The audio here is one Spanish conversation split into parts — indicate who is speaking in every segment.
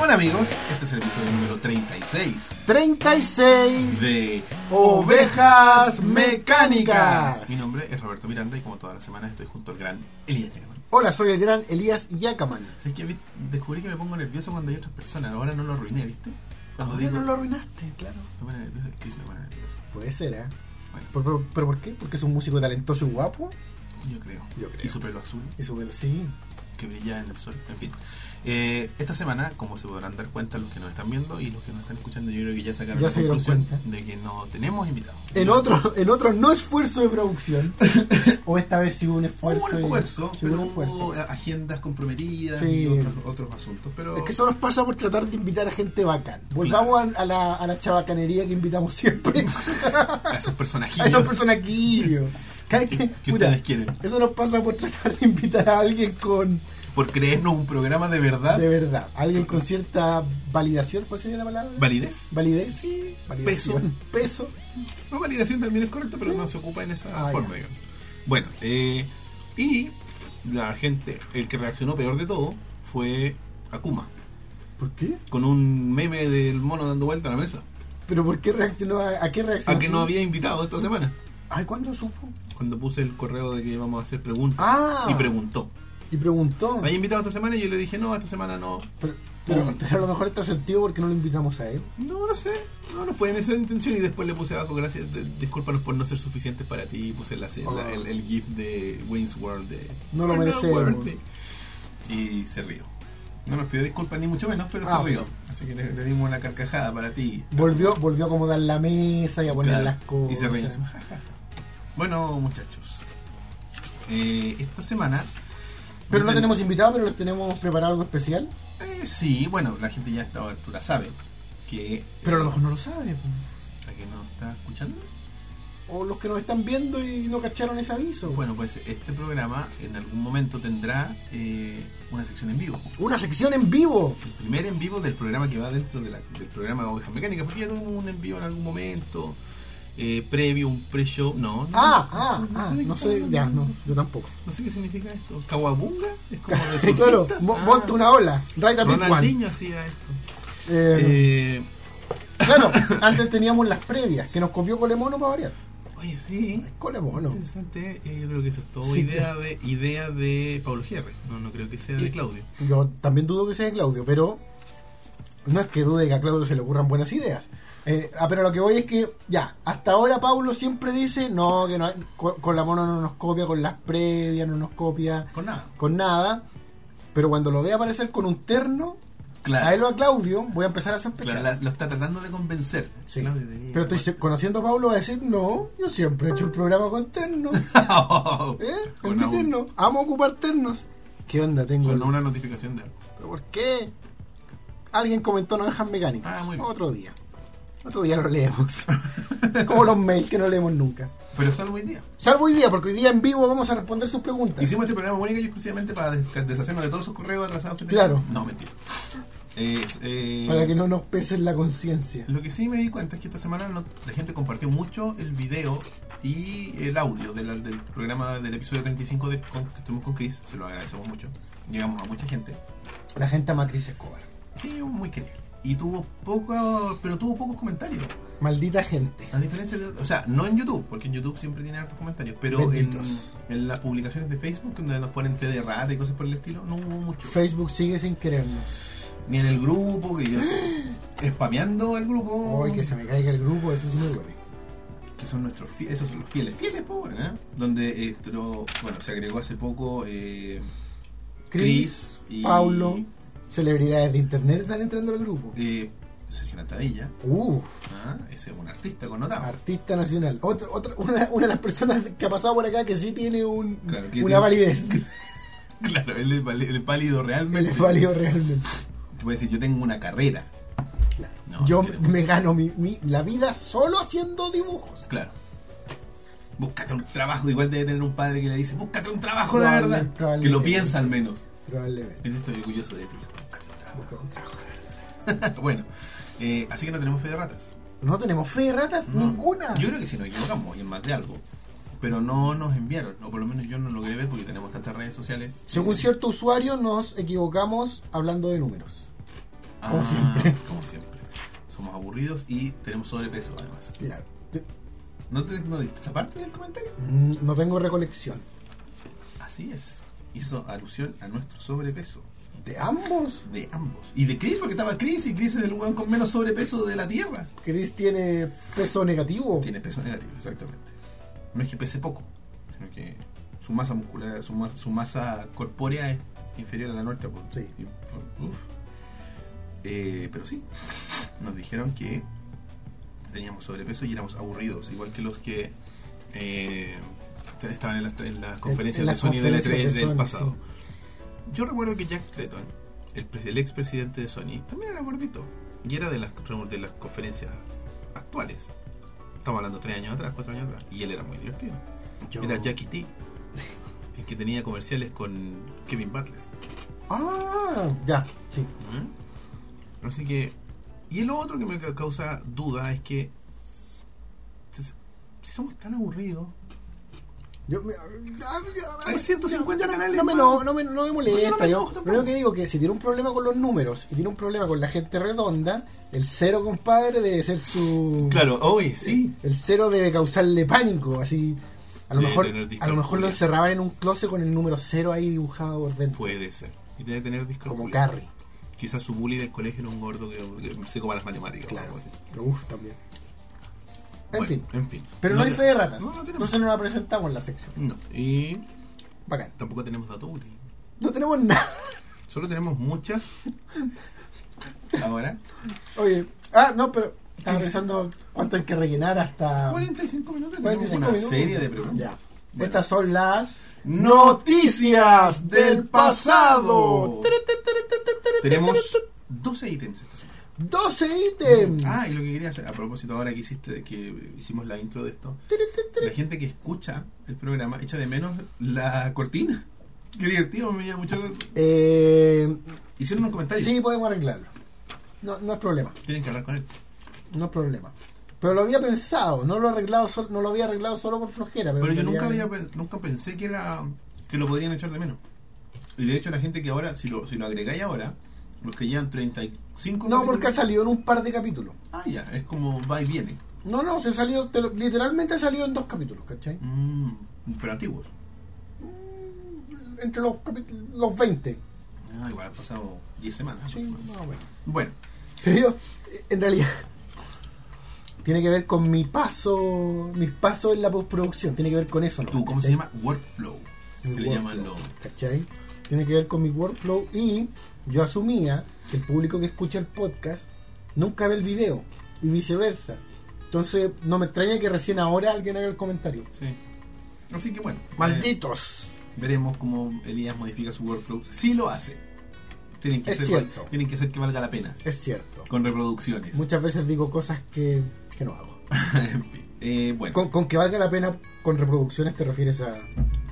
Speaker 1: Hola amigos, este es el episodio número 36
Speaker 2: 36
Speaker 1: de
Speaker 2: Ovejas Mecánicas.
Speaker 1: Mi nombre es Roberto Miranda y como todas las semanas estoy junto al gran Elías Yacaman.
Speaker 2: Hola, soy el gran Elías Yacaman.
Speaker 1: ¿Sabes que descubrí que me pongo nervioso cuando hay otras personas? Ahora no lo arruiné, ¿viste? Cuando
Speaker 2: Ahora
Speaker 1: digo,
Speaker 2: no lo arruinaste, claro.
Speaker 1: me pone nervioso, el Chris me pone nervioso.
Speaker 2: Puede ser, ¿eh?
Speaker 1: Bueno.
Speaker 2: ¿Pero, pero, pero por qué? ¿Porque es un músico talentoso y guapo?
Speaker 1: Yo creo.
Speaker 2: Yo creo.
Speaker 1: Y su pelo azul
Speaker 2: Y su velo- sí.
Speaker 1: que brilla en el sol. En fin. Eh, esta semana, como se podrán dar cuenta los que nos están viendo y los que nos están escuchando, yo creo que ya sacaron
Speaker 2: Ya
Speaker 1: la
Speaker 2: se dieron
Speaker 1: conclusión
Speaker 2: cuenta.
Speaker 1: de que no tenemos invitados.
Speaker 2: En otro, en otro no esfuerzo de producción. o esta vez sí hubo un esfuerzo.
Speaker 1: Hubo un
Speaker 2: y-
Speaker 1: esfuerzo,
Speaker 2: sí hubo
Speaker 1: pero
Speaker 2: un
Speaker 1: hubo
Speaker 2: esfuerzo.
Speaker 1: agendas comprometidas
Speaker 2: Sí.
Speaker 1: y otros, otros asuntos. Pero
Speaker 2: Es que eso nos pasa por tratar de invitar a gente bacán. Volvamos a, a la, a la chabacanería que invitamos siempre.
Speaker 1: a esos
Speaker 2: a
Speaker 1: personajillos
Speaker 2: esas personas aquí. Cada vez que-
Speaker 1: que
Speaker 2: puta,
Speaker 1: ustedes quieren.
Speaker 2: Eso nos pasa por tratar de invitar a alguien con,
Speaker 1: Por creernos un programa de verdad.
Speaker 2: de verdad, alguien con cierta validación, ¿cuál sería la palabra?
Speaker 1: ¿Validez?
Speaker 2: Validez, sí, validación, peso.
Speaker 1: No, validación también es correcto, pero no se ocupa en esa
Speaker 2: Ah,
Speaker 1: forma,
Speaker 2: ya.
Speaker 1: digamos. Bueno, eh, y la gente, el que reaccionó peor de todo fue Akuma,
Speaker 2: ¿Por qué?
Speaker 1: con un meme del mono dando vuelta a la mesa,
Speaker 2: ¿Pero por qué reaccionó? ¿A, a qué reaccionó?
Speaker 1: a que
Speaker 2: así?
Speaker 1: no había invitado esta semana,
Speaker 2: Ay, ¿cuándo supo?
Speaker 1: cuando puse el correo de que íbamos a hacer preguntas.
Speaker 2: Ah,
Speaker 1: Y preguntó,
Speaker 2: y preguntó.
Speaker 1: ¿hay invitado esta semana? Y yo le dije, no, esta semana no.
Speaker 2: Pero, pero- pero a lo mejor está sentido porque no lo invitamos a él.
Speaker 1: No, no sé. No, no fue en esa intención. Y después le puse abajo, gracias, de- discúlpanos por no ser suficientes para ti. Y puse la, la- el, el GIF de Wayne's World. De,
Speaker 2: Ah. No lo
Speaker 1: "We're not
Speaker 2: merecemos".
Speaker 1: worthy. Y se rió. No nos pidió disculpas ni mucho menos, pero
Speaker 2: Ah,
Speaker 1: se rió.
Speaker 2: bueno.
Speaker 1: Así que le, le dimos una carcajada para ti.
Speaker 2: Volvió, volvió a acomodar la mesa y a poner
Speaker 1: Claro,
Speaker 2: las cosas.
Speaker 1: Y se rió. Bueno, muchachos. eh, esta semana...
Speaker 2: Pero no
Speaker 1: Ten-
Speaker 2: tenemos invitados, pero les tenemos preparado algo especial.
Speaker 1: eh, sí, bueno, la gente ya a esta altura sabe que...
Speaker 2: Pero a lo mejor no lo sabe.
Speaker 1: ¿La que no está escuchando?
Speaker 2: O los que nos están viendo y no cacharon ese aviso.
Speaker 1: Bueno, pues este programa en algún momento tendrá eh, una sección en vivo.
Speaker 2: Una sección en vivo.
Speaker 1: El primer en vivo del programa que va dentro de la- del programa Ovejas Mecánicas, porque ya tuvimos un en vivo en algún momento, eh, previo, un pre-show. No, no.
Speaker 2: Ah, ah, ah,
Speaker 1: tiene
Speaker 2: no
Speaker 1: que
Speaker 2: sé,
Speaker 1: estar-
Speaker 2: ya, no, yo tampoco.
Speaker 1: No sé qué significa esto. ¿Kawabunga? Es como de
Speaker 2: Sí, claro,
Speaker 1: surfistas.
Speaker 2: mo-
Speaker 1: Ah,
Speaker 2: monta una ola, right a big one.
Speaker 1: Ronaldinho hacía esto.
Speaker 2: Eh,
Speaker 1: Eh,
Speaker 2: Claro, antes teníamos las previas, que nos copió Colemono para variar.
Speaker 1: oye, sí.
Speaker 2: Colemono.
Speaker 1: Interesante, eh, yo creo que eso es todo.
Speaker 2: Sí,
Speaker 1: idea, de, idea de Pablo Gierre. No, no creo que sea de
Speaker 2: Y-
Speaker 1: Claudio.
Speaker 2: Yo también dudo que sea de Claudio, pero no es que dude que a Claudio se le ocurran buenas ideas. Eh, ah, pero lo que voy es que, ya, hasta ahora Pablo siempre dice, no, que no, con, con la mono no nos copia, con las previas no nos copia,
Speaker 1: Con nada.
Speaker 2: con nada. Pero cuando lo vea aparecer con un terno, a él o a Claudio, voy a empezar a sospechar.
Speaker 1: Claro, la- lo está tratando de convencer.
Speaker 2: Sí.
Speaker 1: Claudio tenía-
Speaker 2: Pero estoy se- conociendo a Pablo va a decir, no, yo siempre he hecho un programa con ternos. ¿Eh?
Speaker 1: Con
Speaker 2: Con mi
Speaker 1: au-
Speaker 2: terno. Amo ocupar ternos. ¿Qué onda? Tengo...
Speaker 1: Sonó una notificación de algo.
Speaker 2: ¿Pero ¿Por qué? Alguien comentó no dejan mecánicas.
Speaker 1: Ah, muy bien.
Speaker 2: Otro día. Otro día lo leemos. Como los mails que no leemos nunca.
Speaker 1: Pero solo hoy día.
Speaker 2: Salvo hoy día, porque hoy día en vivo vamos a responder sus preguntas.
Speaker 1: Hicimos este programa único y exclusivamente para desca- deshacernos de todos sus correos atrasados que
Speaker 2: Claro.
Speaker 1: teníamos. No, mentira. Eh, es- eh,
Speaker 2: Para que no nos pesen la conciencia.
Speaker 1: Lo que sí me di cuenta es que esta semana no- la gente compartió mucho el video y el audio de la- del programa del episodio 35 de, con- que estuvimos con Chris. Se lo agradecemos mucho. Llegamos a mucha gente.
Speaker 2: La gente ama a Cris Escobar.
Speaker 1: Sí, muy querido. Y tuvo poco, pero tuvo pocos comentarios.
Speaker 2: Maldita gente.
Speaker 1: A diferencia de, o sea, no en YouTube, porque en YouTube siempre tiene hartos comentarios, pero en,
Speaker 2: Benditos.
Speaker 1: en las publicaciones de Facebook, donde nos ponen fe de rata y cosas por el estilo, no hubo mucho.
Speaker 2: Facebook sigue sin querernos.
Speaker 1: Ni en el grupo, que yo spameando el grupo.
Speaker 2: Hoy que se me caiga el grupo, eso sí me duele.
Speaker 1: que son nuestros fieles, esos son los fieles, fieles, pues, bueno, ¿eh? Donde esto, bueno, se agregó hace poco eh, Chris,
Speaker 2: Cris,
Speaker 1: y
Speaker 2: Paulo, celebridades de internet están entrando al grupo.
Speaker 1: eh, Sergio Nantadilla,
Speaker 2: Uf.
Speaker 1: ¿ah? ese es un artista connotado.
Speaker 2: Artista nacional. Otra, otra, una, una de las personas que ha pasado por acá que sí tiene un,
Speaker 1: Claro, que
Speaker 2: una
Speaker 1: tiene-
Speaker 2: validez.
Speaker 1: Claro, él es vali- él es pálido
Speaker 2: Me
Speaker 1: realmente.
Speaker 2: le valió realmente.
Speaker 1: Tú puedes decir, yo tengo una carrera.
Speaker 2: Claro.
Speaker 1: No,
Speaker 2: Yo
Speaker 1: pero-
Speaker 2: me gano mi, mi- la vida solo haciendo dibujos.
Speaker 1: Claro. Búscate un trabajo. Igual debe tener un padre que le dice, búscate un trabajo de
Speaker 2: Probable-
Speaker 1: verdad.
Speaker 2: probablemente.
Speaker 1: Que lo piensa al menos.
Speaker 2: Probablemente.
Speaker 1: Dice, estoy orgulloso de ti. hijo, Búscate un trabajo.
Speaker 2: Busca un trabajo.
Speaker 1: bueno, eh, así que no tenemos fe de ratas.
Speaker 2: No tenemos fe de ratas
Speaker 1: No.
Speaker 2: ninguna.
Speaker 1: Yo creo que si nos equivocamos, y en más de algo. Pero no nos enviaron, o por lo menos yo no logré ver porque tenemos tantas redes sociales.
Speaker 2: Según
Speaker 1: Eh,
Speaker 2: cierto usuario, nos equivocamos hablando de números. como siempre.
Speaker 1: Ah, Como siempre. Somos aburridos y tenemos sobrepeso, además.
Speaker 2: Claro.
Speaker 1: ¿No te no diste esa parte del comentario?
Speaker 2: Mm, No tengo recolección.
Speaker 1: Así es. Hizo alusión a nuestro sobrepeso.
Speaker 2: De ambos.
Speaker 1: De ambos. Y de Chris, porque estaba Chris y Chris es el weón con menos sobrepeso de la Tierra.
Speaker 2: Chris tiene peso negativo.
Speaker 1: Tiene peso negativo, exactamente. No es que pese poco, sino que su masa muscular, su, ma- su masa corpórea es inferior a la nuestra. pues.
Speaker 2: Sí.
Speaker 1: Y, pues, uf. Eh, pero sí, nos dijeron que teníamos sobrepeso y éramos aburridos, igual que los que eh, estaban en las, en las conferencias
Speaker 2: en
Speaker 1: de
Speaker 2: las
Speaker 1: Sony de la 3
Speaker 2: conferencias de
Speaker 1: del
Speaker 2: Sony,
Speaker 1: pasado.
Speaker 2: sí.
Speaker 1: Yo recuerdo que Jack Tretton, el, pre- el expresidente de Sony, también era gordito. Y era de las, de las conferencias actuales. Estamos hablando tres años atrás, cuatro años atrás. Y él era muy divertido.
Speaker 2: Yo-
Speaker 1: Era Jackie T. El que tenía comerciales con Kevin Butler.
Speaker 2: Ah, ya. Sí.
Speaker 1: ¿Mm? Así que... Y el otro que me ca- causa duda es que... entonces, Si somos tan aburridos...
Speaker 2: Yo, me- ah, yo-
Speaker 1: Hay 150 canales
Speaker 2: No me,
Speaker 1: más.
Speaker 2: no, no me, no me
Speaker 1: No, yo no
Speaker 2: molesta.
Speaker 1: me
Speaker 2: Yo
Speaker 1: enojo tampoco.
Speaker 2: lo único que digo que si tiene un problema con los números y tiene un problema con la gente redonda, el cero, compadre, debe ser su.
Speaker 1: Claro, hoy sí.
Speaker 2: El cero debe causarle pánico. Así. A lo,
Speaker 1: Debe
Speaker 2: mejor,
Speaker 1: tener
Speaker 2: a lo mejor
Speaker 1: discalculia.
Speaker 2: lo encerraban en un closet con el número cero ahí dibujado por dentro.
Speaker 1: Puede ser. Y debe tener
Speaker 2: como
Speaker 1: discapacidad.
Speaker 2: Carrie.
Speaker 1: Quizás su bully del colegio era un gordo que, que se coma las matemáticas. o
Speaker 2: Claro.
Speaker 1: algo así.
Speaker 2: Uf, también. En
Speaker 1: Bueno,
Speaker 2: fin.
Speaker 1: en fin.
Speaker 2: Pero no, hay
Speaker 1: te-
Speaker 2: fe de ratas.
Speaker 1: No, no tenemos.
Speaker 2: Entonces no la presentamos en la sección.
Speaker 1: No. Y
Speaker 2: Bacán.
Speaker 1: tampoco tenemos dato útil.
Speaker 2: No tenemos nada.
Speaker 1: Solo tenemos muchas. Ahora.
Speaker 2: Oye, ah, no, pero estaba pensando cuánto hay que rellenar hasta
Speaker 1: 45 minutos. y
Speaker 2: 45
Speaker 1: tenemos una
Speaker 2: minutos.
Speaker 1: serie de preguntas.
Speaker 2: Ya.
Speaker 1: Bueno.
Speaker 2: Estas son las
Speaker 1: Noticias del pasado. Tenemos 12 ítems esta semana.
Speaker 2: 12 ítems.
Speaker 1: Ah, y lo que quería hacer, a propósito ahora que hiciste, que hicimos la intro de esto, la gente que escucha el programa echa de menos la cortina. Qué divertido, me llama mucho. la-
Speaker 2: Eh,
Speaker 1: Hicieron un comentario.
Speaker 2: sí, podemos arreglarlo. No, no es problema,
Speaker 1: Tienen que hablar con él.
Speaker 2: no es problema. Pero lo había pensado, no lo arreglado, sol- no lo había arreglado solo por flojera. Pero,
Speaker 1: Pero yo
Speaker 2: en
Speaker 1: nunca
Speaker 2: realidad-
Speaker 1: había, pe- nunca pensé que era que lo podrían echar de menos. Y de hecho la gente que ahora, si lo, si lo agregáis ahora, los que llevan 35...
Speaker 2: No,
Speaker 1: capítulos-
Speaker 2: porque ha salido en un par de capítulos.
Speaker 1: Ah, ya, es como va y viene.
Speaker 2: No, no, se salió, te lo- literalmente ha salido en dos capítulos, ¿cachai?
Speaker 1: Mm, pero antiguos.
Speaker 2: Entre los, capi- los 20.
Speaker 1: Ah, igual han pasado 10 semanas.
Speaker 2: Sí, más o menos.
Speaker 1: Bueno,
Speaker 2: Pero yo, eh, en realidad, tiene que ver con mi paso, mis pasos en la postproducción, tiene que ver con eso. ¿no?
Speaker 1: tú, ¿cómo se
Speaker 2: ¿Cachai?
Speaker 1: llama? Workflow. Que
Speaker 2: Mi
Speaker 1: le llaman
Speaker 2: workflow,
Speaker 1: los...
Speaker 2: ¿Cachai? Tiene que ver con mi workflow y yo asumía que el público que escucha el podcast nunca ve el video y viceversa. Entonces, no me extraña que recién ahora alguien haga el comentario.
Speaker 1: Sí. Así que bueno. eh,
Speaker 2: Malditos.
Speaker 1: veremos cómo Elías modifica su workflow. Sí lo hace. Tienen que,
Speaker 2: Es
Speaker 1: hacer,
Speaker 2: cierto.
Speaker 1: tienen que hacer que valga la pena.
Speaker 2: Es cierto.
Speaker 1: Con reproducciones.
Speaker 2: Muchas veces digo cosas que, que no hago.
Speaker 1: Ah. en fin. Eh, bueno.
Speaker 2: Con, con que valga la pena con reproducciones te refieres a...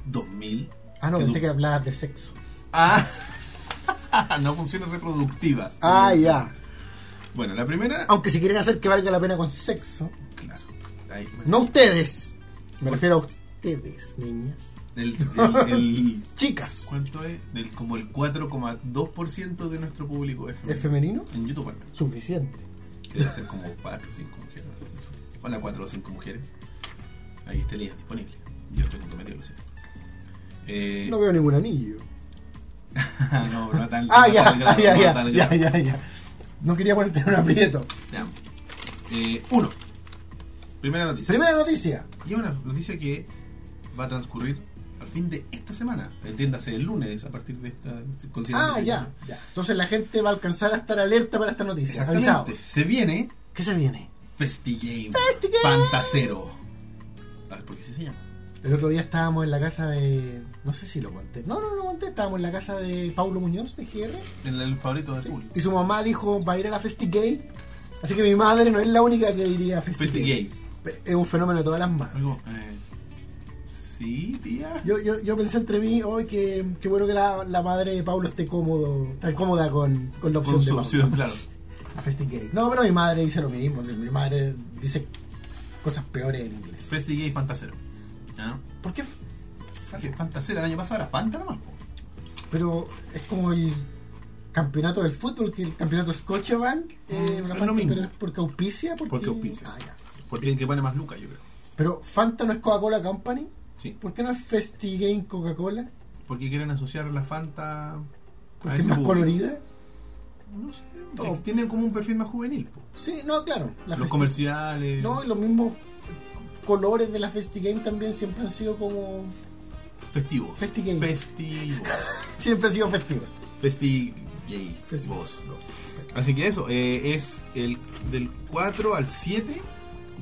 Speaker 1: 2000.
Speaker 2: Ah, no,
Speaker 1: Que
Speaker 2: pensé
Speaker 1: du-
Speaker 2: que hablabas de sexo.
Speaker 1: Ah, no funciones reproductivas.
Speaker 2: Ah, ya. Ah.
Speaker 1: Bueno, la primera.
Speaker 2: Aunque si quieren hacer que valga la pena con sexo,
Speaker 1: Claro. Ahí, bueno.
Speaker 2: no ustedes. Me refiero a ustedes, niñas.
Speaker 1: El, el- el-
Speaker 2: Chicas.
Speaker 1: ¿Cuánto es? Del, como el 4,2% de nuestro público es
Speaker 2: ¿Es
Speaker 1: femenino.
Speaker 2: femenino?
Speaker 1: En YouTube al menos.
Speaker 2: Suficiente.
Speaker 1: Que Debe ser como 4 o 5 mujeres. Hola, 4 o 5 mujeres. Ahí está Elías disponible. Yo estoy comprometido, lo siento. Eh,
Speaker 2: No veo ningún anillo.
Speaker 1: no, no tan.
Speaker 2: Ah,
Speaker 1: no
Speaker 2: ya,
Speaker 1: tan
Speaker 2: ah,
Speaker 1: grave,
Speaker 2: ya,
Speaker 1: no
Speaker 2: ya,
Speaker 1: tan
Speaker 2: ya,
Speaker 1: grave.
Speaker 2: ya, ya. No quería ponerte en un aprieto.
Speaker 1: Ya. Eh, uno. Primera noticia.
Speaker 2: Primera noticia.
Speaker 1: Y una noticia que va a transcurrir al fin de esta semana. Entiéndase el lunes a partir de esta. este considerando
Speaker 2: Ah,
Speaker 1: que-
Speaker 2: ya, ya. Entonces la gente va a alcanzar a estar alerta para esta noticia.
Speaker 1: Exactamente.
Speaker 2: Avisado.
Speaker 1: Se viene
Speaker 2: ¿Qué se viene?
Speaker 1: FestiGame.
Speaker 2: Festigame.
Speaker 1: Fantasero. ¿Sabes Ah, por qué se llama?
Speaker 2: El otro día estábamos en la casa de. No sé si lo conté. No, no, no lo conté. Estábamos en la casa de Paulo Muñoz, de GR.
Speaker 1: El, el favorito del público.
Speaker 2: Y su mamá dijo, va a ir a la FestiGay. Así que mi madre no es la única que diría FestiGay.
Speaker 1: FestiGame.
Speaker 2: Es un fenómeno de todas las madres.
Speaker 1: Algo. Eh, sí, tía.
Speaker 2: Yo, yo, yo pensé entre mí, hoy que, qué bueno que la, la madre de Paulo esté cómodo, tan cómoda con, con la opción
Speaker 1: Con
Speaker 2: de
Speaker 1: su
Speaker 2: Paulo.
Speaker 1: opción, claro.
Speaker 2: A FestiGay. No, pero mi madre dice lo mismo. Mi madre dice cosas peores en inglés.
Speaker 1: FestiGame Fantasero. ¿Ya?
Speaker 2: ¿Por qué? f-
Speaker 1: Fantasero el año pasado era Fanta nomás. po.
Speaker 2: Pero es como el campeonato del fútbol que el campeonato Scotiabank. Eh,
Speaker 1: Mm,
Speaker 2: la
Speaker 1: es
Speaker 2: Fanta,
Speaker 1: lo mismo.
Speaker 2: Pero es porque auspicia. Porque,
Speaker 1: Porque auspicia.
Speaker 2: Ah, ya.
Speaker 1: Porque hay que pone más lucas, yo creo.
Speaker 2: Pero Fanta no es Coca-Cola Company.
Speaker 1: Sí.
Speaker 2: ¿Por qué no es Festigame Coca-Cola?
Speaker 1: Porque quieren asociar la Fanta a
Speaker 2: Porque
Speaker 1: ese
Speaker 2: es más
Speaker 1: público.
Speaker 2: colorida.
Speaker 1: No sé. es que
Speaker 2: Todo.
Speaker 1: Tiene como un perfil más juvenil. po.
Speaker 2: Sí, no, claro. La
Speaker 1: Los
Speaker 2: Festi-
Speaker 1: comerciales.
Speaker 2: No, y los mismos colores de la Festigame también siempre han sido como.
Speaker 1: Festivos.
Speaker 2: Festigay.
Speaker 1: Festivos.
Speaker 2: Siempre han sido festivos.
Speaker 1: Festigay. Festivos. Así que eso, eh, es el del 4 al 7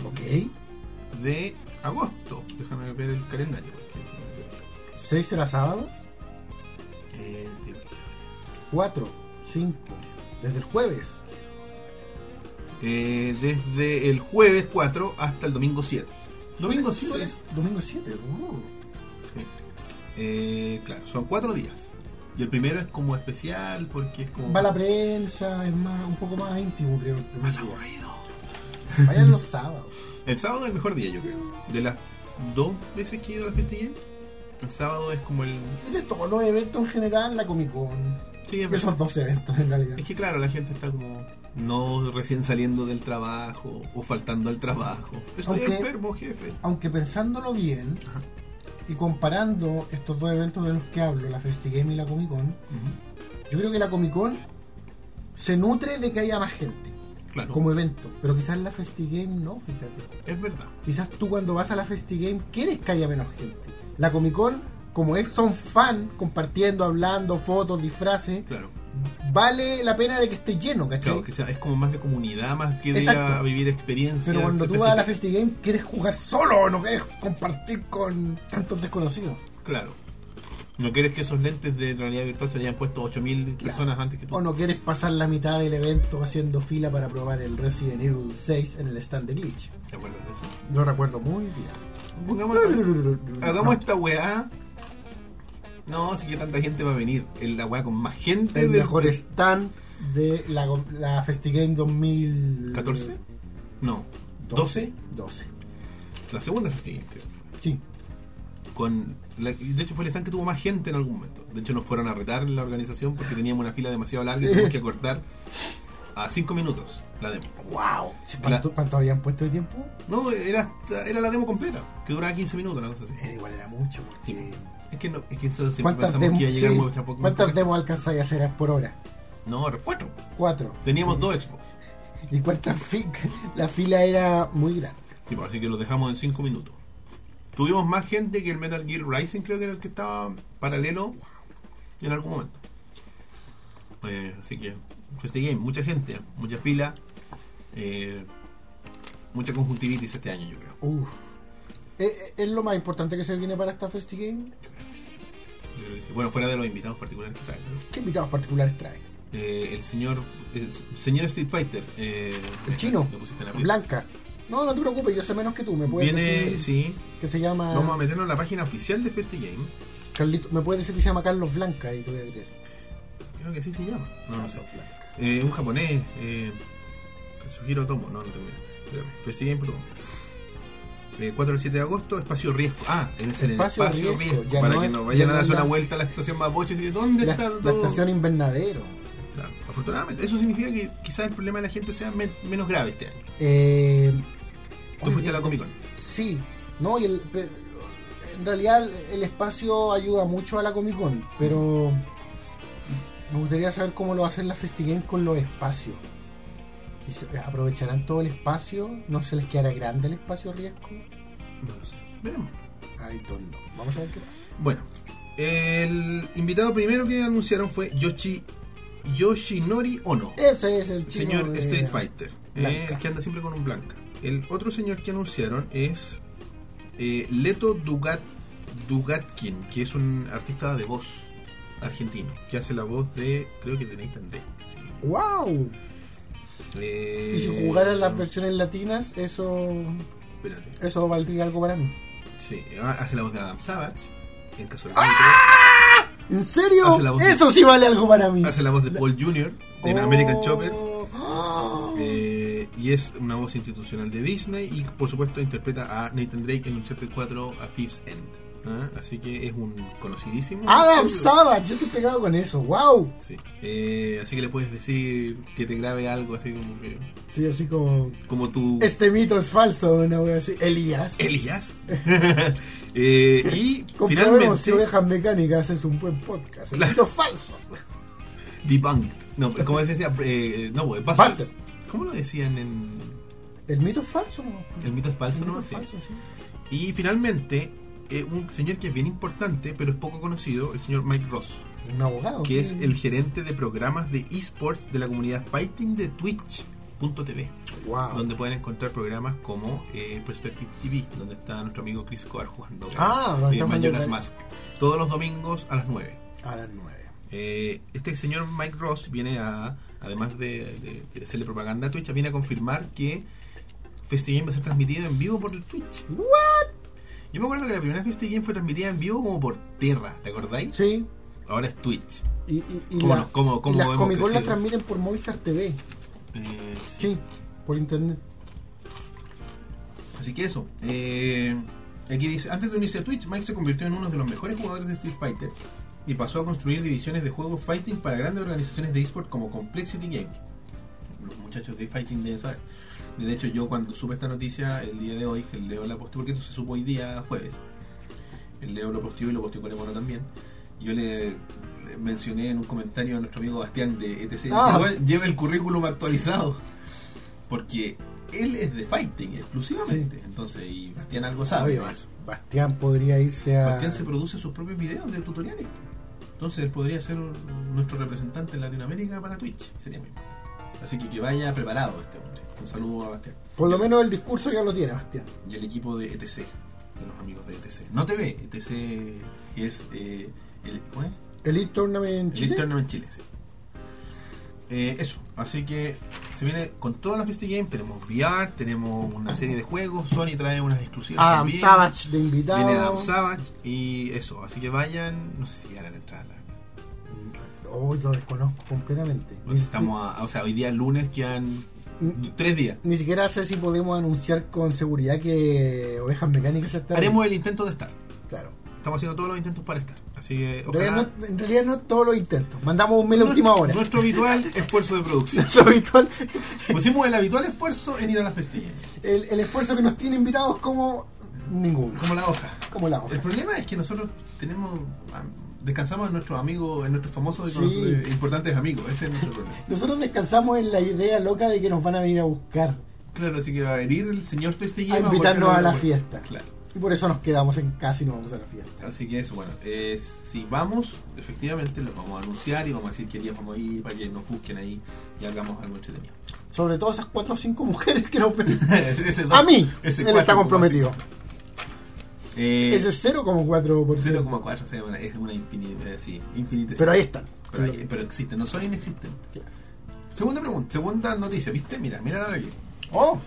Speaker 2: Ok.
Speaker 1: de agosto. Déjame ver el calendario. porque se me perdió.
Speaker 2: 6 será sábado.
Speaker 1: Eh, tío, tío.
Speaker 2: 4, 5. Desde el jueves.
Speaker 1: Eh, desde el jueves 4 hasta el domingo 7. Domingo
Speaker 2: Suele-
Speaker 1: 7.
Speaker 2: suele- Domingo 7. uh.
Speaker 1: Sí. Eh, claro, son cuatro días. Y el primero es como especial porque es como
Speaker 2: Va la prensa, es más, un poco más íntimo, creo. el primer
Speaker 1: más
Speaker 2: día.
Speaker 1: aburrido.
Speaker 2: Vayan los sábados.
Speaker 1: El sábado es el mejor día, yo creo. De las dos veces que he ido a la Festi Game, el sábado es como el.
Speaker 2: Y de todos los eventos en general, la Comic Con.
Speaker 1: Sí, pues. es,
Speaker 2: Esos dos eventos en realidad.
Speaker 1: es que claro, la gente está como no recién saliendo del trabajo o faltando al trabajo. Estoy
Speaker 2: Aunque-
Speaker 1: enfermo, jefe.
Speaker 2: Aunque pensándolo bien
Speaker 1: Ajá.
Speaker 2: y comparando estos dos eventos de los que hablo, la FestiGame y la Comic Con,
Speaker 1: Ujú,
Speaker 2: yo creo que la Comic Con se nutre de que haya más gente
Speaker 1: Claro,
Speaker 2: como evento. Pero quizás la FestiGame no, fíjate.
Speaker 1: es verdad.
Speaker 2: Quizás tú cuando vas a la FestiGame quieres que haya menos gente. La Comic Con, como es, son fan, compartiendo, hablando, fotos, disfraces,
Speaker 1: Claro,
Speaker 2: vale la pena de que esté lleno, ¿cachai?
Speaker 1: claro que sea, es como más de comunidad, más que de ir
Speaker 2: Exacto.
Speaker 1: a vivir experiencias.
Speaker 2: Pero cuando tú vas a la
Speaker 1: específicas.
Speaker 2: FestiGame quieres jugar solo, no quieres compartir con tantos desconocidos.
Speaker 1: Claro. No quieres que esos lentes de realidad virtual se hayan puesto 8000
Speaker 2: Claro.
Speaker 1: personas antes que tú.
Speaker 2: O no quieres pasar la mitad del evento haciendo fila para probar el Resident Evil 6 en el stand de Glitch.
Speaker 1: ¿Te acuerdas de eso?
Speaker 2: Lo recuerdo muy bien.
Speaker 1: Pongamos, hagamos este esta weá. No, si que tanta gente va a venir. El- La weá con más gente
Speaker 2: el
Speaker 1: del-
Speaker 2: mejor stand de la, la FestiGame 2014.
Speaker 1: ¿14? No. ¿12?
Speaker 2: 12.
Speaker 1: La segunda festividad, creo.
Speaker 2: Sí.
Speaker 1: Con la- de hecho, fue el stand que tuvo más gente en algún momento. De hecho, nos fueron a retar en la organización porque teníamos una fila demasiado larga y
Speaker 2: Sí.
Speaker 1: tuvimos que cortar a 5 minutos la demo.
Speaker 2: ¡Wow! ¿Cuánto, cuánto habían puesto de tiempo?
Speaker 1: No, era, hasta- era la demo completa, que duraba 15 minutos, una cosa así.
Speaker 2: Era igual, era mucho.
Speaker 1: Sí.
Speaker 2: porque-
Speaker 1: Es que, no, es que eso siempre
Speaker 2: ¿Cuántas,
Speaker 1: pensamos
Speaker 2: demos
Speaker 1: que iba a llegar
Speaker 2: sí,
Speaker 1: muy- tampoco-
Speaker 2: ¿cuántas demos alcanzáis a hacer por hora?
Speaker 1: No, cuatro.
Speaker 2: Cuatro.
Speaker 1: Teníamos dos Xbox.
Speaker 2: ¿Y cuántas fi- La fila era muy grande.
Speaker 1: Tipo, así que los dejamos en cinco minutos. Tuvimos más gente que el Metal Gear Rising, creo que era el que estaba paralelo en algún momento. Eh, así que, este game, mucha gente, mucha fila, eh, mucha conjuntivitis este año, yo creo.
Speaker 2: Uf. ¿Es, es- es lo más importante que se viene para esta FestiGame?
Speaker 1: Yo creo que sí. Bueno, fuera de los invitados particulares que traen, ¿no?
Speaker 2: ¿Qué invitados particulares trae?
Speaker 1: Eh, el señor el señor Street Fighter. eh,
Speaker 2: El chino.
Speaker 1: me pusiste en aprieto.
Speaker 2: Blanca. No, no te preocupes, yo sé menos que tú. Me puedes
Speaker 1: Viene,
Speaker 2: decir Ah.
Speaker 1: sí,
Speaker 2: que se llama.
Speaker 1: Vamos a meternos en la página oficial de Festi Game.
Speaker 2: Carlito- me puedes decir que se llama Carlos Blanca y te voy a creer.
Speaker 1: Creo que así se llama. No, no sé.
Speaker 2: Blanca.
Speaker 1: Eh, un japonés. Eh, Katsuhiro Tomo. No, no tengo idea. Espérame. Festigame.com. Eh, 4 al 7 de agosto, espacio riesgo. Ah, en el
Speaker 2: Espacio
Speaker 1: espacio,
Speaker 2: Riesgo,
Speaker 1: riesgo.
Speaker 2: ya
Speaker 1: para
Speaker 2: no
Speaker 1: que
Speaker 2: es-
Speaker 1: no
Speaker 2: ya
Speaker 1: vayan a
Speaker 2: no es
Speaker 1: darse
Speaker 2: la-
Speaker 1: una vuelta a la estación Mapocho y decir, ¿dónde
Speaker 2: La,
Speaker 1: está
Speaker 2: la
Speaker 1: todo?
Speaker 2: estación Invernadero.
Speaker 1: Claro, afortunadamente, eso significa que quizás el problema de la gente sea men- menos grave este año.
Speaker 2: Eh,
Speaker 1: Tú
Speaker 2: oye,
Speaker 1: fuiste a la Comic Con.
Speaker 2: Sí, no, y el, pe- en realidad el espacio ayuda mucho a la Comic Con, pero me gustaría saber cómo lo hacen las FestiGames con los espacios. Quizá- eh, ¿Aprovecharán todo el espacio? ¿No se les quedará grande el espacio riesgo?
Speaker 1: No lo sé. Veremos.
Speaker 2: Ay, don't know. Vamos a ver qué pasa.
Speaker 1: Bueno, el invitado primero que anunciaron fue Yoshi, Yoshinori Ono.
Speaker 2: Ese es el chino
Speaker 1: Señor
Speaker 2: de-
Speaker 1: Street Fighter,
Speaker 2: Blanca.
Speaker 1: eh, el que anda siempre con un blanca. El otro señor que anunciaron es eh, Leto Dugat, Dugatkin, que es un artista de voz argentino, que hace la voz de, creo que de Nathan Drake. sí.
Speaker 2: ¡Wow!
Speaker 1: Eh,
Speaker 2: Y si jugaran las versiones latinas, eso,
Speaker 1: Espérate,
Speaker 2: eso valdría algo para mí.
Speaker 1: sí, ah, hace la voz de Adam Savage, en caso de
Speaker 2: ¡Ah!
Speaker 1: que no lo
Speaker 2: ¿En serio?
Speaker 1: Hace la voz de-
Speaker 2: Eso sí vale algo para mí.
Speaker 1: creas. hace la voz de Paul Jr. en
Speaker 2: Oh.
Speaker 1: American Chopper.
Speaker 2: Ah.
Speaker 1: Eh, y es una voz institucional de Disney y por supuesto interpreta a Nathan Drake en Uncharted 4 a Thieves End. ¿ah? Así que es un conocidísimo.
Speaker 2: Adam Savage, yo estoy pegado con eso, wow.
Speaker 1: Sí. Eh, así que le puedes decir que te grabe algo así como que.
Speaker 2: Estoy así como.
Speaker 1: Como tu.
Speaker 2: Este mito es falso, una wea así. Elías.
Speaker 1: Elías. Eh, y
Speaker 2: Comprobemos
Speaker 1: finalmente.
Speaker 2: si ovejas mecánicas es un buen podcast. El
Speaker 1: Claro.
Speaker 2: mito es falso.
Speaker 1: Debunked. No, pero ¿cómo se decía? Eh, no, pues, Buster.
Speaker 2: Buster.
Speaker 1: ¿Cómo lo decían en.
Speaker 2: El mito es falso, ¿no?
Speaker 1: El mito es falso,
Speaker 2: El mito
Speaker 1: ¿no?
Speaker 2: es
Speaker 1: Sí.
Speaker 2: falso, sí.
Speaker 1: Y finalmente, eh, un señor que es bien importante, pero es poco conocido, el señor Mike Ross,
Speaker 2: Un abogado.
Speaker 1: que es el gerente de programas de esports de la comunidad Fighting de Twitch.tv,
Speaker 2: Wow.
Speaker 1: donde pueden encontrar programas como eh, Perspective TV, donde está nuestro amigo Chris Cobar jugando.
Speaker 2: Ah, donde
Speaker 1: y
Speaker 2: está
Speaker 1: Mayoras
Speaker 2: Mayor-
Speaker 1: Mask. Todos los domingos a las 9.
Speaker 2: A las 9.
Speaker 1: Eh, este señor Mike Ross viene a, además de, de- de hacerle propaganda a Twitch, viene a confirmar que FestiGame va a ser transmitido en vivo por el Twitch.
Speaker 2: ¿What?
Speaker 1: Yo me acuerdo que la primera FestiGame fue transmitida en vivo como por Terra, ¿te acordáis?
Speaker 2: Sí.
Speaker 1: Ahora es Twitch.
Speaker 2: Y, y, y,
Speaker 1: ¿Cómo
Speaker 2: la-
Speaker 1: no? ¿Cómo-
Speaker 2: y
Speaker 1: cómo
Speaker 2: las
Speaker 1: hemos
Speaker 2: Comic Con las
Speaker 1: crecido?
Speaker 2: transmiten por Movistar TV.
Speaker 1: Eh, sí.
Speaker 2: Sí, por internet.
Speaker 1: Así que eso. eh, aquí dice, antes de unirse a Twitch, Mike se convirtió en uno de los mejores jugadores de Street Fighter y pasó a construir divisiones de juegos fighting para grandes organizaciones de esports como Complexity Game. Los muchachos de fighting deben saber. Y De hecho, yo cuando supe esta noticia el día de hoy, que el Leo la posteó, porque esto se supo hoy día jueves, el Leo lo posteó y lo posteó con el mono también, yo le, le mencioné en un comentario a nuestro amigo Bastián de ETC,
Speaker 2: Ah.
Speaker 1: "Lleva- lleva el currículum actualizado, porque él es de fighting exclusivamente, entonces, y Bastián algo sabe.
Speaker 2: Oye, Bas- Bastián podría irse a.
Speaker 1: Bastián se produce sus propios videos de tutoriales. Entonces él podría ser un- nuestro representante en Latinoamérica para Twitch. Sería muy importante. Así que que vaya preparado este hombre. Un saludo a Bastián.
Speaker 2: Por lo
Speaker 1: Y-
Speaker 2: menos el discurso ya lo tiene, Bastián.
Speaker 1: Y el equipo de ETC. De los amigos de ETC. No TV. ETC que es... eh, el, ¿Cómo es?
Speaker 2: Elite
Speaker 1: El
Speaker 2: Tournament Chile.
Speaker 1: Tournament Chile, sí. Eh, eso, así que se viene con todas las Festi Game. Tenemos VR, tenemos una serie de juegos. Sony trae unas exclusivas.
Speaker 2: Adam
Speaker 1: también.
Speaker 2: Savage de invitado.
Speaker 1: Viene Adam Savage y eso, así que vayan, no sé si llegarán a entrar. la verdad.
Speaker 2: Oh, lo desconozco completamente. Ni-
Speaker 1: Pues estamos a- o sea, hoy día lunes quedan
Speaker 2: Mm.
Speaker 1: tres días.
Speaker 2: Ni siquiera sé si podemos anunciar con seguridad que Ovejas Mecánicas está.
Speaker 1: Haremos el intento de estar.
Speaker 2: Claro.
Speaker 1: Estamos haciendo todos los intentos para estar. Así que
Speaker 2: En
Speaker 1: ojalá.
Speaker 2: realidad, no, en realidad no todos los intentos. Mandamos un mail a
Speaker 1: Nuestro-
Speaker 2: última hora.
Speaker 1: Nuestro habitual esfuerzo de producción.
Speaker 2: Nuestro habitual-
Speaker 1: Pusimos el habitual esfuerzo en ir a las festillas.
Speaker 2: el, el esfuerzo que nos tiene invitados como ninguno.
Speaker 1: Como la hoja.
Speaker 2: Como la
Speaker 1: El
Speaker 2: hoja.
Speaker 1: problema es que nosotros tenemos. am, Descansamos en nuestros amigos, en nuestros famosos y
Speaker 2: Sí.
Speaker 1: conocidos- eh, importantes amigos. Ese es nuestro problema.
Speaker 2: Nosotros descansamos en la idea loca de que nos van a venir a buscar.
Speaker 1: Claro, así que va a venir el señor Festigame
Speaker 2: A invitarnos
Speaker 1: volver
Speaker 2: a la
Speaker 1: puerta.
Speaker 2: fiesta.
Speaker 1: Claro.
Speaker 2: Y por eso nos quedamos en casa y no vamos a la fiesta.
Speaker 1: Así que eso, bueno, eh, si vamos, efectivamente los vamos a anunciar y vamos a decir qué días vamos a ir para que nos busquen ahí y hagamos algo entretenido.
Speaker 2: Sobre todo esas cuatro o cinco mujeres que nos ven.
Speaker 1: Ese
Speaker 2: A
Speaker 1: dos-
Speaker 2: mí,
Speaker 1: ese
Speaker 2: él
Speaker 1: 4,5.
Speaker 2: está comprometido.
Speaker 1: Eh,
Speaker 2: Ese es 0,4%.
Speaker 1: 0,4, o sea, una- es una infinita, sí, infinita.
Speaker 2: Pero ahí están.
Speaker 1: pero, hay- pero existen, no son inexistentes.
Speaker 2: Claro.
Speaker 1: Segunda pregunta, segunda noticia, ¿viste? Mira, mira la aquí.
Speaker 2: Oh,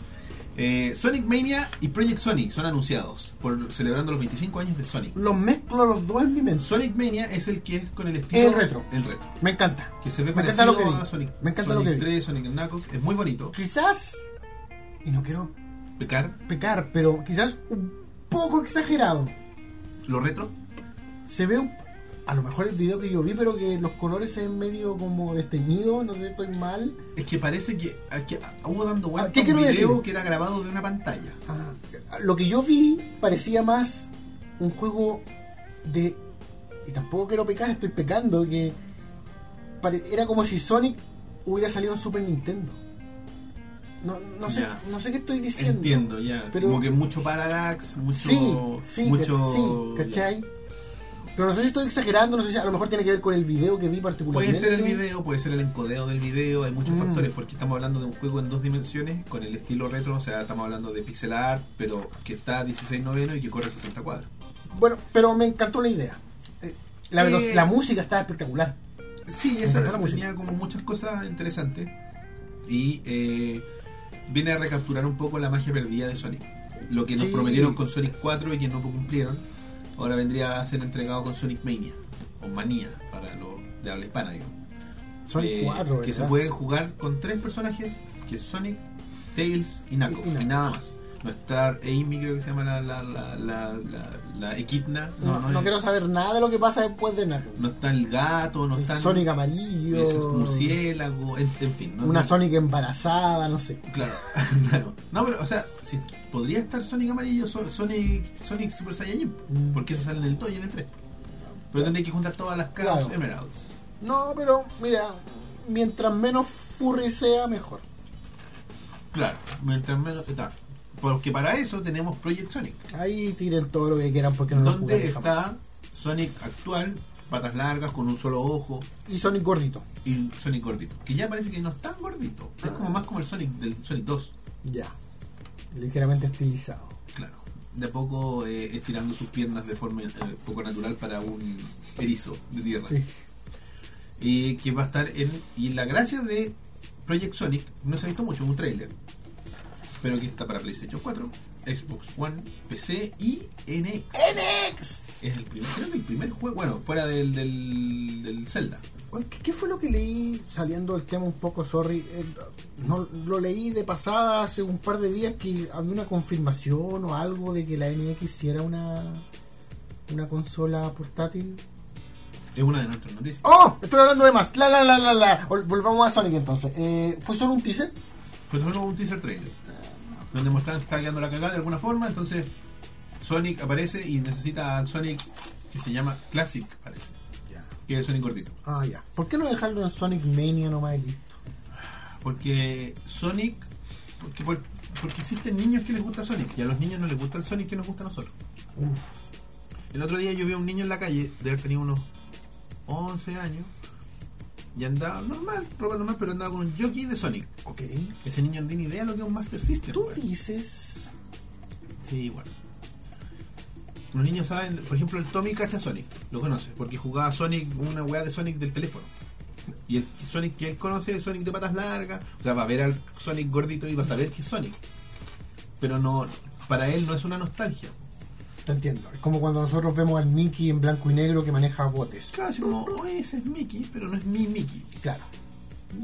Speaker 1: Eh, Sonic Mania y Project Sony son anunciados por celebrando los 25 años de Sonic.
Speaker 2: los mezclo los dos en mi mente.
Speaker 1: Sonic Mania es el que es con el estilo
Speaker 2: El retro.
Speaker 1: El retro.
Speaker 2: Me encanta.
Speaker 1: Que se ve
Speaker 2: Me encanta
Speaker 1: parecido
Speaker 2: lo que vi.
Speaker 1: a Sonic.
Speaker 2: Me encanta
Speaker 1: Sonic
Speaker 2: lo que vi.
Speaker 1: 3, Sonic Knuckles. Es muy bonito.
Speaker 2: Quizás, y no quiero
Speaker 1: Pecar.
Speaker 2: pecar, pero quizás un poco exagerado.
Speaker 1: Lo retro.
Speaker 2: Se ve un- a lo mejor el video que yo vi, pero que los colores se ven medio como desteñidos, no sé, estoy mal.
Speaker 1: Es que parece que, a- que a- hubo dando vuelta
Speaker 2: Ah, ¿qué
Speaker 1: un
Speaker 2: quiero
Speaker 1: video
Speaker 2: decir?
Speaker 1: que era grabado de una pantalla.
Speaker 2: Ah, lo que yo vi parecía más un juego de. Y tampoco quiero pecar, estoy pecando. que pare- Era como si Sonic hubiera salido en Super Nintendo. No, no, sé,
Speaker 1: Ya.
Speaker 2: no sé qué estoy diciendo.
Speaker 1: Entiendo, ya.
Speaker 2: Pero-
Speaker 1: Como que mucho parallax, mucho.
Speaker 2: Sí, sí,
Speaker 1: mucho
Speaker 2: ca- sí,
Speaker 1: ya.
Speaker 2: ¿cachai? Pero no sé si estoy exagerando, no sé si a lo mejor tiene que ver con el video que vi
Speaker 1: Puede
Speaker 2: particularmente.
Speaker 1: ser el video, puede ser el encodeo del video, hay muchos
Speaker 2: Mm.
Speaker 1: factores, porque estamos hablando de un juego en dos dimensiones, con el estilo retro, o sea, estamos hablando de pixel art, pero que está a 16 noveno y que corre a 60 cuadros.
Speaker 2: Bueno, pero me encantó la idea. Eh, La, velo-
Speaker 1: Eh.
Speaker 2: la música estaba espectacular.
Speaker 1: Sí,
Speaker 2: Me
Speaker 1: esa
Speaker 2: encantó la música.
Speaker 1: tenía como muchas cosas interesantes y eh, viene a recapturar un poco la magia perdida de Sonic. Lo que nos
Speaker 2: Sí.
Speaker 1: prometieron con Sonic 4 y que no cumplieron, ahora vendría a ser entregado con Sonic Mania, o Manía, para los de habla hispana, digamos.
Speaker 2: Son
Speaker 1: Eh,
Speaker 2: cuatro,
Speaker 1: que se
Speaker 2: ¿verdad?
Speaker 1: pueden jugar con tres personajes, que es Sonic, Tails y Knuckles,
Speaker 2: Y- y
Speaker 1: y,
Speaker 2: Knuckles.
Speaker 1: nada más. nuestra Amy, creo que se llama la, la, la, la, la- la Equidna.
Speaker 2: No, no
Speaker 1: es-
Speaker 2: quiero saber nada de lo que pasa después de Knuckles.
Speaker 1: no está el gato, no
Speaker 2: El
Speaker 1: está
Speaker 2: Sonic
Speaker 1: el
Speaker 2: amarillo.
Speaker 1: ese murciélago, en, en fin. No,
Speaker 2: una
Speaker 1: no-
Speaker 2: Sonic embarazada, no sé.
Speaker 1: Claro, claro. No, pero, o sea, si podría estar Sonic amarillo, Son- Sonic, Sonic Super Saiyajin,
Speaker 2: Mm.
Speaker 1: porque eso sale en el 2 y en el 3. Pero tendría que juntar todas las caras
Speaker 2: Claro.
Speaker 1: Emeralds.
Speaker 2: No, pero mira, mientras menos furry sea, mejor.
Speaker 1: Claro, mientras menos. Está. Porque para eso tenemos Project Sonic.
Speaker 2: Ahí tiren todo lo que quieran porque no lo
Speaker 1: donde
Speaker 2: jugaré jamás.
Speaker 1: está Sonic actual, patas largas, con un solo ojo,
Speaker 2: Y Sonic gordito.
Speaker 1: y Sonic gordito. Que ya parece que no es tan gordito.
Speaker 2: Ah.
Speaker 1: Es como más como el Sonic del Sonic 2.
Speaker 2: Ya. Ligeramente estilizado.
Speaker 1: Claro. De a poco eh, estirando sus piernas de forma eh, poco natural para un erizo de tierra.
Speaker 2: Sí.
Speaker 1: eh, que va a estar en. Y la gracia de Project Sonic, no se ha visto mucho, es un trailer, pero que está para PlayStation 4, Xbox One, PC y NX. ¡NX! Es el primer, creo que el primer juego, bueno, fuera del, del, del Zelda.
Speaker 2: Oye, ¿Qué, qué fue lo que leí saliendo del tema un poco, sorry? eh, no, lo leí de pasada hace un par de días que había una confirmación o algo de que la NX sí era una, una consola portátil.
Speaker 1: Es una de nuestras noticias.
Speaker 2: ¡Oh! Estoy hablando de más. La, la, la, la, la. Vol- Volvamos a Sonic entonces. Eh, ¿Fue solo un teaser?
Speaker 1: Pero solo un teaser trailer, donde mostraron que está quedando la cagada de alguna forma, entonces Sonic aparece y necesita al Sonic que se llama Classic, parece, que es el Sonic gordito.
Speaker 2: Ah, ya. ¿Por qué no dejarlo en Sonic Mania nomás y listo?
Speaker 1: Porque Sonic. Porque, por- porque existen niños que les gusta Sonic y a los niños no les gusta el Sonic que nos gusta a nosotros.
Speaker 2: Uf.
Speaker 1: El otro día yo vi a un niño en la calle, de haber tenido unos 11 años, y andaba normal, ropa normal, pero andaba con un jockey de Sonic.
Speaker 2: Ok.
Speaker 1: Ese niño no tiene idea de lo que es un Master System.
Speaker 2: Tú
Speaker 1: weón.
Speaker 2: dices...
Speaker 1: Sí, bueno. Los niños saben, por ejemplo, el Tommy cacha Sonic, lo conoce, porque jugaba Sonic, una weá de Sonic del teléfono. Y el Sonic que él conoce es Sonic de patas largas, o sea, va a ver al Sonic gordito y va a saber que es Sonic. Pero no, para él no es una nostalgia.
Speaker 2: Te entiendo. Es como cuando nosotros vemos al Mickey en blanco y negro que maneja botes.
Speaker 1: Claro, así como, oye, ese es Mickey, pero no es mi Mickey.
Speaker 2: Claro.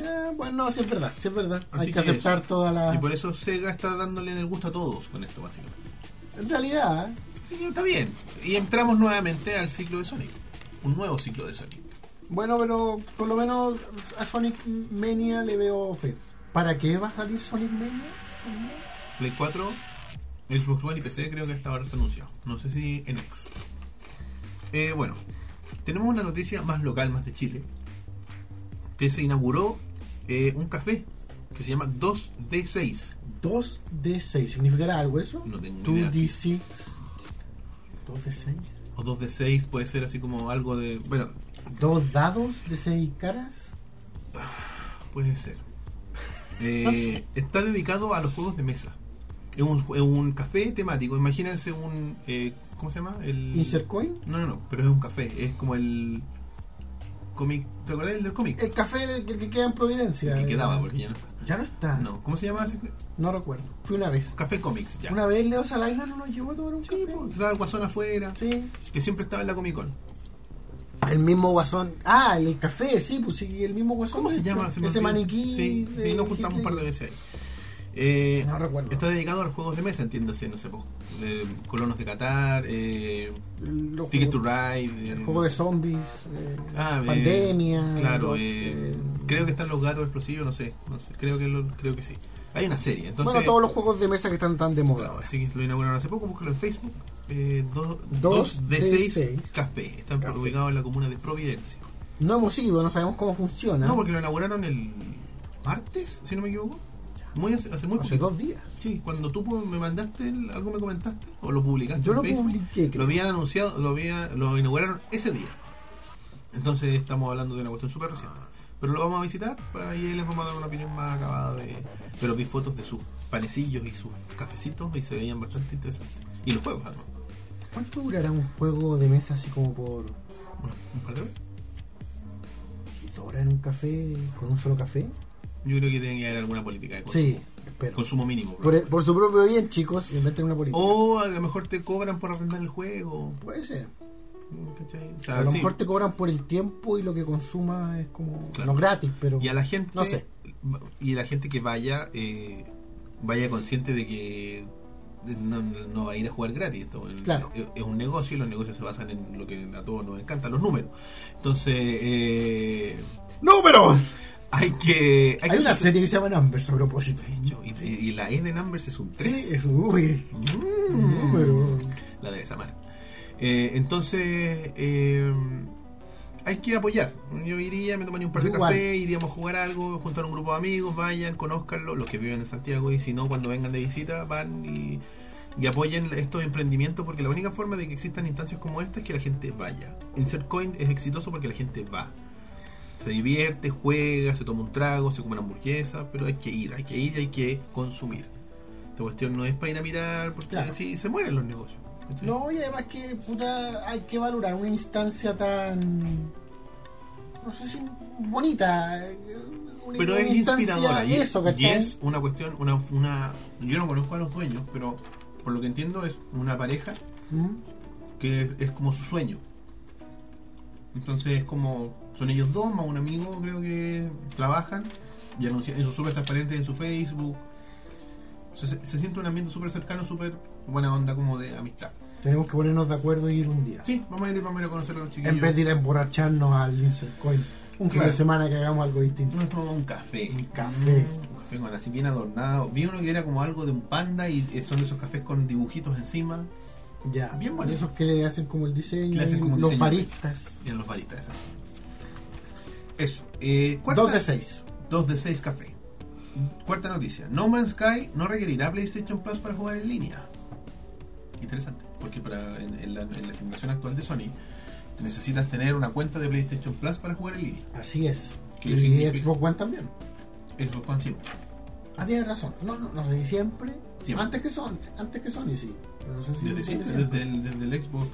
Speaker 2: Eh, bueno, no, sí es verdad, sí es verdad.
Speaker 1: Así
Speaker 2: Hay que,
Speaker 1: que
Speaker 2: aceptar
Speaker 1: eso.
Speaker 2: toda la...
Speaker 1: Y por eso Sega está dándole en el gusto a todos con esto, básicamente.
Speaker 2: En realidad, ¿eh?
Speaker 1: Así que está bien. Y entramos nuevamente al ciclo de Sonic. Un nuevo ciclo de Sonic.
Speaker 2: bueno, pero por lo menos a Sonic Mania le veo fe. ¿Para qué va a salir Sonic Mania?
Speaker 1: Play 4, Xbox One y PC creo que hasta ahora está anunciado. No sé si en X. Eh, bueno, tenemos una noticia más local, más de Chile, que se inauguró eh, un café que se llama 2D6.
Speaker 2: 2D6, ¿significará algo eso?
Speaker 1: No tengo idea.
Speaker 2: 2D6. 2D6.
Speaker 1: O 2D6 puede ser así como algo de... Bueno,
Speaker 2: ¿Dos dados de seis caras?
Speaker 1: puede ser. Eh,
Speaker 2: No sé.
Speaker 1: Está dedicado a los juegos de mesa. Es un, es un café temático. Imagínense un... eh, ¿Cómo se llama? El...
Speaker 2: ¿Insert coin?
Speaker 1: No, no, no, pero es un café, es como el cómic, ¿te acordás del del cómic?
Speaker 2: El café del que- que queda en Providencia.
Speaker 1: que
Speaker 2: eh,
Speaker 1: quedaba, porque ya no está.
Speaker 2: Ya no está.
Speaker 1: No, ¿cómo se llama ese?
Speaker 2: No recuerdo. Fui una vez.
Speaker 1: Café Comics, ya.
Speaker 2: Una vez Leo Salina nos llevó a tomar un
Speaker 1: Sí,
Speaker 2: café.
Speaker 1: pues, estaba el guasón afuera,
Speaker 2: Sí.
Speaker 1: que siempre estaba en la Comic Con.
Speaker 2: El mismo guasón. Ah, el, el café, sí, pues sí, el mismo guasón.
Speaker 1: ¿Cómo se llama? Se me
Speaker 2: Ese
Speaker 1: olvidó.
Speaker 2: maniquí.
Speaker 1: Sí,
Speaker 2: de
Speaker 1: sí, nos juntamos un
Speaker 2: Hitler.
Speaker 1: par de veces ahí. Eh,
Speaker 2: No recuerdo.
Speaker 1: Está dedicado a los juegos de mesa, entiéndase, no sé, pues, eh, Colonos de Qatar, eh,
Speaker 2: Los
Speaker 1: Ticket to
Speaker 2: juegos-
Speaker 1: Ride. eh,
Speaker 2: El juego de zombies. eh,
Speaker 1: Ah, eh,
Speaker 2: pandemia.
Speaker 1: claro,
Speaker 2: los-
Speaker 1: eh,
Speaker 2: eh,
Speaker 1: creo que están los gatos explosivos, no sé, no sé, creo que lo- creo que sí. Hay una serie, entonces
Speaker 2: bueno, todos los juegos de mesa que están tan de moda ahora.
Speaker 1: Así que lo inauguraron hace poco, búsquelo en Facebook. Eh,
Speaker 2: Dos
Speaker 1: 2D6
Speaker 2: D6
Speaker 1: Café. Están
Speaker 2: Café.
Speaker 1: ubicados en la comuna de Providencia.
Speaker 2: No hemos ido, no sabemos cómo funciona.
Speaker 1: No, porque lo inauguraron el martes, si no me equivoco. Muy hace, hace muy
Speaker 2: hace
Speaker 1: poquito.
Speaker 2: dos días.
Speaker 1: Sí, cuando tú pu- me mandaste el- algo, me comentaste o lo publicaste.
Speaker 2: Yo
Speaker 1: en
Speaker 2: lo
Speaker 1: Facebook.
Speaker 2: publiqué, creo.
Speaker 1: Lo habían anunciado, lo, había, lo inauguraron ese día. Entonces estamos hablando de una cuestión súper reciente. Pero lo vamos a visitar para ahí les vamos a dar una opinión más acabada. de Pero vi fotos de sus panecillos y sus cafecitos y se veían bastante interesantes. Y los juegos, además.
Speaker 2: ¿Cuánto durará un juego de mesa así como por
Speaker 1: Bueno, un par de veces.
Speaker 2: dos horas en un café, con un solo café?
Speaker 1: Yo creo que tiene que haber alguna política de consumo,
Speaker 2: Sí, espero.
Speaker 1: consumo mínimo.
Speaker 2: Por, por su propio bien, chicos, inventen una política.
Speaker 1: O a lo mejor te cobran por arrendar el juego.
Speaker 2: Puede ser.
Speaker 1: ¿cachai? O sea,
Speaker 2: A lo
Speaker 1: sí.
Speaker 2: mejor te cobran por el tiempo y lo que consuma es como.
Speaker 1: Claro.
Speaker 2: No gratis, pero.
Speaker 1: Y a la gente.
Speaker 2: No sé.
Speaker 1: Y la gente que vaya, eh, vaya consciente de que no, no va a ir a jugar gratis. Esto El-
Speaker 2: Claro.
Speaker 1: es, es un negocio y los negocios se basan en lo que a todos nos encanta, los números. Entonces, eh,
Speaker 2: ¡Números!
Speaker 1: hay que.
Speaker 2: Hay,
Speaker 1: que
Speaker 2: una
Speaker 1: hacer-
Speaker 2: serie que se llama Numbers a propósito.
Speaker 1: De hecho, y, te- y la E de Numbers es un 3.
Speaker 2: Sí, es uy,
Speaker 1: Mm.
Speaker 2: número.
Speaker 1: La de Samara. Eh, entonces, eh, hay que apoyar. Yo iría, me tomaría un par de
Speaker 2: Igual.
Speaker 1: café, iríamos a jugar algo, juntar un grupo de amigos, vayan, conózcanlo, los que viven en Santiago, y si no, cuando vengan de visita, van y, y apoyen estos emprendimientos, porque la única forma de que existan instancias como esta es que la gente vaya. Insert Coin es exitoso porque la gente va. Se divierte, juega, se toma un trago, se come una hamburguesa, pero hay que ir, hay que ir y hay que consumir. Esta cuestión no es para ir a mirar, porque
Speaker 2: Claro.
Speaker 1: así se mueren los negocios. ¿cachai?
Speaker 2: No, y además que puta, hay que valorar una instancia tan. No sé si bonita. eh, Una,
Speaker 1: pero
Speaker 2: una
Speaker 1: es inspiradora y,
Speaker 2: Eso,
Speaker 1: y
Speaker 2: ¿cachai?
Speaker 1: es una cuestión una, una yo no conozco a los dueños pero por lo que entiendo es una pareja
Speaker 2: ¿Mm?
Speaker 1: que es, es como su sueño entonces es como son ellos dos más un amigo creo que trabajan y anuncian eso es súper transparente en su Facebook se, se- se siente un ambiente súper cercano súper buena onda como de amistad
Speaker 2: Tenemos que ponernos de acuerdo y ir un día.
Speaker 1: sí vamos a ir vamos a ir a conocer a los chiquillos
Speaker 2: en vez de ir a emborracharnos al Insert Coin. Un fin
Speaker 1: Claro.
Speaker 2: de semana que hagamos algo distinto.
Speaker 1: Nos tomamos un café.
Speaker 2: Un café.
Speaker 1: Mm, Un café con así bien adornado. Vi uno que era como algo de un panda y eh, son esos cafés con dibujitos encima.
Speaker 2: Ya.
Speaker 1: Bien bueno.
Speaker 2: Esos que le hacen como el diseño.
Speaker 1: Que le hacen como
Speaker 2: los
Speaker 1: diseño.
Speaker 2: baristas.
Speaker 1: Y en los baristas, esas. Eso. Eh, cuarta-
Speaker 2: Dos de seis.
Speaker 1: dos de seis café. Cuarta noticia. No Man's Sky no requerirá PlayStation Plus para jugar en línea. Interesante. Porque para, en, en la, en la generación actual de Sony necesitas tener una cuenta de PlayStation Plus para jugar en línea.
Speaker 2: Así es.
Speaker 1: ¿Qué
Speaker 2: Y
Speaker 1: significa?
Speaker 2: Xbox One también.
Speaker 1: Es lo que siempre.
Speaker 2: Ah, tienes razón. No, no, no sé si siempre.
Speaker 1: Siempre.
Speaker 2: Antes que Sony. Antes que Sony, sí. Pero no sé si
Speaker 1: Desde,
Speaker 2: desde
Speaker 1: siempre,
Speaker 2: siempre.
Speaker 1: desde el, desde el Xbox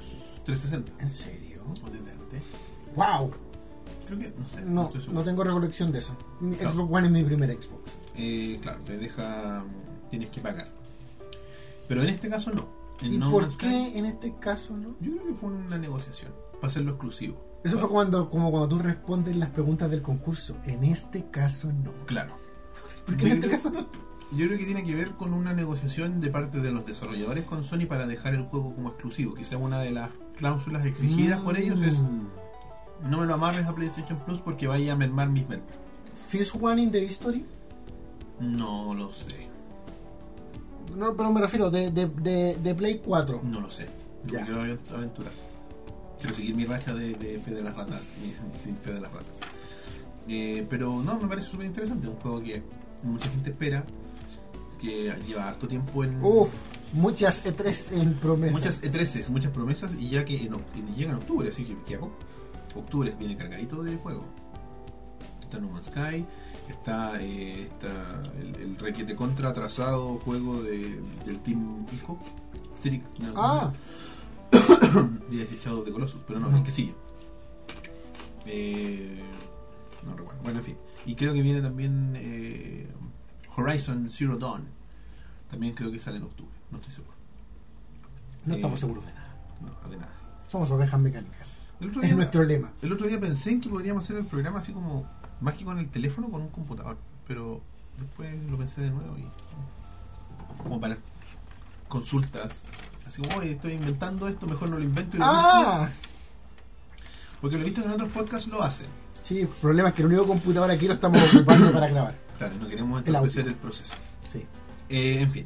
Speaker 1: 360.
Speaker 2: ¿En serio?
Speaker 1: O desde antes.
Speaker 2: ¡Wow!
Speaker 1: Creo que, no sé, no
Speaker 2: No,
Speaker 1: estoy seguro.
Speaker 2: no tengo recolección de eso. Mi
Speaker 1: Claro.
Speaker 2: Xbox One es mi primer Xbox.
Speaker 1: Eh, claro, te deja. Tienes que pagar. Pero en este caso no. En
Speaker 2: ¿Y
Speaker 1: No
Speaker 2: por
Speaker 1: Man's
Speaker 2: qué
Speaker 1: Sky,
Speaker 2: en este caso no?
Speaker 1: yo creo que fue una negociación. Para hacerlo exclusivo.
Speaker 2: Eso fue cuando, como cuando tú respondes las preguntas del concurso. En este caso no.
Speaker 1: Claro.
Speaker 2: ¿Por qué en
Speaker 1: Yo
Speaker 2: este
Speaker 1: creo-
Speaker 2: caso no?
Speaker 1: Yo creo que tiene que ver con una negociación de parte de los desarrolladores con Sony para dejar el juego como exclusivo. Quizá una de las cláusulas exigidas por ellos es
Speaker 2: Mm.
Speaker 1: no me lo amarres a PlayStation Plus porque vaya a mermar mis ventas.
Speaker 2: First One in the History.
Speaker 1: No lo sé.
Speaker 2: No, pero me refiero de, de, de, de Play 4.
Speaker 1: No lo sé. No
Speaker 2: Ya.
Speaker 1: me quiero avent- aventurar. Quiero seguir mi racha de, de fe de las ratas. mi- Sin fe de las ratas. Eh, pero no, me parece súper interesante. Un juego que mucha gente espera. Que lleva harto tiempo en.
Speaker 2: Uf, muchas E3 en promesa.
Speaker 1: muchas E13, muchas promesas. Y ya que en, oc- llega en octubre, así que queda poco. Octubre viene cargadito de juego. Está No Man's Sky. Está, eh, está el, el requete contra atrasado juego de, del Team Pico. Trick- no,
Speaker 2: Ah,
Speaker 1: y desechado de Colossus, pero no,
Speaker 2: Ujú.
Speaker 1: el que sigue. Eh, no recuerdo. Bueno, en fin. Y creo que viene también eh, Horizon Zero Dawn. También creo que sale en octubre. No estoy seguro.
Speaker 2: no
Speaker 1: Eh,
Speaker 2: estamos seguros de nada.
Speaker 1: No, de nada.
Speaker 2: Somos ovejas mecánicas.
Speaker 1: El otro,
Speaker 2: Es
Speaker 1: día,
Speaker 2: nuestro lema.
Speaker 1: el otro día pensé en que podríamos hacer el programa así como, más que con el teléfono, con un computador. Pero después lo pensé de nuevo y. eh, Como para consultas. Así como, oye, estoy inventando esto, mejor no lo invento y lo mezclo".
Speaker 2: Ah,
Speaker 1: Porque lo he visto que en otros podcasts lo hacen.
Speaker 2: sí, el problema es que el único computador aquí lo estamos ocupando para grabar.
Speaker 1: Claro, y no queremos
Speaker 2: El audio.
Speaker 1: entorpecer el, proceso.
Speaker 2: Sí.
Speaker 1: Eh, en fin.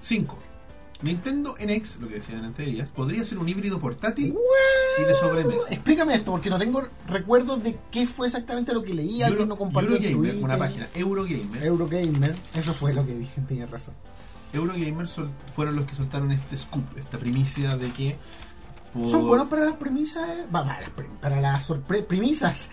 Speaker 1: 5. Nintendo NX, lo que decían anteriores, podría ser un híbrido portátil y de sobremesa.
Speaker 2: Explícame esto, porque no tengo recuerdos de qué fue exactamente lo que leí. Alguien no compartió en
Speaker 1: Eurogamer, una
Speaker 2: Twitter.
Speaker 1: página, Eurogamer.
Speaker 2: Eurogamer, eso fue lo que vi, tenía razón.
Speaker 1: Eurogamer sol- fueron los que soltaron este scoop, esta primicia de que por-
Speaker 2: Son buenos para las premisas, eh, va, para las, prim- para las sorpre- premisas,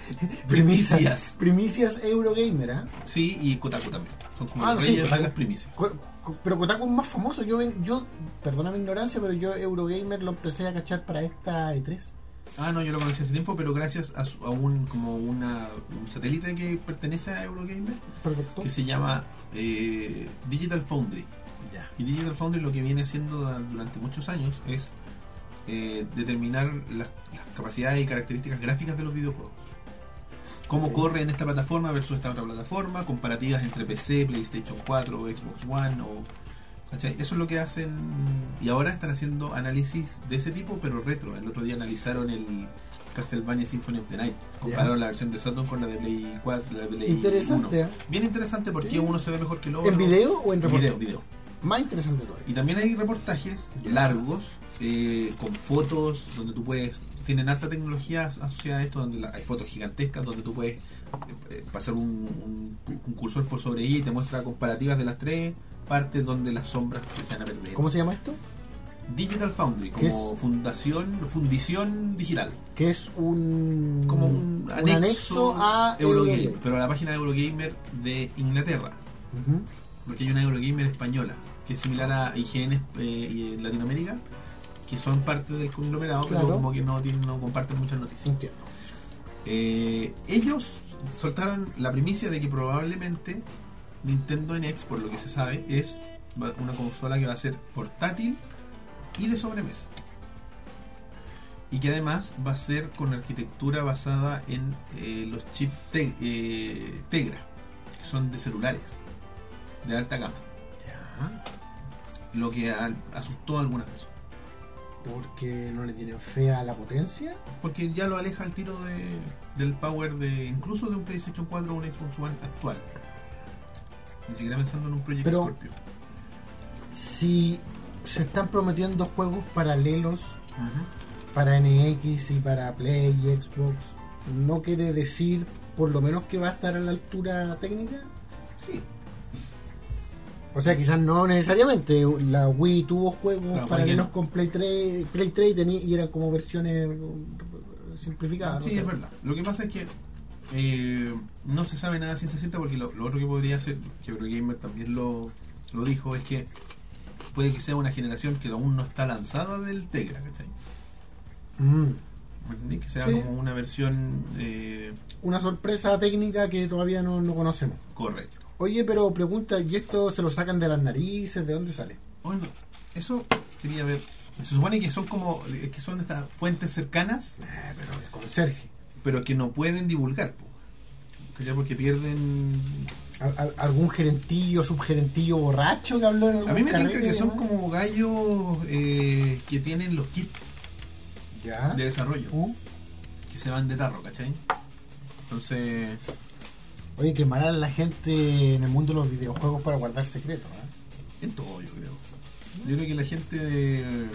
Speaker 2: premisas,
Speaker 1: Primicias.
Speaker 2: premisas Eurogamer, ¿ah?
Speaker 1: Sí, y Kotaku también. Son como
Speaker 2: Ah,
Speaker 1: los
Speaker 2: sí,
Speaker 1: reyes de
Speaker 2: Kotaku.
Speaker 1: las primicias.
Speaker 2: Co- co- Pero Kotaku es más famoso. Yo, ven- yo, perdona mi ignorancia, pero yo Eurogamer lo empecé a cachar para esta E E3.
Speaker 1: Ah, no, yo lo conocí hace tiempo, pero gracias a, su- a un como una, un satélite que pertenece a Eurogamer,
Speaker 2: Perfecto.
Speaker 1: que se llama eh, Digital Foundry.
Speaker 2: Ya.
Speaker 1: Y Digital Foundry lo que viene haciendo da- durante muchos años es eh, determinar las, las capacidades y características gráficas de los videojuegos. Cómo
Speaker 2: Ok.
Speaker 1: corre en esta plataforma versus esta otra plataforma, comparativas entre PC, PlayStation 4, Xbox One o ¿Cachai? Eso es lo que hacen. Y ahora están haciendo análisis de ese tipo, pero retro. El otro día analizaron el Castlevania Symphony of the Night. Compararon la versión de Saturn con la de Play 4, la de Play
Speaker 2: Interesante,
Speaker 1: 1.
Speaker 2: ¿eh?
Speaker 1: Bien interesante porque uno se ve mejor que el otro.
Speaker 2: ¿En video o en reporte?
Speaker 1: Video, video.
Speaker 2: Más interesante todavía.
Speaker 1: Y también hay reportajes largos, eh, con fotos, donde tú puedes... Tienen harta tecnología as- asociada a esto, donde la- hay fotos gigantescas, donde tú puedes eh, eh, pasar un, un- un cursor por sobre ella y te muestra comparativas de las tres partes donde las sombras se echan a perder.
Speaker 2: ¿Cómo se llama esto?
Speaker 1: Digital Foundry,
Speaker 2: ¿Qué
Speaker 1: como fundación, fundición digital.
Speaker 2: Que es Mm, un.
Speaker 1: Como un anexo,
Speaker 2: a.
Speaker 1: Eurogame,
Speaker 2: Eurogame.
Speaker 1: pero a la página de Eurogamer de Inglaterra.
Speaker 2: Ujú.
Speaker 1: porque hay una Eurogamer española que es similar a IGN eh, y en Latinoamérica que son parte del conglomerado
Speaker 2: Claro.
Speaker 1: pero como que no, tienen- no comparten muchas noticias
Speaker 2: Entiendo.
Speaker 1: Eh, ellos soltaron la primicia de que probablemente Nintendo NX por lo que se sabe es va- una consola que va a ser portátil y de sobremesa y que además va a ser con arquitectura basada en eh, los chips Te- eh, Tegra que son de celulares de alta gama
Speaker 2: Ya.
Speaker 1: lo que al- asustó a algunas personas.
Speaker 2: Porque no le tienen fe a la potencia.
Speaker 1: Porque ya lo aleja el tiro de- del power de incluso de un PlayStation 4 o un Xbox One actual. Ni siquiera pensando en un proyecto
Speaker 2: Pero-
Speaker 1: Scorpio.
Speaker 2: Si se están prometiendo juegos paralelos para NX y para Play y Xbox, ¿no quiere decir por lo menos que va a estar a la altura técnica?
Speaker 1: Sí,
Speaker 2: O sea, quizás no necesariamente. La Wii tuvo juegos
Speaker 1: Claro,
Speaker 2: paralelos
Speaker 1: cualquiera.
Speaker 2: con Play 3, Play 3 y, teni- y eran como versiones eh, simplificadas.
Speaker 1: sí
Speaker 2: no sé.
Speaker 1: es verdad. Lo que pasa es que eh, no se sabe nada sin se cierta porque lo, lo otro que podría hacer, que Eurogamer también lo, lo dijo, es que puede que sea una generación que aún no está lanzada del Tegra, ¿cachai?
Speaker 2: Mm.
Speaker 1: ¿Me entendí? Que sea
Speaker 2: Sí.
Speaker 1: como una versión eh,
Speaker 2: Una sorpresa técnica que todavía no, no conocemos.
Speaker 1: correcta.
Speaker 2: Oye, pero pregunta, ¿y esto se lo sacan de las narices? ¿De dónde sale?
Speaker 1: Bueno, eso quería ver. Se supone que son como eh, que son estas fuentes cercanas,
Speaker 2: pero el conserje.
Speaker 1: pero que no pueden divulgar, po. ¿Cachai? porque pierden.
Speaker 2: Al- al- ¿Algún gerentillo, subgerentillo borracho que habló en algún
Speaker 1: A mí me
Speaker 2: carrete
Speaker 1: tinca que
Speaker 2: y
Speaker 1: son
Speaker 2: demás?
Speaker 1: como gallos eh, que tienen los kits
Speaker 2: Ya.
Speaker 1: de desarrollo
Speaker 2: Uh.
Speaker 1: que se van de tarro, ¿cachai? Entonces,
Speaker 2: Oye, que mala la gente en el mundo de los videojuegos para guardar secretos. ¿eh?
Speaker 1: en todo, yo creo. Yo creo que la gente de.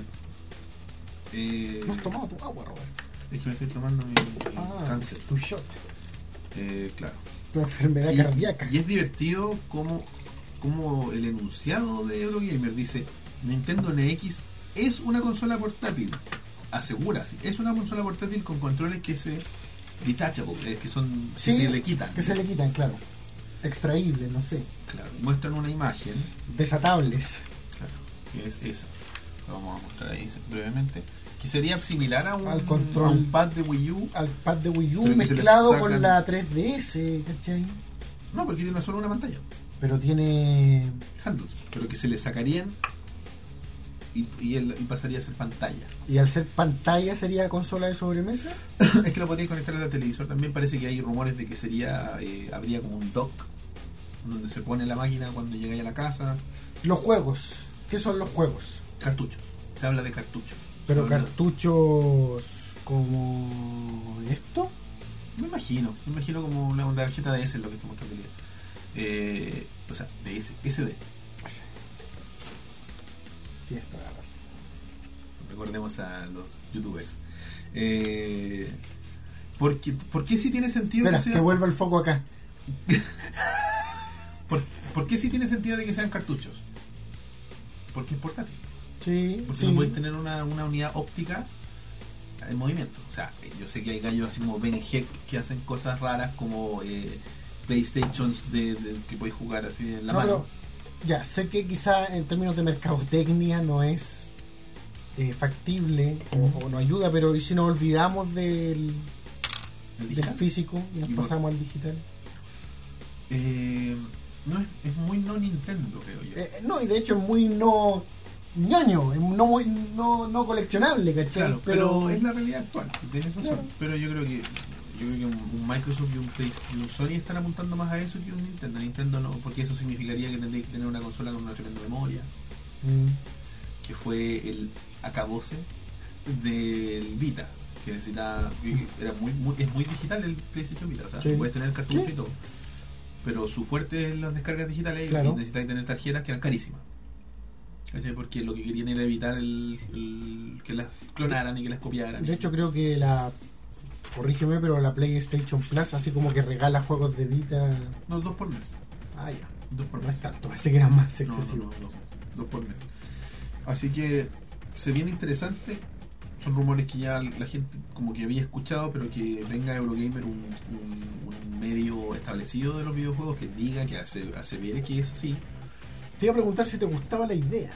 Speaker 1: eh,
Speaker 2: No has tomado tu agua, Roberto.
Speaker 1: es que me estoy tomando mi, mi
Speaker 2: Ah,
Speaker 1: cáncer.
Speaker 2: tu shot.
Speaker 1: Eh, claro.
Speaker 2: Tu enfermedad
Speaker 1: Y-
Speaker 2: cardíaca.
Speaker 1: Y es divertido como, como el enunciado de Eurogamer dice, Nintendo NX es una consola portátil. Asegura, sí, es una consola portátil con controles que se detachable, eh, que son que
Speaker 2: Sí,
Speaker 1: se le quitan.
Speaker 2: Que se le quitan, claro. Extraíbles, no sé.
Speaker 1: Claro, muestran una imagen,
Speaker 2: Desatables.
Speaker 1: claro, que es esa. Lo vamos a mostrar ahí brevemente. Que sería similar a un,
Speaker 2: Al control.
Speaker 1: a un pad de Wii U.
Speaker 2: Al pad de Wii U
Speaker 1: Pero que se le
Speaker 2: mezclado con
Speaker 1: sacan-
Speaker 2: la 3DS, ¿cachai?
Speaker 1: No, porque tiene solo una pantalla.
Speaker 2: Pero tiene.
Speaker 1: Handles. Pero que se le sacarían y, y él- y pasaría a ser pantalla.
Speaker 2: Y al ser pantalla sería consola de sobremesa.
Speaker 1: Es que lo podrías conectar al televisor. También parece que hay rumores de que sería eh, habría como un dock donde se pone la máquina cuando llegáis a la casa.
Speaker 2: Los juegos. ¿Qué son los juegos?
Speaker 1: Cartuchos. Se habla de cartuchos.
Speaker 2: Pero
Speaker 1: Se habla-
Speaker 2: cartuchos como esto.
Speaker 1: Me imagino. Me imagino como una, una tarjeta de S lo que te mostrando el día. Eh, o sea, de S, SD.
Speaker 2: Tienes toda la razón.
Speaker 1: Recordemos a los youtubers. Eh, porque, ¿Por qué si tiene sentido
Speaker 2: Espera,
Speaker 1: que
Speaker 2: que
Speaker 1: sea?
Speaker 2: vuelva el foco acá.
Speaker 1: ¿Por, por qué sí tiene sentido de que sean cartuchos? Porque es portátil.
Speaker 2: Sí,
Speaker 1: Porque
Speaker 2: sí.
Speaker 1: no podéis tener una, una unidad óptica en movimiento. O sea, eh, yo sé que hay gallos así como Ben Heck que hacen cosas raras como eh, PlayStation de, de- que podéis jugar así en la
Speaker 2: No,
Speaker 1: mano.
Speaker 2: pero ya, sé que quizá en términos de mercadotecnia no es eh, factible o, o no ayuda, pero ¿y si nos olvidamos del,
Speaker 1: ¿Me
Speaker 2: del
Speaker 1: dijeron?
Speaker 2: físico y nos
Speaker 1: Y bueno.
Speaker 2: pasamos al digital?
Speaker 1: Eh, no es, es muy no Nintendo, creo yo.
Speaker 2: Eh, no, y de hecho es muy no ñoño, es no muy no, no coleccionable, ¿cachai?
Speaker 1: claro, pero, es la realidad actual. Tienes razón.
Speaker 2: Claro.
Speaker 1: Pero yo creo que yo creo que un, un Microsoft y un, Play- y un Sony están apuntando más a eso que un Nintendo. Nintendo no, porque eso significaría que tendría que tener una consola con una tremenda memoria.
Speaker 2: Mm.
Speaker 1: que fue el acabose del Vita, que necesitaba, que era muy, muy- es muy digital el PlayStation Vita, o sea,
Speaker 2: Sí.
Speaker 1: puedes tener cartucho
Speaker 2: Sí.
Speaker 1: y todo. Pero su fuerte es las descargas digitales
Speaker 2: Claro.
Speaker 1: y necesitáis tener tarjetas que eran carísimas. ¿Cachai? Porque lo que querían era evitar el, el- que las clonaran y que las copiaran.
Speaker 2: De hecho, creo que la. Corrígeme, pero la PlayStation Plus, así como que regala juegos de Vita.
Speaker 1: No, dos por mes.
Speaker 2: Ah, ya.
Speaker 1: Dos por
Speaker 2: No
Speaker 1: mes.
Speaker 2: es tanto, pensé que era más
Speaker 1: No, no,
Speaker 2: excesivo.
Speaker 1: no, no, dos por mes. Así que se viene interesante. Son rumores que ya la gente como que había escuchado, pero que venga Eurogamer, un, un- un medio establecido de los videojuegos, que diga que hace, asevere que es así.
Speaker 2: Te iba a preguntar si te gustaba la idea.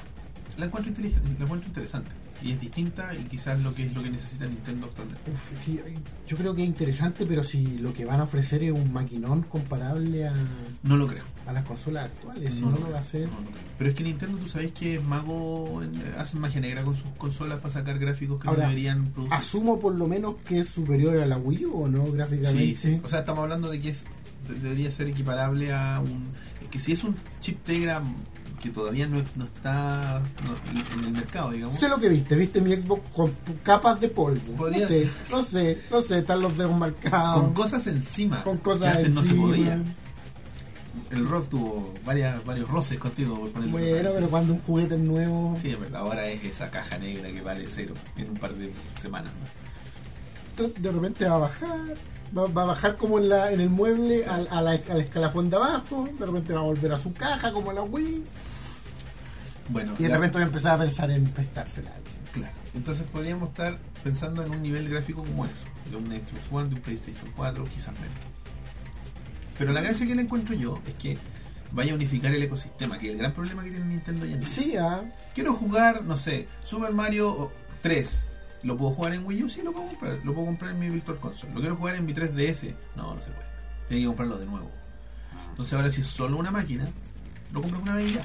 Speaker 1: La encuentro, inteligen- la encuentro interesante. Y es distinta y quizás lo que es lo que necesita Nintendo actualmente.
Speaker 2: Uf, es que yo creo que es interesante, pero si lo que van a ofrecer es un maquinón comparable a,
Speaker 1: No lo creo.
Speaker 2: a las consolas actuales,
Speaker 1: No
Speaker 2: no,
Speaker 1: lo
Speaker 2: no
Speaker 1: creo,
Speaker 2: va a ser.
Speaker 1: no lo creo. Pero es que Nintendo, tú sabes que es mago, en- hacen magia negra con sus consolas para sacar gráficos que
Speaker 2: Ahora,
Speaker 1: no deberían producir.
Speaker 2: Asumo por lo menos que es superior a la Wii U, ¿o no?
Speaker 1: Sí,
Speaker 2: Gráficamente.
Speaker 1: sí. O sea, estamos hablando de que es, de- debería ser equiparable a un. Es que si es un chip Tegra que todavía no, no está no- en el mercado, digamos.
Speaker 2: Sé lo que viste, viste mi Xbox con capas de polvo.
Speaker 1: Podría
Speaker 2: no sé,
Speaker 1: ser.
Speaker 2: no sé, no sé, están los dedos marcados.
Speaker 1: Con cosas encima.
Speaker 2: con
Speaker 1: que
Speaker 2: cosas
Speaker 1: antes
Speaker 2: encima.
Speaker 1: no se podía. El rock tuvo varias, varios roces contigo por ponerle
Speaker 2: Bueno,
Speaker 1: cosas
Speaker 2: pero
Speaker 1: encima.
Speaker 2: cuando un juguete es nuevo.
Speaker 1: Sí, es verdad. Ahora es esa caja negra que vale cero en un par de semanas. ¿no?
Speaker 2: de repente va a bajar, va, va a bajar como en, la, en el mueble al, a la, al escalafón de abajo, de repente va a volver a su caja como la Wii,
Speaker 1: Bueno,
Speaker 2: y de
Speaker 1: ya-
Speaker 2: repente voy a empezar a pensar en prestársela a alguien.
Speaker 1: Claro. Entonces podríamos estar pensando en un nivel gráfico como eso, de un Xbox One, de un PlayStation 4, quizás menos. Pero la gracia que le encuentro yo es que vaya a unificar el ecosistema, que es el gran problema que tiene Nintendo ya.
Speaker 2: Sí, ah,
Speaker 1: Quiero jugar, no sé, Super Mario 3. ¿Lo puedo jugar en Wii U? Sí, lo puedo comprar. Lo puedo comprar en mi Virtual Console. ¿Lo quiero jugar en mi 3DS? No, no se puede. Tiene que comprarlo de nuevo. Entonces ahora si es solo una máquina, lo compras una vez y ya.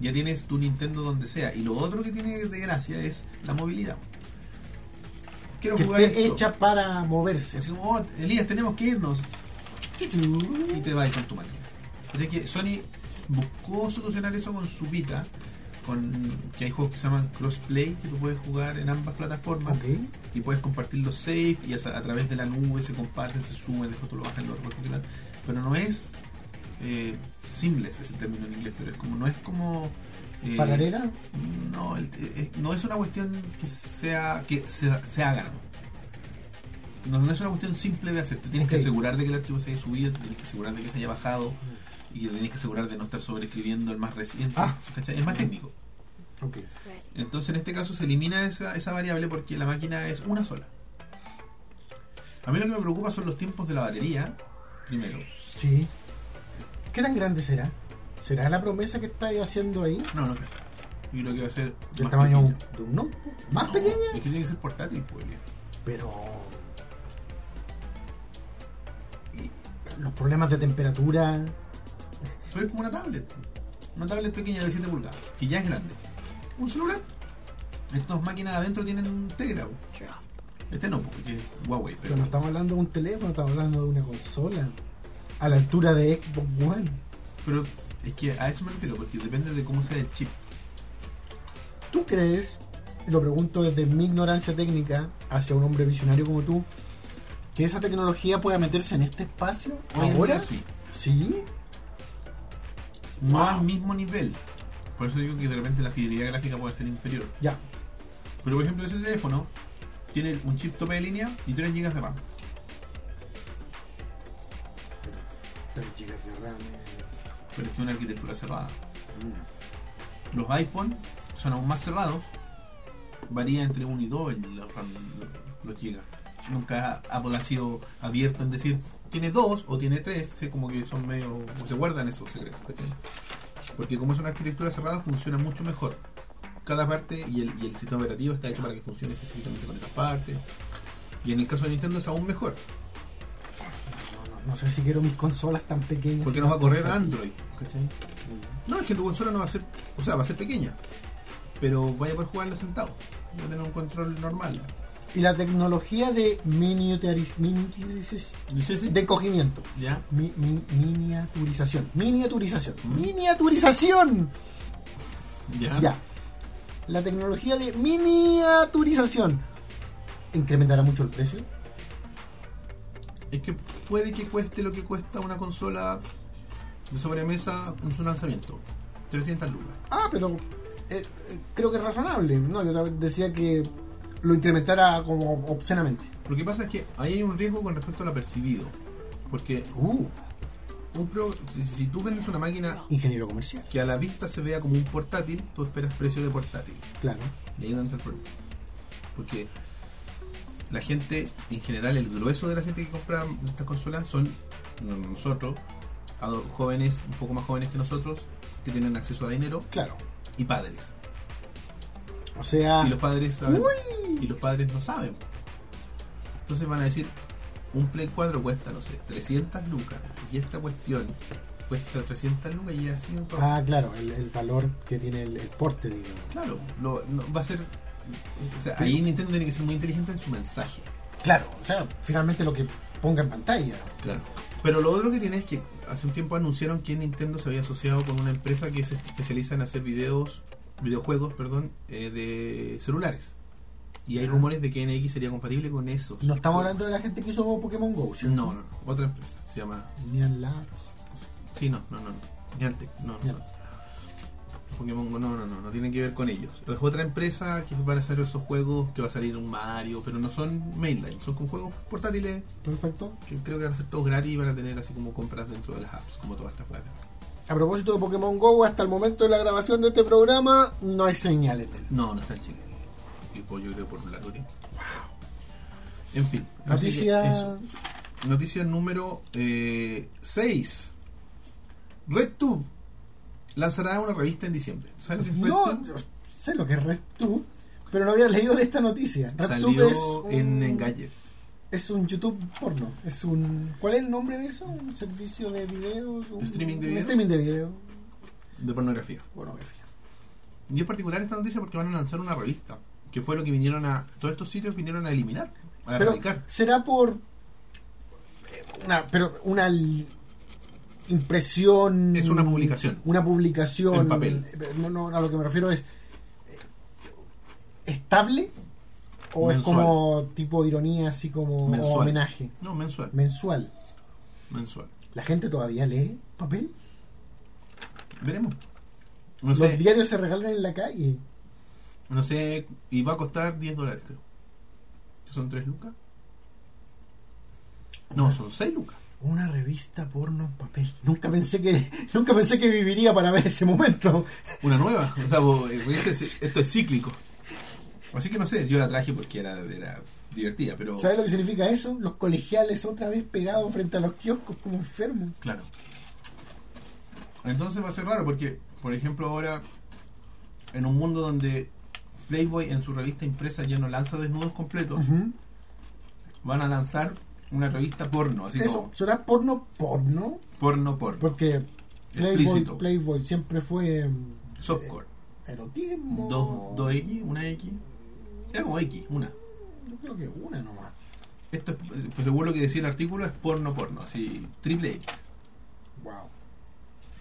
Speaker 1: Ya tienes tu Nintendo donde sea. Y lo otro que tiene de gracia es la movilidad. Quiero
Speaker 2: que
Speaker 1: jugar
Speaker 2: esté
Speaker 1: esto.
Speaker 2: hecha para moverse.
Speaker 1: Así como, oh, Elías, tenemos que irnos. Y
Speaker 2: Chuchu.
Speaker 1: te vas con tu máquina. Así que Sony buscó solucionar eso con su Vita. Con, que hay juegos que se llaman crossplay que tú puedes jugar en ambas plataformas
Speaker 2: Ok,
Speaker 1: y puedes compartir los saves y a, a través de la nube se comparten, se suben, después tú lo bajas, lo puedes continuar. Pero no es eh, seamless, es el término en inglés, pero es como, no es como. eh,
Speaker 2: ¿Pagarera?
Speaker 1: No, el- eh, no es una cuestión que sea que se, se haga. No, no es una cuestión simple de hacer. Te tienes
Speaker 2: Ok.
Speaker 1: que asegurar de que el archivo se haya subido, te tienes que asegurar de que se haya bajado y te tienes que asegurar de no estar sobreescribiendo el más reciente.
Speaker 2: Ah.
Speaker 1: ¿cachai? Es más técnico.
Speaker 2: Ok.
Speaker 1: Entonces en este caso se elimina esa, esa variable porque la máquina es una sola. A mí lo que me preocupa son los tiempos de la batería, primero.
Speaker 2: Sí. ¿Qué tan grande será? ¿Será la promesa que estáis haciendo ahí?
Speaker 1: No, no creo. Yo creo que va a ser...
Speaker 2: ¿Del
Speaker 1: más
Speaker 2: tamaño
Speaker 1: pequeña.
Speaker 2: de un notebook? ¿Más
Speaker 1: No,
Speaker 2: pequeña?
Speaker 1: Es que tiene que ser portátil, pues.
Speaker 2: Pero. Los problemas de temperatura.
Speaker 1: Pero es como una tablet. Una tablet pequeña de 7 pulgadas, que ya es grande. Un celular. Estas máquinas adentro tienen Tegra. po. Este no, porque es Huawei.
Speaker 2: Pero
Speaker 1: Pero
Speaker 2: no estamos hablando de un teléfono, estamos hablando de una consola. A la altura de Xbox One.
Speaker 1: Pero es que a eso me refiero, porque depende de cómo sea el chip.
Speaker 2: ¿Tú crees, lo pregunto desde mi ignorancia técnica hacia un hombre visionario como tú, que esa tecnología pueda meterse en este espacio?
Speaker 1: Hoy en
Speaker 2: ¿Ahora?
Speaker 1: día sí.
Speaker 2: ¿Sí?
Speaker 1: no
Speaker 2: Wow.
Speaker 1: al mismo nivel. Por eso digo que de repente la fidelidad gráfica puede ser inferior.
Speaker 2: Ya.
Speaker 1: Pero por ejemplo, ese teléfono tiene un chip tope de línea y 3 GB de RAM.
Speaker 2: 3 GB de RAM. eh,
Speaker 1: Pero es que una arquitectura cerrada. Los iPhone son aún más cerrados. Varía entre 1 y 2 en los, RAM, los gigas. Nunca Apple ha sido abierto en decir tiene 2 o tiene 3. Sí, como que son medio. o se guardan esos secretos. ¿cachai? Porque como es una arquitectura cerrada, funciona mucho mejor. Cada parte y el, y el sistema operativo está hecho para que funcione específicamente con esas partes. Y en el caso de Nintendo es aún mejor.
Speaker 2: No, no sé si quiero mis consolas tan pequeñas.
Speaker 1: Porque nos va a correr Android. ¿cachai? No, es que tu consola no va a ser. O sea, va a ser pequeña. Pero vaya a poder jugarla sentado. Va a tener un control normal.
Speaker 2: Y la tecnología de miniaturiz- miniaturiz-
Speaker 1: Dice sí.
Speaker 2: de cogimiento.
Speaker 1: Ya.
Speaker 2: Mi- mi- miniaturización. Miniaturización.
Speaker 1: Mm.
Speaker 2: Miniaturización.
Speaker 1: Ya.
Speaker 2: Ya. La tecnología de miniaturización incrementará mucho el precio.
Speaker 1: Es que puede que cueste lo que cuesta una consola de sobremesa en su lanzamiento. 300 lucas.
Speaker 2: Ah, pero eh, eh, creo que es razonable. No, yo tab- decía que lo incrementara como obscenamente.
Speaker 1: Lo que pasa es que ahí hay un riesgo con respecto a lo percibido. Porque
Speaker 2: Uh,
Speaker 1: un pro- si, si tú vendes una máquina
Speaker 2: ingeniero comercial.
Speaker 1: que a la vista se vea como un portátil, tú esperas precio de portátil.
Speaker 2: Claro.
Speaker 1: Y ahí es donde está el problema. Porque la gente, en general, el grueso de la gente que compra estas consolas son nosotros, ado- jóvenes, un poco más jóvenes que nosotros, que tienen acceso a dinero,
Speaker 2: Claro.
Speaker 1: y padres.
Speaker 2: O sea,
Speaker 1: Y los padres saben. Y los padres no saben. Entonces van a decir, un Play 4 cuesta, no sé, 300 lucas. Y esta cuestión cuesta 300 lucas y así un poco.
Speaker 2: ah, claro, el, el valor que tiene el, el porte, digamos.
Speaker 1: Claro, lo- no- va a ser... O sea, ahí Nintendo tiene que ser muy inteligente en su mensaje.
Speaker 2: Claro, o sea, finalmente lo que ponga en pantalla.
Speaker 1: Claro. Pero lo otro que tiene es que hace un tiempo anunciaron que Nintendo se había asociado con una empresa que se especializa en hacer videos, videojuegos, perdón, eh, de celulares. Y hay
Speaker 2: Ah.
Speaker 1: rumores de que NX sería compatible con esos.
Speaker 2: No estamos hablando de la gente que hizo Pokémon Go, ¿cierto?
Speaker 1: No, no, no. Otra empresa. Se llama.
Speaker 2: Ni al lado.
Speaker 1: Sí, no, no, no. no. Niantic. No, no. no. Pokémon Go, no, no, no. No tienen que ver con ellos. Es otra empresa que van a hacer esos juegos que va a salir un Mario, pero no son mainline. Son con juegos portátiles
Speaker 2: Perfecto.
Speaker 1: que creo que van a ser todos gratis y van a tener así como compras dentro de las apps, como todas estas juegas.
Speaker 2: A propósito de Pokémon Go, hasta el momento de la grabación de este programa, no hay señales de él.
Speaker 1: No, no está en Chile. Y pues yo creo por un largo tiempo. En fin. así que
Speaker 2: Noticia.
Speaker 1: eso. Noticia número eh, 6. RedTube lanzará una revista en diciembre. ¿Sabes lo que es
Speaker 2: No,
Speaker 1: RedTube?
Speaker 2: yo sé lo que es RedTube, pero no había leído de esta noticia. RedTube
Speaker 1: Salió
Speaker 2: es un,
Speaker 1: en, en Gadget.
Speaker 2: es un YouTube porno. Es un, ¿Cuál es el nombre de eso? ¿Un servicio de videos? ¿Un
Speaker 1: Streaming de
Speaker 2: un
Speaker 1: video.
Speaker 2: streaming de video.
Speaker 1: de pornografía.
Speaker 2: Pornografía.
Speaker 1: Y en particular esta noticia porque van a lanzar una revista. Que fue lo que vinieron a. Todos estos sitios vinieron a eliminar, a
Speaker 2: pero
Speaker 1: erradicar.
Speaker 2: será por una, pero una l- impresión.
Speaker 1: Es una publicación.
Speaker 2: Una publicación. eh,
Speaker 1: En papel.
Speaker 2: No, no, a lo que me refiero es. eh, ¿Estable? ¿O es
Speaker 1: Mensual.
Speaker 2: como tipo ironía, así como o
Speaker 1: Mensual.
Speaker 2: homenaje?
Speaker 1: No, mensual.
Speaker 2: Mensual.
Speaker 1: Mensual.
Speaker 2: ¿La gente todavía lee papel?
Speaker 1: Veremos. No
Speaker 2: Los
Speaker 1: sé,
Speaker 2: diarios se regalan en la calle.
Speaker 1: no sé, y va a costar 10 dólares, creo. ¿Que ¿Son 3 lucas? No, son 6 lucas.
Speaker 2: Una revista porno en papel. Nunca pensé que nunca pensé que viviría para ver ese momento.
Speaker 1: Una nueva. O sea, vos, eh, viste, es- esto es cíclico. Así que no sé, yo la traje porque era, era divertida, pero.
Speaker 2: ¿Sabes lo que significa eso? Los colegiales otra vez pegados frente a los kioscos como enfermos.
Speaker 1: Claro. Entonces va a ser raro porque, por ejemplo, ahora, en un mundo donde Playboy en su revista impresa ya no lanza desnudos completos, van a lanzar una revista porno, así
Speaker 2: Eso,
Speaker 1: como
Speaker 2: será porno porno,
Speaker 1: porno porno.
Speaker 2: porque Playboy,
Speaker 1: Explícito.
Speaker 2: Playboy siempre fue mm,
Speaker 1: Softcore.
Speaker 2: erotismo.
Speaker 1: Dos, dos X, una X. Era como X, una.
Speaker 2: Yo creo que una nomás.
Speaker 1: Esto es, pues según lo que decía el artículo, es porno porno, así, triple X.
Speaker 2: Wow.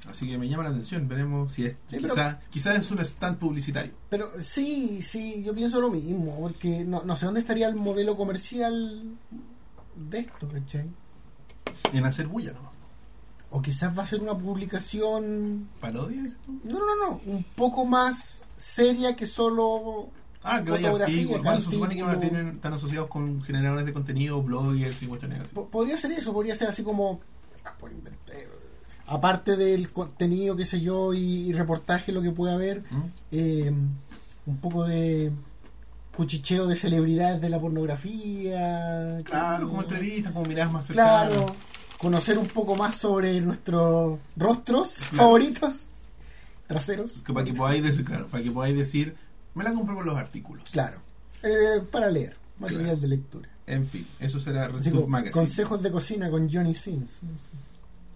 Speaker 1: Así que me llama la atención, veremos si es.
Speaker 2: Sí, pero-
Speaker 1: quizá, quizá es un stand publicitario.
Speaker 2: Pero sí, sí, yo pienso lo mismo, porque no, no sé dónde estaría el modelo comercial de esto, ¿cachai?
Speaker 1: En hacer bulla nomás.
Speaker 2: O quizás va a ser una publicación,
Speaker 1: ¿Parodia? dices tú?
Speaker 2: no, no, no, un poco más seria que solo
Speaker 1: Ah, que vaya
Speaker 2: Fotografía,
Speaker 1: artículo. Bueno, se supone que
Speaker 2: artículo.
Speaker 1: tienen- están asociados con generadores de contenido, bloggers y cuestiones así.
Speaker 2: Po- Podría ser eso, podría ser así como. ah, por inventar, eh, Aparte del contenido, qué sé yo, y, y reportaje, lo que pueda haber,
Speaker 1: ¿Mm?
Speaker 2: eh, un poco de cuchicheo de celebridades de la pornografía.
Speaker 1: Claro, como entrevistas, como miradas más cercanas.
Speaker 2: Claro. Conocer un poco más sobre nuestros rostros
Speaker 1: Claro.
Speaker 2: favoritos, traseros.
Speaker 1: Que para que podáis decir, claro, para que podáis decir, me la compré por los artículos.
Speaker 2: Claro. Eh, para leer, material
Speaker 1: Claro.
Speaker 2: de lectura.
Speaker 1: En fin, eso será
Speaker 2: Así
Speaker 1: Retube
Speaker 2: como,
Speaker 1: Magazine.
Speaker 2: consejos de cocina con Johnny Sins.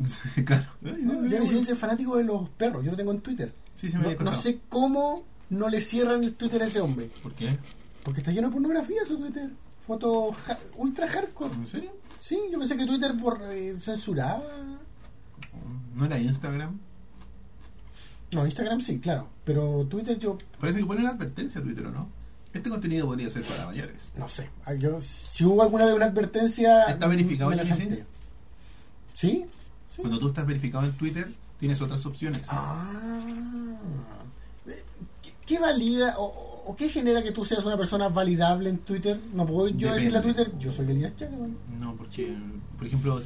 Speaker 1: Sí, claro. Ay,
Speaker 2: No,
Speaker 1: ay,
Speaker 2: Johnny
Speaker 1: ay,
Speaker 2: Sins es fanático de los perros, yo lo tengo en Twitter.
Speaker 1: Sí, se me
Speaker 2: No,
Speaker 1: había
Speaker 2: no
Speaker 1: contado.
Speaker 2: sé cómo no le cierran el Twitter a ese hombre.
Speaker 1: ¿Por qué?
Speaker 2: Porque está lleno de pornografía su Twitter. Fotos ja- ultra hardcore.
Speaker 1: ¿En serio?
Speaker 2: Sí, yo pensé que Twitter por, eh, censuraba.
Speaker 1: ¿No era Instagram?
Speaker 2: No, Instagram sí, claro. Pero Twitter yo
Speaker 1: Parece que pone una advertencia a Twitter, ¿o no? Este contenido podría ser para mayores.
Speaker 2: no sé. Ah, yo- si hubo alguna vez una advertencia.
Speaker 1: ¿Está verificado
Speaker 2: me
Speaker 1: el
Speaker 2: la
Speaker 1: licencia?
Speaker 2: salté. ¿Sí? Sí.
Speaker 1: Cuando tú estás verificado en Twitter, tienes otras opciones.
Speaker 2: Ah. Eh, ¿Qué, qué valida o, o- o qué genera que tú seas una persona validable en Twitter? No puedo yo
Speaker 1: Depende.
Speaker 2: decirle a Twitter, yo soy Elías Chequeman.
Speaker 1: No, porque, por ejemplo,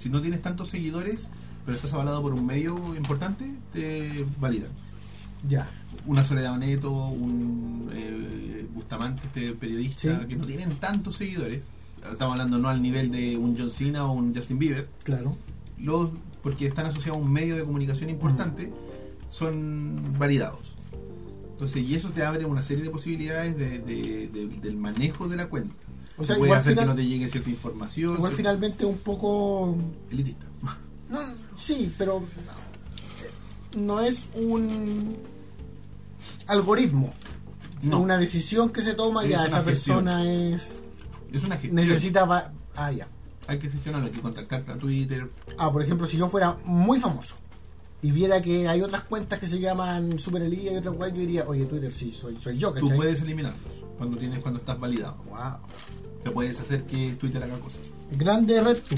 Speaker 1: si no tienes tantos seguidores, pero estás avalado por un medio importante, te validan.
Speaker 2: Ya.
Speaker 1: Una Soledad Neto, un eh, Bustamante, este periodista,
Speaker 2: Sí.
Speaker 1: que no tienen tantos seguidores, estamos hablando no al nivel de un John Cena o un Justin Bieber,
Speaker 2: Claro.
Speaker 1: los, porque están asociados a un medio de comunicación importante, son validados. Entonces, y eso te abre una serie de posibilidades de, de- de- del manejo de la cuenta.
Speaker 2: O sea,
Speaker 1: Puede
Speaker 2: igual,
Speaker 1: hacer
Speaker 2: final-
Speaker 1: que no te llegue cierta información.
Speaker 2: igual
Speaker 1: cier-
Speaker 2: finalmente un poco.
Speaker 1: Elitista.
Speaker 2: No, sí, pero. eh, No es un algoritmo.
Speaker 1: No,
Speaker 2: Una decisión que se toma,
Speaker 1: Es
Speaker 2: ya
Speaker 1: una
Speaker 2: esa
Speaker 1: gestión.
Speaker 2: persona es.
Speaker 1: es una gestión.
Speaker 2: Necesita. va- Ah, ya.
Speaker 1: Hay que gestionarlo, hay que contactarte a Twitter.
Speaker 2: Ah, por ejemplo, si yo fuera muy famoso y viera que hay otras cuentas que se llaman Super Elías y otras guay, yo diría, oye, Twitter, sí, soy, soy yo, ¿cachai?
Speaker 1: Tú puedes eliminarlos cuando tienes cuando estás validado.
Speaker 2: Wow.
Speaker 1: Te puedes hacer que Twitter haga cosas.
Speaker 2: Grande red, tú.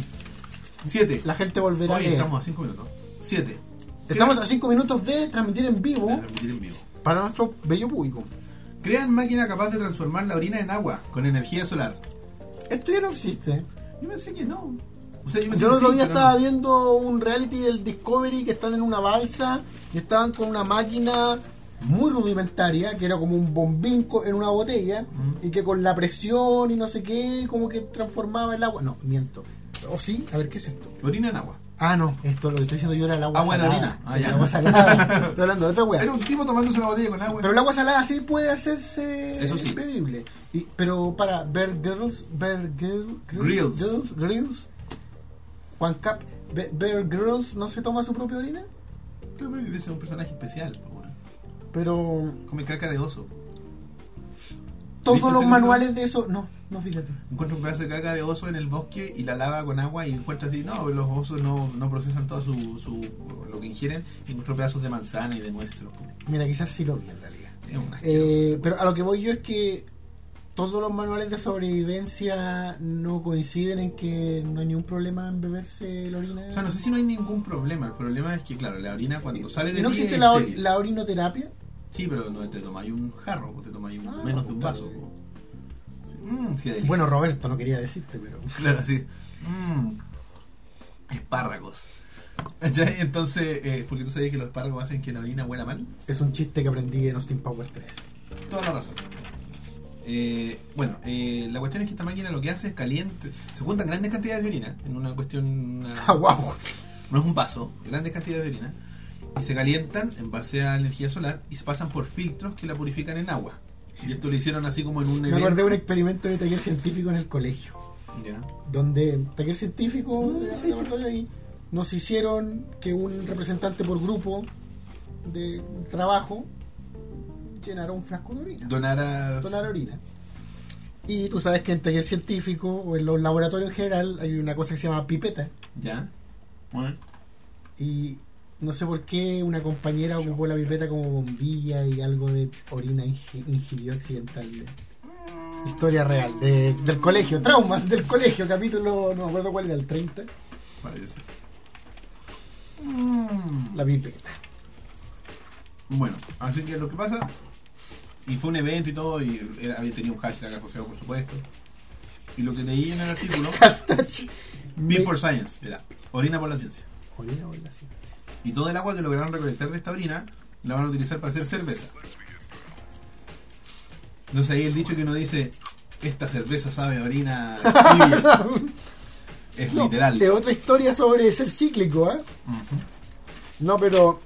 Speaker 1: Siete.
Speaker 2: la gente volverá
Speaker 1: Hoy
Speaker 2: a leer.
Speaker 1: estamos a cinco minutos. Siete.
Speaker 2: Estamos a 5 minutos de transmitir en vivo
Speaker 1: Crean- Transmitir en vivo.
Speaker 2: para nuestro bello público.
Speaker 1: Crean máquina capaz de transformar la orina en agua con energía solar.
Speaker 2: Esto ya no existe.
Speaker 1: Yo pensé que no. O sea, yo pensé
Speaker 2: Yo
Speaker 1: que
Speaker 2: el otro
Speaker 1: Pues sí,
Speaker 2: día
Speaker 1: pero
Speaker 2: estaba
Speaker 1: no.
Speaker 2: viendo un reality del Discovery que están en una balsa y estaban con una máquina muy rudimentaria que era como un bombín co- en una botella
Speaker 1: Mm.
Speaker 2: y que con la presión y no sé qué como que transformaba el agua. No, miento. ¿O sí? A ver, ¿qué es esto?
Speaker 1: Orina en agua.
Speaker 2: Ah, no, esto lo que estoy diciendo yo era el agua
Speaker 1: Agua de
Speaker 2: salada.
Speaker 1: orina. Ah,
Speaker 2: Era
Speaker 1: ya.
Speaker 2: agua salada. Estoy hablando de otra wea.
Speaker 1: Era
Speaker 2: Pero,
Speaker 1: un tipo tomándose una botella con agua.
Speaker 2: el agua salada sí puede hacerse
Speaker 1: Eso sí.
Speaker 2: bebible. Y, pero para ver Girls, ver Girls,
Speaker 1: Grills.
Speaker 2: Girls, Grills, Juan Cap, Be- Bear Girls no se toma su propia orina,
Speaker 1: Yo creo que ese es un personaje especial. po, weón.
Speaker 2: pero
Speaker 1: Come caca de oso. ¿Viste
Speaker 2: todos
Speaker 1: ese
Speaker 2: los
Speaker 1: libro?
Speaker 2: manuales de eso, no, no fíjate.
Speaker 1: Encuentra un pedazo de caca de oso en el bosque y la lava con agua y encuentra así, no, los osos no, no procesan todo su, su- lo que ingieren, y encuentra pedazos de manzana y de nueces y se los come.
Speaker 2: Mira, quizás sí lo vi en realidad.
Speaker 1: Es un asqueroso
Speaker 2: Eh,
Speaker 1: ese
Speaker 2: pero a lo que voy yo es que todos los manuales de sobrevivencia no coinciden en que no hay ningún problema en beberse la orina.
Speaker 1: weón. O sea, no sé si no hay ningún problema, el problema es que claro, la orina cuando sale de
Speaker 2: Eh, ¿Y no
Speaker 1: ti
Speaker 2: existe
Speaker 1: es
Speaker 2: la, or-
Speaker 1: estéril.
Speaker 2: la orinoterapia?
Speaker 1: Sí, pero no te tomáis un jarro, po, te tomáis un-
Speaker 2: Ah,
Speaker 1: menos de un
Speaker 2: claro.
Speaker 1: vaso. po. Mm, qué delicia.
Speaker 2: Bueno, Roberto, no quería decirte, pero...
Speaker 1: Claro, sí. Mm, espárragos. Ya, Entonces, eh, porque tú sabes que los espárragos hacen que la orina huela mal.
Speaker 2: Es un chiste que aprendí en Austin Power 3.
Speaker 1: Toda la razón. Eh, bueno, eh, la cuestión es que esta máquina lo que hace es caliente. Se juntan grandes cantidades de orina en una cuestión. una-
Speaker 2: ¡Ah, wow!
Speaker 1: no es un vaso, grandes cantidades de orina. Y se calientan en base a energía solar y se pasan por filtros que la purifican en agua. Y esto lo hicieron así como en un
Speaker 2: Me
Speaker 1: evento.
Speaker 2: acordé de un experimento de taller científico en el colegio.
Speaker 1: Ya.
Speaker 2: donde taller científico
Speaker 1: Mm,
Speaker 2: eh,
Speaker 1: sí,
Speaker 2: laboratorio ahí, nos hicieron que un representante por grupo de trabajo llenara un frasco de orina,
Speaker 1: Donaras.
Speaker 2: donara orina. Y tú sabes que en taller científico o en los laboratorios en general hay una cosa que se llama pipeta
Speaker 1: Ya. Bueno.
Speaker 2: y no sé por qué una compañera ocupó la pipeta como bombilla y algo de orina ingi- ingirió accidentalmente. Historia real de- del colegio, traumas del colegio, capítulo, no me acuerdo cuál era, el 30.
Speaker 1: Parece. Mm.
Speaker 2: La pipeta.
Speaker 1: Bueno, así que lo que pasa, y fue un evento y todo, y era- había tenido un hashtag asociado, por supuesto. Y lo que leí en el artículo,
Speaker 2: Hashtag me-
Speaker 1: Beat for Science, era orina por la ciencia.
Speaker 2: Orina por la ciencia.
Speaker 1: Y todo el agua que lograron recolectar de esta orina, la van a utilizar para hacer cerveza. Entonces ahí el dicho que uno dice, esta cerveza sabe a orina tibia", es
Speaker 2: No,
Speaker 1: literal.
Speaker 2: De otra historia sobre ser cíclico, ¿eh?
Speaker 1: Ujú,
Speaker 2: No, pero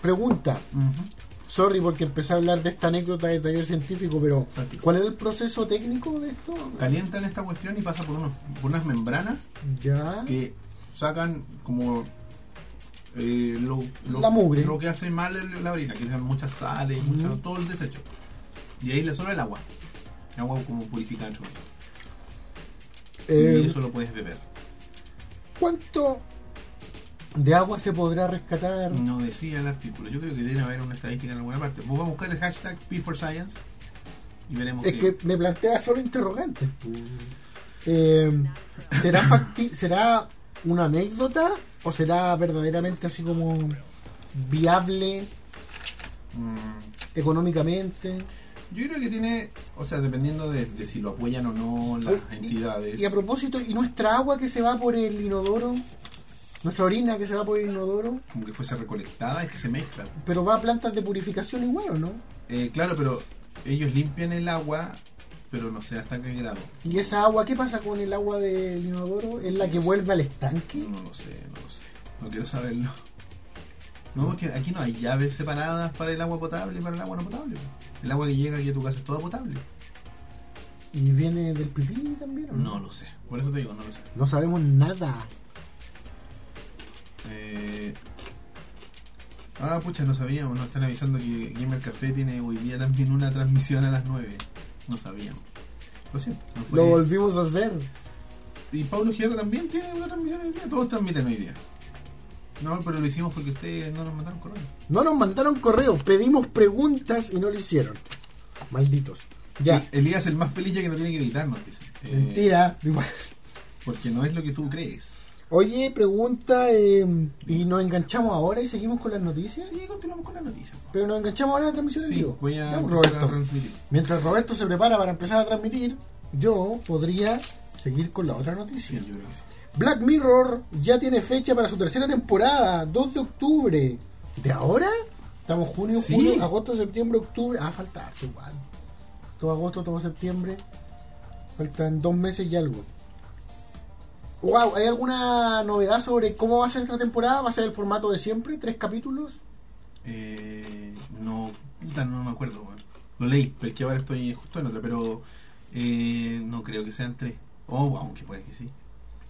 Speaker 2: pregunta.
Speaker 1: ujú.
Speaker 2: Sorry porque empecé a hablar de esta anécdota de taller científico, pero
Speaker 1: Práctico.
Speaker 2: ¿cuál es el proceso técnico de esto?
Speaker 1: Calientan esta cuestión y pasa por, unos- por unas membranas
Speaker 2: Ya. eh,
Speaker 1: que sacan como eh, lo, lo-
Speaker 2: La mugre.
Speaker 1: lo que hace mal el- la orina, que son muchas sales,
Speaker 2: Ujú.
Speaker 1: mucho- eh, todo el desecho. Y ahí le sobra el agua. El agua como purificante.
Speaker 2: Eh,
Speaker 1: y eso lo puedes beber.
Speaker 2: ¿Cuánto de agua se podrá rescatar.
Speaker 1: No decía el artículo. Yo creo que debe haber una estadística en alguna parte. Vos vas a buscar el hashtag P4Science y veremos.
Speaker 2: Es
Speaker 1: qué.
Speaker 2: que me plantea solo interrogantes. pu. Eh, ¿será, facti- ¿Será una anécdota o será verdaderamente así como viable
Speaker 1: Mm,
Speaker 2: económicamente?
Speaker 1: yo creo que tiene, o sea, dependiendo de, de si lo apoyan o no las
Speaker 2: Oye, y-
Speaker 1: entidades.
Speaker 2: Y a propósito, ¿y nuestra agua que se va por el inodoro? Nuestra orina que se va por el inodoro,
Speaker 1: como que fuese recolectada, es que se mezcla.
Speaker 2: pero va a plantas de purificación igual, ¿o no?
Speaker 1: Eh, claro, pero ellos limpian el agua, pero no sé hasta qué grado.
Speaker 2: ¿Y esa agua qué pasa con el agua del inodoro? ¿Es la que vuelve al estanque?
Speaker 1: No lo sé, no lo sé. No quiero saberlo. No, porque aquí no hay llaves separadas para el agua potable y para el agua no potable. El agua que llega aquí a tu casa es toda potable.
Speaker 2: ¿Y viene del pipí también? ¿o
Speaker 1: No lo sé. Por eso te digo, no lo sé.
Speaker 2: No sabemos nada.
Speaker 1: Eh, Ah, pucha, no sabíamos. Nos están avisando que Gamer Café tiene hoy día también una transmisión a las 9. No sabíamos. Lo siento. no fue-
Speaker 2: Lo volvimos a hacer.
Speaker 1: Y Pablo Gierra también tiene una transmisión hoy día. Todos transmiten hoy día. No, pero lo hicimos porque ustedes no nos mandaron correo.
Speaker 2: No nos mandaron correos, pedimos preguntas y no lo hicieron. Malditos. Ya.
Speaker 1: El- Elías el más feliz ya que no tiene que editarnos, dice. Eh,
Speaker 2: Mentira.
Speaker 1: Porque no es lo que tú crees.
Speaker 2: Oye, pregunta, eh, ¿y nos enganchamos ahora y seguimos con las noticias?
Speaker 1: Sí, continuamos con la noticia.
Speaker 2: Pero nos enganchamos ahora a la transmisión en
Speaker 1: Sí,
Speaker 2: vivo.
Speaker 1: voy a
Speaker 2: Ya,
Speaker 1: empezar a
Speaker 2: Roberto.
Speaker 1: transmitir.
Speaker 2: Mientras Roberto se prepara para empezar a transmitir, yo podría seguir con la otra
Speaker 1: Sí,
Speaker 2: noticia.
Speaker 1: yo creo que sí.
Speaker 2: Black Mirror ya tiene fecha para su tercera temporada, 2 de octubre. ¿De ahora? Estamos junio,
Speaker 1: Sí.
Speaker 2: julio, agosto, septiembre, octubre. Ah, falta harto igual. Todo agosto, todo septiembre. Faltan dos meses y algo. Wow, ¿hay alguna novedad sobre cómo va a ser esta temporada? ¿Va a ser el formato de siempre? ¿Tres capítulos?
Speaker 1: Eh, no, puta, no me acuerdo. weón. Lo leí, pero es que ahora estoy justo en otra. Pero eh, no creo que sean tres. Oh, aunque puede que sí.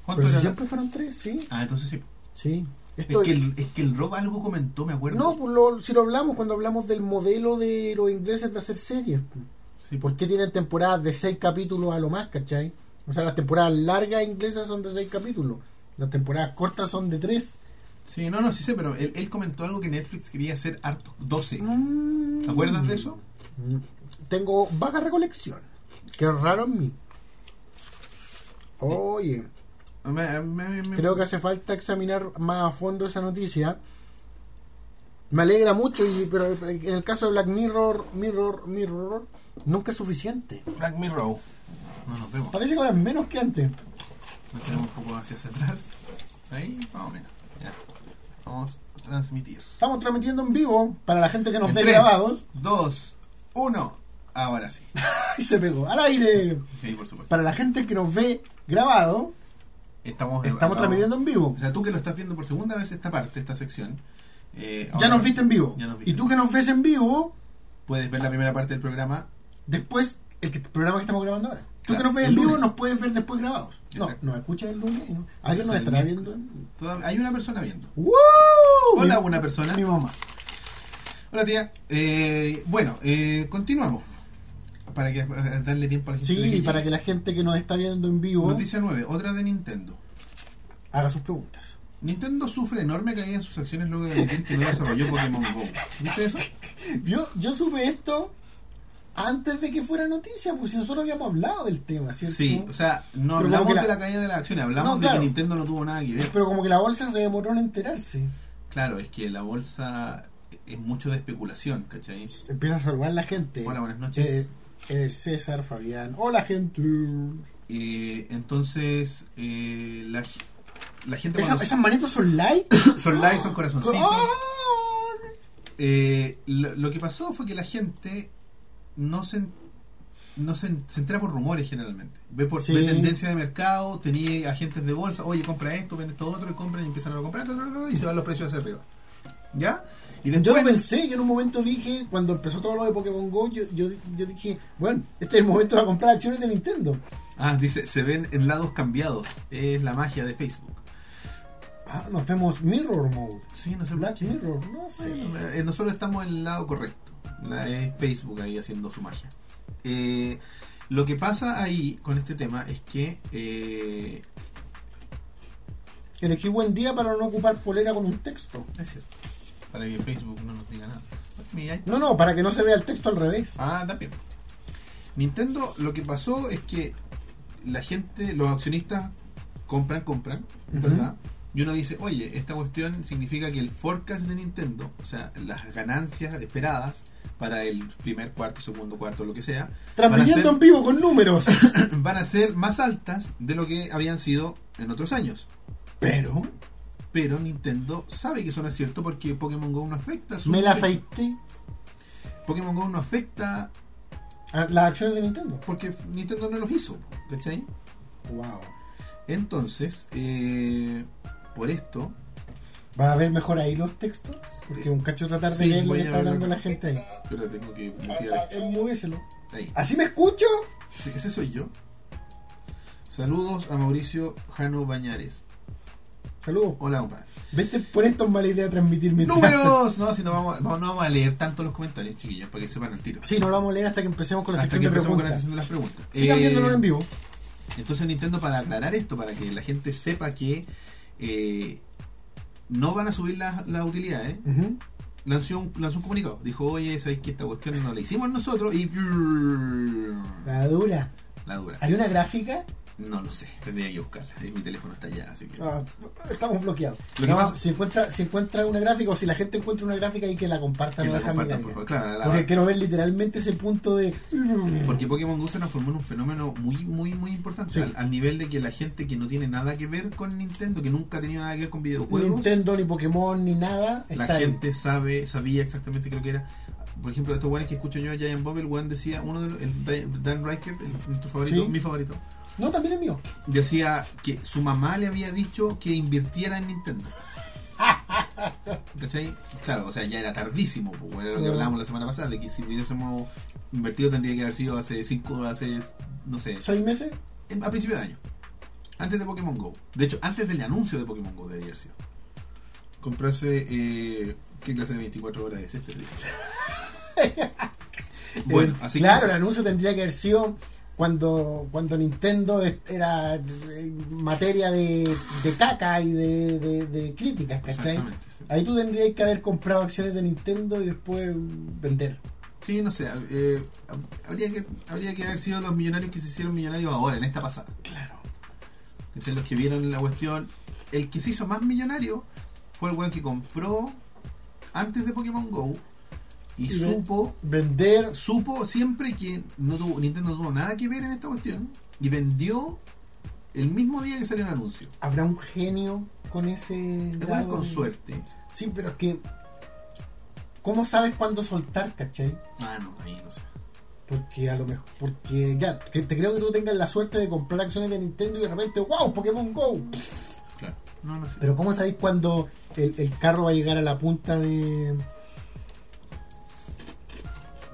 Speaker 1: ¿Cuánto
Speaker 2: Pero si
Speaker 1: era la-
Speaker 2: siempre fueron tres, sí.
Speaker 1: Ah, entonces sí.
Speaker 2: Sí.
Speaker 1: Es
Speaker 2: Esto
Speaker 1: que, el, es que el Rob algo comentó, me acuerdo.
Speaker 2: No, pues lo- si lo hablamos cuando hablamos del modelo de los ingleses de hacer series. pues.
Speaker 1: Sí,
Speaker 2: ¿Por qué tienen temporadas de seis capítulos a lo más, cachai? O sea, las temporadas largas inglesas son de seis capítulos. Las temporadas cortas son de tres.
Speaker 1: sí, no, no, sí sé, pero él, él comentó algo que Netflix quería hacer harto. 12.
Speaker 2: Mm.
Speaker 1: ¿Te acuerdas de eso?
Speaker 2: Mm. Tengo vaga recolección. Qué raro en mí. Oye,
Speaker 1: Me- me- me-
Speaker 2: creo que hace falta examinar más a fondo esa noticia. Me alegra mucho, y, pero en el caso de Black Mirror, Mirror, Mirror, nunca es suficiente.
Speaker 1: Black Mirror. No nos vemos.
Speaker 2: Parece que ahora es menos que antes.
Speaker 1: Nos tenemos un poco hacia hacia atrás. Ahí, más o menos. Ya. Vamos a transmitir.
Speaker 2: Estamos transmitiendo en vivo para la gente que nos
Speaker 1: En
Speaker 2: ve
Speaker 1: tres,
Speaker 2: grabados.
Speaker 1: dos, uno. Ahora sí.
Speaker 2: Y se pegó al aire.
Speaker 1: Sí, por supuesto.
Speaker 2: Para la gente que nos ve grabado,
Speaker 1: Estamos,
Speaker 2: estamos transmitiendo en vivo.
Speaker 1: O sea, tú que lo estás viendo por segunda vez esta parte, esta sección. eh,
Speaker 2: Ya
Speaker 1: ahora
Speaker 2: nos viste en vivo.
Speaker 1: Ya nos viste
Speaker 2: Y tú
Speaker 1: en
Speaker 2: que nos ves en vivo,
Speaker 1: Puedes ver la primera parte del programa.
Speaker 2: después, el que- el programa que estamos grabando ahora. Tú que
Speaker 1: Claro,
Speaker 2: nos ves
Speaker 1: el
Speaker 2: en vivo,
Speaker 1: lunes.
Speaker 2: nos puedes ver después grabados. No,
Speaker 1: Exacto.
Speaker 2: nos escuchas el lunes. ¿no? ¿Alguien
Speaker 1: Es
Speaker 2: nos
Speaker 1: el
Speaker 2: estará
Speaker 1: miércoles.
Speaker 2: viendo? en-
Speaker 1: Toda- hay una persona viendo.
Speaker 2: ¡Woo!
Speaker 1: Hola,
Speaker 2: mi,
Speaker 1: una persona.
Speaker 2: mi mamá.
Speaker 1: Hola, tía. Eh, bueno, eh, continuamos. Para que para darle tiempo a la gente. de
Speaker 2: Sí, para
Speaker 1: llegue.
Speaker 2: que la gente que nos está viendo en vivo
Speaker 1: Noticia 9, otra de Nintendo.
Speaker 2: haga sus preguntas.
Speaker 1: Nintendo sufre enorme caída en sus acciones luego de admitir que no desarrolló Pokémon Go. ¿Viste eso?
Speaker 2: Yo, yo supe esto antes de que fuera noticia, porque si nosotros habíamos hablado del tema, ¿cierto?
Speaker 1: Sí, o sea, no
Speaker 2: Pero
Speaker 1: hablamos
Speaker 2: como que
Speaker 1: de
Speaker 2: la-
Speaker 1: la caída de las acciones, hablamos
Speaker 2: No,
Speaker 1: de
Speaker 2: claro.
Speaker 1: que Nintendo no tuvo nada que ver.
Speaker 2: Pero como que la bolsa se demoró en enterarse.
Speaker 1: Claro, es que la bolsa es mucho de especulación, ¿cachai?
Speaker 2: Empieza a saludar la gente.
Speaker 1: Hola, buenas noches.
Speaker 2: Eh, eh, César, Fabián. Hola, gente.
Speaker 1: Eh, entonces, eh, la, la gente
Speaker 2: Esa-
Speaker 1: cuando-
Speaker 2: esas manitos son like.
Speaker 1: son likes, son corazoncitos.
Speaker 2: ¡Oh!
Speaker 1: Eh, lo, lo que pasó fue que la gente no se en- no se, en- se entera por rumores generalmente. Ve por
Speaker 2: Sí.
Speaker 1: ve tendencia de mercado, tenía agentes de bolsa, oye, compra esto, vende esto otro, y compran y empiezan a comprar, ta, ta, ta, ta, y se van los precios hacia arriba. ¿Ya? Y
Speaker 2: Yo
Speaker 1: después
Speaker 2: lo pensé, yo en un momento dije, cuando empezó todo lo de Pokémon Go, yo, yo, yo dije, bueno, este es el momento para comprar acciones de Nintendo.
Speaker 1: Ah, dice, se ven en lados cambiados. Es la magia de Facebook.
Speaker 2: Ah, nos vemos Mirror Mode.
Speaker 1: Sí, no sé por
Speaker 2: Black
Speaker 1: qué.
Speaker 2: Mirror, no sé.
Speaker 1: Bueno, eh, nosotros estamos en el lado correcto. La- es Facebook ahí haciendo su magia. Eh, lo que pasa ahí con este tema es que eh,
Speaker 2: Elegí buen día para no ocupar polera con un texto.
Speaker 1: Es cierto. Para que Facebook no nos diga nada. Mira, ahí-
Speaker 2: No, no, para que no se vea el texto al revés.
Speaker 1: Ah, también. Nintendo lo que pasó es que la gente, los accionistas compran, compran,
Speaker 2: Ujú.
Speaker 1: ¿verdad? Y uno dice, oye, esta cuestión significa que el forecast de Nintendo, o sea, las ganancias esperadas para el primer cuarto, segundo cuarto, lo que sea,
Speaker 2: Transmitiendo
Speaker 1: ser-
Speaker 2: en vivo con números.
Speaker 1: van a ser más altas de lo que habían sido en otros años.
Speaker 2: Pero
Speaker 1: Pero Nintendo sabe que eso no es cierto porque Pokémon Go no afecta. su-
Speaker 2: me la afeité
Speaker 1: Pokémon Go no afecta
Speaker 2: a las acciones de Nintendo.
Speaker 1: porque Nintendo no los hizo, ¿cachai?
Speaker 2: Wow.
Speaker 1: Entonces, eh, por esto,
Speaker 2: ¿Va a ver mejor ahí los textos? Porque un cacho tratar de
Speaker 1: Sí,
Speaker 2: leer lo
Speaker 1: voy
Speaker 2: que
Speaker 1: a
Speaker 2: está
Speaker 1: verlo
Speaker 2: hablando
Speaker 1: acá.
Speaker 2: la gente ahí.
Speaker 1: espera, tengo que mutear
Speaker 2: Ah,
Speaker 1: aquí.
Speaker 2: Enmudécelo.
Speaker 1: ahí.
Speaker 2: ¿Así me escucho?
Speaker 1: Sí, ese soy yo. Saludos a Mauricio Jano Bañares.
Speaker 2: Saludos.
Speaker 1: Hola, compadre.
Speaker 2: Vete por esto es mala idea transmitir mi
Speaker 1: ¡Números! No, si no vamos, a- no, no vamos a leer tanto los comentarios, chiquillos, para que sepan el tiro.
Speaker 2: Sí, no lo vamos a leer hasta que empecemos con la
Speaker 1: Hasta
Speaker 2: sección
Speaker 1: que
Speaker 2: de
Speaker 1: empezamos con la sesión de
Speaker 2: preguntas.
Speaker 1: las preguntas.
Speaker 2: Sigan
Speaker 1: Eh,
Speaker 2: viéndolo en vivo.
Speaker 1: Entonces Nintendo para aclarar esto, para que la gente sepa que eh, no van a subir las las utilidades,
Speaker 2: Ujú.
Speaker 1: lanzó un, lanzó un comunicado. Dijo, oye, sabéis que esta cuestión no la hicimos nosotros y
Speaker 2: La dura.
Speaker 1: la dura.
Speaker 2: ¿Hay una gráfica?
Speaker 1: No lo sé, tendría que buscarla. Eh, Mi teléfono está allá, así que.
Speaker 2: Ah, estamos bloqueados.
Speaker 1: Lo que
Speaker 2: No,
Speaker 1: pasa-
Speaker 2: si, encuentra, si encuentra una gráfica o si la gente encuentra una gráfica y que la
Speaker 1: que
Speaker 2: compartan no
Speaker 1: la
Speaker 2: dejan
Speaker 1: compartan,
Speaker 2: mirar.
Speaker 1: por favor. Claro, la-
Speaker 2: Porque quiero ver literalmente ese punto de.
Speaker 1: porque Pokémon Go se transformó en un fenómeno muy, muy, muy importante.
Speaker 2: Sí.
Speaker 1: Al, al nivel de que la gente que no tiene nada que ver con Nintendo, que nunca ha tenido nada que ver con videojuegos,
Speaker 2: Nintendo, ni Pokémon, ni nada.
Speaker 1: la
Speaker 2: está ahí.
Speaker 1: gente sabe, sabía exactamente qué lo que era. Por ejemplo, estos guanes que escucho yo, Giant Bob, el guan decía, uno de los, el Dan- Dan Riker, el, tu favorito,
Speaker 2: Sí.
Speaker 1: mi favorito,
Speaker 2: No, también es mío.
Speaker 1: decía que su mamá le había dicho que invirtiera en Nintendo. ¿Cachai? Claro, o sea, ya era tardísimo, pues, era lo que
Speaker 2: Mm.
Speaker 1: hablábamos la semana pasada, de que si hubiésemos invertido tendría que haber sido hace 5, hace, no sé,
Speaker 2: ¿Seis meses?
Speaker 1: en- a principio de año. Antes de Pokémon Go. De hecho, antes del anuncio de Pokémon Go de ayer, sí. Comprarse. eh, ¿Qué clase de 24 horas es este? bueno,
Speaker 2: Eh,
Speaker 1: así que
Speaker 2: claro,
Speaker 1: eso.
Speaker 2: el anuncio tendría que haber sido cuando, cuando Nintendo es- era eh, materia de, de caca y de, de- de críticas, ¿cachai?
Speaker 1: Exactamente.
Speaker 2: Ahí tú tendrías que haber comprado acciones de Nintendo y después mm, vender.
Speaker 1: Sí, no sé. eh, habría, que, habría que haber sido los millonarios que se hicieron millonarios ahora, en esta pasada. Claro. los que vieron la cuestión. El que se hizo más millonario fue el weón que compró antes de Pokémon Go y
Speaker 2: Y ve-
Speaker 1: supo
Speaker 2: Vender.
Speaker 1: supo siempre que no tuvo, Nintendo no tuvo nada que ver en esta cuestión y vendió el mismo día que salió el anuncio.
Speaker 2: ¿Habrá un genio con ese
Speaker 1: Igual
Speaker 2: grado?
Speaker 1: con suerte.
Speaker 2: Sí, pero es que. ¿Cómo sabes cuándo soltar, cachai?
Speaker 1: Ah, no, ahí no sé.
Speaker 2: Porque a lo mejor. Porque ya, que te creo que tú tengas la suerte de comprar acciones de Nintendo y de repente, ¡Wow! Pokémon Go.
Speaker 1: Claro. No, no sé.
Speaker 2: Pero ¿cómo sabéis cuando el, el carro va a llegar a la punta de...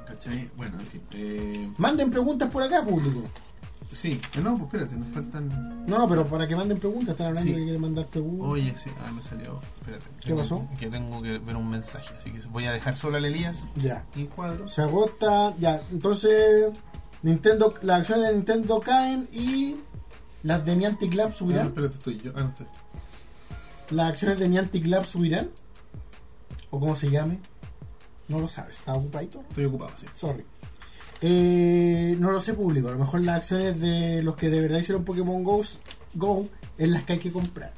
Speaker 1: ¿Cachai? Bueno, en fin. Eh,
Speaker 2: Manden preguntas por acá, público.
Speaker 1: sí, Eh, no, pues espérate, nos faltan.
Speaker 2: No, no, pero para que manden preguntas, están hablando
Speaker 1: Sí.
Speaker 2: que quieren mandar preguntas.
Speaker 1: Oye, sí, ah, me salió. Espérate.
Speaker 2: ¿Qué
Speaker 1: Tengo-
Speaker 2: pasó?
Speaker 1: Que tengo que ver un mensaje, así que voy a dejar solo al Elías Ah,
Speaker 2: Ya.
Speaker 1: el cuadro.
Speaker 2: Se agota, ya. Entonces, Nintendo, las acciones de Nintendo caen y las de Niantic Lab
Speaker 1: No,
Speaker 2: subirán.
Speaker 1: espérate, estoy yo. Ah, no estoy.
Speaker 2: Las acciones de Niantic Lab subirán. O como se llame. No lo sabes, está ocupadito.
Speaker 1: Estoy ocupado, sí.
Speaker 2: Sorry. Eh, no lo sé público. A lo mejor las acciones de los que de verdad hicieron Pokémon Go, Go es las que hay que comprar.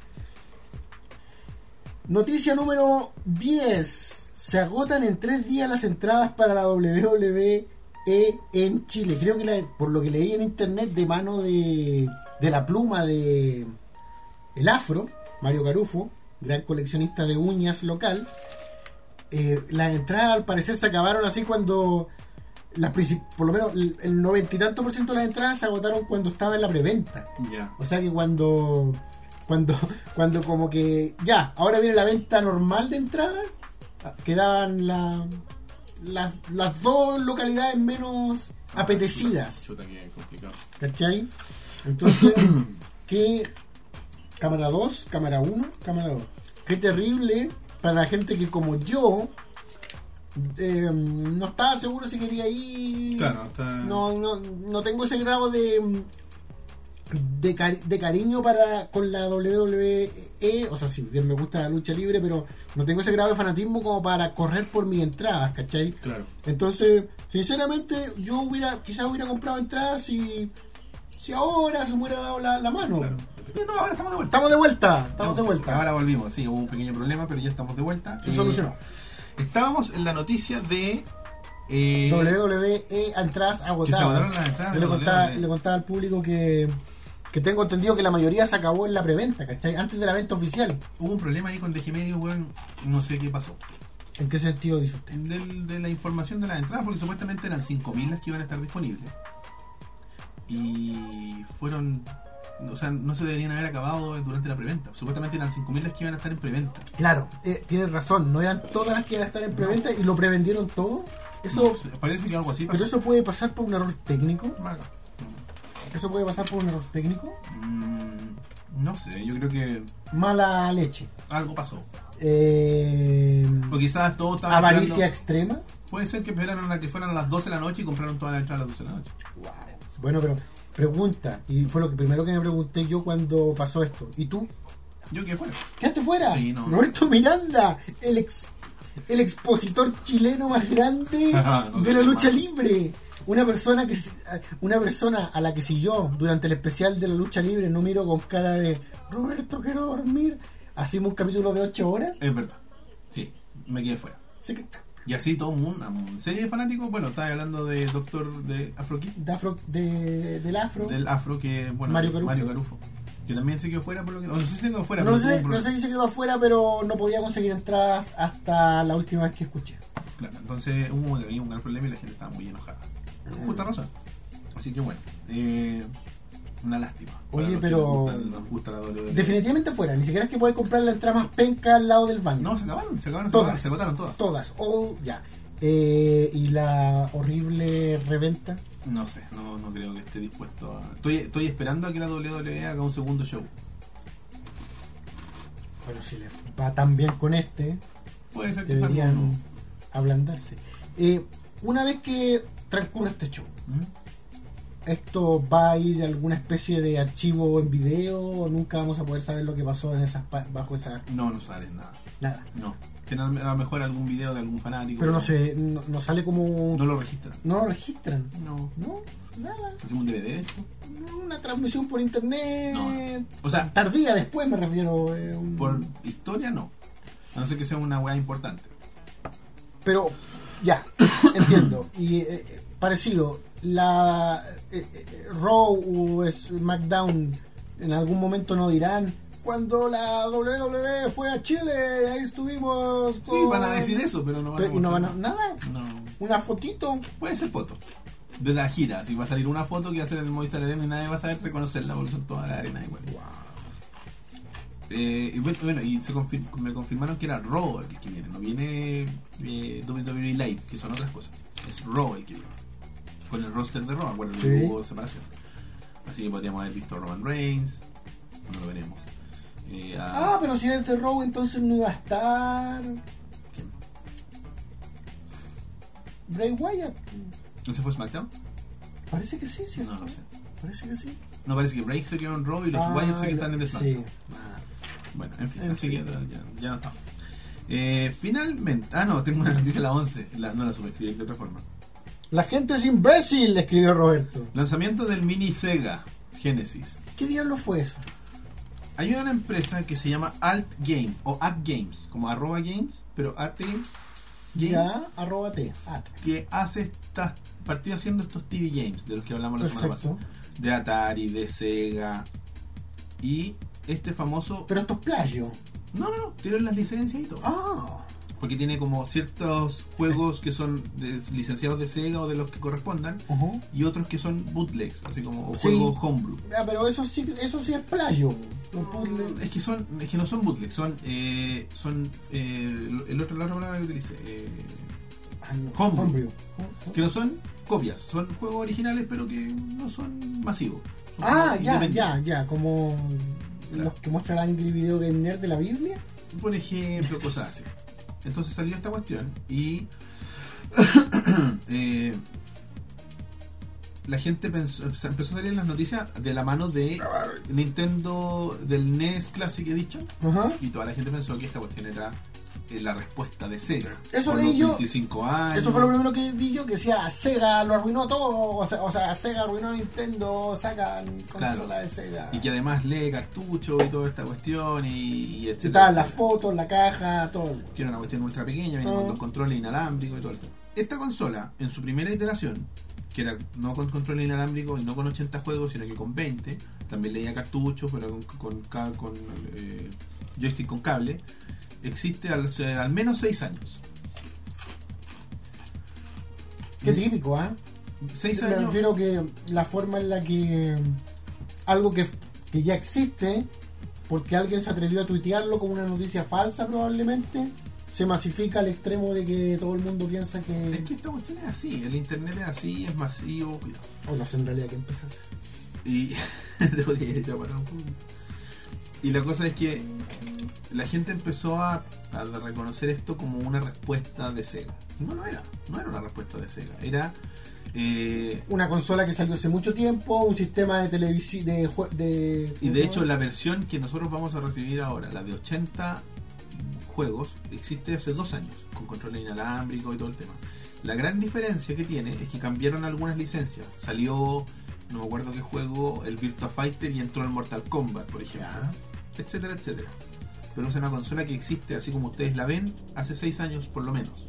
Speaker 2: Noticia número 10. Se agotan en tres días las entradas para la WWE en Chile. Creo que la- por lo que leí en internet de mano de, de la pluma de El Afro, Mario Carufo, gran coleccionista de uñas local. eh, las entradas al parecer se acabaron así cuando las princip- por lo menos el el noventa y tanto por ciento de las entradas se agotaron cuando estaba en la preventa.
Speaker 1: Ya.
Speaker 2: O sea que cuando, cuando, cuando como que ya, ahora viene la venta normal de entradas, ah, quedaban la- las, las dos localidades menos apetecidas.
Speaker 1: Ah, Chuta, que complicado.
Speaker 2: ¿Cachai? Entonces, qué. Cámara 2, cámara 1, cámara 2. Qué terrible para la gente que, como yo, eh, no estaba seguro si quería ir.
Speaker 1: Claro, está.
Speaker 2: No, no, no tengo ese grado de mm, de, cari- de cariño para con la WWE, o sea, si bien me gusta la lucha libre, pero no tengo ese grado de fanatismo como para correr por mis entradas, ¿cachai?
Speaker 1: Claro.
Speaker 2: Entonces, sinceramente, yo hubiera, quizás hubiera comprado entradas si, si ahora se me hubiera dado la, la mano.
Speaker 1: claro. Pero no, ahora estamos de vuelta.
Speaker 2: Estamos de vuelta, estamos de
Speaker 1: Ahora
Speaker 2: vuelta.
Speaker 1: volvimos, sí, hubo un pequeño problema, pero ya estamos de vuelta.
Speaker 2: Se
Speaker 1: Eh,
Speaker 2: solucionó.
Speaker 1: Estábamos en la noticia de. eh,
Speaker 2: WWE a entradas
Speaker 1: que se agotaron
Speaker 2: E agotadas.
Speaker 1: las entradas
Speaker 2: Yo
Speaker 1: de
Speaker 2: le contaba,
Speaker 1: WWE.
Speaker 2: le contaba al público que, que tengo entendido que la mayoría se acabó en la preventa, ¿cachai? Antes de la venta oficial.
Speaker 1: Hubo un problema ahí con DG Medio, weón. No sé qué pasó.
Speaker 2: ¿En qué sentido dice usted?
Speaker 1: Del- de la información de las entradas, porque supuestamente eran 5.000 las que iban a estar disponibles. Y fueron. O sea, no se deberían haber acabado durante la preventa. Supuestamente eran 5.000 las que iban a estar en preventa.
Speaker 2: Claro, eh, tienes razón, no eran todas las que iban a estar en preventa y lo prevendieron todo. Eso,
Speaker 1: No sé, parece que algo así pasó.
Speaker 2: pero eso puede pasar por un error técnico.
Speaker 1: Maga.
Speaker 2: Eso puede pasar por un error técnico.
Speaker 1: Mm, no sé, yo creo que
Speaker 2: Mala leche.
Speaker 1: algo pasó.
Speaker 2: Eh,
Speaker 1: O quizás todo estaba.
Speaker 2: avaricia
Speaker 1: esperando-
Speaker 2: extrema.
Speaker 1: Puede ser que esperaron a que fueran a las 12 de la noche y compraron todas las entradas a las 12 de la noche.
Speaker 2: Bueno, pero pregunta, y fue lo que primero que me pregunté yo cuando pasó esto. ¿Y tú?
Speaker 1: Yo qué fuera.
Speaker 2: ¿Quedaste fuera?
Speaker 1: Sí, no.
Speaker 2: Roberto Miranda, el ex el expositor chileno más grande
Speaker 1: Ajá, no
Speaker 2: de
Speaker 1: sé
Speaker 2: la
Speaker 1: qué
Speaker 2: lucha
Speaker 1: más.
Speaker 2: libre. Una persona que si- una persona a la que si yo durante el especial de la lucha libre no miro con cara de Roberto quiero dormir, hacemos un capítulo de 8 horas,
Speaker 1: Es verdad. Sí, me quedé fuera.
Speaker 2: sé que
Speaker 1: Y así todo un- una serie de fanáticos. Bueno, estaba hablando de Doctor de Afro Kid,
Speaker 2: de afro- de- del afro.
Speaker 1: Del Afro que, bueno,
Speaker 2: Mario Carufo.
Speaker 1: Carufo, Que también se quedó fuera por lo que. O no sé si se quedó fuera,
Speaker 2: no
Speaker 1: pero tuvo
Speaker 2: sé,
Speaker 1: un
Speaker 2: no
Speaker 1: problema.
Speaker 2: sé si se quedó afuera, pero no podía conseguir entradas hasta la última vez que escuché.
Speaker 1: Claro, entonces hubo había un gran problema y la gente estaba muy enojada. Con
Speaker 2: Mm.
Speaker 1: justa razón. Así que bueno, eh, una lástima. para
Speaker 2: Oye,
Speaker 1: los que
Speaker 2: pero-
Speaker 1: nos gustan- nos gusta la WWE.
Speaker 2: Definitivamente fuera, ni siquiera es que puede comprar la entrada más penca al lado del baño.
Speaker 1: No, se acabaron, se acabaron, se acabaron,
Speaker 2: todas.
Speaker 1: se agotaron todas.
Speaker 2: Todas, all, ya. Eh, y la horrible reventa.
Speaker 1: No sé, no, no creo que esté dispuesto a. Estoy, estoy esperando a que la WWE haga un segundo show.
Speaker 2: Bueno, si les va tan bien con este,
Speaker 1: Puede ser que salga uno.
Speaker 2: deberían ablandarse. Eh, una vez que transcurre este show,
Speaker 1: ¿Mm?
Speaker 2: ¿esto va a ir a alguna especie de archivo en video o nunca vamos a poder saber lo que pasó en esas pa- bajo esa
Speaker 1: No, no sale nada.
Speaker 2: nada?
Speaker 1: No. Tiene a lo mejor algún video de algún fanático.
Speaker 2: Pero no sé, no, no sale como...
Speaker 1: No lo registran.
Speaker 2: no lo registran.
Speaker 1: No.
Speaker 2: No, nada.
Speaker 1: ¿Hacemos un DVD de esto?
Speaker 2: Una transmisión por internet.
Speaker 1: No, no. O sea,
Speaker 2: Tardía después me refiero. eh, un-
Speaker 1: por historia no. A no ser que sea una weá importante.
Speaker 2: Pero ya, entiendo. Y eh, eh, parecido, la eh, eh, Raw o SmackDown en algún momento no dirán. Cuando la WWE fue a Chile, ahí estuvimos.
Speaker 1: Sí, van a decir eso, pero no van a.
Speaker 2: Y no van a.
Speaker 1: mostrar.
Speaker 2: Nada,
Speaker 1: No.
Speaker 2: una fotito.
Speaker 1: Puede ser foto. De la gira, si va a salir una foto que va a ser en el Movistar Arena y nadie va a saber reconocerla porque son todas las arenas igual. Eh, y bueno, bueno, y se confir- me confirmaron que era Raw el que viene, no viene eh, WWE Live, que son otras cosas. Es Raw el que viene. Con el roster de Raw, bueno, no
Speaker 2: Sí.
Speaker 1: hubo separación. Así que podríamos haber visto a Roman Reigns, no lo veremos. Eh, a-
Speaker 2: Ah, pero si es de Raw, entonces no iba a estar.
Speaker 1: ¿quién?
Speaker 2: Bray Wyatt.
Speaker 1: ¿No se fue SmackDown?
Speaker 2: Parece que sí, ¿cierto?
Speaker 1: No lo sé.
Speaker 2: Parece que sí.
Speaker 1: No parece que Bray se quedó en Raw y los
Speaker 2: Ah,
Speaker 1: Wyatt se que están en
Speaker 2: sí.
Speaker 1: SmackDown.
Speaker 2: Ah.
Speaker 1: Bueno, en fin,
Speaker 2: En
Speaker 1: así
Speaker 2: fin.
Speaker 1: que ya, ya no estamos. Eh, finalmente, ah, no, tengo una noticia a la 11, la- no la supe escribir de otra forma.
Speaker 2: La gente es imbécil, le escribió Roberto.
Speaker 1: Lanzamiento del mini Sega Genesis.
Speaker 2: ¿Qué diablo fue eso?
Speaker 1: Hay una empresa que se llama Alt Game o At Games, como arroba games, pero at games,
Speaker 2: Ya, arróbate. Ah,
Speaker 1: que hace estas, partido haciendo estos TV games de los que hablamos la semana
Speaker 2: perfecto.
Speaker 1: pasada. De Atari, de Sega y este famoso...
Speaker 2: Pero esto es plagio.
Speaker 1: No, no, no, tienen las licencias y todo.
Speaker 2: Ah,
Speaker 1: porque tiene como ciertos juegos que son de- licenciados de Sega o de los que correspondan
Speaker 2: ujú.
Speaker 1: y otros que son bootlegs, así como o
Speaker 2: Sí.
Speaker 1: juegos homebrew.
Speaker 2: Ah, pero eso sí, eso sí es plagio. Los
Speaker 1: Mm,
Speaker 2: puzzles-
Speaker 1: Es que son, es que no son bootlegs, son, eh, son eh, el otro la otra palabra que utilicé, eh,
Speaker 2: Ah, no,
Speaker 1: Homebrew.
Speaker 2: Homebrew.
Speaker 1: que no son copias, son juegos originales pero que no son masivos. Son
Speaker 2: Ah,
Speaker 1: como
Speaker 2: ya,
Speaker 1: independientes.
Speaker 2: ya, ya. Como los que muestra el Angry Video Game Nerd de la Biblia.
Speaker 1: Por ejemplo, cosas así. Entonces salió esta cuestión y eh, la gente pensó- empezó a salir en las noticias de la mano de Nintendo del NES Classic Edition.
Speaker 2: Ajá.
Speaker 1: Y toda la gente pensó que esta cuestión era eh, la respuesta de Sega.
Speaker 2: Eso
Speaker 1: Por
Speaker 2: leí
Speaker 1: los
Speaker 2: yo.
Speaker 1: 25 años.
Speaker 2: Eso fue lo primero que vi yo, que decía, Sega lo arruinó todo, o sea, o sea, Sega arruinó a Nintendo, sacan consola
Speaker 1: Claro.
Speaker 2: de Sega.
Speaker 1: Y que además lee cartucho y toda esta cuestión y, y etcétera,
Speaker 2: Estaban las
Speaker 1: etcétera.
Speaker 2: fotos, la caja, todo.
Speaker 1: que era una cuestión ultra pequeña, venía
Speaker 2: Ah.
Speaker 1: con dos controles inalámbricos y todo el tema. Esta consola, en su primera iteración, que era no con controles inalámbricos y no con 80 juegos, sino que con 20, también leía cartuchos, pero con, con, ca- con, eh, joystick con cable, existe al, eh, al menos 6 años. ¿Mm?
Speaker 2: Qué típico, ¿ah?
Speaker 1: 6
Speaker 2: Me
Speaker 1: años.
Speaker 2: refiero que la forma en la que eh, algo que, que ya existe, porque alguien se atrevió a tuitearlo como una noticia falsa probablemente, se masifica al extremo de que todo el mundo piensa
Speaker 1: Es
Speaker 2: que...
Speaker 1: que esta cuestión es así, el internet es así, es masivo, cuidado.
Speaker 2: O no sé en realidad qué empezó a hacer.
Speaker 1: Y debería ya parar un poquito. Y la cosa es que la gente empezó a, a reconocer esto como una respuesta de Sega. Y No lo era, no era una respuesta de Sega. Era. eh,
Speaker 2: Una consola que salió hace mucho tiempo, un sistema de televisión... De, jue- de,
Speaker 1: y
Speaker 2: ¿cómo
Speaker 1: de
Speaker 2: se
Speaker 1: hecho,
Speaker 2: llama?
Speaker 1: la versión que nosotros vamos a recibir ahora, la de 80 juegos, existe hace dos años, con control inalámbrico y todo el tema. La gran diferencia que tiene es que cambiaron algunas licencias. Salió, no me acuerdo qué juego, el Virtua Fighter y entró el Mortal Kombat, por ejemplo.
Speaker 2: Ya.
Speaker 1: etcétera, etcétera. Pero es una consola que existe, así como ustedes la ven, hace 6 años por lo menos.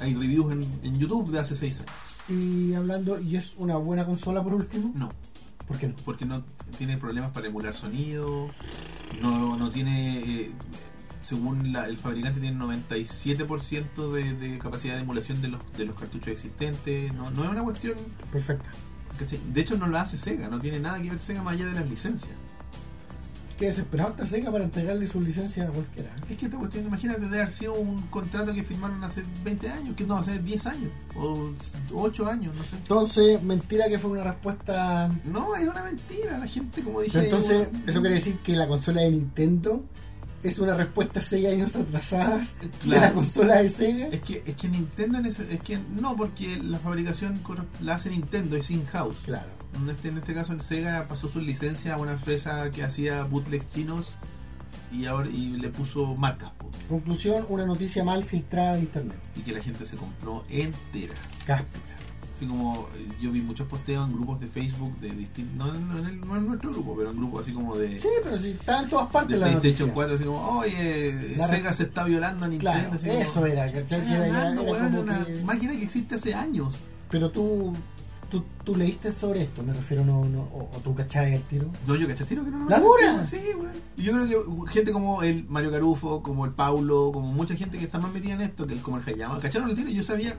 Speaker 1: Hay reviews en, en YouTube de hace 6 años.
Speaker 2: Y hablando, ¿y es una buena consola por último?
Speaker 1: No,
Speaker 2: ¿Por qué no?
Speaker 1: porque no tiene problemas para emular sonido, no, no tiene... eh, según la- el fabricante tiene 97% de, de capacidad de emulación de los, de los cartuchos existentes. No, no es una cuestión...
Speaker 2: Perfecta.
Speaker 1: ¿cachai? De hecho no la hace Sega, no tiene nada que ver Sega más allá de las licencias.
Speaker 2: Qué desesperado está Sega para entregarle su licencia a cualquiera. ¿eh?
Speaker 1: Es que esta cuestión, imagínate de haber sido un contrato que firmaron hace 20 años, que no, hace 10 años, o 8 años, no sé.
Speaker 2: Entonces, mentira que fue una respuesta
Speaker 1: No, es una mentira, la gente, como dije.
Speaker 2: Pero entonces,
Speaker 1: bueno,
Speaker 2: eso quiere decir que la consola de Nintendo es una respuesta a 6 años atrasadas de la
Speaker 1: Claro.
Speaker 2: consola de Sega.
Speaker 1: Es que, es que Nintendo, en ese- es que no, porque la fabricación corre- la hace Nintendo, es in-house.
Speaker 2: Claro.
Speaker 1: En este, en este caso, el Sega pasó su licencia a una empresa que hacía bootlegs chinos y ahora y le puso marcas, po,
Speaker 2: Conclusión, una noticia mal filtrada de internet.
Speaker 1: y que la gente se compró entera.
Speaker 2: Cáspita.
Speaker 1: Así como eh, yo vi muchos posteos en grupos de Facebook de distintos. No, no, no, no en nuestro grupo, pero en grupos así como de,
Speaker 2: Sí,
Speaker 1: de
Speaker 2: pero si está en todas partes la
Speaker 1: PlayStation
Speaker 2: noticia.
Speaker 1: 4, así como, oye,
Speaker 2: La
Speaker 1: Sega se está violando a Nintendo.
Speaker 2: Claro,
Speaker 1: así como,
Speaker 2: eso era, ¿cachai?
Speaker 1: "Estás
Speaker 2: Que era- era-
Speaker 1: hablando,
Speaker 2: era
Speaker 1: weón, de
Speaker 2: como
Speaker 1: una
Speaker 2: que-
Speaker 1: máquina que existe hace años.
Speaker 2: Pero tú, tú, tú leíste sobre esto, me refiero, no, no, o, o tú cachai el tiro.
Speaker 1: No, yo cachastiro que no lo
Speaker 2: ¡La dura!
Speaker 1: Sí, güey. Y yo creo que gente como el Mario Carufo, como el Paulo, como mucha gente que está más metida en esto, que el como el Hayama, ¿cacharon el tiro? Yo sabía,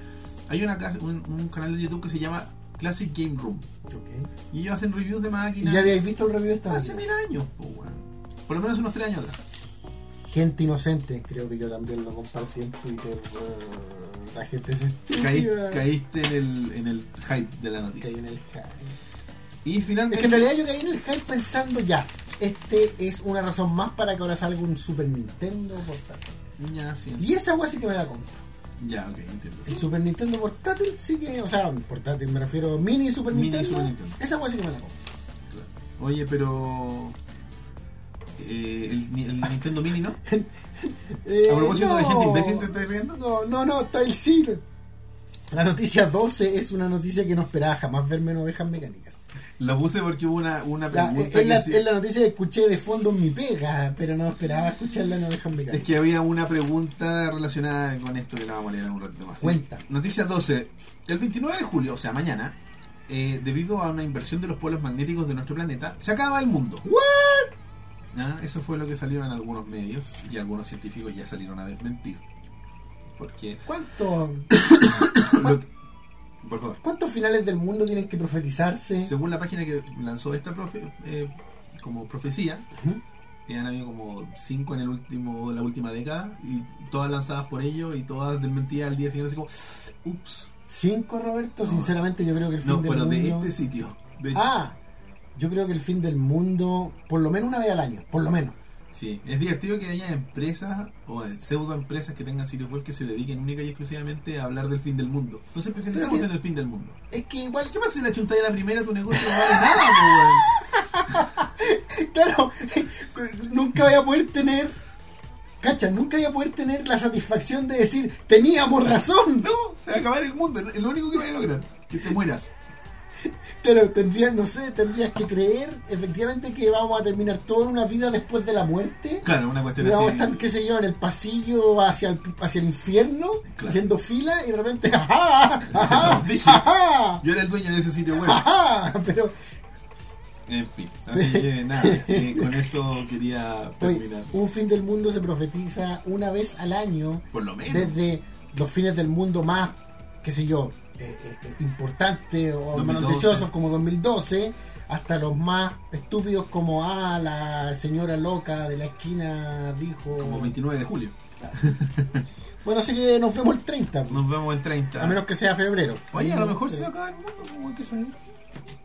Speaker 1: hay una, casa- un, un canal de YouTube que se llama Classic Game Room. Y Ah, ellos hacen reviews de
Speaker 2: ¿Y
Speaker 1: máquinas.
Speaker 2: ya habíais visto el review de esta
Speaker 1: Hace
Speaker 2: mañana?
Speaker 1: mil años, po, weón. Por lo menos unos tres años atrás.
Speaker 2: Gente inocente, creo que yo también lo compartí en Twitter. weón. La gente se
Speaker 1: Caí- caíste en el, en el hype de la noticia.
Speaker 2: Caí en el hype.
Speaker 1: Y
Speaker 2: Es
Speaker 1: finalmente.
Speaker 2: que en realidad yo caí en el hype pensando ya, este es una razón más para que ahora salga un Super Nintendo portátil.
Speaker 1: Ya, sí.
Speaker 2: Y esa weá sí que me la compro.
Speaker 1: Ya, ok, entiendo.
Speaker 2: El
Speaker 1: Sí.
Speaker 2: Super Nintendo portátil sí que, o sea, portátil me refiero mini Super
Speaker 1: Mini
Speaker 2: Nintendo.
Speaker 1: Super Nintendo.
Speaker 2: Esa weá sí que me la compro.
Speaker 1: Claro. Oye, pero. eh, el, ni- el Nintendo Mini, ¿no?
Speaker 2: Eh,
Speaker 1: A propósito de
Speaker 2: no.
Speaker 1: gente imbécil, ¿te estás riendo?
Speaker 2: No, no, no, está el cine. La noticia 12 es una noticia que no esperaba jamás verme en ovejas mecánicas.
Speaker 1: Lo puse porque hubo una, una
Speaker 2: La-
Speaker 1: pregunta.
Speaker 2: es,
Speaker 1: que
Speaker 2: la,
Speaker 1: sí-
Speaker 2: es la noticia que escuché de fondo en mi pega, pero no esperaba escucharla en ovejas mecánicas.
Speaker 1: Es que había una pregunta relacionada con esto que la vamos a leer en un ratito más.
Speaker 2: Cuenta.
Speaker 1: Noticia 12. El 29 de julio, o sea, mañana, eh, debido a una inversión de los polos magnéticos de nuestro planeta, se acaba el mundo. Ah, Eso fue lo que salió en algunos medios y algunos científicos ya salieron a desmentir. Porque...
Speaker 2: ¿Cuánto?
Speaker 1: lo que- por favor.
Speaker 2: ¿Cuántos finales del mundo tienen que profetizarse?
Speaker 1: Según la página que lanzó esta profe- eh, como profecía,
Speaker 2: Ujú.
Speaker 1: Y han habido como cinco en el último la última década y todas lanzadas por ellos y todas desmentidas al día siguiente así como ups
Speaker 2: ¿Cinco, Roberto?
Speaker 1: No.
Speaker 2: Sinceramente, yo creo que el fin
Speaker 1: no
Speaker 2: del
Speaker 1: pero
Speaker 2: mundo.
Speaker 1: de este sitio de-
Speaker 2: Ah, yo creo que el fin del mundo, por lo menos una vez al año, por lo menos.
Speaker 1: Sí, es divertido que haya empresas o pseudo empresas que tengan sitios web que se dediquen única y exclusivamente a hablar del fin del mundo. Nos especializamos
Speaker 2: Pero que-
Speaker 1: en el fin del mundo.
Speaker 2: Es que igual,
Speaker 1: ¿Qué más si la chunta de la primera tu negocio no vale nada, po,
Speaker 2: claro, nunca voy a poder tener. Cacha, nunca voy a poder tener la satisfacción de decir, teníamos razón.
Speaker 1: weón? No, se va a acabar el mundo, es lo único que vas a lograr, que te mueras.
Speaker 2: Claro, tendrías, no sé, tendrías que creer efectivamente que vamos a terminar toda una vida después de la muerte.
Speaker 1: Claro, una
Speaker 2: Y
Speaker 1: cuestión
Speaker 2: vamos a
Speaker 1: así.
Speaker 2: estar, qué sé yo, en el pasillo hacia el, hacia el infierno,
Speaker 1: Claro.
Speaker 2: haciendo fila y de repente, ¡ajá! ¡ajá! ¡ajá!
Speaker 1: Yo era el dueño de ese sitio web.
Speaker 2: ¡ajá! Pero,
Speaker 1: En fin, así que nada, eh, con eso quería
Speaker 2: oye,
Speaker 1: terminar.
Speaker 2: un fin del mundo se profetiza una vez al año
Speaker 1: Por lo menos.
Speaker 2: desde los fines del mundo más, qué sé yo, eh, eh, eh, importantes o más
Speaker 1: 2012.
Speaker 2: noticiosos como 2012, hasta los más estúpidos como, ah, la señora loca de la esquina dijo...
Speaker 1: Como 29 de julio.
Speaker 2: Bueno, así que nos vemos el 30,
Speaker 1: Nos vemos el 30.
Speaker 2: a menos que sea febrero.
Speaker 1: Oye, a lo mejor
Speaker 2: Pero-
Speaker 1: se va a acabar el mundo, pues, como hay que saber.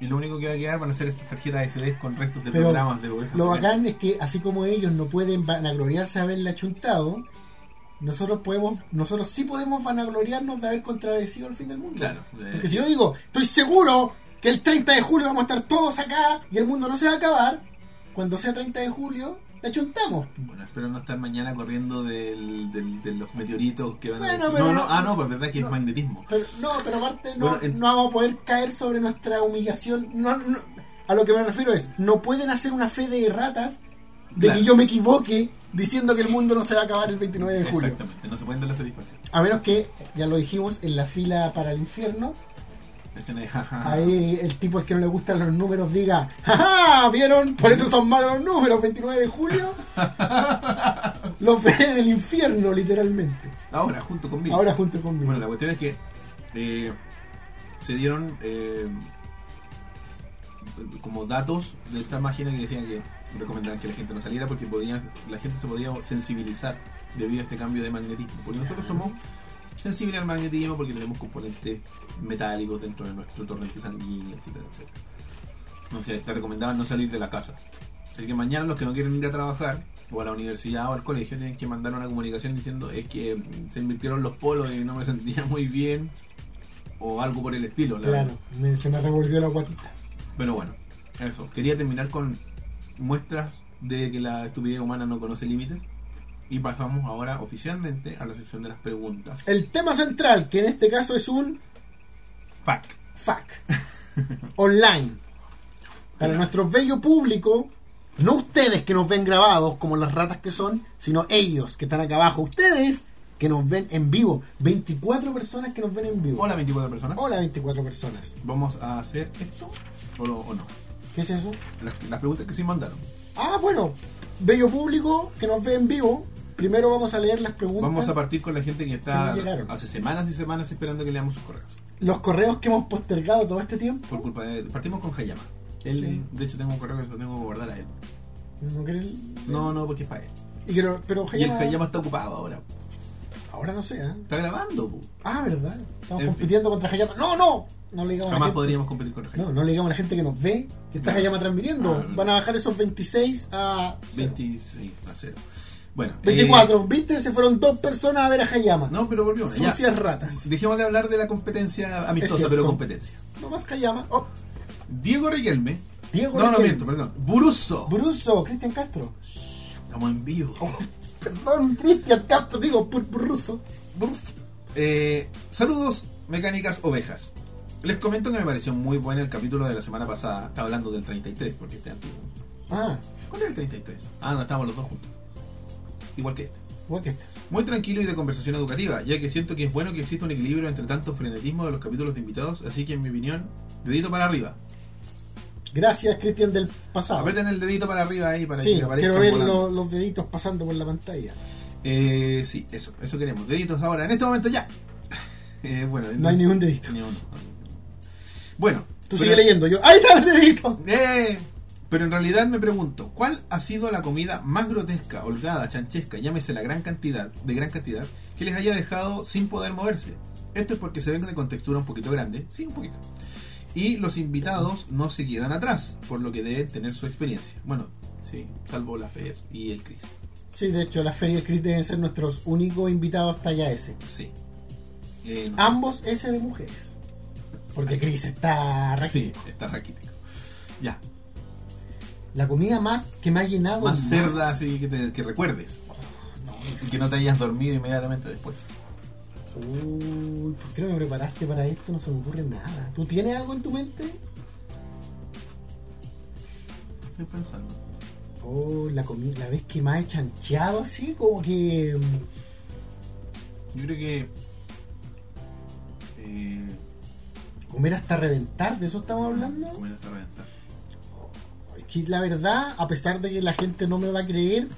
Speaker 1: Y lo único que va a quedar van a ser estas tarjetas SD con restos de
Speaker 2: Pero
Speaker 1: programas de ovejas.
Speaker 2: Lo
Speaker 1: Mecánicas.
Speaker 2: bacán es que así como ellos no pueden vanagloriarse de haberla chuntado, nosotros podemos, nosotros sí podemos vanagloriarnos de haber contradecido el fin del mundo.
Speaker 1: Claro. eh,
Speaker 2: Porque si yo digo, estoy seguro que el 30 de julio vamos a estar todos acá y el mundo no se va a acabar, cuando sea 30 de julio, la chuntamos.
Speaker 1: Bueno, espero no estar mañana corriendo del, del- de los meteoritos que van
Speaker 2: Bueno,
Speaker 1: a...
Speaker 2: pero
Speaker 1: no,
Speaker 2: no-
Speaker 1: no, ah, no, pues verdad que
Speaker 2: no.
Speaker 1: es magnetismo.
Speaker 2: Pero, no, pero aparte no,
Speaker 1: Bueno, en-
Speaker 2: no vamos a poder caer sobre nuestra humillación. No, no- a lo que me refiero es, no pueden hacer una fe de ratas de
Speaker 1: Claro.
Speaker 2: que yo me equivoque diciendo que el mundo no se va a acabar el 29 de julio.
Speaker 1: Exactamente, no se pueden dar la satisfacción.
Speaker 2: A menos que, ya lo dijimos, en la fila para el infierno,
Speaker 1: Este no es jaja.
Speaker 2: ahí el tipo al que no le gustan los números diga, ¡jaja! ¿Vieron? Por eso son malos los números, 29 de julio. los ven en el infierno, literalmente.
Speaker 1: Ahora, junto conmigo.
Speaker 2: Ahora junto conmigo.
Speaker 1: Bueno, la cuestión es que eh, se dieron eh, como datos de esta máquina que decían que recomendaban que la gente no saliera porque podía, la gente se podía sensibilizar debido a este cambio de magnetismo. Porque nosotros somos sensibles al magnetismo porque tenemos componentes metálicos dentro de nuestro torrente sanguíneo, etcétera, etcétera. No sé, te recomendaban no salir de la casa. Así que mañana los que no quieren ir a trabajar o a la universidad o al colegio tienen que mandar una comunicación diciendo es que mm, se invirtieron los polos y no me sentía muy bien o algo por el estilo. la
Speaker 2: claro, me- se me revolvió la guatita.
Speaker 1: pero bueno, eso. Quería terminar con muestras de que la estupidez humana no conoce límites. Y pasamos ahora oficialmente a la sección de las preguntas.
Speaker 2: El tema central, que en este caso es un
Speaker 1: Fuck.
Speaker 2: fact online para nuestro bello público no ustedes que nos ven grabados como las ratas que son sino ellos que están acá abajo ustedes que nos ven en vivo 24 personas que nos ven en vivo
Speaker 1: Hola 24 personas.
Speaker 2: Hola, 24 personas
Speaker 1: Vamos a hacer esto o, lo- o no.
Speaker 2: ¿qué es eso?
Speaker 1: Las, las preguntas que se mandaron.
Speaker 2: ah bueno bello público que nos ve en vivo primero vamos a leer las preguntas
Speaker 1: Vamos a partir con la gente que está
Speaker 2: Que no llegaron.
Speaker 1: hace semanas y semanas esperando que leamos sus correos.
Speaker 2: los correos que hemos postergado todo este tiempo
Speaker 1: Por culpa de... Partimos con Hayama. Él,
Speaker 2: Sí.
Speaker 1: de hecho, tengo un correo que lo tengo que guardar a él.
Speaker 2: no quieren
Speaker 1: No, no, porque es para él.
Speaker 2: y que lo- pero
Speaker 1: Y el
Speaker 2: Hayama-
Speaker 1: Hayama está ocupado ahora.
Speaker 2: ahora no sé ¿eh?
Speaker 1: Está grabando. po.
Speaker 2: ah verdad estamos
Speaker 1: En fin.
Speaker 2: compitiendo contra Hayama no no no le digamos a la
Speaker 1: Jamás
Speaker 2: gente.
Speaker 1: podríamos competir con Hayama.
Speaker 2: No, no le digamos a la gente que nos ve, que está
Speaker 1: Claro.
Speaker 2: Hayama transmitiendo.
Speaker 1: Ah, verdad.
Speaker 2: Van a bajar esos 26 a cero.
Speaker 1: 26 a 0. Bueno,
Speaker 2: 24. ¿Viste? Se fueron dos personas a ver a Hayama.
Speaker 1: eh, no, pero volvimos. Ya.
Speaker 2: Sucias ratas.
Speaker 1: Dejemos de hablar de la competencia
Speaker 2: Es
Speaker 1: amistosa,
Speaker 2: cierto.
Speaker 1: pero competencia.
Speaker 2: No más Hayama. Oh,
Speaker 1: Diego Riquelme.
Speaker 2: Diego
Speaker 1: no, no
Speaker 2: Riquelme.
Speaker 1: miento, perdón. Buruso.
Speaker 2: Bruso, Cristian Castro.
Speaker 1: Estamos en vivo.
Speaker 2: Oh, perdón, Cristian Castro, digo, por Bruso.
Speaker 1: Burf. Eh, saludos, mecánicas ovejas. Les comento que me pareció muy bueno el capítulo de la semana pasada. Estaba hablando del 33, porque este antiguo.
Speaker 2: Ah,
Speaker 1: ¿Cuál es el 33? Ah, no, estábamos los dos juntos. Igual que este.
Speaker 2: igual que este.
Speaker 1: Muy tranquilo y de conversación educativa, ya que siento que es bueno que exista un equilibrio entre tanto frenetismo de los capítulos de invitados, así que en mi opinión, dedito para arriba.
Speaker 2: Gracias, Cristian del pasado.
Speaker 1: Apreten el dedito para arriba ahí para
Speaker 2: Ah. Sí,
Speaker 1: que aparezca.
Speaker 2: quiero ver lo- los deditos pasando por la pantalla.
Speaker 1: Eh, sí, eso, eso queremos. Deditos ahora, en este momento ya. Eh, bueno,
Speaker 2: No hay
Speaker 1: entonces-
Speaker 2: ni un dedito.
Speaker 1: ni uno. Bueno,
Speaker 2: Tú
Speaker 1: pero-
Speaker 2: sigue leyendo yo. ¡Ahí está el dedito!
Speaker 1: Eh, pero en realidad me pregunto, ¿cuál ha sido la comida más grotesca, holgada, chanchesca, llámese la gran cantidad, de gran cantidad, que les haya dejado sin poder moverse? Esto es porque se ven de contextura un poquito grande, sí, un poquito. Y los invitados no se quedan atrás, por lo que deben tener su experiencia. Bueno, si sí. Salvo la Fer y el Chris.
Speaker 2: Sí, de hecho, la Feria y el Chris deben ser nuestros únicos invitados talla S.
Speaker 1: Sí. Eh, no.
Speaker 2: Ambos S de mujeres. Porque Chris está
Speaker 1: Sí,
Speaker 2: raquítico.
Speaker 1: está Ah, raquítico. Ya.
Speaker 2: La comida más que me ha llenado.
Speaker 1: Más cerda, así que, te- que recuerdes.
Speaker 2: No,
Speaker 1: Y que no te hayas dormido inmediatamente después.
Speaker 2: uy, ¿por qué no me preparaste para esto? No se me ocurre nada. ¿Tú tienes algo en tu mente?
Speaker 1: Estoy pensando.
Speaker 2: Oh, la comida, la vez que más he chancheado así, como que. mm,
Speaker 1: Yo creo que. Eh,
Speaker 2: Comer hasta reventar, ¿de eso estamos hablando?
Speaker 1: Comer hasta reventar.
Speaker 2: Es que la verdad, a pesar de que la gente no me va a creer,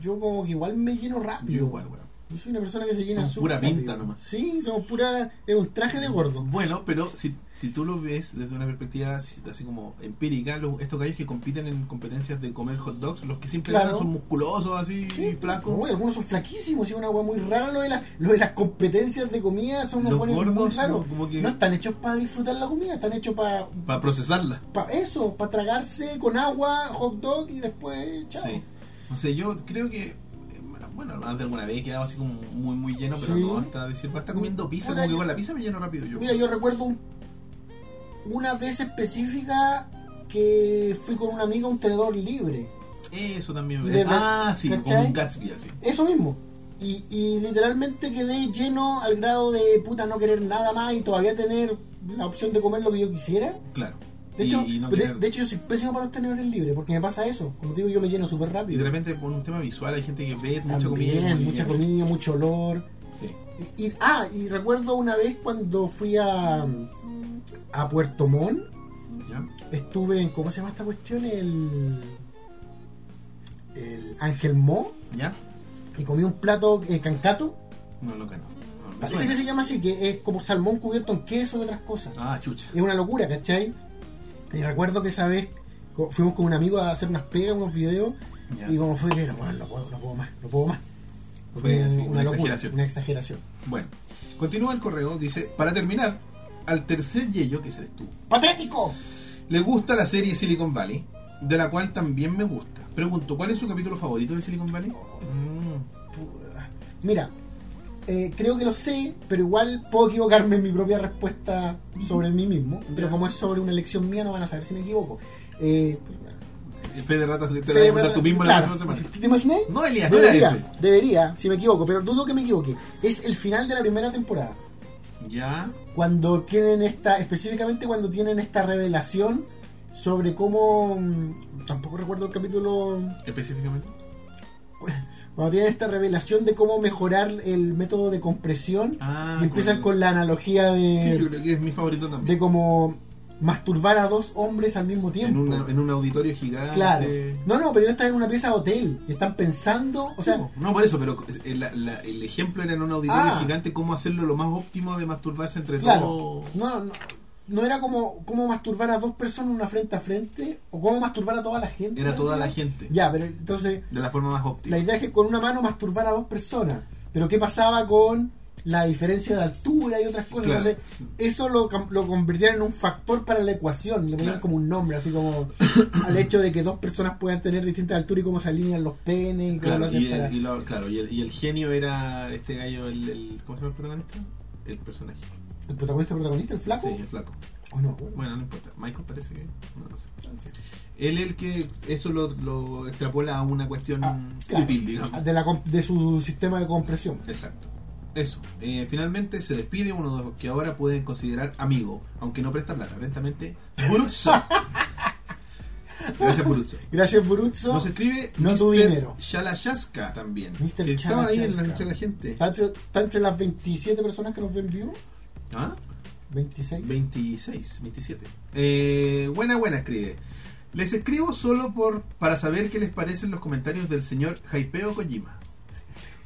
Speaker 2: yo como que igual me lleno rápido.
Speaker 1: Yo igual, weón.
Speaker 2: Yo soy una persona que se llena
Speaker 1: Somos
Speaker 2: súper
Speaker 1: pura pinta
Speaker 2: rápido.
Speaker 1: nomás.
Speaker 2: Sí, somos pura. Es un traje de gordo.
Speaker 1: Bueno, pero si, si tú lo ves desde una perspectiva así así como empírica, lo- estos gallos que compiten en competencias de comer hot dogs, los que siempre
Speaker 2: Claro.
Speaker 1: ganan son musculosos, así,
Speaker 2: Sí,
Speaker 1: flacos.
Speaker 2: Uy, algunos son flaquísimos, es una hueá muy rara. Lo de, la- lo de las competencias de comida son unos
Speaker 1: Los
Speaker 2: hueones
Speaker 1: gordos
Speaker 2: muy raros.
Speaker 1: son como que-
Speaker 2: No están hechos para disfrutar la comida, están hechos para
Speaker 1: Para procesarla.
Speaker 2: pa eso, para tragarse con agua, hot dog y después, chao.
Speaker 1: Sí. O sea, yo creo que. eh, Bueno, más de alguna vez he quedado así como muy, muy lleno, pero
Speaker 2: Sí.
Speaker 1: no hasta decir, va a estar comiendo pizza.
Speaker 2: Puta,
Speaker 1: como que
Speaker 2: yo-
Speaker 1: con la pizza me lleno rápido yo.
Speaker 2: Mira, yo recuerdo un- una vez específica que fui con un amigo a un tenedor libre.
Speaker 1: Eso también.
Speaker 2: Y de-
Speaker 1: ah, sí,
Speaker 2: ¿cachai?
Speaker 1: como un Gatsby así.
Speaker 2: Eso mismo. Y, y literalmente quedé lleno al grado de puta no querer nada más y todavía tener la opción de comer lo que yo quisiera.
Speaker 1: Claro.
Speaker 2: De
Speaker 1: Y-
Speaker 2: hecho,
Speaker 1: y no
Speaker 2: de,
Speaker 1: querer-
Speaker 2: de hecho, yo soy pésimo para los tenedores libres porque me pasa eso. Como te digo, yo me lleno súper
Speaker 1: Y de
Speaker 2: rápido.
Speaker 1: repente por un tema visual hay gente que ve mucha comida. y
Speaker 2: También,
Speaker 1: como que-
Speaker 2: mucha comida, mucho olor.
Speaker 1: Sí.
Speaker 2: Y, y- ah, y recuerdo una vez cuando fui a, a Puerto Montt,
Speaker 1: ¿Ya?
Speaker 2: estuve en, ¿cómo se llama esta cuestión? El, el Ángel Mo
Speaker 1: ¿Ya?
Speaker 2: y comí un plato eh, cancato.
Speaker 1: No, lo que no. No, me
Speaker 2: Parece
Speaker 1: suena.
Speaker 2: que se llama así, que es como salmón cubierto en queso y otras cosas.
Speaker 1: Ah, chucha.
Speaker 2: Es una locura, ¿cachai? Y recuerdo que esa vez co- fuimos con un amigo a hacer unas pegas, unos videos,
Speaker 1: Ya.
Speaker 2: y como fue que no, bueno, no puedo, no puedo más, no puedo más.
Speaker 1: Fue así,
Speaker 2: una,
Speaker 1: una
Speaker 2: locura,
Speaker 1: exageración.
Speaker 2: una exageración.
Speaker 1: Bueno, continúa el correo, dice, para terminar, al tercer yello, que eres tú,
Speaker 2: ¡Patético!
Speaker 1: le gusta la serie Silicon Valley, de la cual también me gusta. Pregunto, ¿cuál es su capítulo favorito de Silicon Valley? Mm,
Speaker 2: Mira, eh, creo que lo sé, pero igual puedo equivocarme en mi propia respuesta sobre mí mismo. Pero
Speaker 1: Ya.
Speaker 2: como es sobre una elección mía, no van a saber si me equivoco. Eh,
Speaker 1: el Fede Ratas te lo voy a
Speaker 2: Fede
Speaker 1: preguntar tú mismo
Speaker 2: claro.
Speaker 1: la próxima semana.
Speaker 2: ¿Te imagináis?
Speaker 1: No, Elías, no era
Speaker 2: debería,
Speaker 1: ese.
Speaker 2: debería, si me equivoco, pero dudo que me equivoque. Es el final de la primera temporada.
Speaker 1: Ya,
Speaker 2: Cuando tienen esta, específicamente cuando tienen esta revelación sobre cómo. mm, Tampoco recuerdo el capítulo.
Speaker 1: específicamente.
Speaker 2: Cuando tienen esta revelación de cómo mejorar el método de compresión.
Speaker 1: Ah,
Speaker 2: y empiezan
Speaker 1: correcto.
Speaker 2: con la analogía
Speaker 1: Sí, yo
Speaker 2: de,
Speaker 1: creo que es mi favorito también.
Speaker 2: de como masturbar a dos hombres al mismo
Speaker 1: En,
Speaker 2: tiempo.
Speaker 1: una- en un auditorio gigante.
Speaker 2: Claro. No, no, pero ellos están en una pieza de hotel. Y están pensando. O sea,
Speaker 1: no, no, por eso, pero eh, la- la- el ejemplo era en un auditorio
Speaker 2: Ah.
Speaker 1: gigante, cómo hacerlo lo más óptimo de masturbarse entre
Speaker 2: Claro.
Speaker 1: todos.
Speaker 2: No, no, no era como, como masturbar a dos personas una frente a frente o como masturbar a toda la gente.
Speaker 1: Era
Speaker 2: ¿no?
Speaker 1: toda la gente.
Speaker 2: Ya, pero entonces
Speaker 1: De la forma más óptima.
Speaker 2: la idea es que con una mano masturbar a dos personas. Pero ¿qué pasaba con la diferencia de altura y otras cosas?
Speaker 1: Claro.
Speaker 2: Entonces, eso lo, cam- lo convirtieron en un factor para la ecuación. Le ponían
Speaker 1: Claro.
Speaker 2: como un nombre, así como al hecho de que dos personas puedan tener distintas alturas y cómo se alinean los penes y cómo lo
Speaker 1: Claro,
Speaker 2: hacen
Speaker 1: y
Speaker 2: para...
Speaker 1: el, y lo- claro, y el- y el genio era este gallo, el, el- ¿cómo se llama el protagonista? El personaje.
Speaker 2: ¿El protagonista, el protagonista, el flaco?
Speaker 1: Sí, el flaco.
Speaker 2: ¿O no?
Speaker 1: Bueno, no importa. Michael parece que... No, no sé. Él el que eso lo, lo extrapola a una cuestión
Speaker 2: Ah, claro.
Speaker 1: útil, digamos.
Speaker 2: de, la comp- de su sistema de compresión.
Speaker 1: Exacto. Eso. Eh, finalmente se despide uno de los que ahora pueden considerar amigo, aunque no presta plata, lentamente. Bruzzo. Gracias, Bruzzo.
Speaker 2: Gracias, Bruzzo.
Speaker 1: Nos escribe
Speaker 2: No tu dinero.
Speaker 1: Shalashaska también.
Speaker 2: Mr.
Speaker 1: Que estaba ahí en la-
Speaker 2: Shalashaska.
Speaker 1: entre la gente.
Speaker 2: está, entre, está entre las 27 personas que nos ven vivo.
Speaker 1: ¿Ah?
Speaker 2: 26.
Speaker 1: 26, 27. Eh, buena, buena, escribe. Les escribo solo por para saber qué les parecen los comentarios del señor Jaipeo Kojima.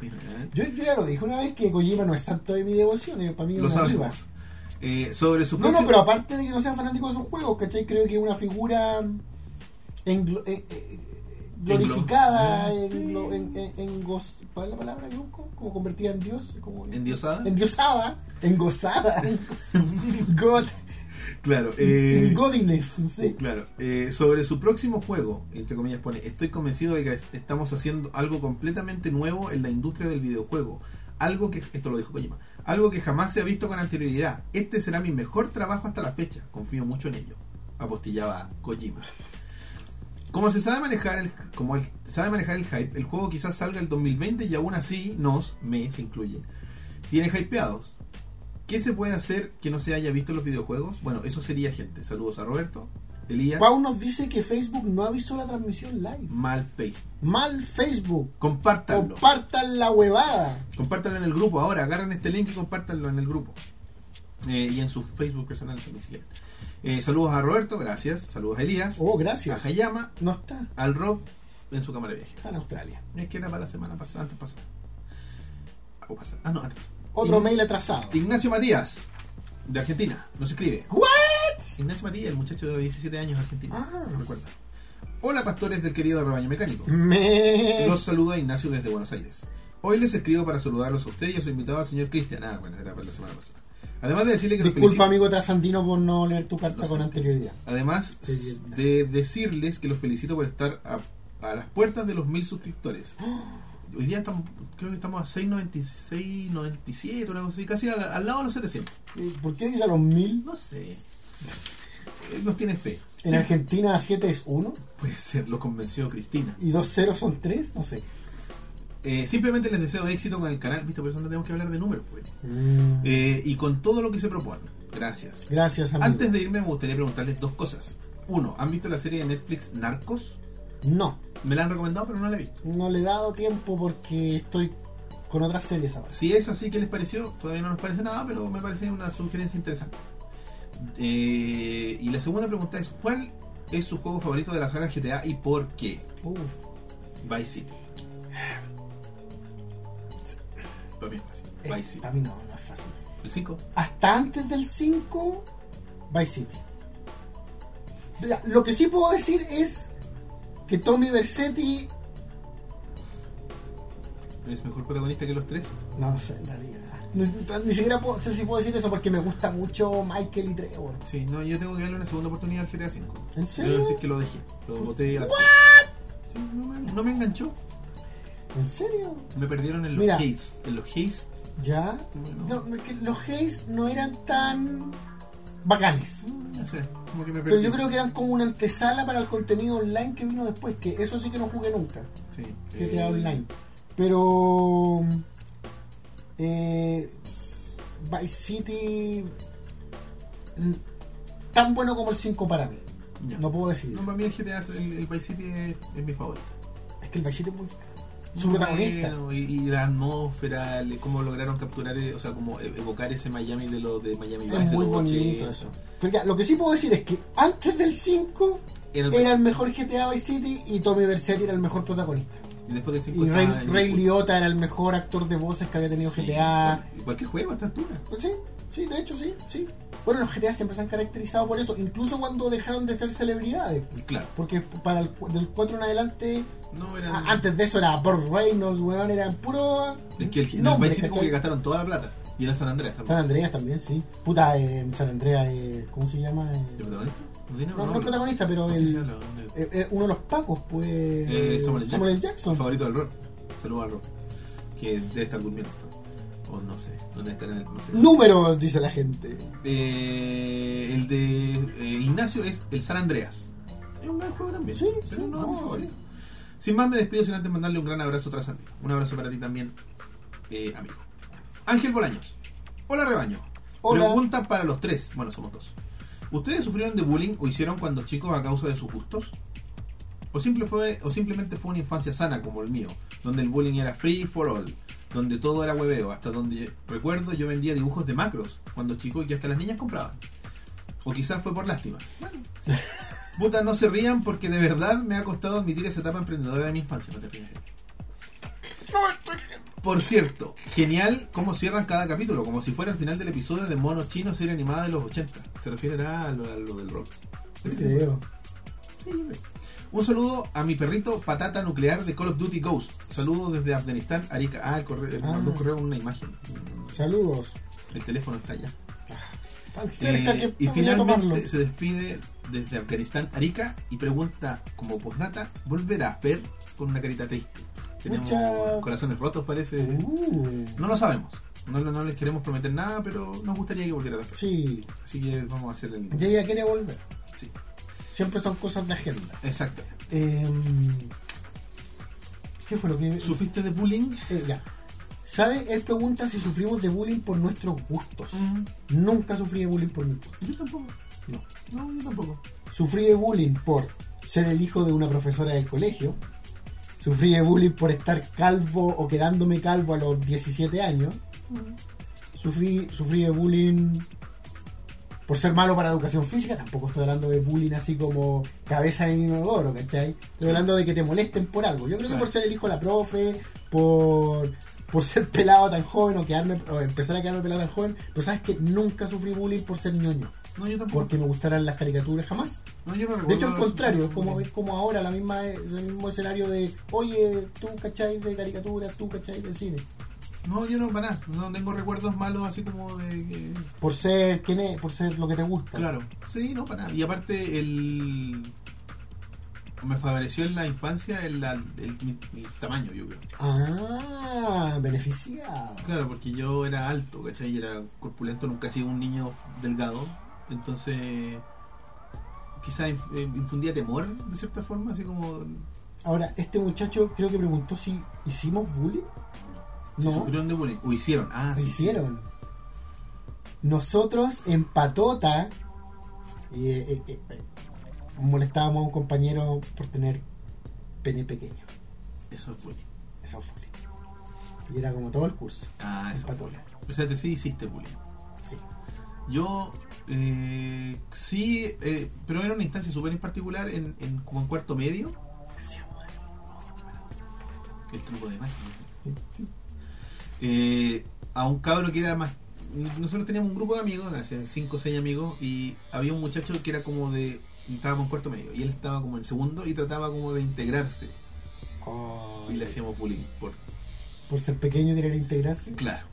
Speaker 1: Mira, ¿eh?
Speaker 2: Yo, yo ya lo dije una vez que Kojima no es santo de mi devoción, eh, para mí es
Speaker 1: Lo
Speaker 2: una diva.
Speaker 1: sabemos. Eh, sobre su
Speaker 2: No, no,
Speaker 1: próximo-
Speaker 2: pero aparte de que no sea fanático de sus juegos, ¿cachai? Creo que es una figura englo- eh, eh, eh, glorificada, eh,
Speaker 1: Englo-
Speaker 2: englo- en, en- engos- ¿cuál es la palabra que busco? Como convertida en Dios, como
Speaker 1: endiosada.
Speaker 2: endiosada, engozada, God,
Speaker 1: Claro. eh,
Speaker 2: Godines, sí.
Speaker 1: Claro, eh, sobre su próximo juego, entre comillas pone, estoy convencido de que est- estamos haciendo algo completamente nuevo en la industria del videojuego. Algo que, esto lo dijo Kojima, algo que jamás se ha visto con anterioridad. Este será mi mejor trabajo hasta la fecha, confío mucho en ello, apostillaba Kojima. Como se sabe manejar el, como el- sabe manejar el hype, el juego quizás salga el 2020 y aún así nos, me se incluye, tiene hypeados. ¿Qué se puede hacer que no se haya visto en los videojuegos? Bueno, eso sería gente. Saludos a Roberto, Elías,
Speaker 2: Pau nos dice que Facebook no avisó la transmisión live.
Speaker 1: mal Facebook.
Speaker 2: Mal Facebook.
Speaker 1: Compártanlo.
Speaker 2: Compartan la huevada.
Speaker 1: compártanlo en el grupo ahora. Agarren este link y compártanlo en el grupo. Eh, y en su Facebook personal también si quieren. Eh, saludos a Roberto, gracias. Saludos a Elías,
Speaker 2: Oh,
Speaker 1: a
Speaker 2: gracias.
Speaker 1: Hayama,
Speaker 2: No está.
Speaker 1: al Rob en su cámara de viaje.
Speaker 2: Está en Australia.
Speaker 1: Es que era para la semana pasada, antes pasada. O pasada. Ah, no, antes.
Speaker 2: Otro
Speaker 1: Ign-
Speaker 2: mail atrasado.
Speaker 1: Ignacio Matías, de Argentina, nos escribe.
Speaker 2: ¿What?
Speaker 1: Ignacio Matías, el muchacho de 17 años argentino.
Speaker 2: Ah.
Speaker 1: no recuerda. Hola, pastores del querido rebaño mecánico.
Speaker 2: Me...
Speaker 1: Los saluda Ignacio desde Buenos Aires. Hoy les escribo para saludarlos a ustedes y a su invitado, al señor Cristian. Ah, bueno, era para la semana pasada. Además de decirle que los felicito-
Speaker 2: Disculpa, amigo trasandino, por no leer tu carta
Speaker 1: Lo
Speaker 2: con
Speaker 1: sentí.
Speaker 2: anterioridad.
Speaker 1: Además
Speaker 2: Qué bien.
Speaker 1: de decirles que los felicito por estar a, a las puertas de los mil suscriptores. Hoy día estamos, creo que estamos a 696, 97, una cosa así, casi al, al lado de los 700.
Speaker 2: ¿Y Eh, ¿Por qué dice a los mil?
Speaker 1: No sé. Eh, Nos tiene fe.
Speaker 2: En
Speaker 1: Sí,
Speaker 2: Argentina 7 es 1
Speaker 1: puede ser, lo convenció Cristina.
Speaker 2: y 2 ceros son 3, no sé.
Speaker 1: Eh, simplemente les deseo éxito con el canal. Viste, por eso no tenemos que hablar de números, pues. Eh, y con todo lo que se propone. Gracias.
Speaker 2: Mm, Gracias, amigo.
Speaker 1: Antes de irme me gustaría preguntarles dos cosas. Uno, ¿han visto la serie de Netflix Narcos?
Speaker 2: No,
Speaker 1: Me la han recomendado pero no la he visto.
Speaker 2: no le he dado tiempo porque estoy con otras series ahora.
Speaker 1: Si es así, ¿qué les pareció? Todavía no nos parece nada, pero me parece una sugerencia interesante. Eh, y la segunda pregunta es, ¿cuál es su juego favorito de la saga GTA y por qué?
Speaker 2: Uf.
Speaker 1: Vice City. Para mí es fácil.
Speaker 2: Eh, ah.
Speaker 1: Vice City.
Speaker 2: para mí no, no es fácil.
Speaker 1: ¿El 5?
Speaker 2: Hasta antes del 5, Vice City. Mira, Lo que sí puedo decir es que Tommy Versetti.
Speaker 1: ¿Es mejor protagonista que los tres?
Speaker 2: No, no sé, en realidad. Ni, ni siquiera puedo- sé si puedo decir eso porque me gusta mucho Michael y Trevor.
Speaker 1: Sí, no, yo tengo que darle una segunda oportunidad al GTA 5.
Speaker 2: ¿En serio?
Speaker 1: Yo decir que lo dejé. Lo boté al... Sí, no, me, no me enganchó.
Speaker 2: ¿En serio?
Speaker 1: Me perdieron en los
Speaker 2: Mira.
Speaker 1: hates. En los hates.
Speaker 2: ¿Ya? No, no, es que los gays no eran tan bacanes.
Speaker 1: No Mm, sé, como que me
Speaker 2: Pero
Speaker 1: perdí.
Speaker 2: yo creo que eran como una antesala para el contenido online que vino después, que eso sí que no jugué nunca,
Speaker 1: Sí.
Speaker 2: GTA
Speaker 1: Eh,
Speaker 2: Online. Pero... Eh, Vice City... mm, Tan bueno como el 5 para mí.
Speaker 1: ya.
Speaker 2: No puedo decir.
Speaker 1: No, para mí el GTA, es- el, el Vice City es, es mi favorito.
Speaker 2: Es que el Vice City es muy... Su
Speaker 1: Bueno,
Speaker 2: protagonista.
Speaker 1: y, y la atmósfera, el- cómo lograron capturar, eh, o sea, como e- evocar ese Miami de los de Miami Vice.
Speaker 2: Es
Speaker 1: de
Speaker 2: muy
Speaker 1: los
Speaker 2: bonito
Speaker 1: 80.
Speaker 2: eso. Pero ya, lo que sí puedo decir es que antes del 5
Speaker 1: Era el
Speaker 2: era
Speaker 1: Vice
Speaker 2: el mejor GTA Vice City y Tommy Versetti era el mejor protagonista.
Speaker 1: City. Y después del 5
Speaker 2: Y Ray, Ray Liotta era el mejor actor de voces que había tenido GTA.
Speaker 1: Igual que juego a esta altura.
Speaker 2: Pues sí, sí, de hecho, sí, sí. Bueno, los GTA siempre se han caracterizado por eso, incluso cuando dejaron de ser celebridades.
Speaker 1: Claro.
Speaker 2: Porque para el cu- del 4 en adelante,
Speaker 1: No
Speaker 2: a-
Speaker 1: eran.
Speaker 2: Ah, antes de eso era Burt Reynolds, weón, eran puro.
Speaker 1: Es que el, en el
Speaker 2: nombre,
Speaker 1: Vice City como
Speaker 2: ¿cachai?
Speaker 1: que gastaron toda la plata. Y era San Andreas
Speaker 2: San
Speaker 1: también.
Speaker 2: Andreas también, sí. Puta, eh, San Andreas, eh, ¿cómo se llama? Eh,
Speaker 1: ¿El protagonista? No tiene
Speaker 2: no, no el
Speaker 1: nombre.
Speaker 2: protagonista, pero
Speaker 1: No sé si
Speaker 2: el,
Speaker 1: habla, ¿no?
Speaker 2: eh, eh, uno de los pacos, pues.
Speaker 1: Eh, Samuel L.
Speaker 2: Samuel L.
Speaker 1: Mi
Speaker 2: Jackson.
Speaker 1: favorito del Rob. Saludos al Rob. Que debe estar durmiendo. O no sé. ¿Dónde estará en el.? No sé.
Speaker 2: Números, dice la gente.
Speaker 1: Eh, el de eh, Ignacio es el San Andreas. Es un gran juego también.
Speaker 2: Sí,
Speaker 1: pero
Speaker 2: sí,
Speaker 1: no, es mi
Speaker 2: no,
Speaker 1: favorito.
Speaker 2: sí.
Speaker 1: Sin más, me despido sin antes mandarle un gran abrazo trasandino. Un abrazo para ti también, eh, amigo. Ángel Bolaños. Hola, rebaño.
Speaker 2: Hola.
Speaker 1: Pregunta para los tres. Bueno, somos dos. ¿Ustedes sufrieron de bullying o hicieron cuando chicos a causa de sus gustos? O, simple fue, o simplemente fue una infancia sana como el mío, donde el bullying era free for all, donde todo era hueveo, hasta donde recuerdo yo vendía dibujos de macros cuando chico y que hasta las niñas compraban. O quizás fue por lástima. Bueno. Puta, no se rían porque de verdad me ha costado admitir esa etapa emprendedora de mi infancia. No te rías, Jeremy. Por cierto, genial cómo cierran cada capítulo, como si fuera el final del episodio de Mono Chino, serie animada de los 80. Se refiere a lo, a lo del rock.
Speaker 2: Creo.
Speaker 1: Sí, yo creo. Un saludo a mi perrito patata nuclear de Call of Duty Ghost. Saludos desde Afganistán, Arica. Ah, el correo,
Speaker 2: Ah.
Speaker 1: mandó un correo con una imagen.
Speaker 2: Saludos.
Speaker 1: El teléfono está allá.
Speaker 2: Tan cerca
Speaker 1: Eh,
Speaker 2: que
Speaker 1: y
Speaker 2: podría tomarlo.
Speaker 1: finalmente se despide desde Afganistán, Arica, y pregunta como postdata, ¿volverá a ver con una carita triste? Tenemos
Speaker 2: Mucha-
Speaker 1: corazones rotos, parece.
Speaker 2: Uh,
Speaker 1: No lo sabemos. No, no les queremos prometer nada, pero nos gustaría que volviera a ver.
Speaker 2: sí,
Speaker 1: Así que vamos a hacerle el...
Speaker 2: y ella quiere volver.
Speaker 1: Sí,
Speaker 2: Siempre son cosas de agenda.
Speaker 1: exactamente.
Speaker 2: Em, ¿Qué fue lo que.?
Speaker 1: ¿Sufriste de bullying?
Speaker 2: eh, ya. ¿Sabe? Él pregunta si sufrimos de bullying por nuestros gustos. Nunca sufrí de bullying por mi gusto.
Speaker 1: Yo tampoco.
Speaker 2: No.
Speaker 1: No, yo tampoco.
Speaker 2: Sufrí de bullying por ser el hijo de una profesora del colegio. Sufrí de bullying por estar calvo o quedándome calvo a los 17 años. Sufrí, sufrí de bullying por ser malo para la educación física. Tampoco estoy hablando de bullying así como cabeza en inodoro, ¿cachai? Estoy hablando de que te molesten por algo. Yo creo que
Speaker 1: Claro.
Speaker 2: por ser el hijo de la profe, por, por ser pelado tan joven o, quedarme, o empezar a quedarme pelado tan joven. Pero sabes que nunca sufrí bullying por ser ñoño.
Speaker 1: No, yo tampoco.
Speaker 2: Porque me gustaran las caricaturas jamás.
Speaker 1: No, yo no recuerdo.
Speaker 2: De hecho, al contrario, es como, es como ahora la misma, el mismo escenario de, oye, tú cacháis de caricaturas, tú cacháis de cine.
Speaker 1: No, yo no, para nada. No tengo recuerdos malos así como de que...
Speaker 2: Por ser quien es, por ser lo que te gusta.
Speaker 1: Claro. Sí, no, para nada. Y aparte, el... Me favoreció en la infancia el, la- el- mi, mi tamaño, yo creo.
Speaker 2: Ah, beneficiado.
Speaker 1: Claro, porque yo era alto, ¿cachai? Y era corpulento, nunca he sido un niño delgado. Entonces, quizás eh, infundía temor, de cierta forma, así como...
Speaker 2: Ahora, este muchacho creo que preguntó si hicimos bullying.
Speaker 1: si
Speaker 2: No,
Speaker 1: ¿Sufrieron de bullying? ¿O hicieron? Ah,
Speaker 2: lo
Speaker 1: sí.
Speaker 2: hicieron. Nosotros en Patota eh, eh, eh, eh, molestábamos a un compañero por tener pene pequeño.
Speaker 1: Eso es bullying.
Speaker 2: Eso fue. Y era como todo el curso.
Speaker 1: Ah, eso es
Speaker 2: Empató.
Speaker 1: bullying. O sea, te sí hiciste bullying.
Speaker 2: Sí.
Speaker 1: Yo eh, sí, eh, pero era una instancia súper en particular en, en, como en cuarto medio. El truco de magia. Eh, a un cabro que era más... Nosotros teníamos un grupo de amigos, hacían cinco o seis amigos, y había un muchacho que era como de... Estábamos en cuarto medio, y él estaba como en segundo y trataba como de integrarse.
Speaker 2: Oh,
Speaker 1: Y le hacíamos bullying por...
Speaker 2: por ser pequeño querer integrarse.
Speaker 1: Claro.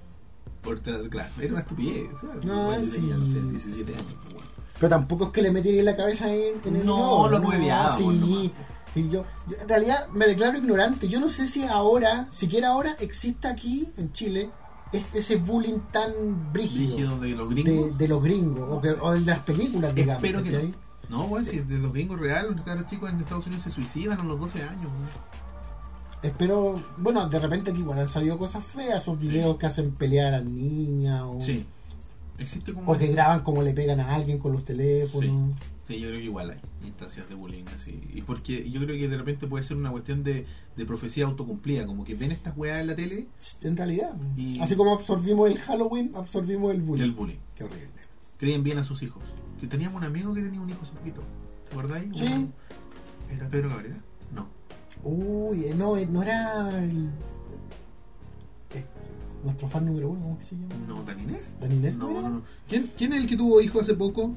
Speaker 1: Por, tra- claro. Era una estupidez. ¿sabes?
Speaker 2: No,
Speaker 1: Igual yo
Speaker 2: Ah, sí.
Speaker 1: tenía, no sé, 17 años. pues, bueno.
Speaker 2: Pero tampoco es que le metí en la cabeza en, en el
Speaker 1: No,
Speaker 2: inodoro,
Speaker 1: lo hueveábamos nomás.
Speaker 2: Sí, sí, yo, yo en realidad me declaro ignorante. Yo no sé si ahora, siquiera ahora, exista aquí en Chile es- ese bullying tan brígido,
Speaker 1: Brígido de los gringos.
Speaker 2: de, de los gringos o,
Speaker 1: No
Speaker 2: que-
Speaker 1: sé.
Speaker 2: o de las películas, digamos.
Speaker 1: Espero que
Speaker 2: ¿cachai?
Speaker 1: no. No, weón, si de los gringos reales, los caros chicos en Estados Unidos se suicidan a los 12 años, weón.
Speaker 2: Espero, bueno, de repente aquí bueno, han salido cosas feas, esos videos que hacen pelear a las niñas o,
Speaker 1: Sí. Existe como.
Speaker 2: o que graban como le pegan a alguien con los teléfonos.
Speaker 1: Sí, yo creo que igual hay instancias de bullying así. Y porque yo creo que de repente puede ser una cuestión de, de profecía autocumplida. Como que ven estas weas en la tele
Speaker 2: En realidad,
Speaker 1: Y-
Speaker 2: así como absorbimos el Halloween, absorbimos el
Speaker 1: y
Speaker 2: bullying.
Speaker 1: el bullying.
Speaker 2: Qué horrible.
Speaker 1: Creían bien a sus hijos. Que teníamos un amigo que tenía un hijo chiquito. ¿Te acordáis?
Speaker 2: Sí.
Speaker 1: Un- ¿Era Pedro Cabrera? No.
Speaker 2: Uy, eh, no, eh, no era el- eh, nuestro fan número uno, ¿cómo que se llama?
Speaker 1: ¿No, Dan Inés?
Speaker 2: ¿Dan Inés
Speaker 1: No,
Speaker 2: no era?
Speaker 1: no, no. ¿Quién, ¿Quién es el que tuvo hijo hace poco?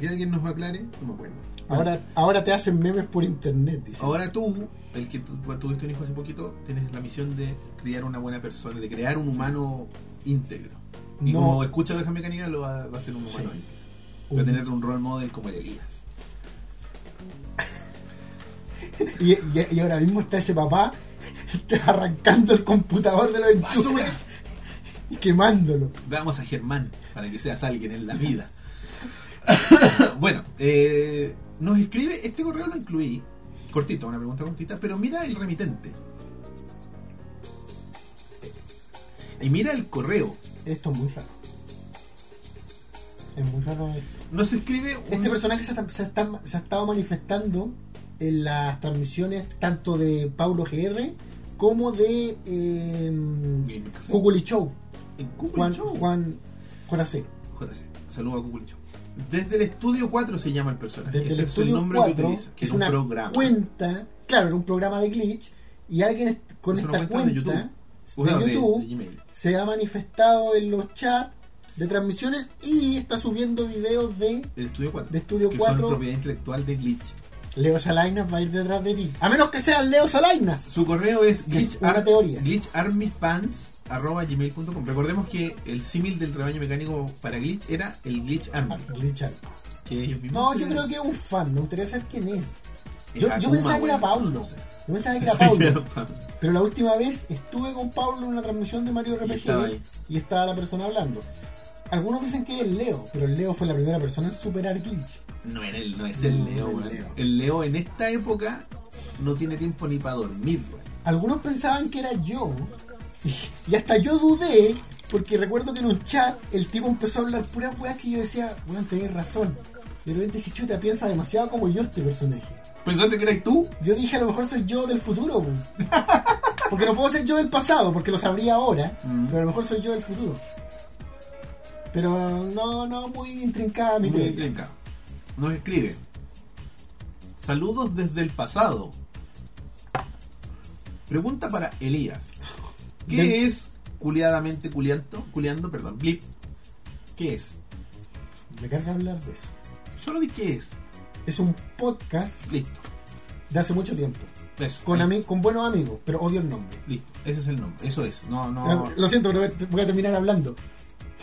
Speaker 1: ¿Y alguien nos aclare? No me acuerdo.
Speaker 2: Ahora, ahora te hacen memes por internet, dice.
Speaker 1: Ahora tú, el que tu- tuviste un hijo hace poquito, tienes la misión de criar una buena persona, de crear un humano íntegro. Y
Speaker 2: No.
Speaker 1: como escucha Oveja Mecánica, lo va, va a ser un humano
Speaker 2: Sí.
Speaker 1: íntegro.
Speaker 2: Un-
Speaker 1: Va a tener un role model como el Elías.
Speaker 2: y, y- y ahora mismo está ese papá arrancando el computador de los
Speaker 1: ¡Basura!
Speaker 2: enchufes y quemándolo.
Speaker 1: Veamos a Germán, para que seas alguien en la vida. bueno, eh, nos escribe, este correo lo incluí, cortito, una pregunta cortita, pero mira el remitente. Y mira el correo.
Speaker 2: Esto es muy raro. Es muy raro. esto.
Speaker 1: Nos escribe un-
Speaker 2: Este personaje se, está- se está- se ha estado manifestando en las transmisiones tanto de Paulo GR como de eh,
Speaker 1: Gamer Café.
Speaker 2: Kukuli Show.
Speaker 1: En Cuculi
Speaker 2: Juan,
Speaker 1: Show.
Speaker 2: Juan Joracé.
Speaker 1: JC. Saludos a Cuculi Show. Desde el estudio 4 se llama el personaje.
Speaker 2: Desde
Speaker 1: Ese
Speaker 2: el
Speaker 1: es
Speaker 2: estudio
Speaker 1: el nombre que
Speaker 2: 4,
Speaker 1: utiliza. Que
Speaker 2: es
Speaker 1: es un
Speaker 2: una
Speaker 1: programa.
Speaker 2: cuenta, claro, era un programa de glitch, y alguien est- con
Speaker 1: Es una
Speaker 2: esta
Speaker 1: cuenta de
Speaker 2: cuenta,
Speaker 1: O sea,
Speaker 2: de
Speaker 1: de-
Speaker 2: YouTube
Speaker 1: de Gmail.
Speaker 2: se ha manifestado en los chats de transmisiones y está subiendo videos de
Speaker 1: El estudio 4.
Speaker 2: De Estudio
Speaker 1: que
Speaker 2: 4.
Speaker 1: son propiedad intelectual de Glitch.
Speaker 2: Leo Salainas va a ir detrás de ti. A menos que sean Leo Salainas.
Speaker 1: Su correo es, glitch
Speaker 2: una teoría.
Speaker 1: glitcharmyfans arroba gmail.com. Recordemos que el símil del rebaño mecánico para Glitch era el Glitch Army.
Speaker 2: Glitch Army.
Speaker 1: Que ellos mismos
Speaker 2: No, yo
Speaker 1: crearon.
Speaker 2: creo que es un fan, me gustaría saber quién es.
Speaker 1: Es
Speaker 2: Yo, yo
Speaker 1: Akuma,
Speaker 2: pensaba que era
Speaker 1: weón.
Speaker 2: Pablo.
Speaker 1: No sé.
Speaker 2: Yo pensaba que era
Speaker 1: Era
Speaker 2: Pablo.
Speaker 1: Pablo.
Speaker 2: Pero la última vez estuve con Pablo en una transmisión de Mario RPG y
Speaker 1: estaba ahí.
Speaker 2: estaba, la persona hablando. Algunos dicen que es el Leo, pero el Leo fue la primera persona en superar Glitch.
Speaker 1: No, era el, no es el
Speaker 2: No,
Speaker 1: Leo,
Speaker 2: el
Speaker 1: weón.
Speaker 2: Leo.
Speaker 1: El Leo en esta época no tiene tiempo ni para dormir, weón.
Speaker 2: Algunos pensaban que era yo. Y hasta yo dudé, porque recuerdo que en un chat el tipo empezó a hablar puras weas que yo decía, weón, tenés razón. Y de repente dije, chuta, piensa demasiado como yo este personaje.
Speaker 1: ¿Pensaste que eras tú?
Speaker 2: Yo dije, a lo mejor soy yo del futuro, weón. Porque no puedo ser yo del pasado, porque lo sabría ahora,
Speaker 1: Mm.
Speaker 2: pero a lo mejor soy yo del futuro. Pero no, no, muy intrincada Ah, mi
Speaker 1: Muy
Speaker 2: teoría.
Speaker 1: cerca. Nos escribe. Saludos desde el pasado. Pregunta para Elías. ¿Qué
Speaker 2: Del-
Speaker 1: es culiadamente culiando? Culiando, perdón, blip. ¿Qué es?
Speaker 2: Me carga hablar de eso.
Speaker 1: Solo di qué es.
Speaker 2: Es un podcast
Speaker 1: Listo.
Speaker 2: de hace mucho tiempo,
Speaker 1: Eso.
Speaker 2: con,
Speaker 1: Listo.
Speaker 2: ami- con buenos amigos, pero odio el nombre.
Speaker 1: Listo. Ese es el nombre. Eso es. No, no.
Speaker 2: Lo siento, pero voy a terminar hablando.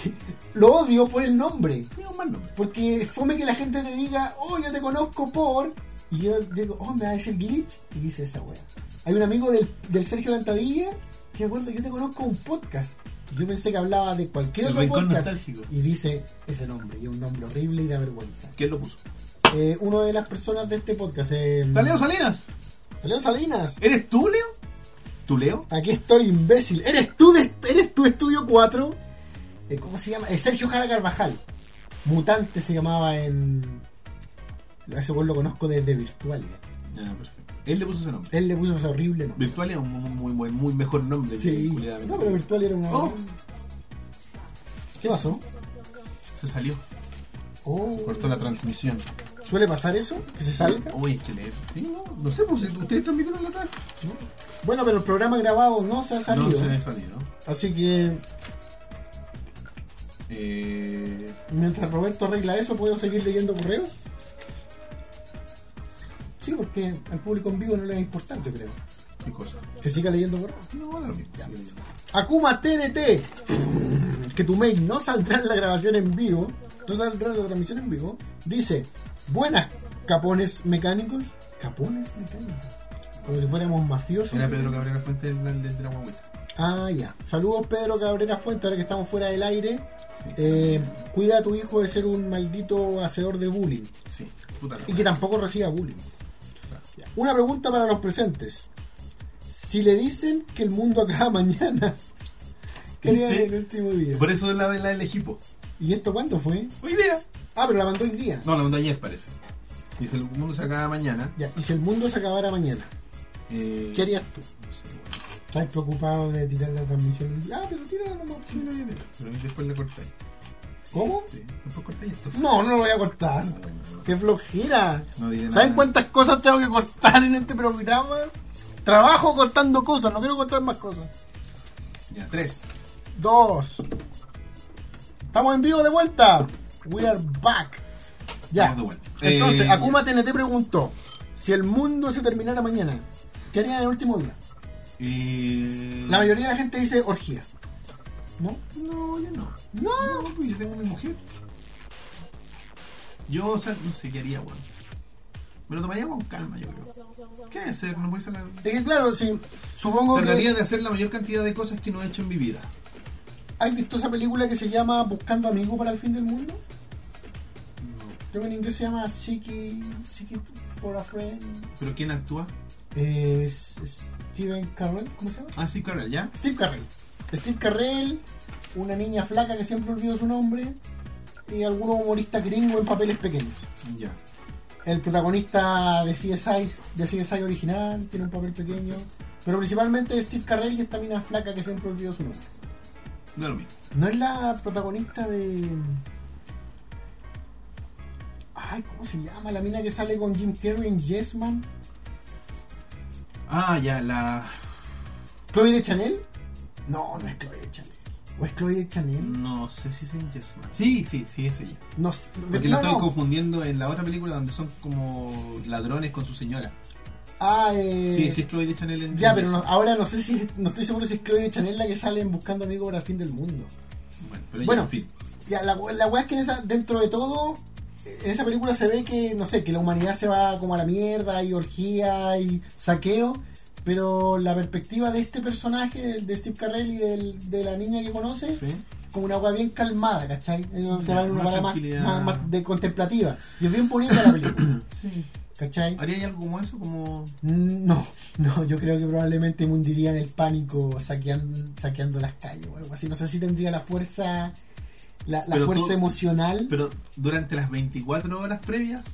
Speaker 2: Lo odio por el nombre.
Speaker 1: Tiene un mal nombre.
Speaker 2: Porque fome que la gente te diga, oh, yo te conozco por. Y yo digo, oh, me va a decir glitch. Y dice esa wea. Hay un amigo del, del Sergio Lantadilla que me acuerdo, yo te conozco un podcast. Y yo pensé que hablaba de cualquier
Speaker 1: El
Speaker 2: otro
Speaker 1: rincón
Speaker 2: podcast.
Speaker 1: nostálgico.
Speaker 2: Y dice ese nombre. Y es un nombre horrible y da vergüenza.
Speaker 1: ¿Quién lo puso?
Speaker 2: Eh, una de las personas de este podcast. eh,
Speaker 1: ¡Taleo Salinas!
Speaker 2: Leo Salinas.
Speaker 1: ¿Eres tú, Leo? ¿Tú, Leo?
Speaker 2: Aquí estoy, imbécil. ¿Eres tú, de, eres tú Estudio 4? Eh, ¿Cómo se llama? Eh, Sergio Jara Carvajal. Mutante se llamaba en... A ese weón lo conozco desde Virtualia.
Speaker 1: Ya, perfecto. Él le puso ese nombre.
Speaker 2: Él le puso ese horrible nombre.
Speaker 1: Virtual es un muy, muy, muy, muy mejor nombre. que
Speaker 2: Sí.
Speaker 1: culiadamente
Speaker 2: No, pero Virtualia era una...
Speaker 1: Oh.
Speaker 2: ¿Qué pasó?
Speaker 1: Se salió.
Speaker 2: Oh.
Speaker 1: Cortó Oh. la transmisión.
Speaker 2: ¿Suele pasar eso? ¿Que se salga?
Speaker 1: Uy, es que le- sí, no, no sé, pues ustedes transmitieron la otra vez.
Speaker 2: Bueno, pero el programa grabado no se ha
Speaker 1: No
Speaker 2: salido.
Speaker 1: se ha salido.
Speaker 2: Así que
Speaker 1: Eh,
Speaker 2: mientras Roberto arregla eso, ¿puedo seguir leyendo correos? Sí, porque al público en vivo no le va a importar, yo creo.
Speaker 1: ¿Qué cosa?
Speaker 2: Que siga leyendo correo.
Speaker 1: No, da lo mismo. sigue leyendo.
Speaker 2: Akuma TNT. Que tu mail no saldrá en la grabación en vivo. No saldrá en la transmisión en vivo. Dice, buenas capones mecánicos. Capones mecánicos. Como si fuéramos mafiosos.
Speaker 1: Era Pedro Cabrera Fuente del, del de la guagüita.
Speaker 2: Ah, ya. Saludos Pedro Cabrera Fuente, ahora que estamos fuera del aire.
Speaker 1: Sí.
Speaker 2: Eh, cuida a tu hijo de ser un maldito hacedor de bullying.
Speaker 1: Sí, puta la
Speaker 2: Y que
Speaker 1: madre.
Speaker 2: tampoco reciba bullying. Ya. Una pregunta para los presentes. Si le dicen que el mundo acaba mañana, ¿qué harían
Speaker 1: ¿Viste?
Speaker 2: el último día?
Speaker 1: Por e- eso la, la del equipo.
Speaker 2: ¿Y esto cuándo fue?
Speaker 1: Hoy día.
Speaker 2: Ah, pero la mandó hoy día.
Speaker 1: No, la mandó ayer parece. Dice el mundo se acaba mañana.
Speaker 2: Ya, y si el mundo se acabara mañana,
Speaker 1: Eh,
Speaker 2: ¿qué harías tú?
Speaker 1: no sé, bueno,
Speaker 2: ¿Estás preocupado de tirar la transmisión? Ah, pero tírala nomás.
Speaker 1: sí, la voy a tirar, Pero después le corté.
Speaker 2: ¿Cómo?
Speaker 1: Sí, después corté esto.
Speaker 2: No, no lo voy a cortar.
Speaker 1: No, no, no.
Speaker 2: ¡Qué flojera!
Speaker 1: No diré nada.
Speaker 2: ¿Saben cuántas cosas tengo que cortar en este programa? Trabajo cortando cosas, no quiero cortar más cosas.
Speaker 1: Ya, tres.
Speaker 2: Dos. Estamos en vivo de vuelta. We are back. Ya.
Speaker 1: Estamos de vuelta.
Speaker 2: Entonces,
Speaker 1: Eh,
Speaker 2: Akuma TNT preguntó: Si el mundo se terminara mañana, ¿qué harían en el último día?
Speaker 1: Eh,
Speaker 2: La mayoría de la gente dice orgía. ¿No?
Speaker 1: No, yo no.
Speaker 2: No.
Speaker 1: No, pues yo tengo a mi mujer. Yo, o sea, no sé qué haría, weón. Me lo tomaría con calma, yo creo. ¿Qué hay que hacer? No voy a sacar.
Speaker 2: Es que claro, sí. Supongo
Speaker 1: Trataría
Speaker 2: que
Speaker 1: de hacer la mayor cantidad de cosas que no he hecho en mi vida.
Speaker 2: has visto esa película que se llama Buscando Amigos para el Fin del Mundo.
Speaker 1: No.
Speaker 2: Creo que en inglés se llama Seeking, Seeking for a Friend.
Speaker 1: ¿Pero quién actúa?
Speaker 2: Eh, es- es Steven Carrell, ¿cómo se llama?
Speaker 1: Ah, sí, Carol, ¿ya?
Speaker 2: Steve Carrell. Steve Carrell, una niña flaca que siempre olvido su nombre, y algunos humoristas gringos en papeles pequeños.
Speaker 1: Ya.
Speaker 2: El protagonista de CSI, de CSI original, tiene un papel pequeño, pero principalmente Steve Carrell y esta mina flaca que siempre olvido su nombre.
Speaker 1: No lo mismo.
Speaker 2: No es la protagonista de... Ay, ¿cómo se llama? La mina que sale con Jim Carrey en Yes Man.
Speaker 1: Ah, ya, la.
Speaker 2: ¿Chloe de Chanel? No, no es Chloe de Chanel. ¿O es Chloe de Chanel?
Speaker 1: No sé si es en Yes Man. Sí, sí, sí, es ella.
Speaker 2: No, s-
Speaker 1: Porque la
Speaker 2: no,
Speaker 1: estoy
Speaker 2: no.
Speaker 1: confundiendo en la otra película donde son como ladrones con su señora.
Speaker 2: Ah, eh,
Speaker 1: Sí, sí es Chloe de Chanel en
Speaker 2: Ya,
Speaker 1: en
Speaker 2: pero no-
Speaker 1: eso.
Speaker 2: ahora no sé si. No estoy seguro si es Chloe de Chanel la que sale en Buscando Amigos para el fin del mundo.
Speaker 1: Bueno, pero ya,
Speaker 2: Bueno.
Speaker 1: en fin.
Speaker 2: Ya, la, la weá es que en esa, dentro de todo, en esa película se ve que, no sé, que la humanidad se va como a la mierda, hay orgía, hay saqueo, pero la perspectiva de este personaje, del- de Steve Carrell y del- de la niña que conoce,
Speaker 1: Sí.
Speaker 2: como una weá bien calmada, ¿cachai? Eh, no, Se
Speaker 1: Ya,
Speaker 2: va en una
Speaker 1: más
Speaker 2: weá más,
Speaker 1: tranquilidad.
Speaker 2: más- más de contemplativa. Y es bien bonita la película,
Speaker 1: sí.
Speaker 2: ¿cachai?
Speaker 1: ¿Haría algo como eso? Como...
Speaker 2: Mm, No, no, yo creo que probablemente me hundiría en el pánico saqueando, saqueando las calles o algo así. No sé si tendría la fuerza, la, la
Speaker 1: Pero
Speaker 2: fuerza
Speaker 1: tú-
Speaker 2: emocional.
Speaker 1: Pero durante las 24 horas previas...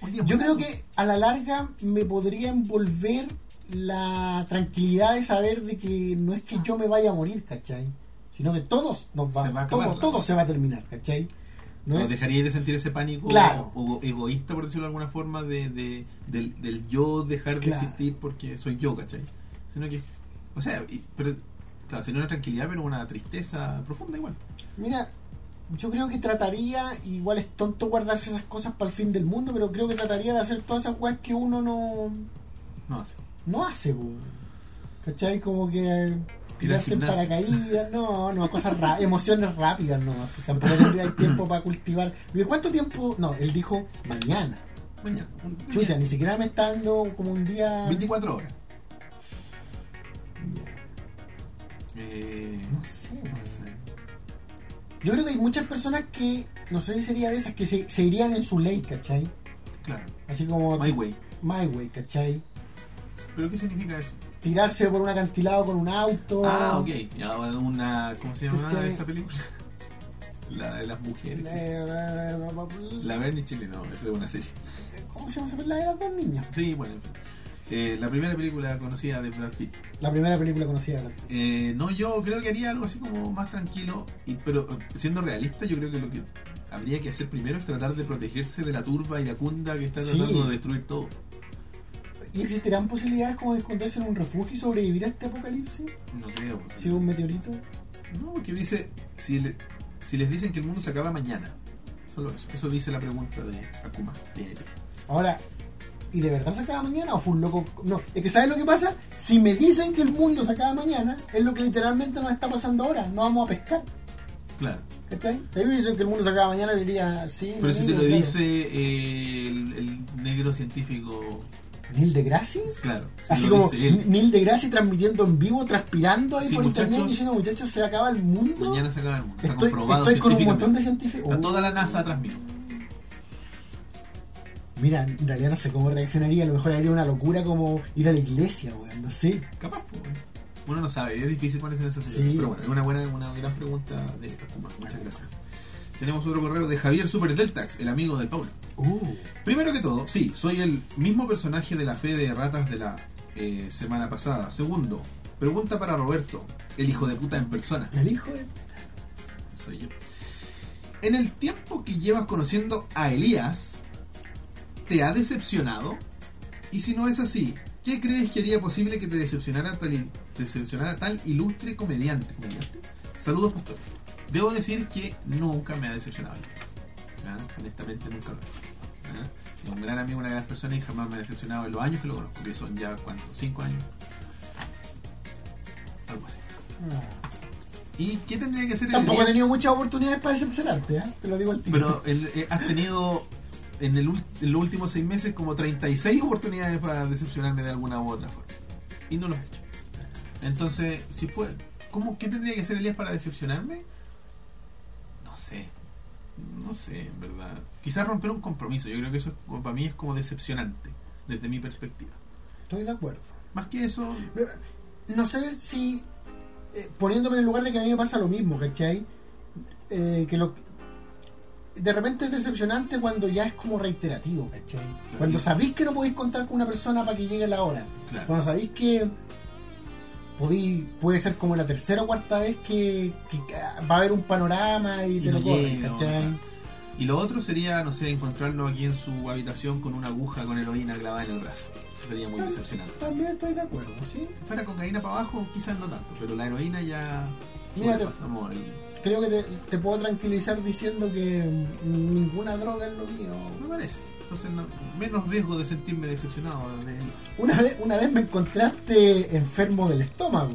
Speaker 1: oye,
Speaker 2: Yo
Speaker 1: bueno,
Speaker 2: creo que a la larga me podría envolver la tranquilidad de saber de que no es que yo me vaya a morir, ¿cachai? Sino que todos nos va,
Speaker 1: Ah. Se va a
Speaker 2: todo,
Speaker 1: acabar la
Speaker 2: todo
Speaker 1: cosa.
Speaker 2: se va a terminar, ¿cachai? No
Speaker 1: ¿No
Speaker 2: es-
Speaker 1: dejaría de sentir ese pánico
Speaker 2: Claro.
Speaker 1: o, o egoísta, por decirlo de alguna forma, de, de- del, del yo dejar de
Speaker 2: Claro.
Speaker 1: existir porque soy yo, ¿cachai? Sino que, o sea, y- pero, claro, sino una tranquilidad, pero una tristeza profunda igual.
Speaker 2: Mira, yo creo que trataría, igual es tonto guardarse esas cosas para el fin del mundo, pero creo que trataría de hacer todas esas weas que uno no,
Speaker 1: No hace.
Speaker 2: no hace, po. ¿cachai? Como que tirarse en
Speaker 1: gimnasio.
Speaker 2: paracaídas, no, no, cosas ra- emociones rápidas, no, pues tampoco tendría el tiempo para cultivar. ¿De cuánto tiempo? No, él dijo mañana.
Speaker 1: Mañana. un- un
Speaker 2: Chucha,
Speaker 1: día,
Speaker 2: ni siquiera me está dando como un día.
Speaker 1: 24 horas.
Speaker 2: Ya,
Speaker 1: Eh,
Speaker 2: No sé,
Speaker 1: no
Speaker 2: weón.
Speaker 1: sé.
Speaker 2: Yo creo que hay muchas personas que, no sé si sería de esas, que se, se irían en su ley, ¿cachai?
Speaker 1: Claro.
Speaker 2: Así como
Speaker 1: My way.
Speaker 2: my way, ¿cachai?
Speaker 1: ¿Pero qué significa eso?
Speaker 2: Tirarse por un acantilado con un auto. Eh,
Speaker 1: Ah, ok. Ya, una, ¿Cómo se llama
Speaker 2: Oh. Escucha.
Speaker 1: esa película? La de las
Speaker 2: Eh,
Speaker 1: mujeres.
Speaker 2: eh, la-
Speaker 1: La Bernie Chile, no, esa es una serie.
Speaker 2: ¿Cómo se llama? La de las dos niñas.
Speaker 1: Sí, bueno, en fin. Eh, la primera película conocida de Brad Pitt.
Speaker 2: La primera película conocida. de Brad Pitt.
Speaker 1: Eh, no, yo creo que haría algo así como más tranquilo, y, pero eh, siendo realista, yo creo que lo que habría que hacer primero es tratar de protegerse de la turba y la cunda que está
Speaker 2: Sí.
Speaker 1: tratando de destruir todo.
Speaker 2: ¿Y existirán posibilidades como de esconderse en un refugio y sobrevivir a este apocalipsis?
Speaker 1: No creo. porque-
Speaker 2: Si hubo un meteorito.
Speaker 1: No, porque dice, si, le- si les dicen que el mundo se acaba mañana, solo eso. Eso dice la pregunta de E Akuma. TNT.
Speaker 2: Ahora, ¿y de verdad se acaba mañana o fue un loco? No, es que ¿sabes lo que pasa? Si me dicen que el mundo se acaba mañana, es lo que literalmente nos está pasando ahora. No vamos a pescar.
Speaker 1: Claro.
Speaker 2: ¿Cachai? Si me dicen que el mundo se acaba mañana, yo diría, sí.
Speaker 1: Pero si te
Speaker 2: negro,
Speaker 1: lo
Speaker 2: claro.
Speaker 1: dice eh, el, el negro científico,
Speaker 2: Neil deGrasse.
Speaker 1: claro. si
Speaker 2: Así
Speaker 1: lo
Speaker 2: como
Speaker 1: dice él.
Speaker 2: Neil deGrasse transmitiendo en vivo, transpirando ahí
Speaker 1: Sí,
Speaker 2: por internet
Speaker 1: muchachos.
Speaker 2: diciendo, muchachos, se acaba el mundo.
Speaker 1: Mañana se acaba el mundo. Está
Speaker 2: estoy
Speaker 1: comprobado
Speaker 2: estoy con un montón de
Speaker 1: científicamente.
Speaker 2: científicos.
Speaker 1: Está toda la NASA atrás mío.
Speaker 2: Mira, en realidad no sé cómo reaccionaría. A lo mejor haría una locura como ir a la iglesia, weón. No sé.
Speaker 1: Capaz, pues. Uno no sabe, es difícil ponerse en esa situación.
Speaker 2: Sí.
Speaker 1: Pero bueno, es una, buena, una gran pregunta de Akuma. Muchas gracias. Tenemos otro correo de Javier Super Deltax, el amigo de Paula. Primero que todo, sí, soy el mismo personaje de la fe de ratas de la eh, semana pasada. Segundo, pregunta para Roberto, el hijo de puta en persona.
Speaker 2: el hijo de...
Speaker 1: Soy yo. En el tiempo que llevas conociendo a Elías, ¿te ha decepcionado? Y si no es así, ¿qué crees que haría posible que te decepcionara tal, il- decepcionara tal ilustre comediante? comediante? Saludos, pastores. Debo decir que nunca me ha decepcionado. Elías. ¿Ah? Honestamente, nunca lo he hecho. ¿Ah? Es un gran amigo, una gran persona y jamás me ha decepcionado en los años que lo conozco, que son ya, ¿cuántos? ¿Cinco años? Algo así.
Speaker 2: Ah.
Speaker 1: ¿Y qué tendría que hacer
Speaker 2: Tampoco he
Speaker 1: Elías?
Speaker 2: tenido muchas oportunidades para decepcionarte, ¿eh? Te lo digo al
Speaker 1: Pero
Speaker 2: tiro.
Speaker 1: el- eh, has tenido en, el, ul- en los últimos seis meses como 36 oportunidades para decepcionarme de alguna u otra forma. Y no lo has hecho. Entonces, si fue, ¿cómo, ¿qué tendría que hacer Elías para decepcionarme? No sé. No sé, en verdad. Quizás romper un compromiso. Yo creo que eso es como- para mí es como decepcionante, desde mi perspectiva.
Speaker 2: Estoy de acuerdo.
Speaker 1: Más que eso,
Speaker 2: No sé si... eh, poniéndome en el lugar de que a mí me pasa lo mismo, ¿cachai? Eh, que lo... De repente es decepcionante cuando ya es como reiterativo, ¿cachai? Cuando sabéis que no podéis contar con una persona para que llegue la hora.
Speaker 1: claro.
Speaker 2: Cuando sabéis que podí, puede ser como la tercera o cuarta vez que, que va a haber un panorama y te
Speaker 1: Y no
Speaker 2: lo corren,
Speaker 1: llega,
Speaker 2: ¿cachai?
Speaker 1: ¿no? Y lo otro sería, no sé, encontrarlo aquí en su habitación con una aguja con heroína clavada en el brazo. Eso sería muy decepcionante.
Speaker 2: También estoy de acuerdo, ¿sí?
Speaker 1: Si fuera cocaína para abajo, quizás no tanto, pero la heroína ya.
Speaker 2: Mira, te-
Speaker 1: pasamos el...
Speaker 2: Creo que te, te puedo tranquilizar diciendo que mm, ninguna droga es lo mío.
Speaker 1: Me parece. Entonces, no- menos riesgo de sentirme decepcionado de él.
Speaker 2: Una vez, una vez me encontraste enfermo del estómago.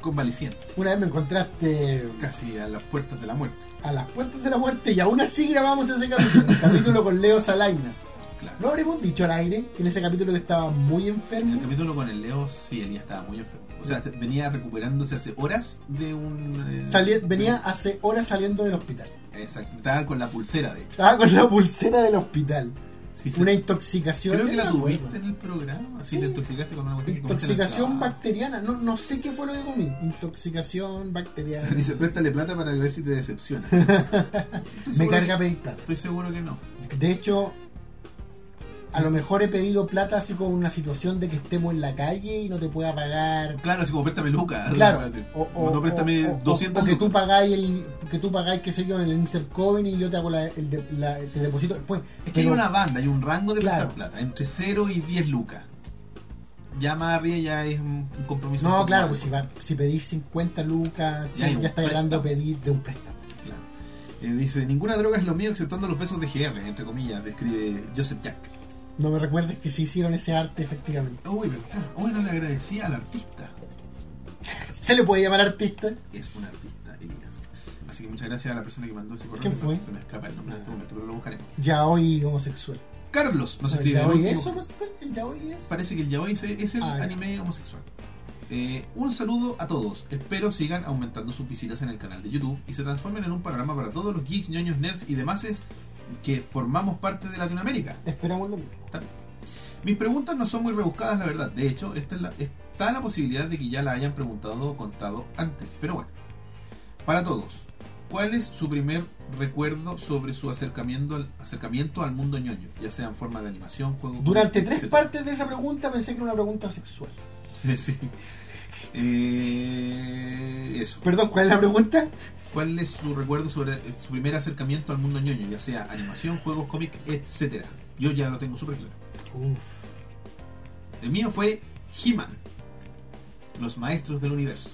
Speaker 1: Convaleciente,
Speaker 2: Una vez me encontraste
Speaker 1: casi a las puertas de la muerte.
Speaker 2: a las puertas de la muerte y aún así grabamos ese capítulo. el capítulo con Leo Salainas.
Speaker 1: Claro.
Speaker 2: ¿No habremos dicho al aire que en ese capítulo que estaba muy
Speaker 1: En el
Speaker 2: enfermo?
Speaker 1: capítulo con el Leo, sí, él ya estaba muy enfermo. O sea, venía recuperándose hace horas de un. eh,
Speaker 2: Salía-
Speaker 1: de-
Speaker 2: venía hace horas saliendo del hospital.
Speaker 1: Exacto, estaba con la pulsera, de hecho.
Speaker 2: Estaba con la pulsera del hospital.
Speaker 1: Sí, sí.
Speaker 2: Una intoxicación.
Speaker 1: Creo que la
Speaker 2: no me acuerdo.
Speaker 1: tuviste en el programa. Sí,
Speaker 2: Sí.
Speaker 1: te intoxicaste con una cuestión que comiste en el
Speaker 2: Intoxicación
Speaker 1: trabajo.
Speaker 2: bacteriana. No, no sé qué fue lo que comí. Intoxicación bacteriana.
Speaker 1: Dice, préstale plata para ver si te decepciona.
Speaker 2: Me carga pedir plata.
Speaker 1: Estoy seguro que no.
Speaker 2: De hecho, a lo mejor he pedido plata así con una situación de que estemos en la calle y no te pueda pagar.
Speaker 1: Claro, así como préstame Lucas.
Speaker 2: Claro,
Speaker 1: así.
Speaker 2: o,
Speaker 1: O no préstame
Speaker 2: o- o-
Speaker 1: 200
Speaker 2: o que tú
Speaker 1: lucas.
Speaker 2: pagáis el que tú pagáis, qué sé yo, el insert coin y yo te hago la, el, de- la- el depósito después.
Speaker 1: Es que hay
Speaker 2: Pero-
Speaker 1: una banda, hay un rango de
Speaker 2: Claro.
Speaker 1: prestar plata, entre 0 y 10 lucas. Ya más arriba ya es un un compromiso. un
Speaker 2: No,
Speaker 1: poco
Speaker 2: claro,
Speaker 1: más
Speaker 2: pues si,
Speaker 1: fuerte.
Speaker 2: va- si pedís 50 lucas,
Speaker 1: Ya
Speaker 2: ya,
Speaker 1: hay un
Speaker 2: ya estás hablando de
Speaker 1: préstamo.
Speaker 2: pedir de un préstamo.
Speaker 1: Claro. Eh, dice, ninguna droga es lo mío exceptuando los besos de GR, entre comillas, describe Joseph Jack.
Speaker 2: No me recuerdes que sí hicieron ese arte, efectivamente.
Speaker 1: Uy, verdad, hoy no le agradecía al artista.
Speaker 2: ¿Se le puede llamar artista?
Speaker 1: Es un artista, Elías. Así que muchas gracias a la persona que mandó ese correo.
Speaker 2: ¿Quién
Speaker 1: que
Speaker 2: fue? Ah.
Speaker 1: Se me escapa el nombre en este momento, pero lo buscaremos.
Speaker 2: Ya hoy homosexual.
Speaker 1: Carlos nos escribe.
Speaker 2: Ah, ya
Speaker 1: el
Speaker 2: hoy
Speaker 1: último-
Speaker 2: es homosexual. Ya hoy es.
Speaker 1: Parece que el yaoi se- es el
Speaker 2: Ah, ya.
Speaker 1: anime homosexual. Eh, un saludo a todos. Espero sigan aumentando sus visitas en el canal de YouTube y se transformen en un panorama para todos los geeks, ñoños, nerds y demás que formamos parte de Latinoamérica.
Speaker 2: Esperamos lo mismo.
Speaker 1: Mis preguntas no son muy rebuscadas, la verdad. De hecho, esta es la- está la posibilidad de que ya la hayan preguntado o contado antes. Pero bueno, para todos, ¿cuál es su primer recuerdo sobre su acercamiento al, acercamiento al mundo ñoño? Ya sea en forma de animación, juego.
Speaker 2: Durante
Speaker 1: cómic,
Speaker 2: tres
Speaker 1: etcétera.
Speaker 2: partes de esa pregunta pensé que era una pregunta sexual.
Speaker 1: sí. Eh, eso.
Speaker 2: Perdón, ¿cuál es la pregunta?
Speaker 1: ¿Cuál es su recuerdo sobre eh, su primer acercamiento al mundo ñoño? Ya sea animación, juegos, cómic, etcétera. Yo ya lo tengo súper claro.
Speaker 2: Uf.
Speaker 1: El mío fue He-Man, Los Maestros del Universo.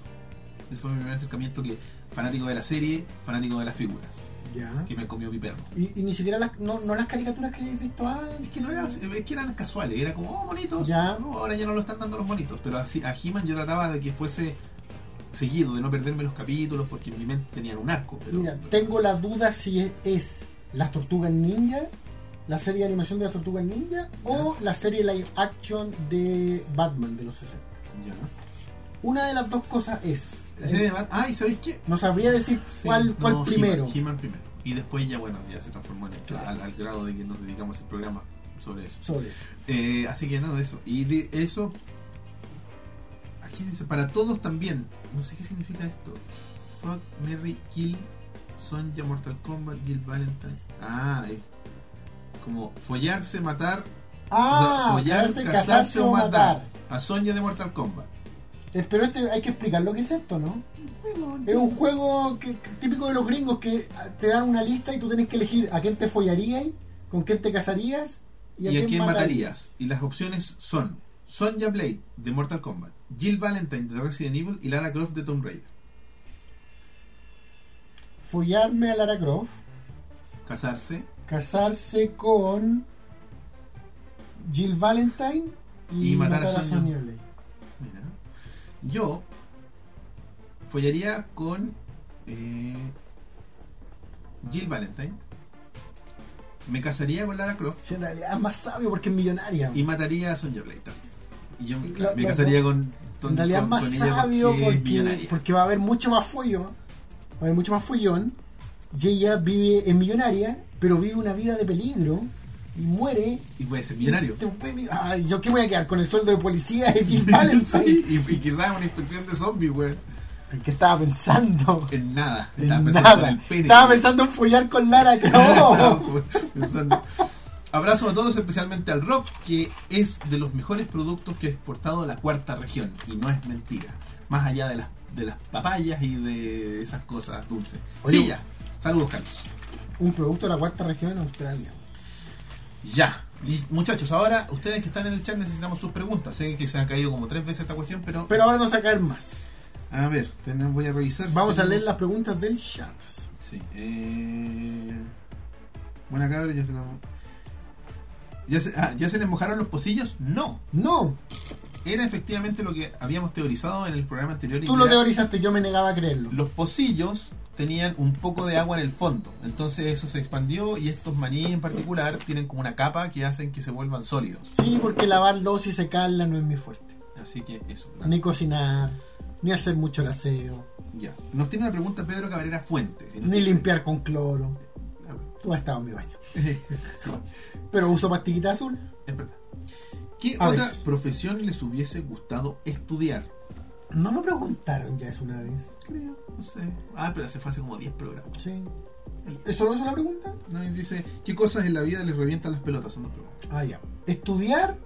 Speaker 1: Ese fue mi primer acercamiento que fanático de la serie, fanático de las figuras,
Speaker 2: Ya.
Speaker 1: que me comió mi perro.
Speaker 2: Y, y ni siquiera las, no, no las caricaturas que habéis visto antes,
Speaker 1: Es que, no era, es que eran casuales, era como, oh, bonitos.
Speaker 2: Ya.
Speaker 1: No, ahora ya no lo están dando los bonitos. Pero así, a He-Man yo trataba de que fuese seguido, de no perderme los capítulos, porque en mi mente tenían un arco. Pero,
Speaker 2: Mira, tengo la duda si es, es Las Tortugas Ninja, la serie de animación de Las Tortugas Ninja, o la serie live action de Batman de los 60.
Speaker 1: Ya.
Speaker 2: Una de las dos cosas es.
Speaker 1: Ese de Bat- ah, ¿y sabéis qué?
Speaker 2: No sabría decir
Speaker 1: Sí,
Speaker 2: cuál,
Speaker 1: no,
Speaker 2: cuál
Speaker 1: He-Man,
Speaker 2: primero.
Speaker 1: He-Man primero. Y después ya, bueno, ya se transformó en-
Speaker 2: Claro.
Speaker 1: al, al grado de que nos dedicamos a hacer programa sobre eso.
Speaker 2: Sobre eso.
Speaker 1: Eh, así que nada, eso. Y de eso. Aquí dice, para todos también. No sé qué significa esto. Fuck, Merry, Kill, Sonja, Mortal Kombat, Jill Valentine. Ah, es como follarse, matar.
Speaker 2: Ah,
Speaker 1: o sea, follar,
Speaker 2: casarse, casarse o matar.
Speaker 1: A Sonja de Mortal Kombat.
Speaker 2: Eh, Pero este, hay que explicar lo que es esto, ¿no? Es un juego que, que- típico de los gringos que ah, te dan una lista y tú tienes que elegir a quién te follarías, con quién te casarías
Speaker 1: ¿Y a, quién matarías? Y las opciones son Sonja Blade de Mortal Kombat, Jill Valentine de Resident Evil y Lara Croft de Tomb Raider.
Speaker 2: Follarme a Lara Croft,
Speaker 1: Casarse,
Speaker 2: casarse con Jill Valentine y,
Speaker 1: Y matar a Sonya.
Speaker 2: Sonya Blade.
Speaker 1: Mira. Yo follaría con eh, Jill Valentine. Me casaría con Lara Croft
Speaker 2: Si en realidad es más sabio porque es millonaria.
Speaker 1: y mataría a Sonja Blade también. Y yo me-
Speaker 2: Lo-
Speaker 1: me
Speaker 2: lo-
Speaker 1: casaría con, con-
Speaker 2: en realidad es
Speaker 1: con-
Speaker 2: más
Speaker 1: con ella
Speaker 2: sabio
Speaker 1: porque es
Speaker 2: porque,
Speaker 1: millonaria.
Speaker 2: porque va a haber mucho más follo, va a haber mucho más follón. Y ella vive en millonaria, pero vive una vida de peligro y muere
Speaker 1: Y puede ser millonario.
Speaker 2: Te voy a- Ay, yo qué voy a quedar con el sueldo de policía de Jill Valentine.
Speaker 1: Sí, y, y quizás una infección de zombies, güey.
Speaker 2: ¿En ¿Qué estaba pensando?
Speaker 1: En nada.
Speaker 2: En
Speaker 1: Estaba pensando en
Speaker 2: nada.
Speaker 1: el pene.
Speaker 2: Estaba pensando en follar con Lara Croft.
Speaker 1: Pensando. Abrazo a todos, especialmente al Rob, que es de los mejores productos que ha exportado a la cuarta región. Y no es mentira. Más allá de las, de las papayas y de esas cosas dulces.
Speaker 2: Oye.
Speaker 1: Sí, ya. Saludos, Carlos.
Speaker 2: Un producto de la cuarta región en Australia.
Speaker 1: Ya. Y, muchachos, ahora ustedes que están en el chat necesitamos sus preguntas. Sé que se han caído como tres veces esta cuestión, pero.
Speaker 2: Pero ahora nos va a caer más.
Speaker 1: a ver, tenemos- voy a revisar. si
Speaker 2: Vamos a
Speaker 1: tenemos-
Speaker 2: leer las preguntas del Sharks.
Speaker 1: Sí. Eh... Buena cabra, yo se la... ¿Ya se, ah, ¿Ya se les mojaron los pocillos? No.
Speaker 2: No,
Speaker 1: Era efectivamente lo que habíamos teorizado en el programa anterior. y
Speaker 2: tú lo
Speaker 1: era-
Speaker 2: teorizaste, yo me negaba a creerlo.
Speaker 1: Los pocillos tenían un poco de agua en el fondo. Entonces eso se expandió y estos maníes en particular tienen como una capa que hacen que se vuelvan sólidos.
Speaker 2: Sí, porque lavar los y secarla no es mi fuerte.
Speaker 1: Así que eso.
Speaker 2: Ni cocinar, ni hacer mucho el aseo,
Speaker 1: Ya. Nos tiene una pregunta Pedro Cabrera Fuentes. y nos
Speaker 2: ni
Speaker 1: dice-
Speaker 2: limpiar con cloro. Tú has estado en mi baño.
Speaker 1: Sí,
Speaker 2: Pero uso pastillita azul.
Speaker 1: es verdad. ¿Qué
Speaker 2: A
Speaker 1: otra
Speaker 2: veces.
Speaker 1: profesión les hubiese gustado estudiar?
Speaker 2: No me preguntaron ya eso una vez.
Speaker 1: Creo, no sé. Ah, pero se fue hace como 10 programas.
Speaker 2: Sí. ¿Es solo eso la pregunta?
Speaker 1: No, y dice, ¿qué cosas en la vida les revientan las pelotas? Son dos preguntas.
Speaker 2: Ah, ya. Estudiar,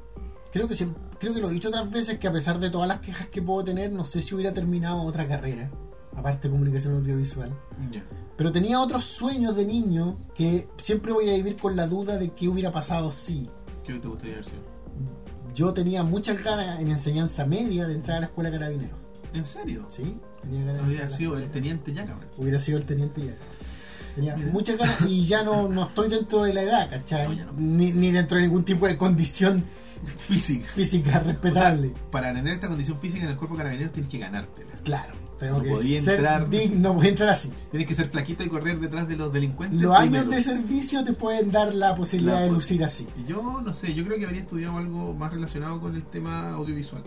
Speaker 2: creo que, siem- creo que lo he dicho otras veces, que a pesar de todas las quejas que puedo tener, no sé si hubiera terminado otra carrera, aparte de comunicación audiovisual.
Speaker 1: Ya.
Speaker 2: Pero tenía otros sueños de niño que siempre voy a vivir con la duda de qué hubiera pasado si.
Speaker 1: ¿Qué te gustaría haber sido?
Speaker 2: Yo tenía muchas ganas en enseñanza media de entrar a la escuela de carabineros.
Speaker 1: ¿En serio?
Speaker 2: ¿Sí? Tenía ganas de
Speaker 1: Hubiera
Speaker 2: entrar a la
Speaker 1: sido
Speaker 2: escuela.
Speaker 1: el teniente ya, cabrón.
Speaker 2: Hubiera sido el teniente ya. Tenía
Speaker 1: Mira.
Speaker 2: muchas ganas y ya no, no estoy dentro de la edad, ¿cachai?
Speaker 1: No, ya no.
Speaker 2: Ni, ni dentro de ningún tipo de condición
Speaker 1: Física.
Speaker 2: física respetable.
Speaker 1: O sea, para tener esta condición física en el cuerpo carabinero tienes que ganártela.
Speaker 2: Claro, tengo
Speaker 1: No
Speaker 2: que
Speaker 1: podía
Speaker 2: ser
Speaker 1: entrar.
Speaker 2: digno, voy a entrar así.
Speaker 1: Tienes que ser flaquito y correr detrás de los delincuentes.
Speaker 2: Los años
Speaker 1: primero.
Speaker 2: de servicio te pueden dar la posibilidad
Speaker 1: La
Speaker 2: de
Speaker 1: pos-
Speaker 2: lucir así.
Speaker 1: Yo no sé, yo creo que habría estudiado algo más relacionado con el tema audiovisual.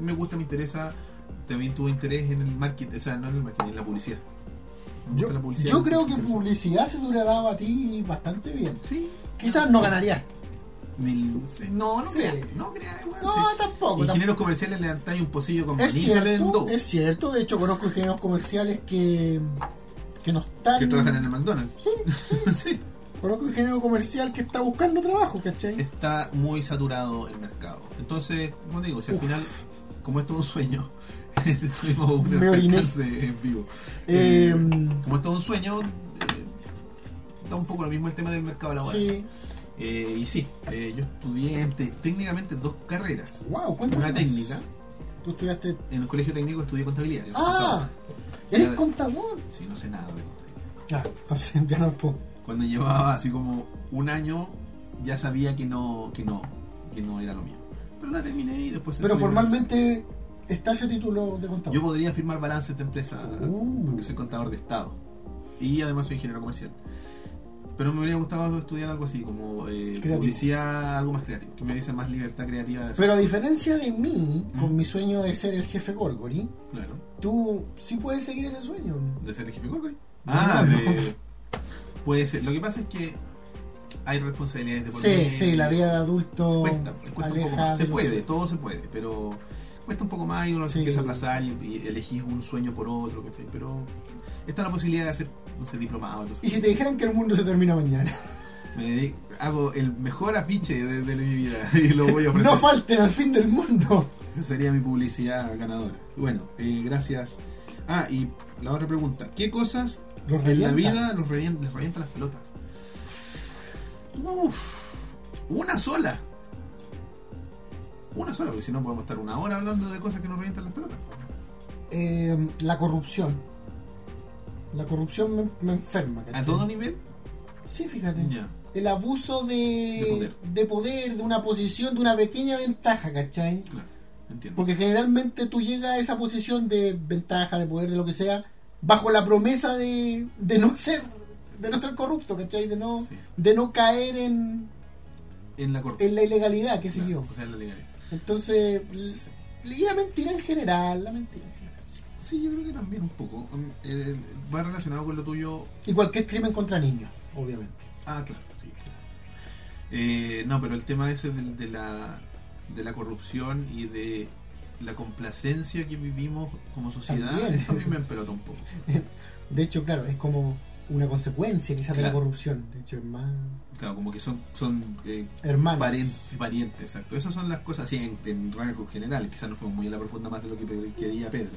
Speaker 1: Me gusta, me interesa. También tuve interés en el marketing, o sea, no en el marketing, en la publicidad. Me gusta
Speaker 2: Yo,
Speaker 1: la publicidad,
Speaker 2: yo
Speaker 1: me
Speaker 2: creo que
Speaker 1: interesa.
Speaker 2: publicidad se te hubiera dado a ti bastante bien.
Speaker 1: Sí.
Speaker 2: Quizás no ganarías.
Speaker 1: Ni- sí, No, no
Speaker 2: Sí.
Speaker 1: creas, no creas. weón,
Speaker 2: No,
Speaker 1: sí.
Speaker 2: tampoco.
Speaker 1: Ingenieros comerciales levantáis un pocillo con
Speaker 2: tampoco. Es
Speaker 1: maní y salen
Speaker 2: cierto,
Speaker 1: dos,
Speaker 2: es cierto. De hecho, conozco ingenieros comerciales que, que no están.
Speaker 1: que trabajan en el McDonald's.
Speaker 2: Sí,
Speaker 1: sí.
Speaker 2: conozco un ingeniero comercial que está buscando trabajo, ¿cachai?
Speaker 1: está muy saturado el mercado. Entonces, como te digo, si al
Speaker 2: Uf.
Speaker 1: final, como esto es todo un sueño, tuvimos un
Speaker 2: Me oriné.
Speaker 1: percance en vivo.
Speaker 2: Eh,
Speaker 1: Eh, como esto es todo un sueño, eh, da un poco lo mismo el tema del mercado laboral.
Speaker 2: sí.
Speaker 1: Eh, y sí, eh, yo estudié te- técnicamente dos carreras.
Speaker 2: Wow, cuéntame.
Speaker 1: Una
Speaker 2: más.
Speaker 1: técnica,
Speaker 2: Tú estudiaste.
Speaker 1: en el colegio técnico estudié contabilidad. yo soy
Speaker 2: ¡Ah!
Speaker 1: contador.
Speaker 2: Eres contador.
Speaker 1: Sí, no sé nada de contabilidad.
Speaker 2: Ah, entonces ya no puedo.
Speaker 1: Cuando llevaba así como un año, ya sabía que no, que no, que no era lo mío. Pero la terminé y después...
Speaker 2: Pero
Speaker 1: estudié-
Speaker 2: formalmente está ese título de contador.
Speaker 1: Yo podría firmar balances de empresa
Speaker 2: Uh.
Speaker 1: porque soy contador de Estado y además soy ingeniero comercial. Pero me hubiera gustado estudiar algo así, como eh,
Speaker 2: Creativo.
Speaker 1: publicidad, algo más creativo, que me diese más libertad creativa. De hacer.
Speaker 2: Pero a diferencia de mí, con
Speaker 1: Mm.
Speaker 2: mi sueño de ser el jefe Gorgory,
Speaker 1: Claro,
Speaker 2: tú sí puedes seguir ese sueño.
Speaker 1: de ser el jefe Corcoran.
Speaker 2: No,
Speaker 1: Ah,
Speaker 2: no.
Speaker 1: de- puede ser. Lo que pasa es que hay responsabilidades de por
Speaker 2: Sí,
Speaker 1: medio.
Speaker 2: sí, la vida de adulto
Speaker 1: Cuesta, cuesta un poco
Speaker 2: aleja.
Speaker 1: más. Se
Speaker 2: de los-
Speaker 1: puede, todo se puede, pero cuesta un poco más y uno
Speaker 2: Sí.
Speaker 1: se empieza a aplazar y, y elegís un sueño por otro, ¿cachai? Pero está la posibilidad de hacer, no sé, diplomado. cosas.
Speaker 2: Y si te dijeran que el mundo se termina mañana,
Speaker 1: Me dedico- hago el mejor afiche de, de mi vida y lo voy a ofrecer.
Speaker 2: no falten al fin del mundo.
Speaker 1: Esa Sería mi publicidad ganadora. Bueno, eh, gracias. Ah, y la otra pregunta. ¿Qué cosas
Speaker 2: Los
Speaker 1: en la
Speaker 2: revienta.
Speaker 1: vida los revien- les revientan las pelotas? Uf, una sola. Una sola, porque si no podemos estar una hora hablando de cosas que nos revientan las pelotas.
Speaker 2: Eh, la corrupción. La corrupción me, me enferma.
Speaker 1: A
Speaker 2: ¿cachai?
Speaker 1: todo nivel.
Speaker 2: Sí, fíjate.
Speaker 1: Ya.
Speaker 2: El abuso de,
Speaker 1: De poder.
Speaker 2: de poder, de una posición, de una pequeña ventaja, ¿cachai?
Speaker 1: Claro, entiendo.
Speaker 2: Porque generalmente tú llegas a esa posición de ventaja, de poder, de lo que sea, bajo la promesa de, de no ser de no ser corrupto, ¿cachai? De no,
Speaker 1: Sí.
Speaker 2: de no caer en,
Speaker 1: En la corte.
Speaker 2: en la ilegalidad, qué sé
Speaker 1: Claro,
Speaker 2: yo.
Speaker 1: o sea, en la legalidad.
Speaker 2: Entonces,
Speaker 1: Sí.
Speaker 2: y la mentira en general, la mentira en general.
Speaker 1: Sí, yo creo que también un poco. Um, el- el- va relacionado con lo tuyo.
Speaker 2: Y cualquier crimen contra niños, obviamente.
Speaker 1: Ah, claro, sí. claro. Eh, no, pero el tema ese del- de, la, de la corrupción y de la complacencia que vivimos como sociedad,
Speaker 2: También.
Speaker 1: eso a mí me empelota un poco.
Speaker 2: De hecho, claro, es como una consecuencia quizás de la
Speaker 1: Claro.
Speaker 2: corrupción. De hecho, es más...
Speaker 1: Claro, como que son, son eh,
Speaker 2: Hermanos.
Speaker 1: parientes, parientes, exacto. Esas son las cosas así en, en rasgos generales. Quizás nos fuimos muy a la profunda más de lo que pe- quería Pedro.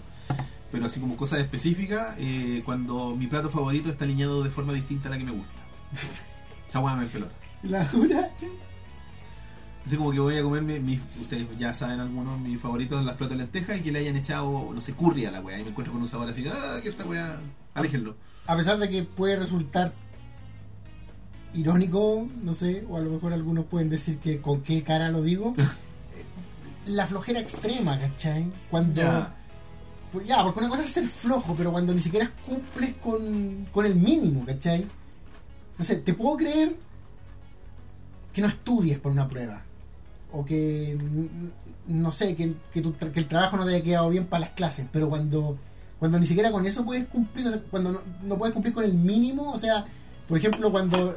Speaker 1: Pero así como cosas específicas, eh, cuando mi plato favorito está alineado de forma distinta a la que me gusta. Esa hueá me pelota.
Speaker 2: La dura.
Speaker 1: Así como que voy a comerme, mis, ustedes ya saben algunos, mis favoritos, las platas de lentejas y que le hayan echado, no sé, curry a la weá. Y me encuentro con un sabor así, ah, que esta weá, aléjenlo.
Speaker 2: A pesar de que puede resultar irónico, no sé, o a lo mejor algunos pueden decir que con qué cara lo digo, eh, la flojera extrema, ¿cachai? Cuando...
Speaker 1: Ya.
Speaker 2: Pues ya, porque una cosa es ser flojo, pero cuando ni siquiera cumples con, con el mínimo, ¿cachai? No sé, te puedo creer que no estudies por una prueba. O que, n- no sé, que, que, tu tra- que el trabajo no te haya quedado bien para las clases, pero cuando, cuando ni siquiera con eso puedes cumplir, o sea, cuando no, no puedes cumplir con el mínimo, o sea, por ejemplo, cuando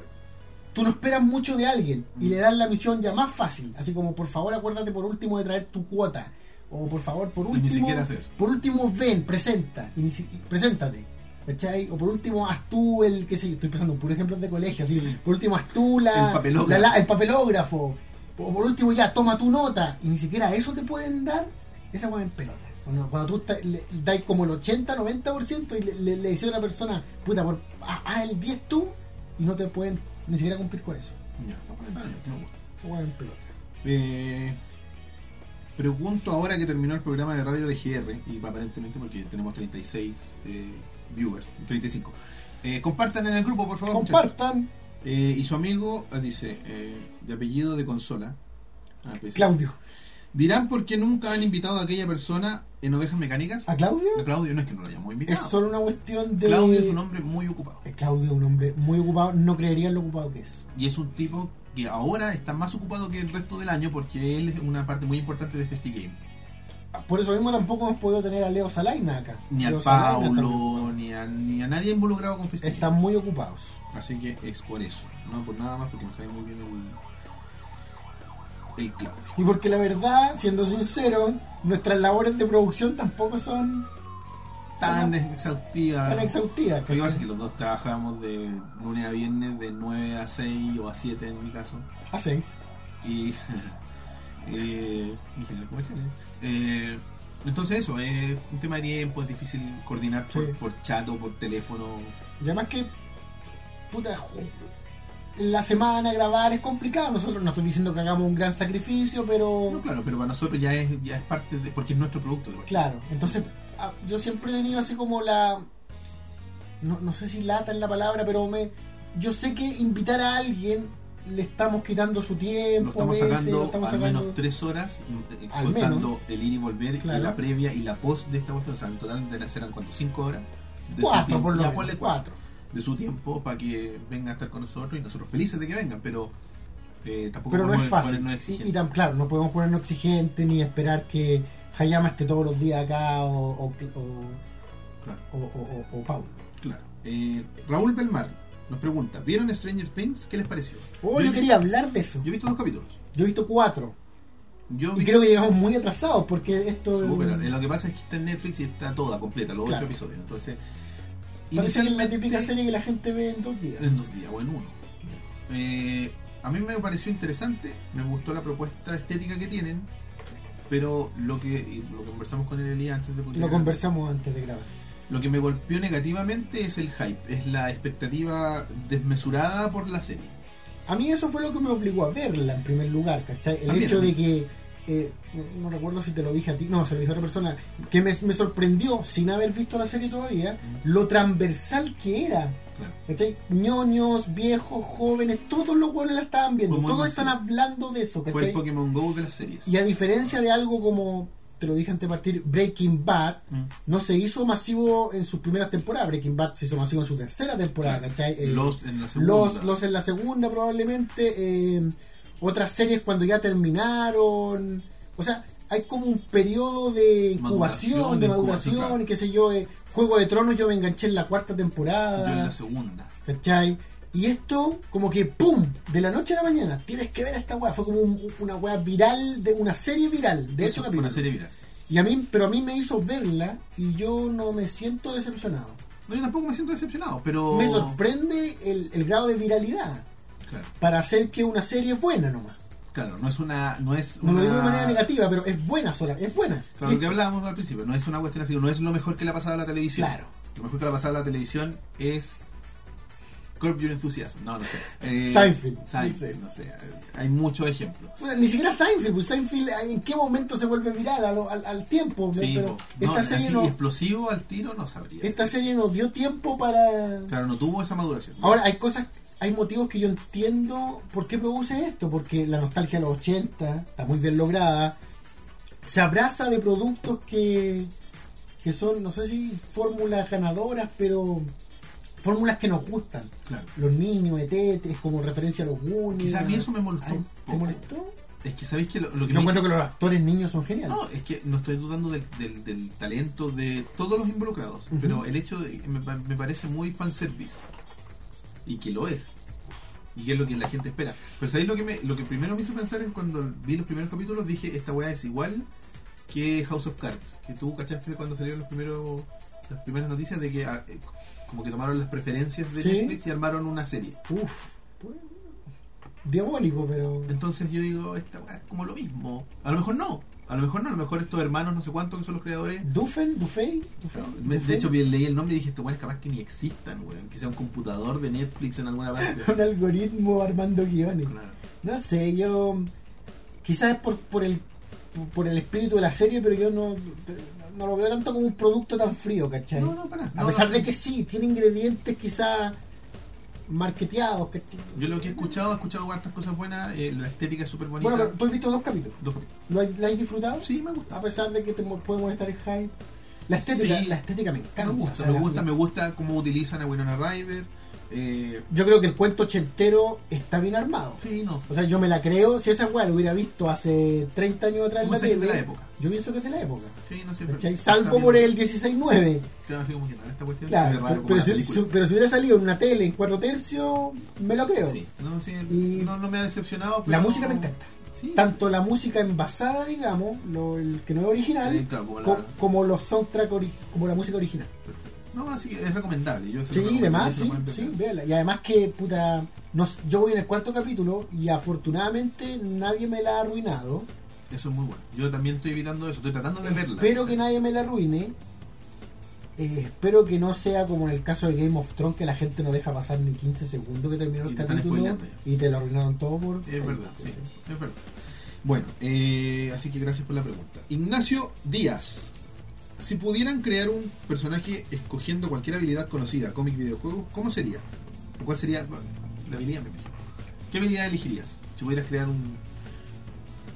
Speaker 2: tú no esperas mucho de alguien y le das la misión ya más fácil, así como por favor acuérdate por último de traer tu cuota, o por favor por
Speaker 1: Y
Speaker 2: último...
Speaker 1: ni siquiera haces eso.
Speaker 2: Por último, ven, presenta, y ni si- y preséntate. ¿Cachai? O por último, haz tú el, qué sé yo, estoy pensando en puros ejemplos de colegio, así.
Speaker 1: Sí.
Speaker 2: Por último, haz tú la,
Speaker 1: El papelógrafo.
Speaker 2: la- la- el papelógrafo. O por último, ya, toma tu nota. Y ni siquiera eso te pueden dar, esa hueá en pelota. Cuando, cuando tú estás- le- dais como el 80, 90% y le, le, le decís a una persona, puta, por, haz haz el 10 tú, y no te pueden ni siquiera cumplir con eso.
Speaker 1: Ya, no, no, no, no.
Speaker 2: Esa hueá en pelota.
Speaker 1: Eh, pregunto ahora que terminó el programa de radio de GR, y aparentemente porque tenemos 36 eh, viewers, 35. Eh, compartan en el grupo, por favor. muchachos.
Speaker 2: Compartan,
Speaker 1: Eh, y su amigo eh, dice, eh, de apellido de consola. Ah, pues,
Speaker 2: Claudio.
Speaker 1: Dirán por qué nunca han invitado a aquella persona en Ovejas Mecánicas.
Speaker 2: ¿A Claudio?
Speaker 1: No, Claudio no es que no lo hayamos
Speaker 2: Es
Speaker 1: invitado.
Speaker 2: solo una cuestión de.
Speaker 1: Claudio es un hombre muy ocupado.
Speaker 2: Eh, Claudio es un hombre muy ocupado, no creería en lo ocupado que es.
Speaker 1: Y es un tipo que ahora está más ocupado que el resto del año porque él es una parte muy importante de FestiGame.
Speaker 2: Por eso mismo tampoco hemos podido tener a Leo Salaina acá.
Speaker 1: Ni
Speaker 2: Leo
Speaker 1: al
Speaker 2: Salaina está muy
Speaker 1: Paulo,
Speaker 2: ocupado.
Speaker 1: ni a, ni a nadie involucrado con FestiGame.
Speaker 2: Están muy ocupados.
Speaker 1: Así que es por eso. No por nada más porque nos cae muy bien el, el Claudio.
Speaker 2: Y porque la verdad, siendo sincero, nuestras labores de producción tampoco son
Speaker 1: Tan exhaustiva.
Speaker 2: tan exhaustivas.
Speaker 1: Lo que pasa es
Speaker 2: ¿cachai?
Speaker 1: que los dos trabajamos de lunes a viernes de 9 a 6 o a 7 en mi caso.
Speaker 2: A seis.
Speaker 1: Y. eh, ingenieros comerciales. Eh, entonces, eso, es un tema de tiempo, es difícil coordinar por,
Speaker 2: Sí.
Speaker 1: por chat o por teléfono.
Speaker 2: Y además que, puta, ju- la semana grabar es complicado. Nosotros no estoy diciendo que hagamos un gran sacrificio, pero...
Speaker 1: No, claro, pero para nosotros ya es, ya es parte de. porque es nuestro producto. de verdad.
Speaker 2: Claro, entonces a- yo siempre he tenido así como la. No, no sé si lata es la palabra, pero me yo sé que invitar a alguien le estamos quitando su tiempo.
Speaker 1: Lo
Speaker 2: a
Speaker 1: estamos
Speaker 2: veces,
Speaker 1: sacando
Speaker 2: lo estamos
Speaker 1: al
Speaker 2: sacando-
Speaker 1: menos tres horas, mm, eh,
Speaker 2: Al
Speaker 1: contando
Speaker 2: menos.
Speaker 1: el ir y volver,
Speaker 2: Claro.
Speaker 1: y la previa y la post de esta cuestión. O sea, en total de- serán cuánto, cinco horas. de su
Speaker 2: Cuatro,
Speaker 1: tiempo.
Speaker 2: por lo
Speaker 1: Ya,
Speaker 2: menos.
Speaker 1: ponle
Speaker 2: cuatro.
Speaker 1: de su tiempo para que venga a estar con nosotros y nosotros felices de que vengan, pero eh, tampoco
Speaker 2: Pero no es
Speaker 1: podemos
Speaker 2: fácil.
Speaker 1: ponernos
Speaker 2: y,
Speaker 1: exigentes.
Speaker 2: y tan claro, no podemos ponernos exigentes ni esperar que Hayama esté todos los días acá o, o, o,
Speaker 1: Claro,
Speaker 2: o, o- o- o Paulo.
Speaker 1: claro. Eh, Raúl Belmar nos pregunta, ¿vieron Stranger Things? ¿Qué les pareció?
Speaker 2: Oh, yo quería hablar de eso.
Speaker 1: yo he visto dos capítulos.
Speaker 2: Yo he visto cuatro.
Speaker 1: Yo
Speaker 2: Y
Speaker 1: vi-
Speaker 2: creo que llegamos muy atrasados porque esto.
Speaker 1: Súper, eh, lo que pasa es que está en Netflix y está toda completa, los
Speaker 2: Claro.
Speaker 1: ocho episodios. Entonces,
Speaker 2: Parece que es la
Speaker 1: inicialmente-
Speaker 2: típica serie que la gente ve en dos días.
Speaker 1: en dos días o en uno. Eh, a mí me pareció interesante, me gustó la propuesta estética que tienen, pero lo que y lo conversamos con el Elías antes de
Speaker 2: Lo
Speaker 1: publicar-
Speaker 2: conversamos antes de grabar.
Speaker 1: Lo que me golpeó negativamente es el hype, es la expectativa desmesurada por la serie.
Speaker 2: A mí eso fue lo que me obligó a verla en primer lugar, ¿cachai? El
Speaker 1: También,
Speaker 2: hecho de
Speaker 1: también.
Speaker 2: que, eh, no- no recuerdo si te lo dije a ti, no, se lo dije a otra persona, que me, me sorprendió sin haber visto la serie todavía,
Speaker 1: Mm.
Speaker 2: lo transversal que era.
Speaker 1: Claro.
Speaker 2: ¿Cachai? Ñoños, viejos, jóvenes, todos los hueones la estaban viendo,
Speaker 1: Fue muy
Speaker 2: todos
Speaker 1: masivo.
Speaker 2: están hablando de eso,
Speaker 1: Fue el
Speaker 2: ¿cachai?
Speaker 1: Pokémon Go de las series.
Speaker 2: Y a diferencia de algo como, te lo dije antes de partir, Breaking Bad,
Speaker 1: Mm.
Speaker 2: no se hizo masivo en sus primeras temporadas, Breaking Bad se hizo masivo en su tercera temporada, ¿cachai? Eh,
Speaker 1: Lost en la segunda.
Speaker 2: los, los en la segunda probablemente, eh, otras series cuando ya terminaron, o sea, hay como un periodo de incubación,
Speaker 1: Maduración,
Speaker 2: de
Speaker 1: de incubación,
Speaker 2: maduración,
Speaker 1: claro.
Speaker 2: qué sé yo, eh, Juego de Tronos yo me enganché en la cuarta
Speaker 1: Yo en
Speaker 2: temporada,
Speaker 1: la segunda.
Speaker 2: ¿cachai? Y esto, como que ¡pum! De la noche a la mañana, tienes que ver esta weá, fue como un- una weá viral, de una serie viral, de
Speaker 1: Eso
Speaker 2: hecho
Speaker 1: fue una serie viral.
Speaker 2: Y a mí, pero a mí me hizo verla y yo no me siento decepcionado.
Speaker 1: No, yo tampoco me siento decepcionado, pero.
Speaker 2: Me sorprende el- el grado de viralidad
Speaker 1: Claro,
Speaker 2: para hacer que una serie es buena nomás.
Speaker 1: claro, no es una. No es
Speaker 2: No
Speaker 1: una...
Speaker 2: lo digo de manera negativa, pero es buena sola, es buena.
Speaker 1: Claro, Ah. lo que hablábamos al principio, no es una cuestión así, no es lo mejor que le ha pasado a la televisión.
Speaker 2: Claro.
Speaker 1: Lo mejor que le ha pasado a la televisión es. Curb Your Enthusiasm. No, no sé. Eh,
Speaker 2: Seinfeld.
Speaker 1: Seinfeld, no sé. Hay muchos ejemplos.
Speaker 2: Bueno, ni siquiera Seinfeld, pues Seinfeld ¿en qué momento se vuelve viral? A lo- Al, al tiempo.
Speaker 1: Sí, po.
Speaker 2: pero
Speaker 1: no,
Speaker 2: esta, serie
Speaker 1: así,
Speaker 2: no,
Speaker 1: explosivo al tiro no sabría.
Speaker 2: esta serie nos dio tiempo para...
Speaker 1: Claro, no tuvo esa maduración.
Speaker 2: Ahora, hay cosas, hay motivos que yo entiendo por qué produce esto, porque la nostalgia de los 80 está muy bien lograda, se abraza de productos que, que son, no sé si fórmulas ganadoras, pero fórmulas que nos gustan.
Speaker 1: Claro.
Speaker 2: Los niños, ET, es como referencia a los Goonies.
Speaker 1: Quizás a mí eso me molestó
Speaker 2: Ay,
Speaker 1: un
Speaker 2: ¿Te
Speaker 1: poco.
Speaker 2: molestó?
Speaker 1: Es que sabéis que lo, lo que me
Speaker 2: Yo encuentro
Speaker 1: hizo-
Speaker 2: que los actores niños son geniales.
Speaker 1: No, es que no estoy dudando del, del- del talento de todos los involucrados,
Speaker 2: Ujú.
Speaker 1: pero el hecho de, me, pa- me parece muy fanservice. Y que lo es. Y que es lo que la gente espera. Pero ¿sabéis lo que me, lo que primero me hizo pensar es cuando vi los primeros capítulos dije esta weá es igual que House of Cards, que tú cachaste cuando salieron los primeros, las primeras noticias de que ah, eh, como que tomaron las preferencias de
Speaker 2: Sí.
Speaker 1: Netflix y armaron una serie.
Speaker 2: Uf, pues, diabólico, pero...
Speaker 1: Entonces yo digo, esta weá es como lo mismo. A lo mejor no, a lo mejor no, a lo mejor estos hermanos no sé cuántos que son los creadores
Speaker 2: Dufen, Dufey, Dufey,
Speaker 1: Pero, me-
Speaker 2: Dufey.
Speaker 1: De hecho, bien, leí el nombre y dije, estos weones capaz que ni existan, weón. Que sea un computador de Netflix en alguna parte.
Speaker 2: un algoritmo armando guiones.
Speaker 1: Claro.
Speaker 2: No sé, yo quizás es por, por el por el espíritu de la serie, pero yo no, no lo veo tanto como un producto tan frío, ¿cachai?
Speaker 1: No, no, para.
Speaker 2: A pesar de que sí, tiene ingredientes quizás marketeados, ¿cachai?
Speaker 1: Yo lo que he escuchado, he escuchado hartas cosas buenas. eh, la estética es súper bonita.
Speaker 2: Bueno, pero tú has visto dos capítulos.
Speaker 1: Dos capítulos.
Speaker 2: ¿Lo has, ¿La has disfrutado?
Speaker 1: Sí, me
Speaker 2: A
Speaker 1: gusta.
Speaker 2: pesar de que te mo- puede molestar el hype. La estética,
Speaker 1: Sí.
Speaker 2: la estética me encanta.
Speaker 1: Me
Speaker 2: o
Speaker 1: gusta,
Speaker 2: sea,
Speaker 1: me
Speaker 2: la-
Speaker 1: gusta, me gusta cómo utilizan a Winona Ryder. Eh,
Speaker 2: Yo creo que el cuento ochentero está bien armado.
Speaker 1: sí, no.
Speaker 2: O sea, yo me la creo. Si esa weá lo hubiera visto hace 30 años atrás en
Speaker 1: Como
Speaker 2: la
Speaker 1: sé que es de
Speaker 2: tele,
Speaker 1: la época.
Speaker 2: yo pienso que es de la época.
Speaker 1: Sí, no sé.
Speaker 2: ¿cachai?
Speaker 1: pero-
Speaker 2: Salvo
Speaker 1: está
Speaker 2: por
Speaker 1: bien.
Speaker 2: el 16-9.
Speaker 1: Claro, así como que no, esta cuestión es
Speaker 2: Claro,
Speaker 1: raro
Speaker 2: pero,
Speaker 1: como
Speaker 2: pero
Speaker 1: la
Speaker 2: si,
Speaker 1: película.
Speaker 2: si- pero si hubiera salido en una tele en 4 tercios, me lo creo.
Speaker 1: Sí, no, sí,
Speaker 2: Y-
Speaker 1: no, no me ha decepcionado.
Speaker 2: La
Speaker 1: pero-
Speaker 2: música me encanta.
Speaker 1: Sí.
Speaker 2: Tanto la música envasada, digamos, lo, el que no es original,
Speaker 1: Eh, claro, como la-
Speaker 2: co- como los soundtracks, ori- como la música original.
Speaker 1: No, así que es recomendable. Yo se lo
Speaker 2: Sí,
Speaker 1: recomiendo,
Speaker 2: además,
Speaker 1: yo se
Speaker 2: sí,
Speaker 1: lo pueden
Speaker 2: sí,
Speaker 1: ver.
Speaker 2: véala. Y además que, puta, nos, yo voy en el cuarto capítulo y afortunadamente nadie me la ha arruinado.
Speaker 1: Eso es muy bueno. Yo también estoy evitando eso, estoy tratando de verla.
Speaker 2: Espero que nadie me la arruine. Eh, espero que no sea como en el caso de Game of Thrones, que la gente no deja pasar ni 15 segundos que terminó
Speaker 1: Y
Speaker 2: el
Speaker 1: te están
Speaker 2: capítulo
Speaker 1: spoileando ya.
Speaker 2: y te lo arruinaron todo por. pues,
Speaker 1: Es verdad, sí, es verdad. Bueno, eh, así que gracias por la pregunta. Ignacio Díaz. Si pudieran crear un personaje escogiendo cualquier habilidad conocida, cómic, videojuego, ¿cómo sería? ¿O ¿Cuál sería bueno, la habilidad? me imagino. ¿Qué habilidad elegirías si pudieras crear un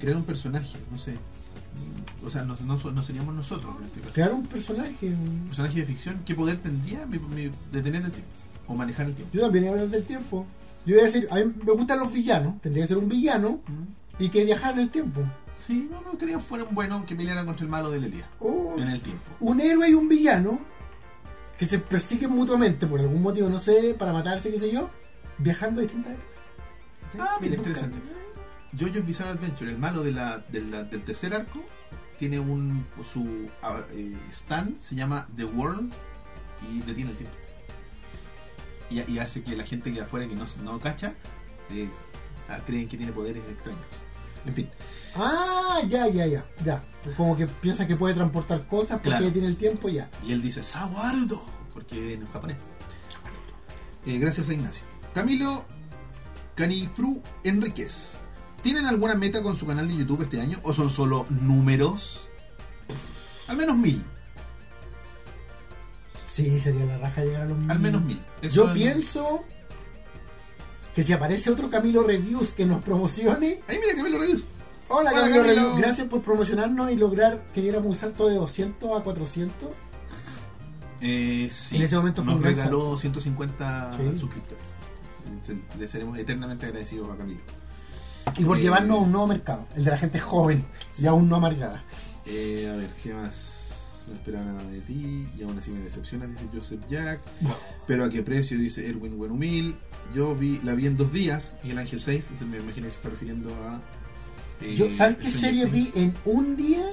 Speaker 1: crear un personaje? No sé. Mm, O sea, no, no so- no seríamos nosotros. en este caso.
Speaker 2: Crear un personaje.
Speaker 1: Un personaje de ficción, ¿qué poder tendría mi- mi- detener el tiempo? O manejar el tiempo.
Speaker 2: Yo también iba a hablar del tiempo. Yo iba a decir, a mí me gustan los villanos, tendría que ser un villano
Speaker 1: Mm.
Speaker 2: y que viajara en el tiempo.
Speaker 1: Sí, no me gustaría que fuera un bueno que peleara contra el malo del Elías.
Speaker 2: Oh,
Speaker 1: En el tiempo.
Speaker 2: un héroe y un villano que se persiguen mutuamente por algún motivo, no sé, para matarse, qué sé yo, viajando a distintas épocas. pues,
Speaker 1: Ah, mira,
Speaker 2: Buscan-
Speaker 1: interesante. Jojo's Bizarre Adventure, el malo de la, de la- del tercer arco, tiene un. su ah, eh, stand se llama The World y detiene el tiempo. Y, y hace que la gente que afuera que no, no cacha eh, ah, creen que tiene poderes extraños. En fin,
Speaker 2: Ah, ya, ya, ya, ya. Como que piensa que puede transportar cosas porque
Speaker 1: Claro.
Speaker 2: ya tiene el tiempo, ya.
Speaker 1: y él dice Sawardo, porque en japonés. Eh, gracias a Ignacio. Camilo Canifru Enríquez. ¿Tienen alguna meta con su canal de YouTube este año o son solo números? Al menos mil.
Speaker 2: Sí, sería la raja llegar a los
Speaker 1: Al
Speaker 2: mil.
Speaker 1: menos mil. Eso
Speaker 2: Mm. Yo
Speaker 1: es-
Speaker 2: pienso que si aparece otro Camilo Reviews que nos promocione.
Speaker 1: Ahí mira Camilo Reyes.
Speaker 2: Hola,
Speaker 1: Hola,
Speaker 2: Camilo,
Speaker 1: Camilo.
Speaker 2: Reviews, gracias por promocionarnos y lograr que diéramos un salto de 200 a 400.
Speaker 1: Eh, sí.
Speaker 2: En ese momento fue
Speaker 1: nos
Speaker 2: un gran
Speaker 1: regaló 150
Speaker 2: Sí.
Speaker 1: suscriptores. Entonces, Le seremos eternamente agradecidos a Camilo.
Speaker 2: Y por
Speaker 1: Eh,
Speaker 2: llevarnos a un nuevo mercado, el de la gente joven y aún no amargada.
Speaker 1: Eh, a ver, ¿qué más? No esperaba nada de ti y aún así me decepcionas, dice Joseph Jack. Pero a qué precio, dice Erwin Buenhumil. Yo vi, la vi en dos días, Miguel Ángel 6, me imagino que se está refiriendo a... eh,
Speaker 2: Yo, ¿Sabes qué
Speaker 1: Stranger
Speaker 2: serie vi
Speaker 1: Things.
Speaker 2: en un día?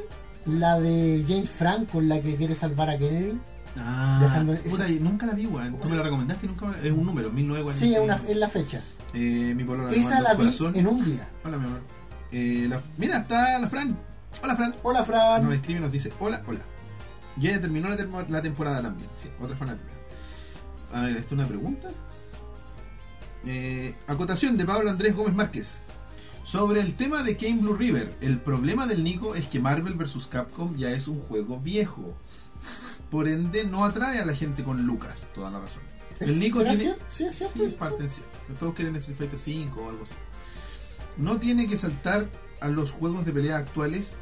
Speaker 2: La de James Franco, en la que quiere salvar a Kennedy.
Speaker 1: Ah,
Speaker 2: Dejando-
Speaker 1: puta, y nunca la vi, weón. Tú me la recomendaste, y nunca... Es un número, 1940.
Speaker 2: Sí, es, una, es la fecha.
Speaker 1: Eh, mi polola me
Speaker 2: Esa
Speaker 1: mandó
Speaker 2: la
Speaker 1: un
Speaker 2: vi
Speaker 1: corazón.
Speaker 2: en un día.
Speaker 1: Hola, mi amor. Eh, la- Mira, está la Fran. Hola, Fran.
Speaker 2: Hola, Fran.
Speaker 1: Nos escribe y nos dice: Hola, hola. Ya ya terminó la, termo- la temporada también. Sí, otra fanática. A ver, ¿esto es una pregunta? Eh, acotación de Pablo Andrés Gómez Márquez. Sobre el tema de Game Blue River, el problema del Nico es que Marvel vs. Capcom ya es un juego viejo. Por ende, no atrae a la gente con Lucas. Toda la razón. El Nico
Speaker 2: ¿Será
Speaker 1: tiene-
Speaker 2: cierto? Sí, es cierto. Ah,
Speaker 1: Sí, es parte en sí. Todos quieren Street Fighter 5 o algo así. No tiene que saltar a los juegos de pelea actuales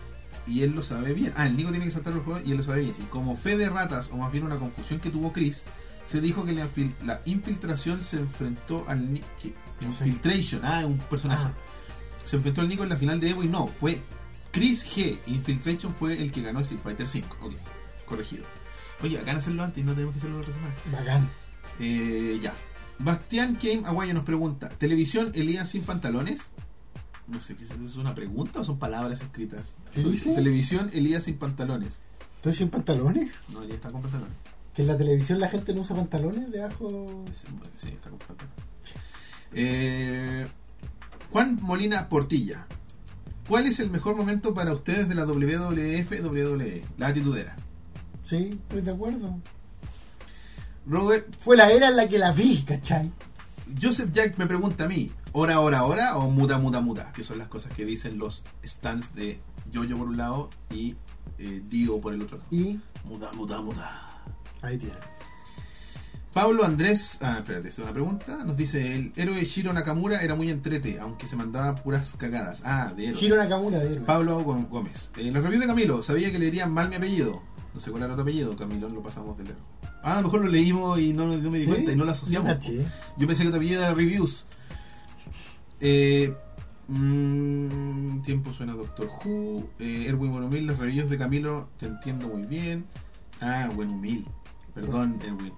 Speaker 1: y él lo sabe bien. Ah, el Nico tiene que saltar a los juegos y él lo sabe bien. Y como fe de ratas, o más bien una confusión que tuvo Chris, se dijo que la, infil- la infiltración se enfrentó al Nico. Infiltration, ah, un personaje.
Speaker 2: Ah.
Speaker 1: Se enfrentó al Nico en la final de Evo y no, fue Chris G. Infiltration fue el que ganó Street Fighter 5. Ok, corregido. Oye, acá hacerlo antes y no tenemos que hacerlo la otra semana.
Speaker 2: Bacán.
Speaker 1: Eh, ya. Bastián Game Aguayo nos pregunta: ¿Televisión Elías sin pantalones? No sé, ¿qué es eso? ¿Es una pregunta o son palabras escritas?
Speaker 2: ¿Qué
Speaker 1: Eso
Speaker 2: dice?
Speaker 1: Televisión Elías sin pantalones.
Speaker 2: ¿Estoy sin pantalones?
Speaker 1: No, Elías está con pantalones.
Speaker 2: ¿Que en la televisión la gente no usa pantalones debajo?
Speaker 1: Sí, Sí, está con pantalones. Eh, Juan Molina Portilla. ¿Cuál es el mejor momento para ustedes de la WWF WWE? E? La atitudera.
Speaker 2: Sí, estoy de acuerdo.
Speaker 1: Robert
Speaker 2: Fue la era en la que la vi, ¿cachai?
Speaker 1: Joseph Jack me pregunta a mí, hora, hora, hora o muda, muda, muda, que son las cosas que dicen los stands de Jojo por un lado y eh, Dio por el otro.
Speaker 2: Y
Speaker 1: Muda, muda, muda.
Speaker 2: ahí tiene.
Speaker 1: Pablo Andrés, ah, espérate, es una pregunta, nos dice, el héroe Shiro Nakamura era muy entrete, aunque se mandaba puras cagadas. Ah, de héroe.
Speaker 2: Giro Nakamura de héroe.
Speaker 1: Pablo Gó- Gómez. Eh, En la review de Camilo, sabía que leerían mal mi apellido. No sé cuál era tu apellido, Camilo, lo pasamos de leer. Ah, a lo mejor lo leímos y no, no me di
Speaker 2: ¿Sí?
Speaker 1: cuenta y no lo asociamos.
Speaker 2: No caché.
Speaker 1: Yo pensé que tu apellido era Reviews. Eh, mm, tiempo suena Doctor Who. Eh, Erwin Buenumil, las reviews de Camilo, te entiendo muy bien. Ah, Buenumil. Perdón, Erwin.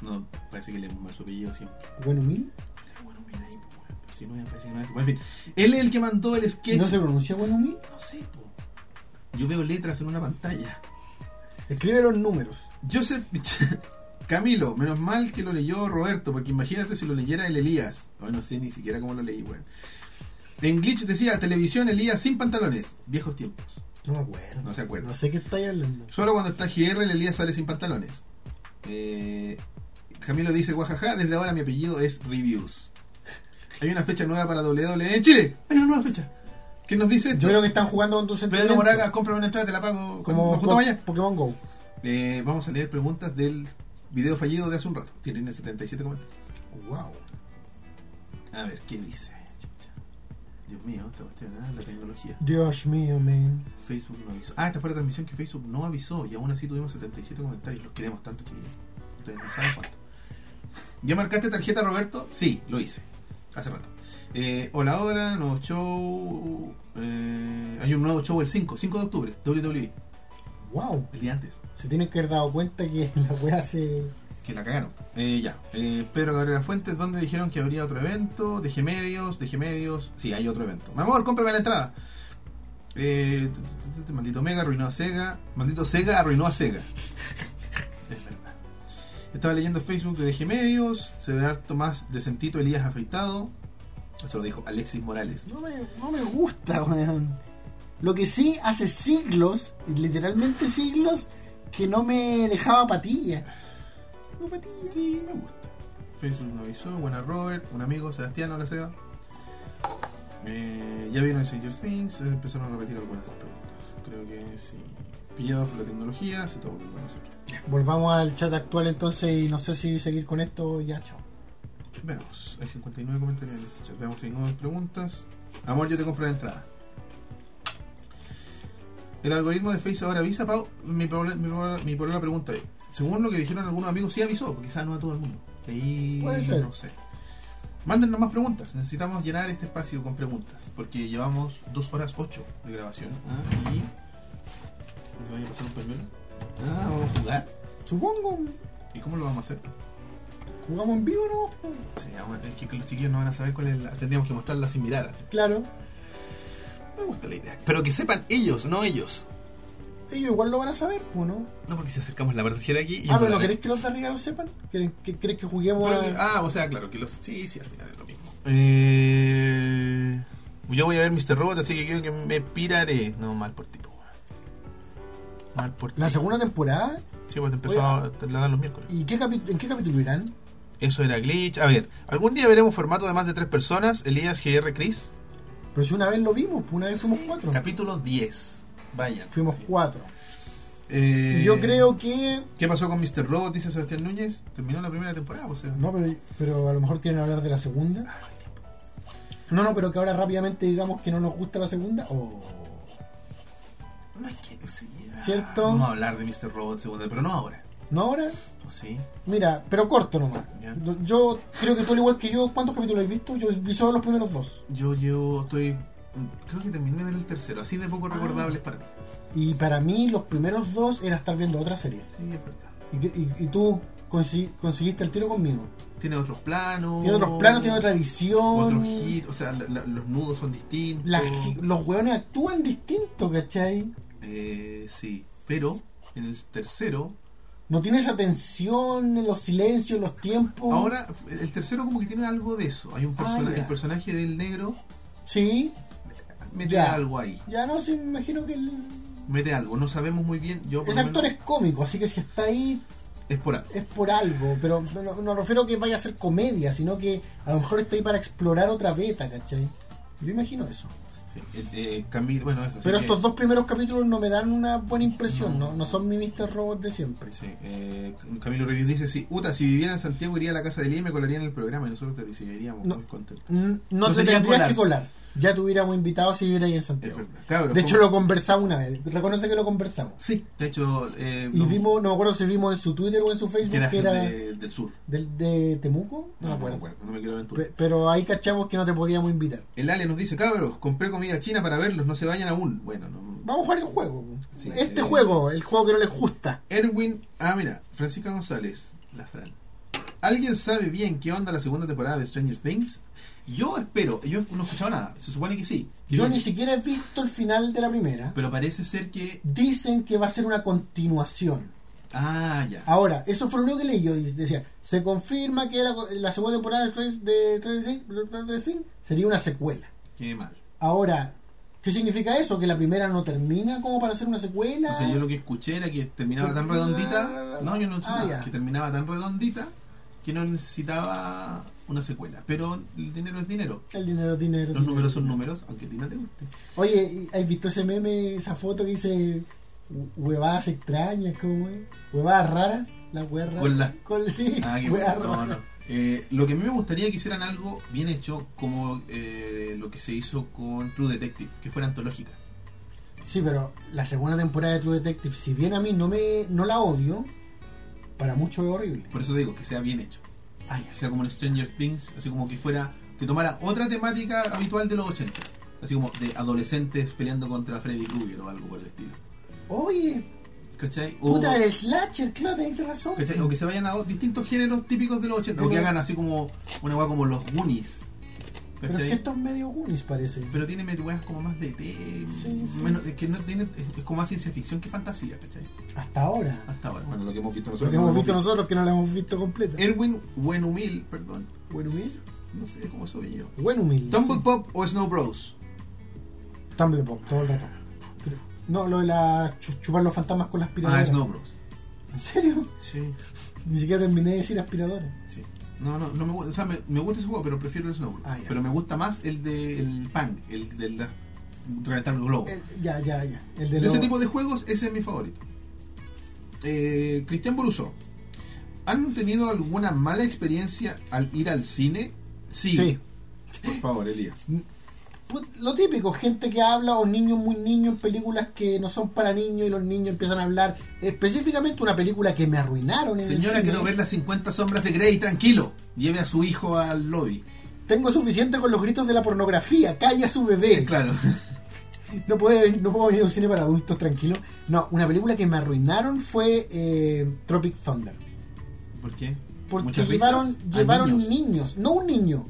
Speaker 1: No, parece que leemos mal su apellido siempre.
Speaker 2: Bueno, mil.
Speaker 1: Pero Buenumil ahí, pues, bueno. Si no, me parece que no es. Bueno, en fin. Él es el que mandó el sketch.
Speaker 2: ¿No se pronuncia bueno, mil?
Speaker 1: No sé, po. Yo veo letras en una pantalla.
Speaker 2: Escribe los números.
Speaker 1: Joseph Camilo, menos mal que lo leyó Roberto, porque imagínate si lo leyera el Elías. Ay, no sé ni siquiera cómo lo leí, weón. En Glitch decía, televisión Elías sin pantalones. Viejos tiempos.
Speaker 2: No me acuerdo.
Speaker 1: No se acuerda.
Speaker 2: No sé qué estáis hablando.
Speaker 1: Solo cuando está GR el Elías sale sin pantalones. Eh, Camilo dice, guajaja, desde ahora mi apellido es Reviews. Hay una fecha nueva para WWE en Chile. Hay una nueva fecha. ¿Qué nos dice? esto?
Speaker 2: Yo creo que están jugando con tu sentimiento.
Speaker 1: Pedro Moraga, cómprame una entrada, te la pago.
Speaker 2: como
Speaker 1: Como, junto
Speaker 2: po-
Speaker 1: mañana.
Speaker 2: Pokémon Go.
Speaker 1: Eh, vamos a leer preguntas del video fallido de hace un rato. Tienen el 77 comentarios.
Speaker 2: Wow.
Speaker 1: A ver, ¿qué dice? Chucha. Dios mío, esta cuestión, ah, la tecnología.
Speaker 2: Dios mío, man.
Speaker 1: Facebook no avisó. Ah, esta fue la transmisión que Facebook no avisó y aún así tuvimos 77 comentarios. Los queremos tanto, chiquillos. Ustedes no saben cuánto. ¿Ya marcaste tarjeta, Roberto? Sí, lo hice. Hace rato. Eh, hola, hola, nuevo show. eh, hay un nuevo show el 5, 5 de octubre, WWE,
Speaker 2: Wow.
Speaker 1: el día antes.
Speaker 2: Se tienen que haber dado cuenta que la wea se.
Speaker 1: que la cagaron. Eh, ya. Eh, Pedro Gabriela Fuentes, ¿dónde dijeron que habría otro evento? Dejé medios, dejé medios. Sí, hay otro evento. Mi amor, cómprame la entrada. Eh, t- t- t- maldito Mega arruinó a Sega. Maldito Sega arruinó a Sega. es verdad. Estaba leyendo Facebook de Dejé Medios. Se ve harto más decentito Elías afeitado. Eso lo dijo Alexis Morales.
Speaker 2: No me, no me gusta, weón. Lo que sí, hace siglos, literalmente siglos, que no me dejaba patilla. No patilla.
Speaker 1: Sí, me gusta. Facebook me avisó. Buena Robert, un amigo, Sebastián, hola Seba. Eh, ya vieron Stranger Things, eh, empezaron a repetir algunas de las preguntas. Creo que sí. Pillados por la tecnología, se está volviendo a nosotros.
Speaker 2: Volvamos al chat actual entonces y no sé si seguir con esto ya, chao.
Speaker 1: Veamos, hay 59 comentarios en este chat. Veamos si hay nuevas preguntas. Amor, yo te compro la entrada. El algoritmo de Face ahora avisa, Pau. Mi, proble- mi, proble- mi problema pregunta es: según lo que dijeron algunos amigos, sí avisó, quizás no a todo el mundo. Ahí
Speaker 2: Puede ser.
Speaker 1: no sé. Mándennos más preguntas. Necesitamos llenar este espacio con preguntas. Porque llevamos 2 horas 8 de grabación. Ah, y. ¿Me voy a pasar un pañuelo? Ah, vamos a jugar.
Speaker 2: Supongo,
Speaker 1: ¿Y cómo lo vamos a hacer?
Speaker 2: jugamos en vivo, ¿no?
Speaker 1: Sí, vamos a- es que los chiquillos no van a saber cuál es la. Tendríamos que mostrarla sin mirar. así.
Speaker 2: Claro,
Speaker 1: Me gusta la idea. Pero que sepan ellos, no ellos.
Speaker 2: ellos igual lo van a saber, ¿o no?
Speaker 1: No porque si acercamos la tarjeta aquí. y
Speaker 2: Ah,
Speaker 1: no
Speaker 2: pero
Speaker 1: la
Speaker 2: ¿no
Speaker 1: ven.
Speaker 2: querés que los de arriba lo sepan? ¿Querés que, querés que juguemos
Speaker 1: Pero
Speaker 2: a-
Speaker 1: que- Ah, o sea, claro, que los. Sí, sí, al final es lo mismo. Eh, yo voy a ver Mr. Robot, así que creo que me piraré. No, mal por tipo, weón. Mal por
Speaker 2: la
Speaker 1: ti.
Speaker 2: segunda temporada?
Speaker 1: Sí, pues te empezó
Speaker 2: Oye. ah.
Speaker 1: a. Te la dan los miércoles.
Speaker 2: ¿Y qué capi- en qué capítulo irán?
Speaker 1: Eso era glitch. A ver, algún día veremos formato de más de tres personas. Elías GR Chris.
Speaker 2: Pero si una vez lo vimos, pues una vez fuimos cuatro.
Speaker 1: Capítulo 10. Vayan.
Speaker 2: Fuimos cuatro.
Speaker 1: Eh,
Speaker 2: Yo creo que.
Speaker 1: ¿Qué pasó con Mr. Robot? Dice Sebastián Núñez. Terminó la primera temporada, o sea.
Speaker 2: No, pero, pero a lo mejor quieren hablar de la segunda. No, no, pero que ahora rápidamente digamos que no nos gusta la segunda. O.
Speaker 1: No, es que- sí, ah,
Speaker 2: ¿Cierto?
Speaker 1: Vamos a hablar de Mr. Robot segunda, pero no ahora.
Speaker 2: ¿No ahora?
Speaker 1: ¿O sí?
Speaker 2: Mira, pero corto nomás.
Speaker 1: Ya.
Speaker 2: Yo creo que tú, al igual que yo, ¿cuántos capítulos has visto? Yo vi solo los primeros dos.
Speaker 1: Yo llevo, estoy. Creo que terminé de ver el tercero, así de
Speaker 2: Ah.
Speaker 1: poco recordables para mí.
Speaker 2: Y para mí, los primeros dos era estar viendo otra serie.
Speaker 1: Sí, es verdad.
Speaker 2: Y, que- y- y tú consi- conseguiste el tiro conmigo.
Speaker 1: Tiene otros planos.
Speaker 2: Tiene otros planos, tiene otra edición.
Speaker 1: Otros giros, o sea, la- la- los nudos son distintos.
Speaker 2: Las gi- los hueones actúan distinto, ¿cachai?
Speaker 1: Eh, sí, pero en el tercero,
Speaker 2: No tiene esa tensión, los silencios, los tiempos.
Speaker 1: ahora el tercero como que tiene algo de eso. Hay un
Speaker 2: Oh. Ah,
Speaker 1: personaje,
Speaker 2: ya.
Speaker 1: el personaje del negro
Speaker 2: Sí,
Speaker 1: mete
Speaker 2: Ya.
Speaker 1: algo ahí,
Speaker 2: ya no, sí, me imagino que el...
Speaker 1: mete algo. No sabemos muy bien. Yo por
Speaker 2: ese
Speaker 1: lo
Speaker 2: actor
Speaker 1: menos-
Speaker 2: es cómico, así que si está ahí
Speaker 1: es por algo.
Speaker 2: es por algo, pero no, no refiero que vaya a ser comedia, sino que a lo mejor está ahí para explorar otra beta, ¿cachai? Yo imagino eso.
Speaker 1: Sí, eh, eh, Camil- bueno, eso. sí eh,
Speaker 2: Pero
Speaker 1: que-
Speaker 2: estos dos primeros capítulos no me dan una buena impresión,
Speaker 1: No.
Speaker 2: ¿no? No son mi Mr. Robot de siempre.
Speaker 1: Sí, eh, Camilo Reviews dice, sí, Uta, si viviera en Santiago iría a la casa de Lía y me colaría en el programa y nosotros te recibiríamos
Speaker 2: No.
Speaker 1: muy contentos.
Speaker 2: Mm, No,
Speaker 1: No
Speaker 2: te
Speaker 1: sería
Speaker 2: tendrías
Speaker 1: colarse.
Speaker 2: que colar. Ya te hubiéramos invitado si vivieras ahí en
Speaker 1: Es
Speaker 2: Santiago.
Speaker 1: verdad. Cabros,
Speaker 2: De hecho,
Speaker 1: ¿cómo-
Speaker 2: lo conversamos una vez. Reconoce que lo conversamos.
Speaker 1: Sí, de hecho, eh,
Speaker 2: Y
Speaker 1: no-
Speaker 2: vimos, no me acuerdo si vimos en su Twitter o en su
Speaker 1: que
Speaker 2: Facebook
Speaker 1: era
Speaker 2: que era
Speaker 1: de- del sur.
Speaker 2: del, de Temuco. No, me
Speaker 1: Ah,
Speaker 2: acuerdo.
Speaker 1: no me quiero aventurar.
Speaker 2: Pe- Pero ahí cachamos que no te podíamos invitar.
Speaker 1: El Ale nos dice, cabros, compré comida china para verlos, no se vayan aún. Bueno, no.
Speaker 2: Vamos a jugar el juego.
Speaker 1: Sí.
Speaker 2: este
Speaker 1: Eh,
Speaker 2: juego, el juego que no les gusta.
Speaker 1: Erwin, ah, mira, Francisca González, la Fran. ¿Alguien sabe bien qué onda la segunda temporada de Stranger Things? Yo espero, yo no he escuchado nada, se supone que sí. Que
Speaker 2: Yo
Speaker 1: bien.
Speaker 2: ni siquiera he visto el final de la primera.
Speaker 1: Pero parece ser que...
Speaker 2: Dicen que va a ser una continuación.
Speaker 1: Ah, ya.
Speaker 2: Ahora, eso fue lo único que leí. Yo de- decía, se confirma que la, la segunda temporada de Stranger- de Stranger Things sería una secuela.
Speaker 1: Qué mal.
Speaker 2: Ahora, ¿qué significa eso? ¿Que la primera no termina como para hacer una secuela?
Speaker 1: O sea, yo lo que escuché era que terminaba tan redondita. No, yo no escuché
Speaker 2: Ah,
Speaker 1: nada,
Speaker 2: ya.
Speaker 1: Que terminaba tan redondita que no necesitaba una secuela. Pero el dinero es dinero.
Speaker 2: El dinero es dinero.
Speaker 1: Los
Speaker 2: dinero,
Speaker 1: números son
Speaker 2: dinero.
Speaker 1: números, aunque a ti no te guste.
Speaker 2: Oye, ¿y ¿has visto ese meme, esa foto que dice "Hue- huevadas extrañas, cómo es? Huevadas raras, las huevas raras.
Speaker 1: Con las-
Speaker 2: Con- sí,
Speaker 1: Ah, qué
Speaker 2: huevas
Speaker 1: bueno. No,
Speaker 2: raras.
Speaker 1: no. Eh, lo que a mí me gustaría que hicieran algo bien hecho, como eh, lo que se hizo con True Detective, que fuera antológica.
Speaker 2: Sí, pero la segunda temporada de True Detective, si bien a mí no me no la odio, para muchos es horrible.
Speaker 1: Por eso digo, que sea bien hecho.
Speaker 2: Ay,
Speaker 1: Que sea como en Stranger Things, así como que fuera. que tomara otra temática habitual de los 80. Así como de adolescentes peleando contra Freddy Krueger o algo por el estilo.
Speaker 2: oye,
Speaker 1: ¿Cachai? O-
Speaker 2: puta, el slasher, claro, tenés razón.
Speaker 1: ¿Cachai? O que se vayan a o- distintos géneros típicos de los 80. O que hagan así como una weá como los Goonies.
Speaker 2: Pero es que
Speaker 1: ¿Cachai?
Speaker 2: esto es medio Goonies, parece.
Speaker 1: Pero tiene met- weas como más de té, mm,
Speaker 2: Sí, sí.
Speaker 1: menos- es que no tiene, es, es como más ciencia ficción que fantasía, ¿cachai?
Speaker 2: Hasta ahora.
Speaker 1: Hasta ahora. Bueno, lo que hemos visto
Speaker 2: Lo
Speaker 1: nosotros.
Speaker 2: que hemos visto nosotros que no la hemos visto completa.
Speaker 1: Erwin Wenumil, perdón.
Speaker 2: Buen humil.
Speaker 1: No sé cómo soy yo.
Speaker 2: Buen humil.
Speaker 1: ¿Tumble Pop o Snow Bros?
Speaker 2: sí. Tumblepop, todo el rato. Pero- no, lo de la chu- chupar los fantasmas con la aspiradora.
Speaker 1: Ah, Snow Bros.
Speaker 2: ¿En serio?
Speaker 1: Sí,
Speaker 2: Ni siquiera terminé de decir aspiradora.
Speaker 1: sí. No, no, no me gusta. O sea, me, me gusta ese juego, pero prefiero el Snow Bros.
Speaker 2: Ah, ya.
Speaker 1: pero me gusta más el del de, Pang, el de la. Reventar el globo.
Speaker 2: El- ya, ya, ya. El de,
Speaker 1: De
Speaker 2: los-
Speaker 1: ese tipo de juegos, ese es mi favorito. Eh, Cristian Boruso, ¿han tenido alguna mala experiencia al ir al cine? Sí.
Speaker 2: Sí.
Speaker 1: Por favor, Elías.
Speaker 2: Put- Lo típico, gente que habla o niños muy niños en películas que no son para niños y los niños empiezan a hablar. Específicamente una película que me arruinaron. En el
Speaker 1: Señora,
Speaker 2: cine.
Speaker 1: quiero ver las 50 sombras de Grey, tranquilo. Lleve a su hijo al lobby.
Speaker 2: Tengo suficiente con los gritos de la pornografía. Calla a su bebé.
Speaker 1: Claro.
Speaker 2: No, puede, no puedo venir a un cine para adultos, tranquilo. No, una película que me arruinaron fue eh, Tropic Thunder.
Speaker 1: ¿Por qué?
Speaker 2: Porque
Speaker 1: Muchas
Speaker 2: llevaron,
Speaker 1: risas.
Speaker 2: llevaron
Speaker 1: Hay
Speaker 2: niños. no un niño.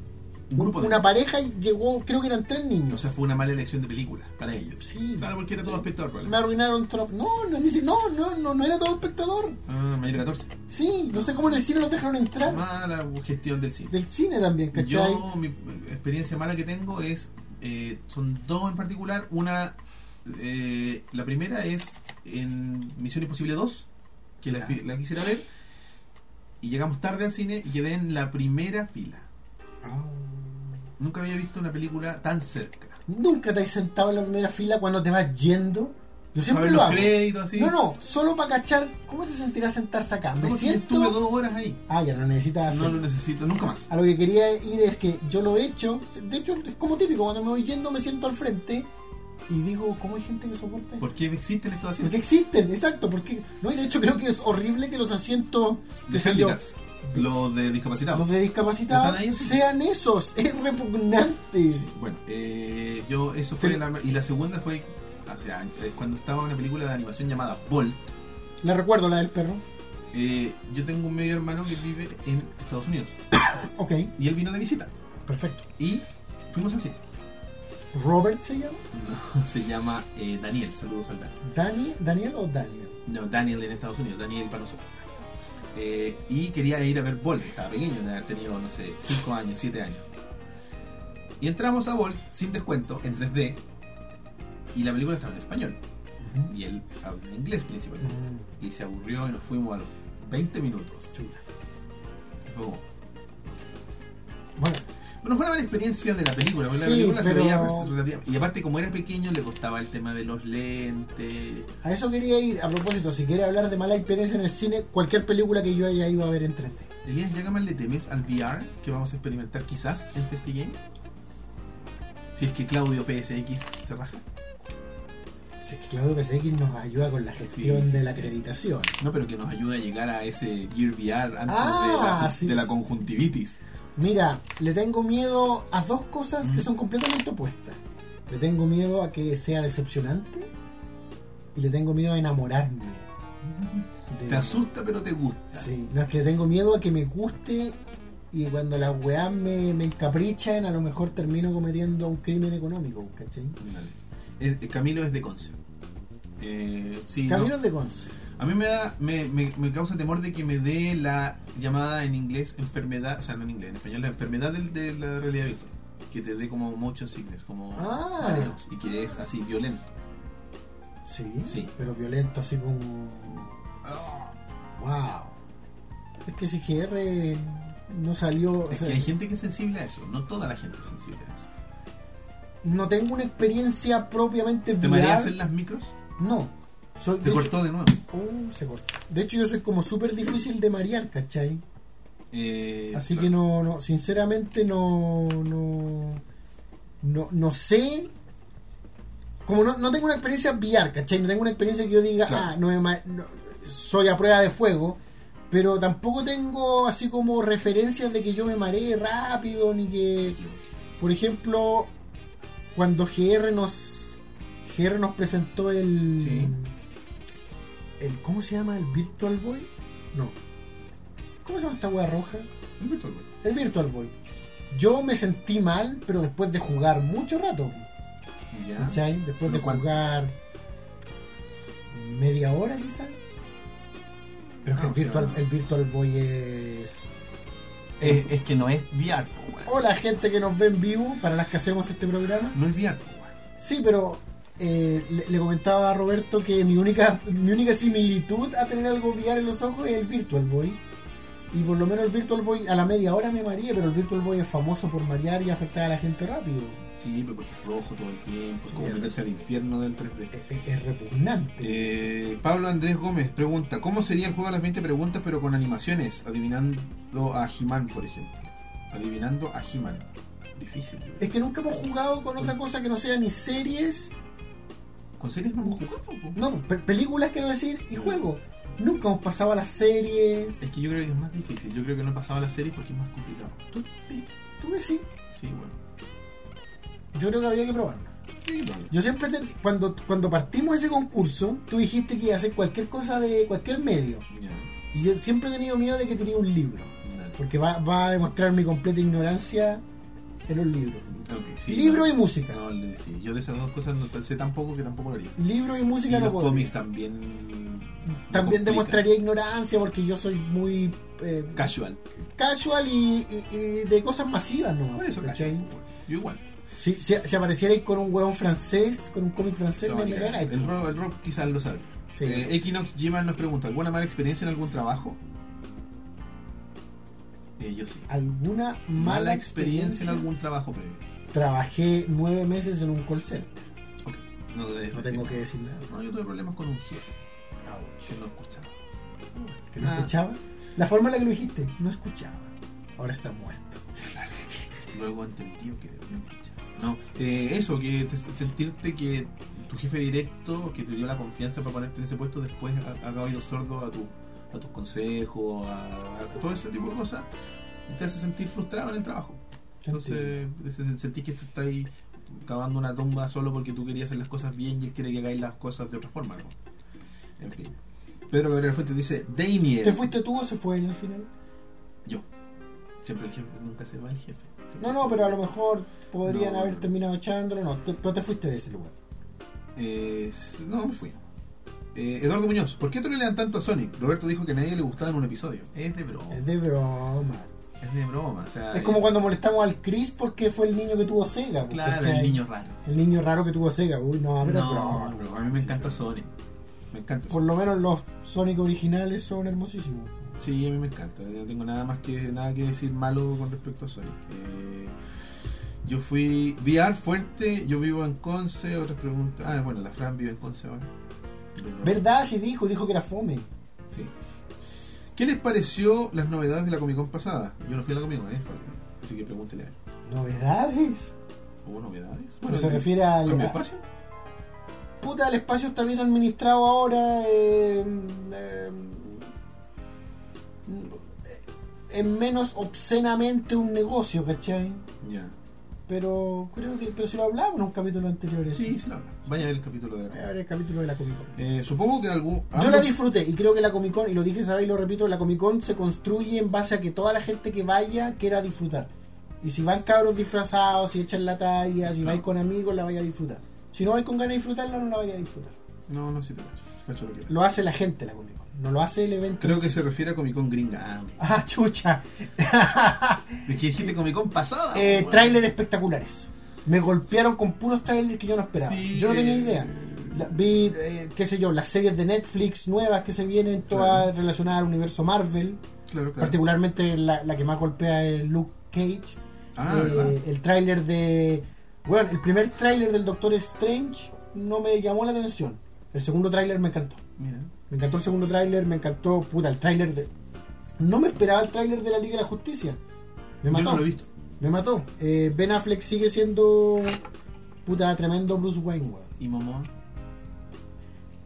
Speaker 1: Un grupo de
Speaker 2: una
Speaker 1: niños.
Speaker 2: pareja y llegó, creo que eran tres niños.
Speaker 1: O sea, fue una mala elección de película para ellos.
Speaker 2: Sí.
Speaker 1: Claro, porque era todo espectador. ¿vale?
Speaker 2: me arruinaron Trop. No, no, dice, no, no, no, no era todo espectador.
Speaker 1: Ah, mayor de 14.
Speaker 2: Sí, no sé cómo en el cine los dejaron entrar.
Speaker 1: Mala gestión del cine.
Speaker 2: Del cine también, ¿cachai?
Speaker 1: Yo, mi experiencia mala que tengo es. eh, son dos en particular. Una. eh, la primera es en Misión Imposible 2, que la, fi- la quisiera ver. Y llegamos tarde al cine y quedé en la primera fila. Ah. Nunca había visto una película tan cerca.
Speaker 2: Nunca te has sentado en la primera fila cuando te vas yendo Yo
Speaker 1: A
Speaker 2: siempre
Speaker 1: ver
Speaker 2: lo
Speaker 1: los
Speaker 2: hago.
Speaker 1: créditos, así.
Speaker 2: No, no, solo para cachar cómo se sentirá sentarse acá.
Speaker 1: No,
Speaker 2: Me
Speaker 1: porque yo
Speaker 2: siento.
Speaker 1: Estuve dos horas ahí.
Speaker 2: Ah, ya Ah. no necesitas
Speaker 1: No
Speaker 2: hacer.
Speaker 1: lo necesito nunca más.
Speaker 2: A lo que quería ir es que yo lo he hecho. De hecho, es como típico, cuando me voy yendo me siento al frente y digo, ¿cómo hay gente que soporta esto?
Speaker 1: ¿Por qué existen estos
Speaker 2: Porque
Speaker 1: asientos?
Speaker 2: existen, exacto, porque no y de hecho creo que es horrible que los asientos
Speaker 1: De
Speaker 2: qué sé yo,
Speaker 1: handicaps. Los de discapacitados.
Speaker 2: los de discapacitados
Speaker 1: ¿Están ahí?
Speaker 2: sean esos, es repugnante.
Speaker 1: Sí, bueno, eh, yo eso fue
Speaker 2: Sí.
Speaker 1: la, y la segunda fue o sea, entre- cuando estaba una película de animación llamada Bolt.
Speaker 2: Le recuerdo la del perro.
Speaker 1: Eh, yo tengo un medio hermano que vive en Estados Unidos
Speaker 2: Ok,
Speaker 1: y él vino de visita
Speaker 2: perfecto.
Speaker 1: y fuimos al cine.
Speaker 2: Robert se llama.
Speaker 1: No, se llama eh, Daniel, saludos al Daniel.
Speaker 2: Dani, Daniel o Daniel.
Speaker 1: No, Daniel en Estados Unidos, Daniel para nosotros. Eh, y quería ir a ver Bolt, estaba pequeño, de haber tenido, no sé, 5 años, 7 años. Y entramos a Bolt sin descuento, en 3D, y la película estaba en español, y él habla inglés principalmente.
Speaker 2: Mm,
Speaker 1: y se aburrió y nos fuimos a los 20 minutos.
Speaker 2: chuta.
Speaker 1: Y fue como-
Speaker 2: Bueno,
Speaker 1: Bueno, fue una mala experiencia de la película, porque
Speaker 2: Sí,
Speaker 1: la película
Speaker 2: pero-
Speaker 1: se veía res- relativa- Y aparte, como era pequeño, le costaba el tema de los lentes.
Speaker 2: a eso quería ir. A propósito, si quiere hablar de mala experiencia en el cine, cualquier película que yo haya ido a ver en 3D.
Speaker 1: Elías, ¿ya que más le temes al VR que vamos a experimentar quizás en FestiGame? Si es que Claudio PSX se raja.
Speaker 2: Sí, es que claro que CX nos ayuda con la gestión
Speaker 1: Sí, sí,
Speaker 2: de la
Speaker 1: sí.
Speaker 2: acreditación.
Speaker 1: No, pero que nos ayude a llegar a ese Gear VR antes
Speaker 2: Ah,
Speaker 1: de, la,
Speaker 2: sí,
Speaker 1: de la
Speaker 2: sí.
Speaker 1: conjuntivitis.
Speaker 2: Mira, le tengo miedo a dos cosas que
Speaker 1: Mm.
Speaker 2: son completamente opuestas. Le tengo miedo a que sea decepcionante y le tengo miedo a enamorarme. de-
Speaker 1: Te asusta, pero te gusta.
Speaker 2: Sí, no es que le tengo miedo a que me guste y cuando las weas me, me encaprichan, a lo mejor termino cometiendo un crimen económico, ¿cachai?
Speaker 1: Dale. Eh, eh, Camilo es de Conce. Eh, sí, no.
Speaker 2: Caminos de Conce.
Speaker 1: A mí me da, me, me, me causa temor de que me dé la llamada en inglés enfermedad, o sea, no en inglés, en español, la enfermedad del- de, la realidad virtual. Que te dé como muchos signos, como
Speaker 2: Ah.
Speaker 1: mareos, y que es así violento.
Speaker 2: Sí,
Speaker 1: Sí.
Speaker 2: pero violento así como... Ah, ¡Wow! Es que si GR no salió... o
Speaker 1: Es
Speaker 2: sea,
Speaker 1: que hay gente que es sensible a eso, no toda la gente es sensible a eso.
Speaker 2: no tengo una experiencia propiamente
Speaker 1: ¿Te mareas
Speaker 2: VR.
Speaker 1: en las micros?
Speaker 2: No. Soy,
Speaker 1: Se
Speaker 2: de
Speaker 1: cortó de nuevo.
Speaker 2: Hecho, Oh, se cortó. De hecho, yo soy como súper difícil de marear, ¿cachai?
Speaker 1: Eh,
Speaker 2: Así
Speaker 1: claro.
Speaker 2: que no, no, sinceramente no, no, no, no sé. Como no, no tengo una experiencia VR, ¿cachai? No tengo una experiencia que yo diga,
Speaker 1: Claro.
Speaker 2: ah, no, me ma- no, soy a prueba de fuego. Pero tampoco tengo así como referencias de que yo me mareé rápido, ni que... Por ejemplo, cuando GR nos GR nos presentó el,
Speaker 1: Sí.
Speaker 2: el ¿cómo se llama? el Virtual Boy? No. ¿Cómo se llama esta hueá roja?
Speaker 1: Un virtual boy.
Speaker 2: El Virtual Boy. Yo me sentí mal, pero después de jugar mucho rato,
Speaker 1: Ya.
Speaker 2: ¿cachai? Después de
Speaker 1: ¿Pero cuánto?
Speaker 2: jugar media hora quizás. Pero es que
Speaker 1: Ah,
Speaker 2: el
Speaker 1: o sea,
Speaker 2: Virtual, el Virtual Boy es
Speaker 1: Eh, es que no es VR, po, weón.
Speaker 2: Hola gente que nos ve en vivo para las que hacemos este programa.
Speaker 1: No es VR, po, weón.
Speaker 2: Sí, pero eh, le, le comentaba a Roberto que mi única, mi única similitud a tener algo VR en los ojos es el Virtual Boy. Y por lo menos el Virtual Boy a la media hora me mareé, pero el Virtual Boy es famoso por marear y afectar a la gente rápido.
Speaker 1: Sí, pero porque es rojo todo el tiempo, es
Speaker 2: Sí,
Speaker 1: como
Speaker 2: es
Speaker 1: meterse al infierno del 3D.
Speaker 2: Es, e-, es- es repugnante.
Speaker 1: Eh, Pablo Andrés Gómez pregunta, ¿cómo sería el juego de las 20 preguntas pero con animaciones? Adivinando a He-Man, por ejemplo. Adivinando a He-Man. Difícil. yo.
Speaker 2: Es que nunca hemos jugado con otra cosa que no sea ni series,
Speaker 1: ¿Con series no hemos jugado? po?
Speaker 2: no, pe- películas quiero decir, y juegos. Nunca hemos pasado a las series.
Speaker 1: Es que yo creo que es más difícil. Yo creo que no he pasado a las series porque es más complicado.
Speaker 2: Tú, di- tú decís,
Speaker 1: Sí, bueno.
Speaker 2: yo creo que habría que probarlo.
Speaker 1: Sí, vale.
Speaker 2: Yo siempre, te- cuando, cuando partimos ese concurso, tú dijiste que iba a hacer cualquier cosa de cualquier medio.
Speaker 1: Ya,
Speaker 2: Y yo siempre he tenido miedo de que tenía un libro.
Speaker 1: dale.
Speaker 2: Porque va, va a demostrar mi completa ignorancia en los libros.
Speaker 1: Ok, sí,
Speaker 2: libro
Speaker 1: no.
Speaker 2: y música.
Speaker 1: No, le- sí. Yo de esas dos cosas no sé tampoco que tampoco lo haría.
Speaker 2: Libro y
Speaker 1: Y
Speaker 2: música no
Speaker 1: los
Speaker 2: podría.
Speaker 1: cómics también...
Speaker 2: También
Speaker 1: lo complican.
Speaker 2: demostraría ignorancia porque yo soy muy eh,
Speaker 1: Casual.
Speaker 2: casual y, y- y de cosas masivas, ¿no?
Speaker 1: Por eso,
Speaker 2: ¿Cachai?
Speaker 1: casual. Yo igual.
Speaker 2: Si, si, si aparecierais con un huevón francés, con un cómic francés,
Speaker 1: No,
Speaker 2: me
Speaker 1: ni
Speaker 2: pegarais.
Speaker 1: cagando. el, rock, el rock quizás lo sabe.
Speaker 2: Sí.
Speaker 1: Eh, Equinox G-Man nos pregunta, ¿alguna mala experiencia en algún trabajo? Eh, yo sí.
Speaker 2: ¿Alguna mala,
Speaker 1: Mala experiencia en algún trabajo previo.
Speaker 2: Trabajé nueve meses en un call center.
Speaker 1: Ok, No, te
Speaker 2: No tengo que decir nada.
Speaker 1: No, yo tuve problemas con un jefe que no escuchaba.
Speaker 2: Que no
Speaker 1: Ah.
Speaker 2: escuchaba. La forma en la que lo dijiste, no escuchaba. Ahora está muerto.
Speaker 1: Luego entendí que debía escuchar. No, eh, eso, que te- sentirte que tu jefe directo, que te dio la confianza para ponerte en ese puesto, después ha- haga oído sordo a, tu, a tus consejos, a, a todo ese tipo de cosas, te hace sentir frustrado en el trabajo. Entonces, se- sentís que te estáis cavando una tumba solo porque tú querías hacer las cosas bien y él quiere que hagáis las cosas de otra forma. ¿no? En fin. Pedro Gabriel Fuente dice, Daniel.
Speaker 2: ¿Te fuiste tú o se fue él al final?
Speaker 1: Siempre el jefe, nunca se va el jefe. Siempre
Speaker 2: No,
Speaker 1: se
Speaker 2: no,
Speaker 1: va.
Speaker 2: pero a lo mejor podrían
Speaker 1: No,
Speaker 2: haber
Speaker 1: no.
Speaker 2: terminado echándolo. No, te- pero te fuiste de ese lugar.
Speaker 1: Eh, no, me fui. Eh, Eduardo Muñoz, ¿por qué trolean tanto a Sonic? Roberto dijo que a nadie le gustaba en un episodio. Es de broma.
Speaker 2: Es de broma.
Speaker 1: Es de broma. O sea,
Speaker 2: Es como
Speaker 1: eh,
Speaker 2: cuando molestamos al Chris porque fue el niño que tuvo Sega. pues,
Speaker 1: Claro,
Speaker 2: ¿cachai?
Speaker 1: el niño raro.
Speaker 2: El niño raro que tuvo Sega. Uy, no, pero es
Speaker 1: no,
Speaker 2: broma.
Speaker 1: bro, a mí me encanta Sonic. Me encanta
Speaker 2: Por lo menos los Sonic originales son hermosísimos.
Speaker 1: Sí, a mí me encanta. Yo No tengo nada más que nada que decir malo con respecto a Sonic. Eh, yo fui VR fuerte, yo vivo en Conce, otras preguntas. Ah, bueno, la Fran vive en Conce ahora.
Speaker 2: ¿Verdad? Sí dijo, dijo que era fome.
Speaker 1: Sí. ¿Qué les pareció las novedades de la Comic Con pasada? Yo no fui a la Comic Con, ¿eh? así que pregúntele a él.
Speaker 2: ¿Novedades?
Speaker 1: ¿Hubo novedades?
Speaker 2: Pero se
Speaker 1: ¿cambio-
Speaker 2: refiere al...
Speaker 1: ¿Cambio de espacio?
Speaker 2: Puta, el espacio está bien administrado ahora. eh, eh, es menos obscenamente un negocio, ¿cachai?
Speaker 1: Ya.
Speaker 2: Pero creo que pero si lo hablamos en un capítulo anterior. eso.
Speaker 1: Sí, se lo habla. Vaya a ver el capítulo de
Speaker 2: Voy
Speaker 1: la
Speaker 2: a ver el capítulo de la Comic Con.
Speaker 1: eh, Supongo que algún.
Speaker 2: Yo la
Speaker 1: ambos-
Speaker 2: disfruté y creo que la Comic Con, y lo dije esa vez y lo repito, la Comic Con se construye en base a que toda la gente que vaya quiera disfrutar. Y si van cabros disfrazados, si echan la talla, si
Speaker 1: Claro.
Speaker 2: vais con amigos, la vaya a disfrutar. Si no vais con ganas de disfrutarla, no la vaya a disfrutar.
Speaker 1: No, no, sí te cacho. Cacho lo que-
Speaker 2: Lo hace la gente la Comic Con, no lo hace el evento.
Speaker 1: Creo que
Speaker 2: sí.
Speaker 1: se refiere a Comic Con gringa. Ah,
Speaker 2: Ah, chucha.
Speaker 1: ¿De qué dijiste Comic Con pasada?
Speaker 2: eh,
Speaker 1: Bueno.
Speaker 2: Trailers espectaculares. Me golpearon con puros trailers que yo no esperaba.
Speaker 1: Sí,
Speaker 2: yo no tenía
Speaker 1: eh,
Speaker 2: idea. La- vi, eh, qué sé yo, las series de Netflix nuevas que se vienen, todas
Speaker 1: Claro.
Speaker 2: relacionadas al universo Marvel.
Speaker 1: Claro, claro.
Speaker 2: particularmente la, la que más golpea es Luke Cage.
Speaker 1: Ah,
Speaker 2: Eh,
Speaker 1: verdad.
Speaker 2: el tráiler de... Bueno, el primer tráiler del Doctor Strange no me llamó la atención. El segundo tráiler me encantó.
Speaker 1: Mira.
Speaker 2: Me encantó el segundo tráiler, me encantó, puta, el tráiler de... No me esperaba el tráiler de la Liga de la Justicia. Me
Speaker 1: Yo
Speaker 2: mató.
Speaker 1: no lo he visto.
Speaker 2: Me mató. Eh, ben Affleck sigue siendo, puta, tremendo Bruce Wayne, weón.
Speaker 1: ¿Y Momoa?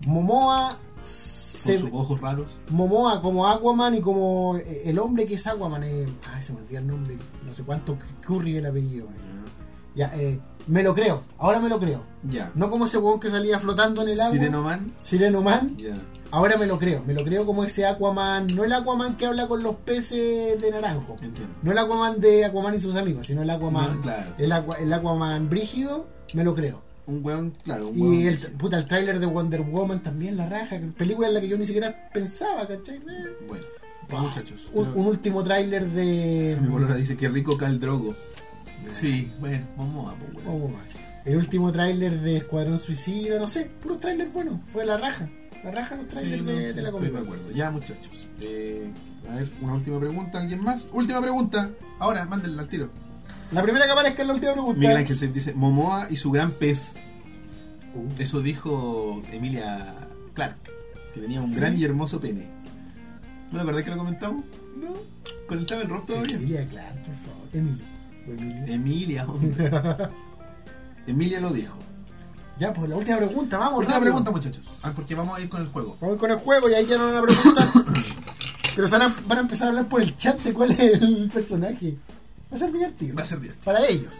Speaker 2: Momoa
Speaker 1: Con
Speaker 2: se...
Speaker 1: sus ojos raros.
Speaker 2: Momoa como Aquaman y como eh, el hombre que es Aquaman. eh, ay, se me olvida el nombre. No sé cuánto Curry el apellido. eh. Ya, eh, me lo creo. Ahora me lo creo.
Speaker 1: Ya.
Speaker 2: No como ese huevón que salía flotando en el agua.
Speaker 1: Sirenoman.
Speaker 2: Sireno Man.
Speaker 1: Ya.
Speaker 2: Ahora me lo creo. Me lo creo como ese Aquaman. No el Aquaman que habla con los peces de naranjo.
Speaker 1: Entiendo.
Speaker 2: No el Aquaman de Aquaman y sus amigos, sino el Aquaman.
Speaker 1: No, claro.
Speaker 2: el, Aqua- el Aquaman brígido. Me lo creo.
Speaker 1: Un weón, claro. Un weón
Speaker 2: Y el, puta, el tráiler de Wonder Woman también, la raja. Película en la que yo ni siquiera pensaba, ¿cachai? Eh.
Speaker 1: Bueno, pues,
Speaker 2: Ah,
Speaker 1: muchachos.
Speaker 2: Un,
Speaker 1: yo-
Speaker 2: un último tráiler de.
Speaker 1: Mi bolora dice que rico cae el drogo. Sí, bueno, vamos a pues, weón.
Speaker 2: Oh, man. el último tráiler de Escuadrón Suicida, no sé, puros tráiler bueno, fue la raja. La raja los
Speaker 1: Sí,
Speaker 2: trailers
Speaker 1: no,
Speaker 2: de, de la
Speaker 1: estoy de
Speaker 2: comedia.
Speaker 1: acuerdo. Ya, muchachos. Eh, a ver, una última pregunta. ¿Alguien más? Última pregunta. Ahora, mándenla al tiro.
Speaker 2: La primera que aparezca es la última pregunta.
Speaker 1: Miguel Ángel Sepp dice: Momoa y su gran pez.
Speaker 2: Uh,
Speaker 1: Eso dijo Emilia Clark, que tenía un
Speaker 2: Sí.
Speaker 1: gran y hermoso pene. ¿No te acordás que lo comentamos? No. ¿Conectaba el rock todavía?
Speaker 2: Emilia Clark, por favor. Emilia. O Emilia.
Speaker 1: Emilia, hombre. Emilia lo dijo.
Speaker 2: Ya, pues la última pregunta, vamos,
Speaker 1: Última
Speaker 2: rápido.
Speaker 1: pregunta, muchachos. Ah, porque vamos a ir con el juego.
Speaker 2: Vamos con el juego y ahí quedaron una pregunta. Pero se van a, van a empezar a hablar por el chat de cuál es el personaje. Va a ser divertido.
Speaker 1: Va a ser divertido.
Speaker 2: Para ellos.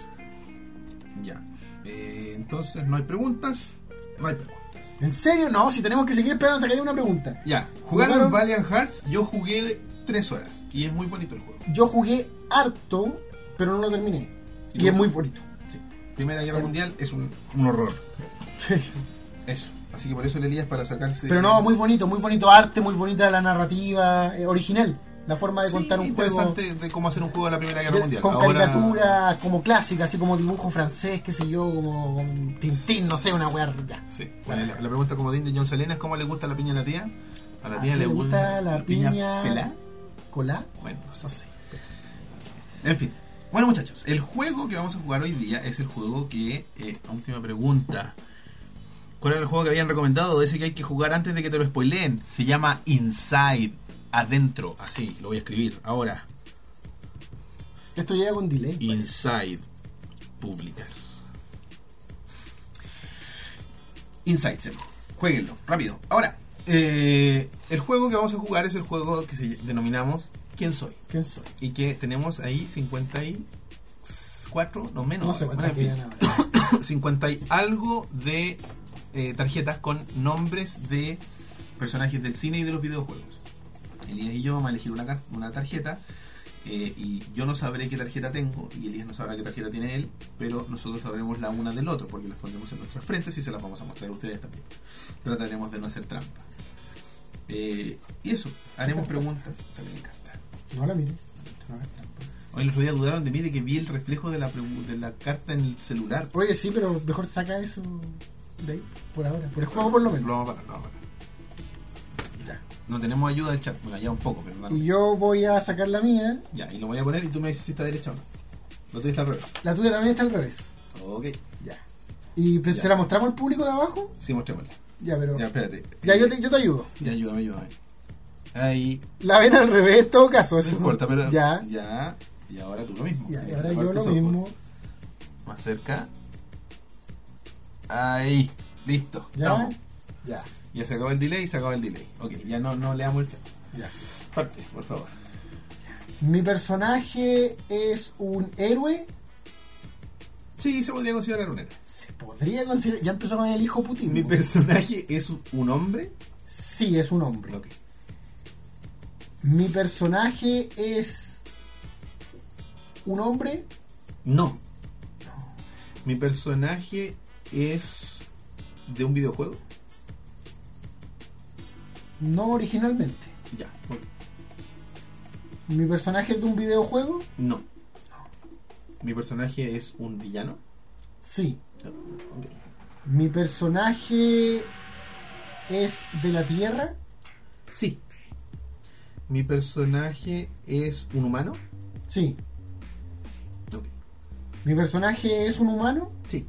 Speaker 1: Ya. Eh, entonces, no hay preguntas. No hay preguntas.
Speaker 2: ¿En serio? No, si tenemos que seguir esperando hasta que haya una pregunta.
Speaker 1: Ya. Jugaron
Speaker 2: ¿Jugaron?
Speaker 1: Valiant Hearts. Yo jugué tres horas. Y es muy bonito el juego.
Speaker 2: Yo jugué harto, pero no lo terminé. Y,
Speaker 1: ¿Y
Speaker 2: es
Speaker 1: no?
Speaker 2: muy bonito.
Speaker 1: Sí. Primera Guerra Mundial es un, un horror. Eso. Así que por eso le lías para sacarse.
Speaker 2: Pero no, muy bonito, muy bonito arte, muy bonita la narrativa, eh, original. La forma de
Speaker 1: Sí,
Speaker 2: contar un juego
Speaker 1: interesante de cómo hacer un juego de la Primera Guerra
Speaker 2: de-
Speaker 1: Mundial.
Speaker 2: con
Speaker 1: Ahora-
Speaker 2: caricaturas como clásicas, así como dibujo francés, qué sé yo, como con Tintín, no sé, una weá. ya.
Speaker 1: Sí. Bueno, la, la pregunta comodín de John Salinas: ¿Cómo le gusta la piña a la tía? A la tía
Speaker 2: ¿A ti
Speaker 1: le
Speaker 2: le
Speaker 1: gusta
Speaker 2: gusta la piña-
Speaker 1: pelá.
Speaker 2: ¿Colá?
Speaker 1: Bueno, no sé.
Speaker 2: No sé.
Speaker 1: En fin. Bueno, muchachos, el juego que vamos a jugar hoy día es el juego que. eh, última pregunta. ¿Cuál era el juego que habían recomendado? Ese que hay que jugar antes de que te lo spoileen. Se llama Inside, adentro. Así, lo voy a escribir ahora.
Speaker 2: Esto llega con delay. parece.
Speaker 1: Inside, publicar. Inside, Sebo. Jueguenlo, rápido. Ahora, eh, el juego que vamos a jugar es el juego que se denominamos ¿Quién soy?
Speaker 2: ¿Quién soy?
Speaker 1: Y que tenemos ahí 54, no menos.
Speaker 2: No sé
Speaker 1: bueno,
Speaker 2: cuántas
Speaker 1: en fin.
Speaker 2: quedan ahora.
Speaker 1: 50 y algo de eh, tarjetas con nombres de personajes del cine y de los videojuegos. Elías y yo vamos a elegir una, car- una tarjeta eh, y yo no sabré qué tarjeta tengo y Elías no sabrá qué tarjeta tiene él, pero nosotros sabremos la una del otro porque las pondremos en nuestras frentes y se las vamos a mostrar a ustedes también. Trataremos de no hacer trampa. Eh, y eso, haremos preguntas. Sale, me encanta.
Speaker 2: No la mires. No hagas trampa.
Speaker 1: Hoy el otro día dudaron de mí de que vi el reflejo de la, pregu- de la carta en el celular.
Speaker 2: Oye, sí, pero mejor saca eso de ahí, por ahora. Por el juego, por lo
Speaker 1: Lo
Speaker 2: menos.
Speaker 1: vamos a parar, lo vamos a parar. Ya. No tenemos ayuda del chat. Bueno, ya un poco, pero no.
Speaker 2: Y yo voy a sacar la mía.
Speaker 1: Ya, y lo voy a poner y tú me dices si está derecha o no. No te dices al revés.
Speaker 2: La tuya también está al revés.
Speaker 1: Ok.
Speaker 2: Ya. ¿Y pues,
Speaker 1: Ya.
Speaker 2: se la mostramos al público de abajo?
Speaker 1: Sí, mostrémosla.
Speaker 2: Ya, pero.
Speaker 1: Ya,
Speaker 2: Ya,
Speaker 1: espérate.
Speaker 2: yo, te, yo te ayudo.
Speaker 1: Ya, ayúdame, ayúdame. Ahí.
Speaker 2: La ven al revés, en todo caso.
Speaker 1: No
Speaker 2: Eso
Speaker 1: importa, pero.
Speaker 2: Pues, Ya.
Speaker 1: Ya. Y ahora tú lo mismo.
Speaker 2: Ya, y ahora yo
Speaker 1: Aparte
Speaker 2: lo
Speaker 1: eso,
Speaker 2: mismo.
Speaker 1: pues, Más cerca. Ahí. Listo.
Speaker 2: Ya.
Speaker 1: Vamos.
Speaker 2: Ya.
Speaker 1: Ya se acabó el delay, se acabó el delay. Ok, ya no, no le damos el chat.
Speaker 2: Ya.
Speaker 1: Parte, por favor.
Speaker 2: Mi personaje es un héroe.
Speaker 1: Sí, se podría considerar un héroe.
Speaker 2: Se podría considerar. Ya empezó con el hijo Putin.
Speaker 1: Mi personaje es un- un hombre.
Speaker 2: sí, es un hombre.
Speaker 1: Ok.
Speaker 2: Mi personaje es. Un hombre.
Speaker 1: No. Mi personaje es de un videojuego.
Speaker 2: No originalmente.
Speaker 1: Ya. ok.
Speaker 2: Mi personaje es de un videojuego.
Speaker 1: No. Mi personaje es un villano.
Speaker 2: Sí.
Speaker 1: No, ok.
Speaker 2: Mi personaje es de la Tierra.
Speaker 1: Sí. Mi personaje es un humano.
Speaker 2: Sí.
Speaker 1: Ok.
Speaker 2: Mi personaje es un humano.
Speaker 1: Sí.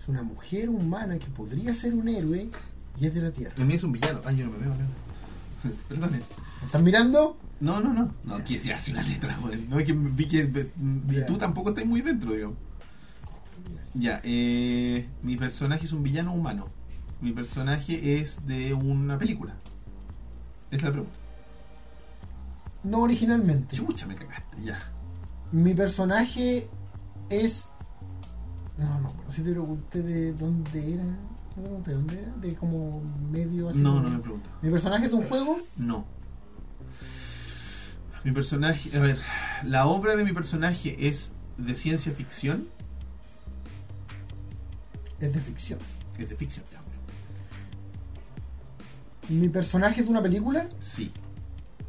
Speaker 2: Es una mujer humana que podría ser un héroe y es de la Tierra.
Speaker 1: El mío es un villano. Ay, yo no me veo nada. Perdone.
Speaker 2: ¿Me están mirando?
Speaker 1: No, no, no. No quisiera hacer una letra, güey. No es que vi que y
Speaker 2: Ya.
Speaker 1: tú tampoco estás muy dentro, digo. Ya, eh, mi personaje es un villano humano. Mi personaje es de una película. Esa es la pregunta.
Speaker 2: No originalmente.
Speaker 1: Chucha, me cagaste. Ya.
Speaker 2: Mi personaje es. No, no, pero si te pregunté de dónde era. ¿No te pregunté de dónde era? De como medio así.
Speaker 1: No,
Speaker 2: como-
Speaker 1: no me pregunta.
Speaker 2: Mi personaje es de un juego.
Speaker 1: No. Mi personaje, a ver, la obra de mi personaje es de ciencia ficción.
Speaker 2: Es de ficción.
Speaker 1: Es de ficción, ya, bueno.
Speaker 2: Mi personaje es de una película.
Speaker 1: Sí.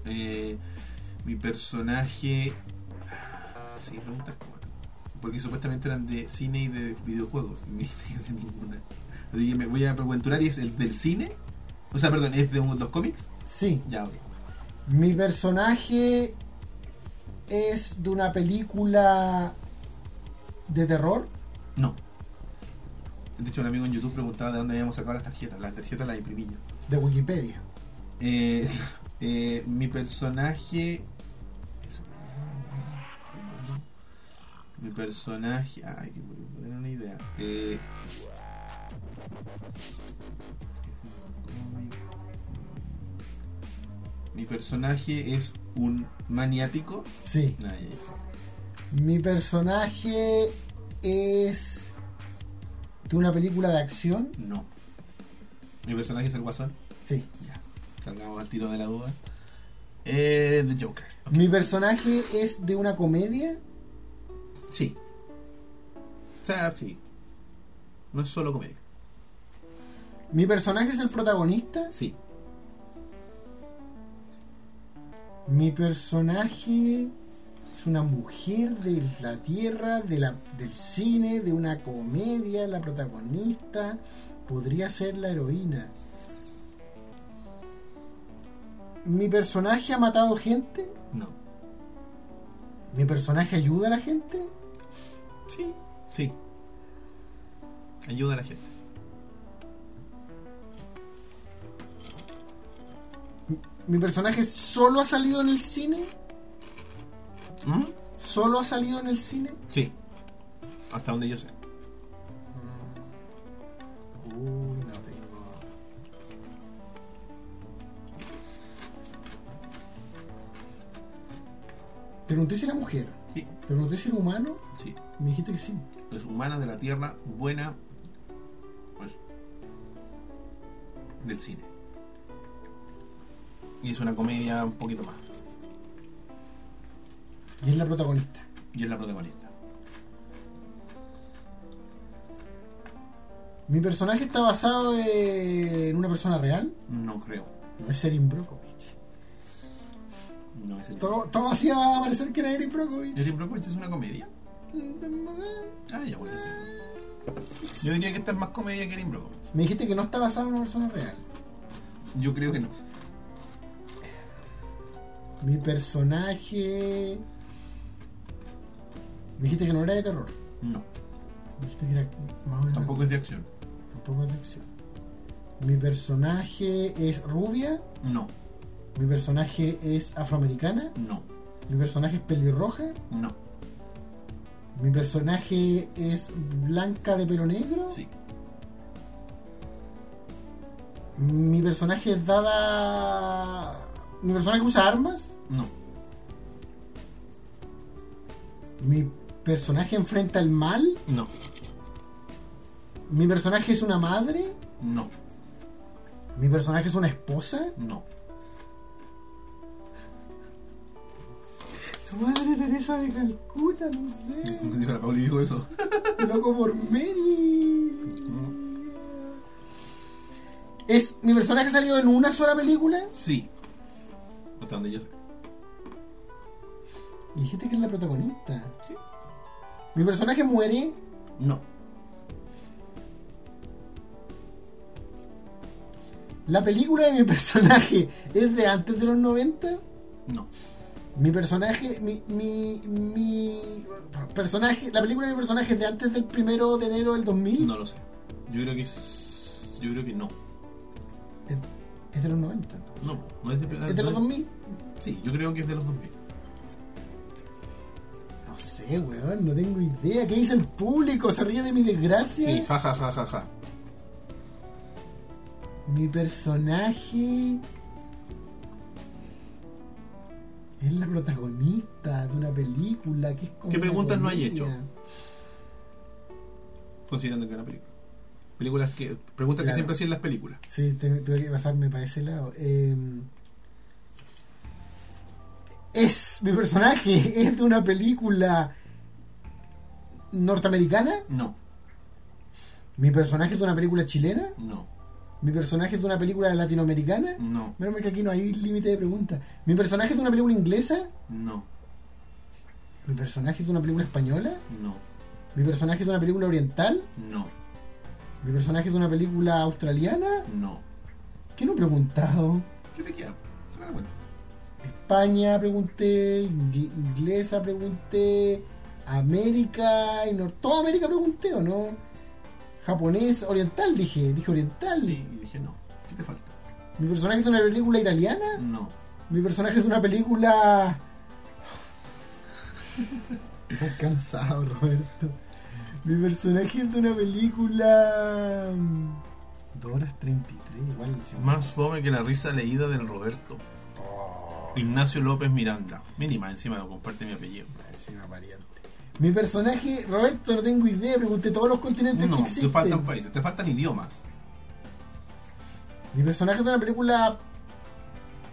Speaker 1: Eh, mi personaje. ah, Sí, preguntas como. Porque supuestamente eran de cine y de videojuegos. Ni de ninguna. Así que me voy a preguntar y es el del cine. O sea, perdón, es de un- los cómics.
Speaker 2: Sí.
Speaker 1: Ya, ok.
Speaker 2: Mi personaje es de una película de terror.
Speaker 1: No. De hecho, un amigo en YouTube preguntaba de dónde habíamos sacado las tarjetas. Las tarjetas las imprimí yo.
Speaker 2: De Wikipedia.
Speaker 1: Eh, eh, mi personaje. Mi personaje. Ay, que voy a tener una idea. Eh, mi personaje es un maniático.
Speaker 2: Sí.
Speaker 1: Ah, ya, ya está.
Speaker 2: Mi personaje es de una película de acción.
Speaker 1: No. Mi personaje es el guasón.
Speaker 2: Sí.
Speaker 1: Ya. Salgamos al tiro de la duda. Eh, The Joker.
Speaker 2: Mi personaje es de una comedia.
Speaker 1: Sí. O sea, sí. No es solo comedia.
Speaker 2: Mi personaje es el protagonista.
Speaker 1: Sí.
Speaker 2: Mi personaje es una mujer de la tierra, de la, del cine, de una comedia, la protagonista. Podría ser la heroína. Mi personaje ha matado gente.
Speaker 1: No.
Speaker 2: Mi personaje ayuda a la gente.
Speaker 1: Sí. Sí. Ayuda a la gente.
Speaker 2: mi personaje solo ha salido en el cine.
Speaker 1: ¿Mm?
Speaker 2: Solo ha salido en el cine.
Speaker 1: Sí. Hasta donde yo sé.
Speaker 2: Uy, no tengo. Te pregunté si era mujer.
Speaker 1: Sí,
Speaker 2: Te pregunté si era humano.
Speaker 1: sí.
Speaker 2: Me dijiste que sí.
Speaker 1: Es humana de la tierra, buena. Pues. Del cine. Y es una comedia un poquito más.
Speaker 2: Y es la protagonista.
Speaker 1: Y es la protagonista.
Speaker 2: Mi personaje está basado eh, en una persona real.
Speaker 1: No creo.
Speaker 2: No es Erin Brockovich.
Speaker 1: No es el.
Speaker 2: Todo, todo hacía parecer que era Erin Brockovich.
Speaker 1: ¿Erin Brockovich es una comedia? Ah, ya voy a decir. Yo diría que esta es más comedia que Erin Brockovich.
Speaker 2: Me dijiste que no está basado en una persona real.
Speaker 1: Yo creo que no.
Speaker 2: Mi personaje. Me dijiste que no era de terror.
Speaker 1: No.
Speaker 2: Me dijiste que era más o menos.
Speaker 1: Tampoco es de acción.
Speaker 2: tampoco es de acción. Mi personaje es rubia.
Speaker 1: No.
Speaker 2: Mi personaje es afroamericana.
Speaker 1: No.
Speaker 2: Mi personaje es pelirroja.
Speaker 1: No.
Speaker 2: Mi personaje es blanca de pelo negro.
Speaker 1: Sí.
Speaker 2: Mi personaje es dada. Mi personaje usa armas.
Speaker 1: No.
Speaker 2: Mi personaje enfrenta el mal.
Speaker 1: No.
Speaker 2: Mi personaje es una madre.
Speaker 1: No.
Speaker 2: Mi personaje es una esposa.
Speaker 1: No.
Speaker 2: Su madre Teresa de Calcuta, no sé.
Speaker 1: Dijo la Pauli dijo eso.
Speaker 2: Loco por Mary. Es mi personaje ha salido en una sola película.
Speaker 1: Sí. Hasta donde yo sé.
Speaker 2: Y dijiste que es la protagonista. Mi personaje muere.
Speaker 1: No.
Speaker 2: La película de mi personaje es de antes de los 90.
Speaker 1: No.
Speaker 2: Mi personaje, mi, mi, mi personaje, la película de mi personaje es de antes del primero de enero del 2000.
Speaker 1: No lo sé. Yo creo que es. Yo creo que no.
Speaker 2: Es, es de los 90.
Speaker 1: No, no es de,
Speaker 2: Es de los
Speaker 1: Ah, no-
Speaker 2: 2000.
Speaker 1: Sí, yo creo que es de los 2000.
Speaker 2: No sé, weón, no tengo idea. ¿Qué dice el público? ¿Se ríe de mi desgracia?
Speaker 1: Sí, ja, ja, ja, ja, ja.
Speaker 2: Mi personaje es la protagonista de una película que es como
Speaker 1: ¿Qué
Speaker 2: una
Speaker 1: preguntas no hay
Speaker 2: comedia.
Speaker 1: hecho? Considerando que es una película. Películas que. Preguntas que
Speaker 2: Claro.
Speaker 1: siempre hacían las películas.
Speaker 2: Sí, te- tuve que pasarme para ese lado. Em, es mi personaje es de una película norteamericana.
Speaker 1: No,
Speaker 2: Mi personaje es de una película chilena.
Speaker 1: no,
Speaker 2: Mi personaje es de una película latinoamericana.
Speaker 1: no,
Speaker 2: Menos mal que aquí no hay límite de preguntas. Mi personaje es de una película inglesa.
Speaker 1: no,
Speaker 2: Mi personaje es de una película española.
Speaker 1: no,
Speaker 2: Mi personaje es de una película oriental.
Speaker 1: no,
Speaker 2: Mi personaje es de una película australiana.
Speaker 1: no. "Ah,
Speaker 2: ¿Qué no he preguntado?
Speaker 1: ¿Qué te queda? Te da la vuelta.
Speaker 2: España pregunté, ingle- inglesa pregunté, América y Nor toda América pregunté o no. Japonés, oriental dije, dije oriental.
Speaker 1: Sí, y dije no. ¿Qué te falta?
Speaker 2: Mi personaje es de una película italiana.
Speaker 1: No.
Speaker 2: Mi personaje es de una película. Estás cansado, Roberto. Mi personaje es de una película. 2 horas 33, igual. sí.
Speaker 1: Más fome que la risa leída del Roberto.
Speaker 2: Oh,
Speaker 1: Ignacio López Miranda. Mínima, encima lo comparte mi apellido.
Speaker 2: Encima, variante. Mi personaje, Roberto, no tengo idea. Pregunté todos los continentes
Speaker 1: No,
Speaker 2: que
Speaker 1: te
Speaker 2: existen.
Speaker 1: faltan países, te faltan idiomas.
Speaker 2: Mi personaje es de una película.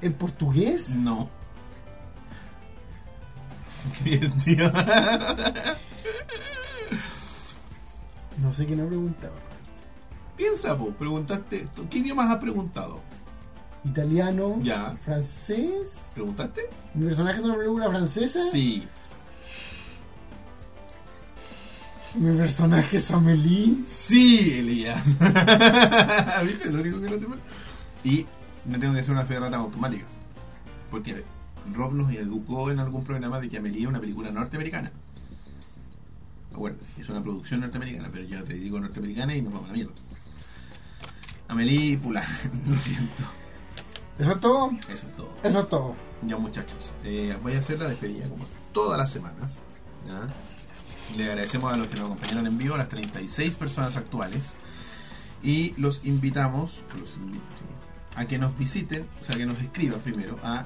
Speaker 2: en portugués.
Speaker 1: No. Bien, tío.
Speaker 2: No sé qué no he preguntado.
Speaker 1: Piensa, po, preguntaste. ¿tú ¿Qué idiomas has preguntado?
Speaker 2: Italiano.
Speaker 1: Ya.
Speaker 2: Francés.
Speaker 1: ¿Preguntaste?
Speaker 2: Mi personaje es de una película francesa.
Speaker 1: Sí.
Speaker 2: Mi personaje es Amélie.
Speaker 1: Sí, Elías. ¿Viste? Lo único que no te falta. Y me tengo que hacer una fe de rata automática. Porque Rob nos educó en algún programa de que Amelie es una película norteamericana. Ah, Bueno, es una producción norteamericana, pero yo te digo norteamericana y nos vamos a la mierda. Amelie, pula, lo siento.
Speaker 2: Eso es todo.
Speaker 1: Eso es todo.
Speaker 2: Eso es todo.
Speaker 1: Ya muchachos, eh, voy a hacer la despedida como todas las semanas. ¿ya? Le agradecemos a los que nos acompañaron en vivo, a las 36 personas actuales. Y los invitamos los invito a que nos visiten, o sea, que nos escriban primero a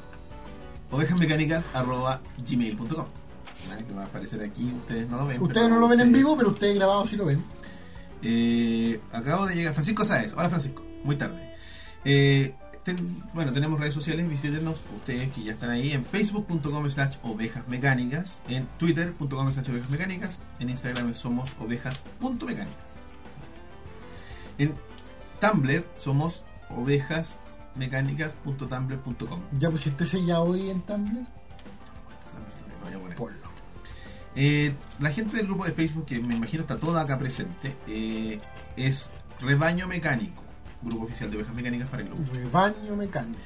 Speaker 1: ovejasmecánicas.gmail.com ¿ya? Que va a aparecer aquí, ustedes no lo ven.
Speaker 2: Ustedes
Speaker 1: pero
Speaker 2: no lo ven en
Speaker 1: ustedes-
Speaker 2: vivo, pero ustedes grabados sí lo ven.
Speaker 1: eh, acabo de llegar Francisco Sáez. Hola Francisco, muy tarde. Eh, ten- bueno, tenemos redes sociales, visítenos ustedes que ya están ahí en facebook.com slash ovejas mecánicas, en twitter.com slash ovejas mecánicas, en Instagram somos ovejas.mecánicas. En Tumblr somos ovejasmecánicas.tumblr.com.
Speaker 2: ¿Ya pues, pusiste ese ya hoy en Tumblr?
Speaker 1: Lo voy a poner.
Speaker 2: Ponlo.
Speaker 1: Eh, la gente del grupo de Facebook, que me imagino está toda acá presente, eh, es Rebaño Mecánico, grupo oficial de ovejas mecánicas para el
Speaker 2: Mm.
Speaker 1: grupo.
Speaker 2: Rebaño mecánico.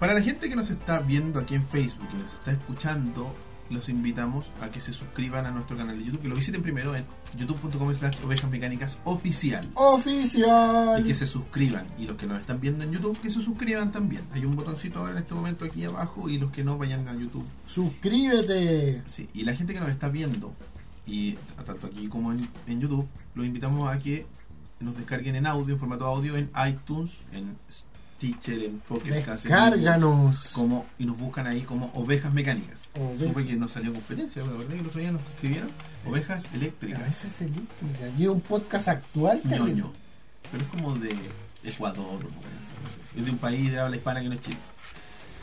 Speaker 1: Para la gente que nos está viendo aquí en Facebook y nos está escuchando, los invitamos a que se suscriban a nuestro canal de YouTube, que lo visiten primero en youtube.com slash ovejas mecánicas oficial.
Speaker 2: Oficial.
Speaker 1: Y que se suscriban. Y los que nos están viendo en YouTube, que se suscriban también. Hay un botoncito ahora en este momento aquí abajo y los que no vayan a YouTube
Speaker 2: Suscríbete.
Speaker 1: Sí, y la gente que nos está viendo, y t- tanto aquí como en, en YouTube, los invitamos a que nos descarguen en audio, en formato audio, en iTunes, en Stitcher, en Pocket Cast, en iVoox,
Speaker 2: Descárganos.
Speaker 1: como y nos buscan ahí como ovejas mecánicas.
Speaker 2: Ovejas.
Speaker 1: Supe que nos salió competencia, la verdad que los otro día nos escribieron ovejas
Speaker 2: Ah, ese
Speaker 1: eléctricas.
Speaker 2: es el último. Ya lleva un podcast actual también.
Speaker 1: Ñoño. Pero es como de Ecuador, o no sé, es de un país de habla hispana que no es Chile.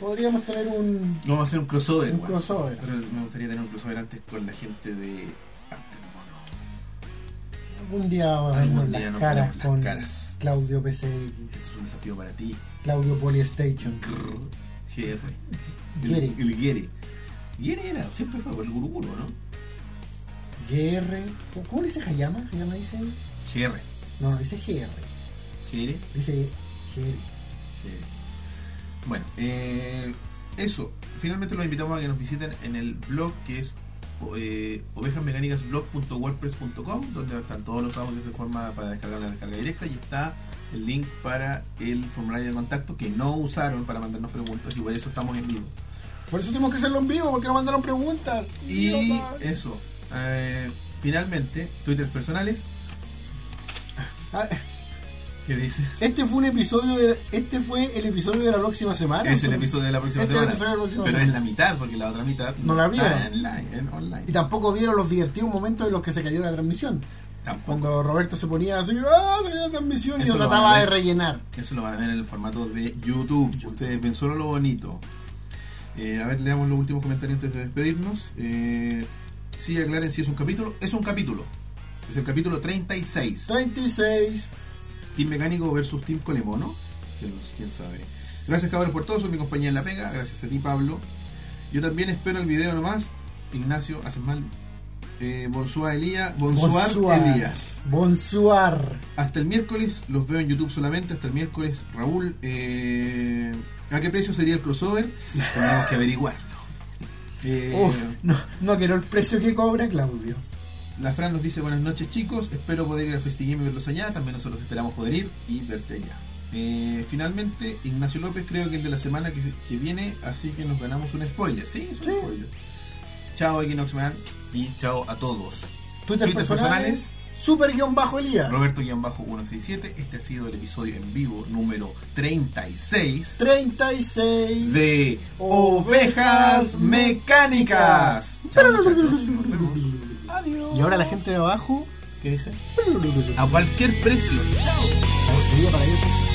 Speaker 2: Podríamos tener un,
Speaker 1: Vamos a hacer un crossover.
Speaker 2: un
Speaker 1: weón.
Speaker 2: crossover.
Speaker 1: Pero me gustaría tener un crossover antes con la gente de Arte del Mono.
Speaker 2: Algún día vamos a
Speaker 1: Algún
Speaker 2: vernos
Speaker 1: día
Speaker 2: las
Speaker 1: nos
Speaker 2: caras
Speaker 1: veremos las
Speaker 2: con
Speaker 1: caras.
Speaker 2: Claudio PCX,
Speaker 1: Este es un desafío para ti.
Speaker 2: Claudio Polystation.
Speaker 1: Grrr, GR.
Speaker 2: Guere.
Speaker 1: El, el Guere. Guere era, siempre fue por el guruguru, ¿no?
Speaker 2: GR. ¿Cómo le dice Hayama? Hayama dice.
Speaker 1: GR.
Speaker 2: No, no dice GR.
Speaker 1: GR.
Speaker 2: Dice GR.
Speaker 1: Eh, Bueno, eh, eso. Finalmente los invitamos a que nos visiten en el blog que es eh, ovejasmecánicasblog.wordpress.com, donde están todos los audios de forma para descargar la descarga directa y está el link para el formulario de contacto que no usaron para mandarnos preguntas y por eso estamos en vivo.
Speaker 2: Por eso tenemos que hacerlo en vivo, porque nos mandaron preguntas.
Speaker 1: Y
Speaker 2: Idiota.
Speaker 1: eso. eh, finalmente, Twitter personales.
Speaker 2: Ah,
Speaker 1: ¿Qué dice?
Speaker 2: Este fue un episodio de. Este fue el episodio de la próxima semana.
Speaker 1: Es el episodio de la próxima
Speaker 2: Ah, Este es el
Speaker 1: semana.
Speaker 2: episodio de la próxima
Speaker 1: Pero es
Speaker 2: semana.
Speaker 1: la mitad, porque la otra mitad
Speaker 2: No la vieron.
Speaker 1: está en line- en online.
Speaker 2: Y tampoco vieron los divertidos momentos en los que se cayó la transmisión.
Speaker 1: Tampoco.
Speaker 2: Cuando Roberto se ponía así, ¡ah! Se cayó la transmisión y
Speaker 1: Eso
Speaker 2: yo
Speaker 1: lo
Speaker 2: trataba
Speaker 1: van a
Speaker 2: de
Speaker 1: ver.
Speaker 2: rellenar.
Speaker 1: Eso lo van a ver en el formato de YouTube. Ustedes ven solo lo bonito. Eh, a ver, leamos los últimos comentarios antes de despedirnos. Eh, sí, aclaren si es un capítulo. Es un capítulo. Es el capítulo 36.
Speaker 2: 36.
Speaker 1: Team Mecánico versus Team Colemono. ¿Quién, quién sabe? Gracias, cabros, por todo. Soy mi compañía en la pega. Gracias a ti, Pablo. Yo también espero el video nomás. Ignacio, haces mal. Eh, bonsoir, Elías. Bonsoir, Elías.
Speaker 2: Bonsoir.
Speaker 1: Hasta el miércoles. Los veo en YouTube solamente. Hasta el miércoles, Raúl. eh, ¿A qué precio sería el crossover? Tenemos que averiguarlo. Eh,
Speaker 2: Uf, no, no quiero el precio que cobra Claudio.
Speaker 1: La Fran nos dice buenas noches chicos, espero poder ir al Festigame y verlos allá, también nosotros esperamos poder ir y verte allá. Eh, finalmente, Ignacio López creo que el de la semana que, que viene, así que nos ganamos un spoiler. Sí, es un
Speaker 2: Sí.
Speaker 1: spoiler. Chao Equinoxman y chao a todos.
Speaker 2: Twitter,
Speaker 1: Twitter
Speaker 2: personales.
Speaker 1: personales.
Speaker 2: Super guión bajo Elías.
Speaker 1: Roberto-167, este ha sido el episodio en vivo número 36
Speaker 2: 36.
Speaker 1: de Ovejas Mecánicas. Chao muchachos, nos vemos. Adiós.
Speaker 2: Y ahora la gente de abajo.
Speaker 1: Ah, ¿Qué dice? A cualquier precio. Chao.
Speaker 2: Digo para ellos.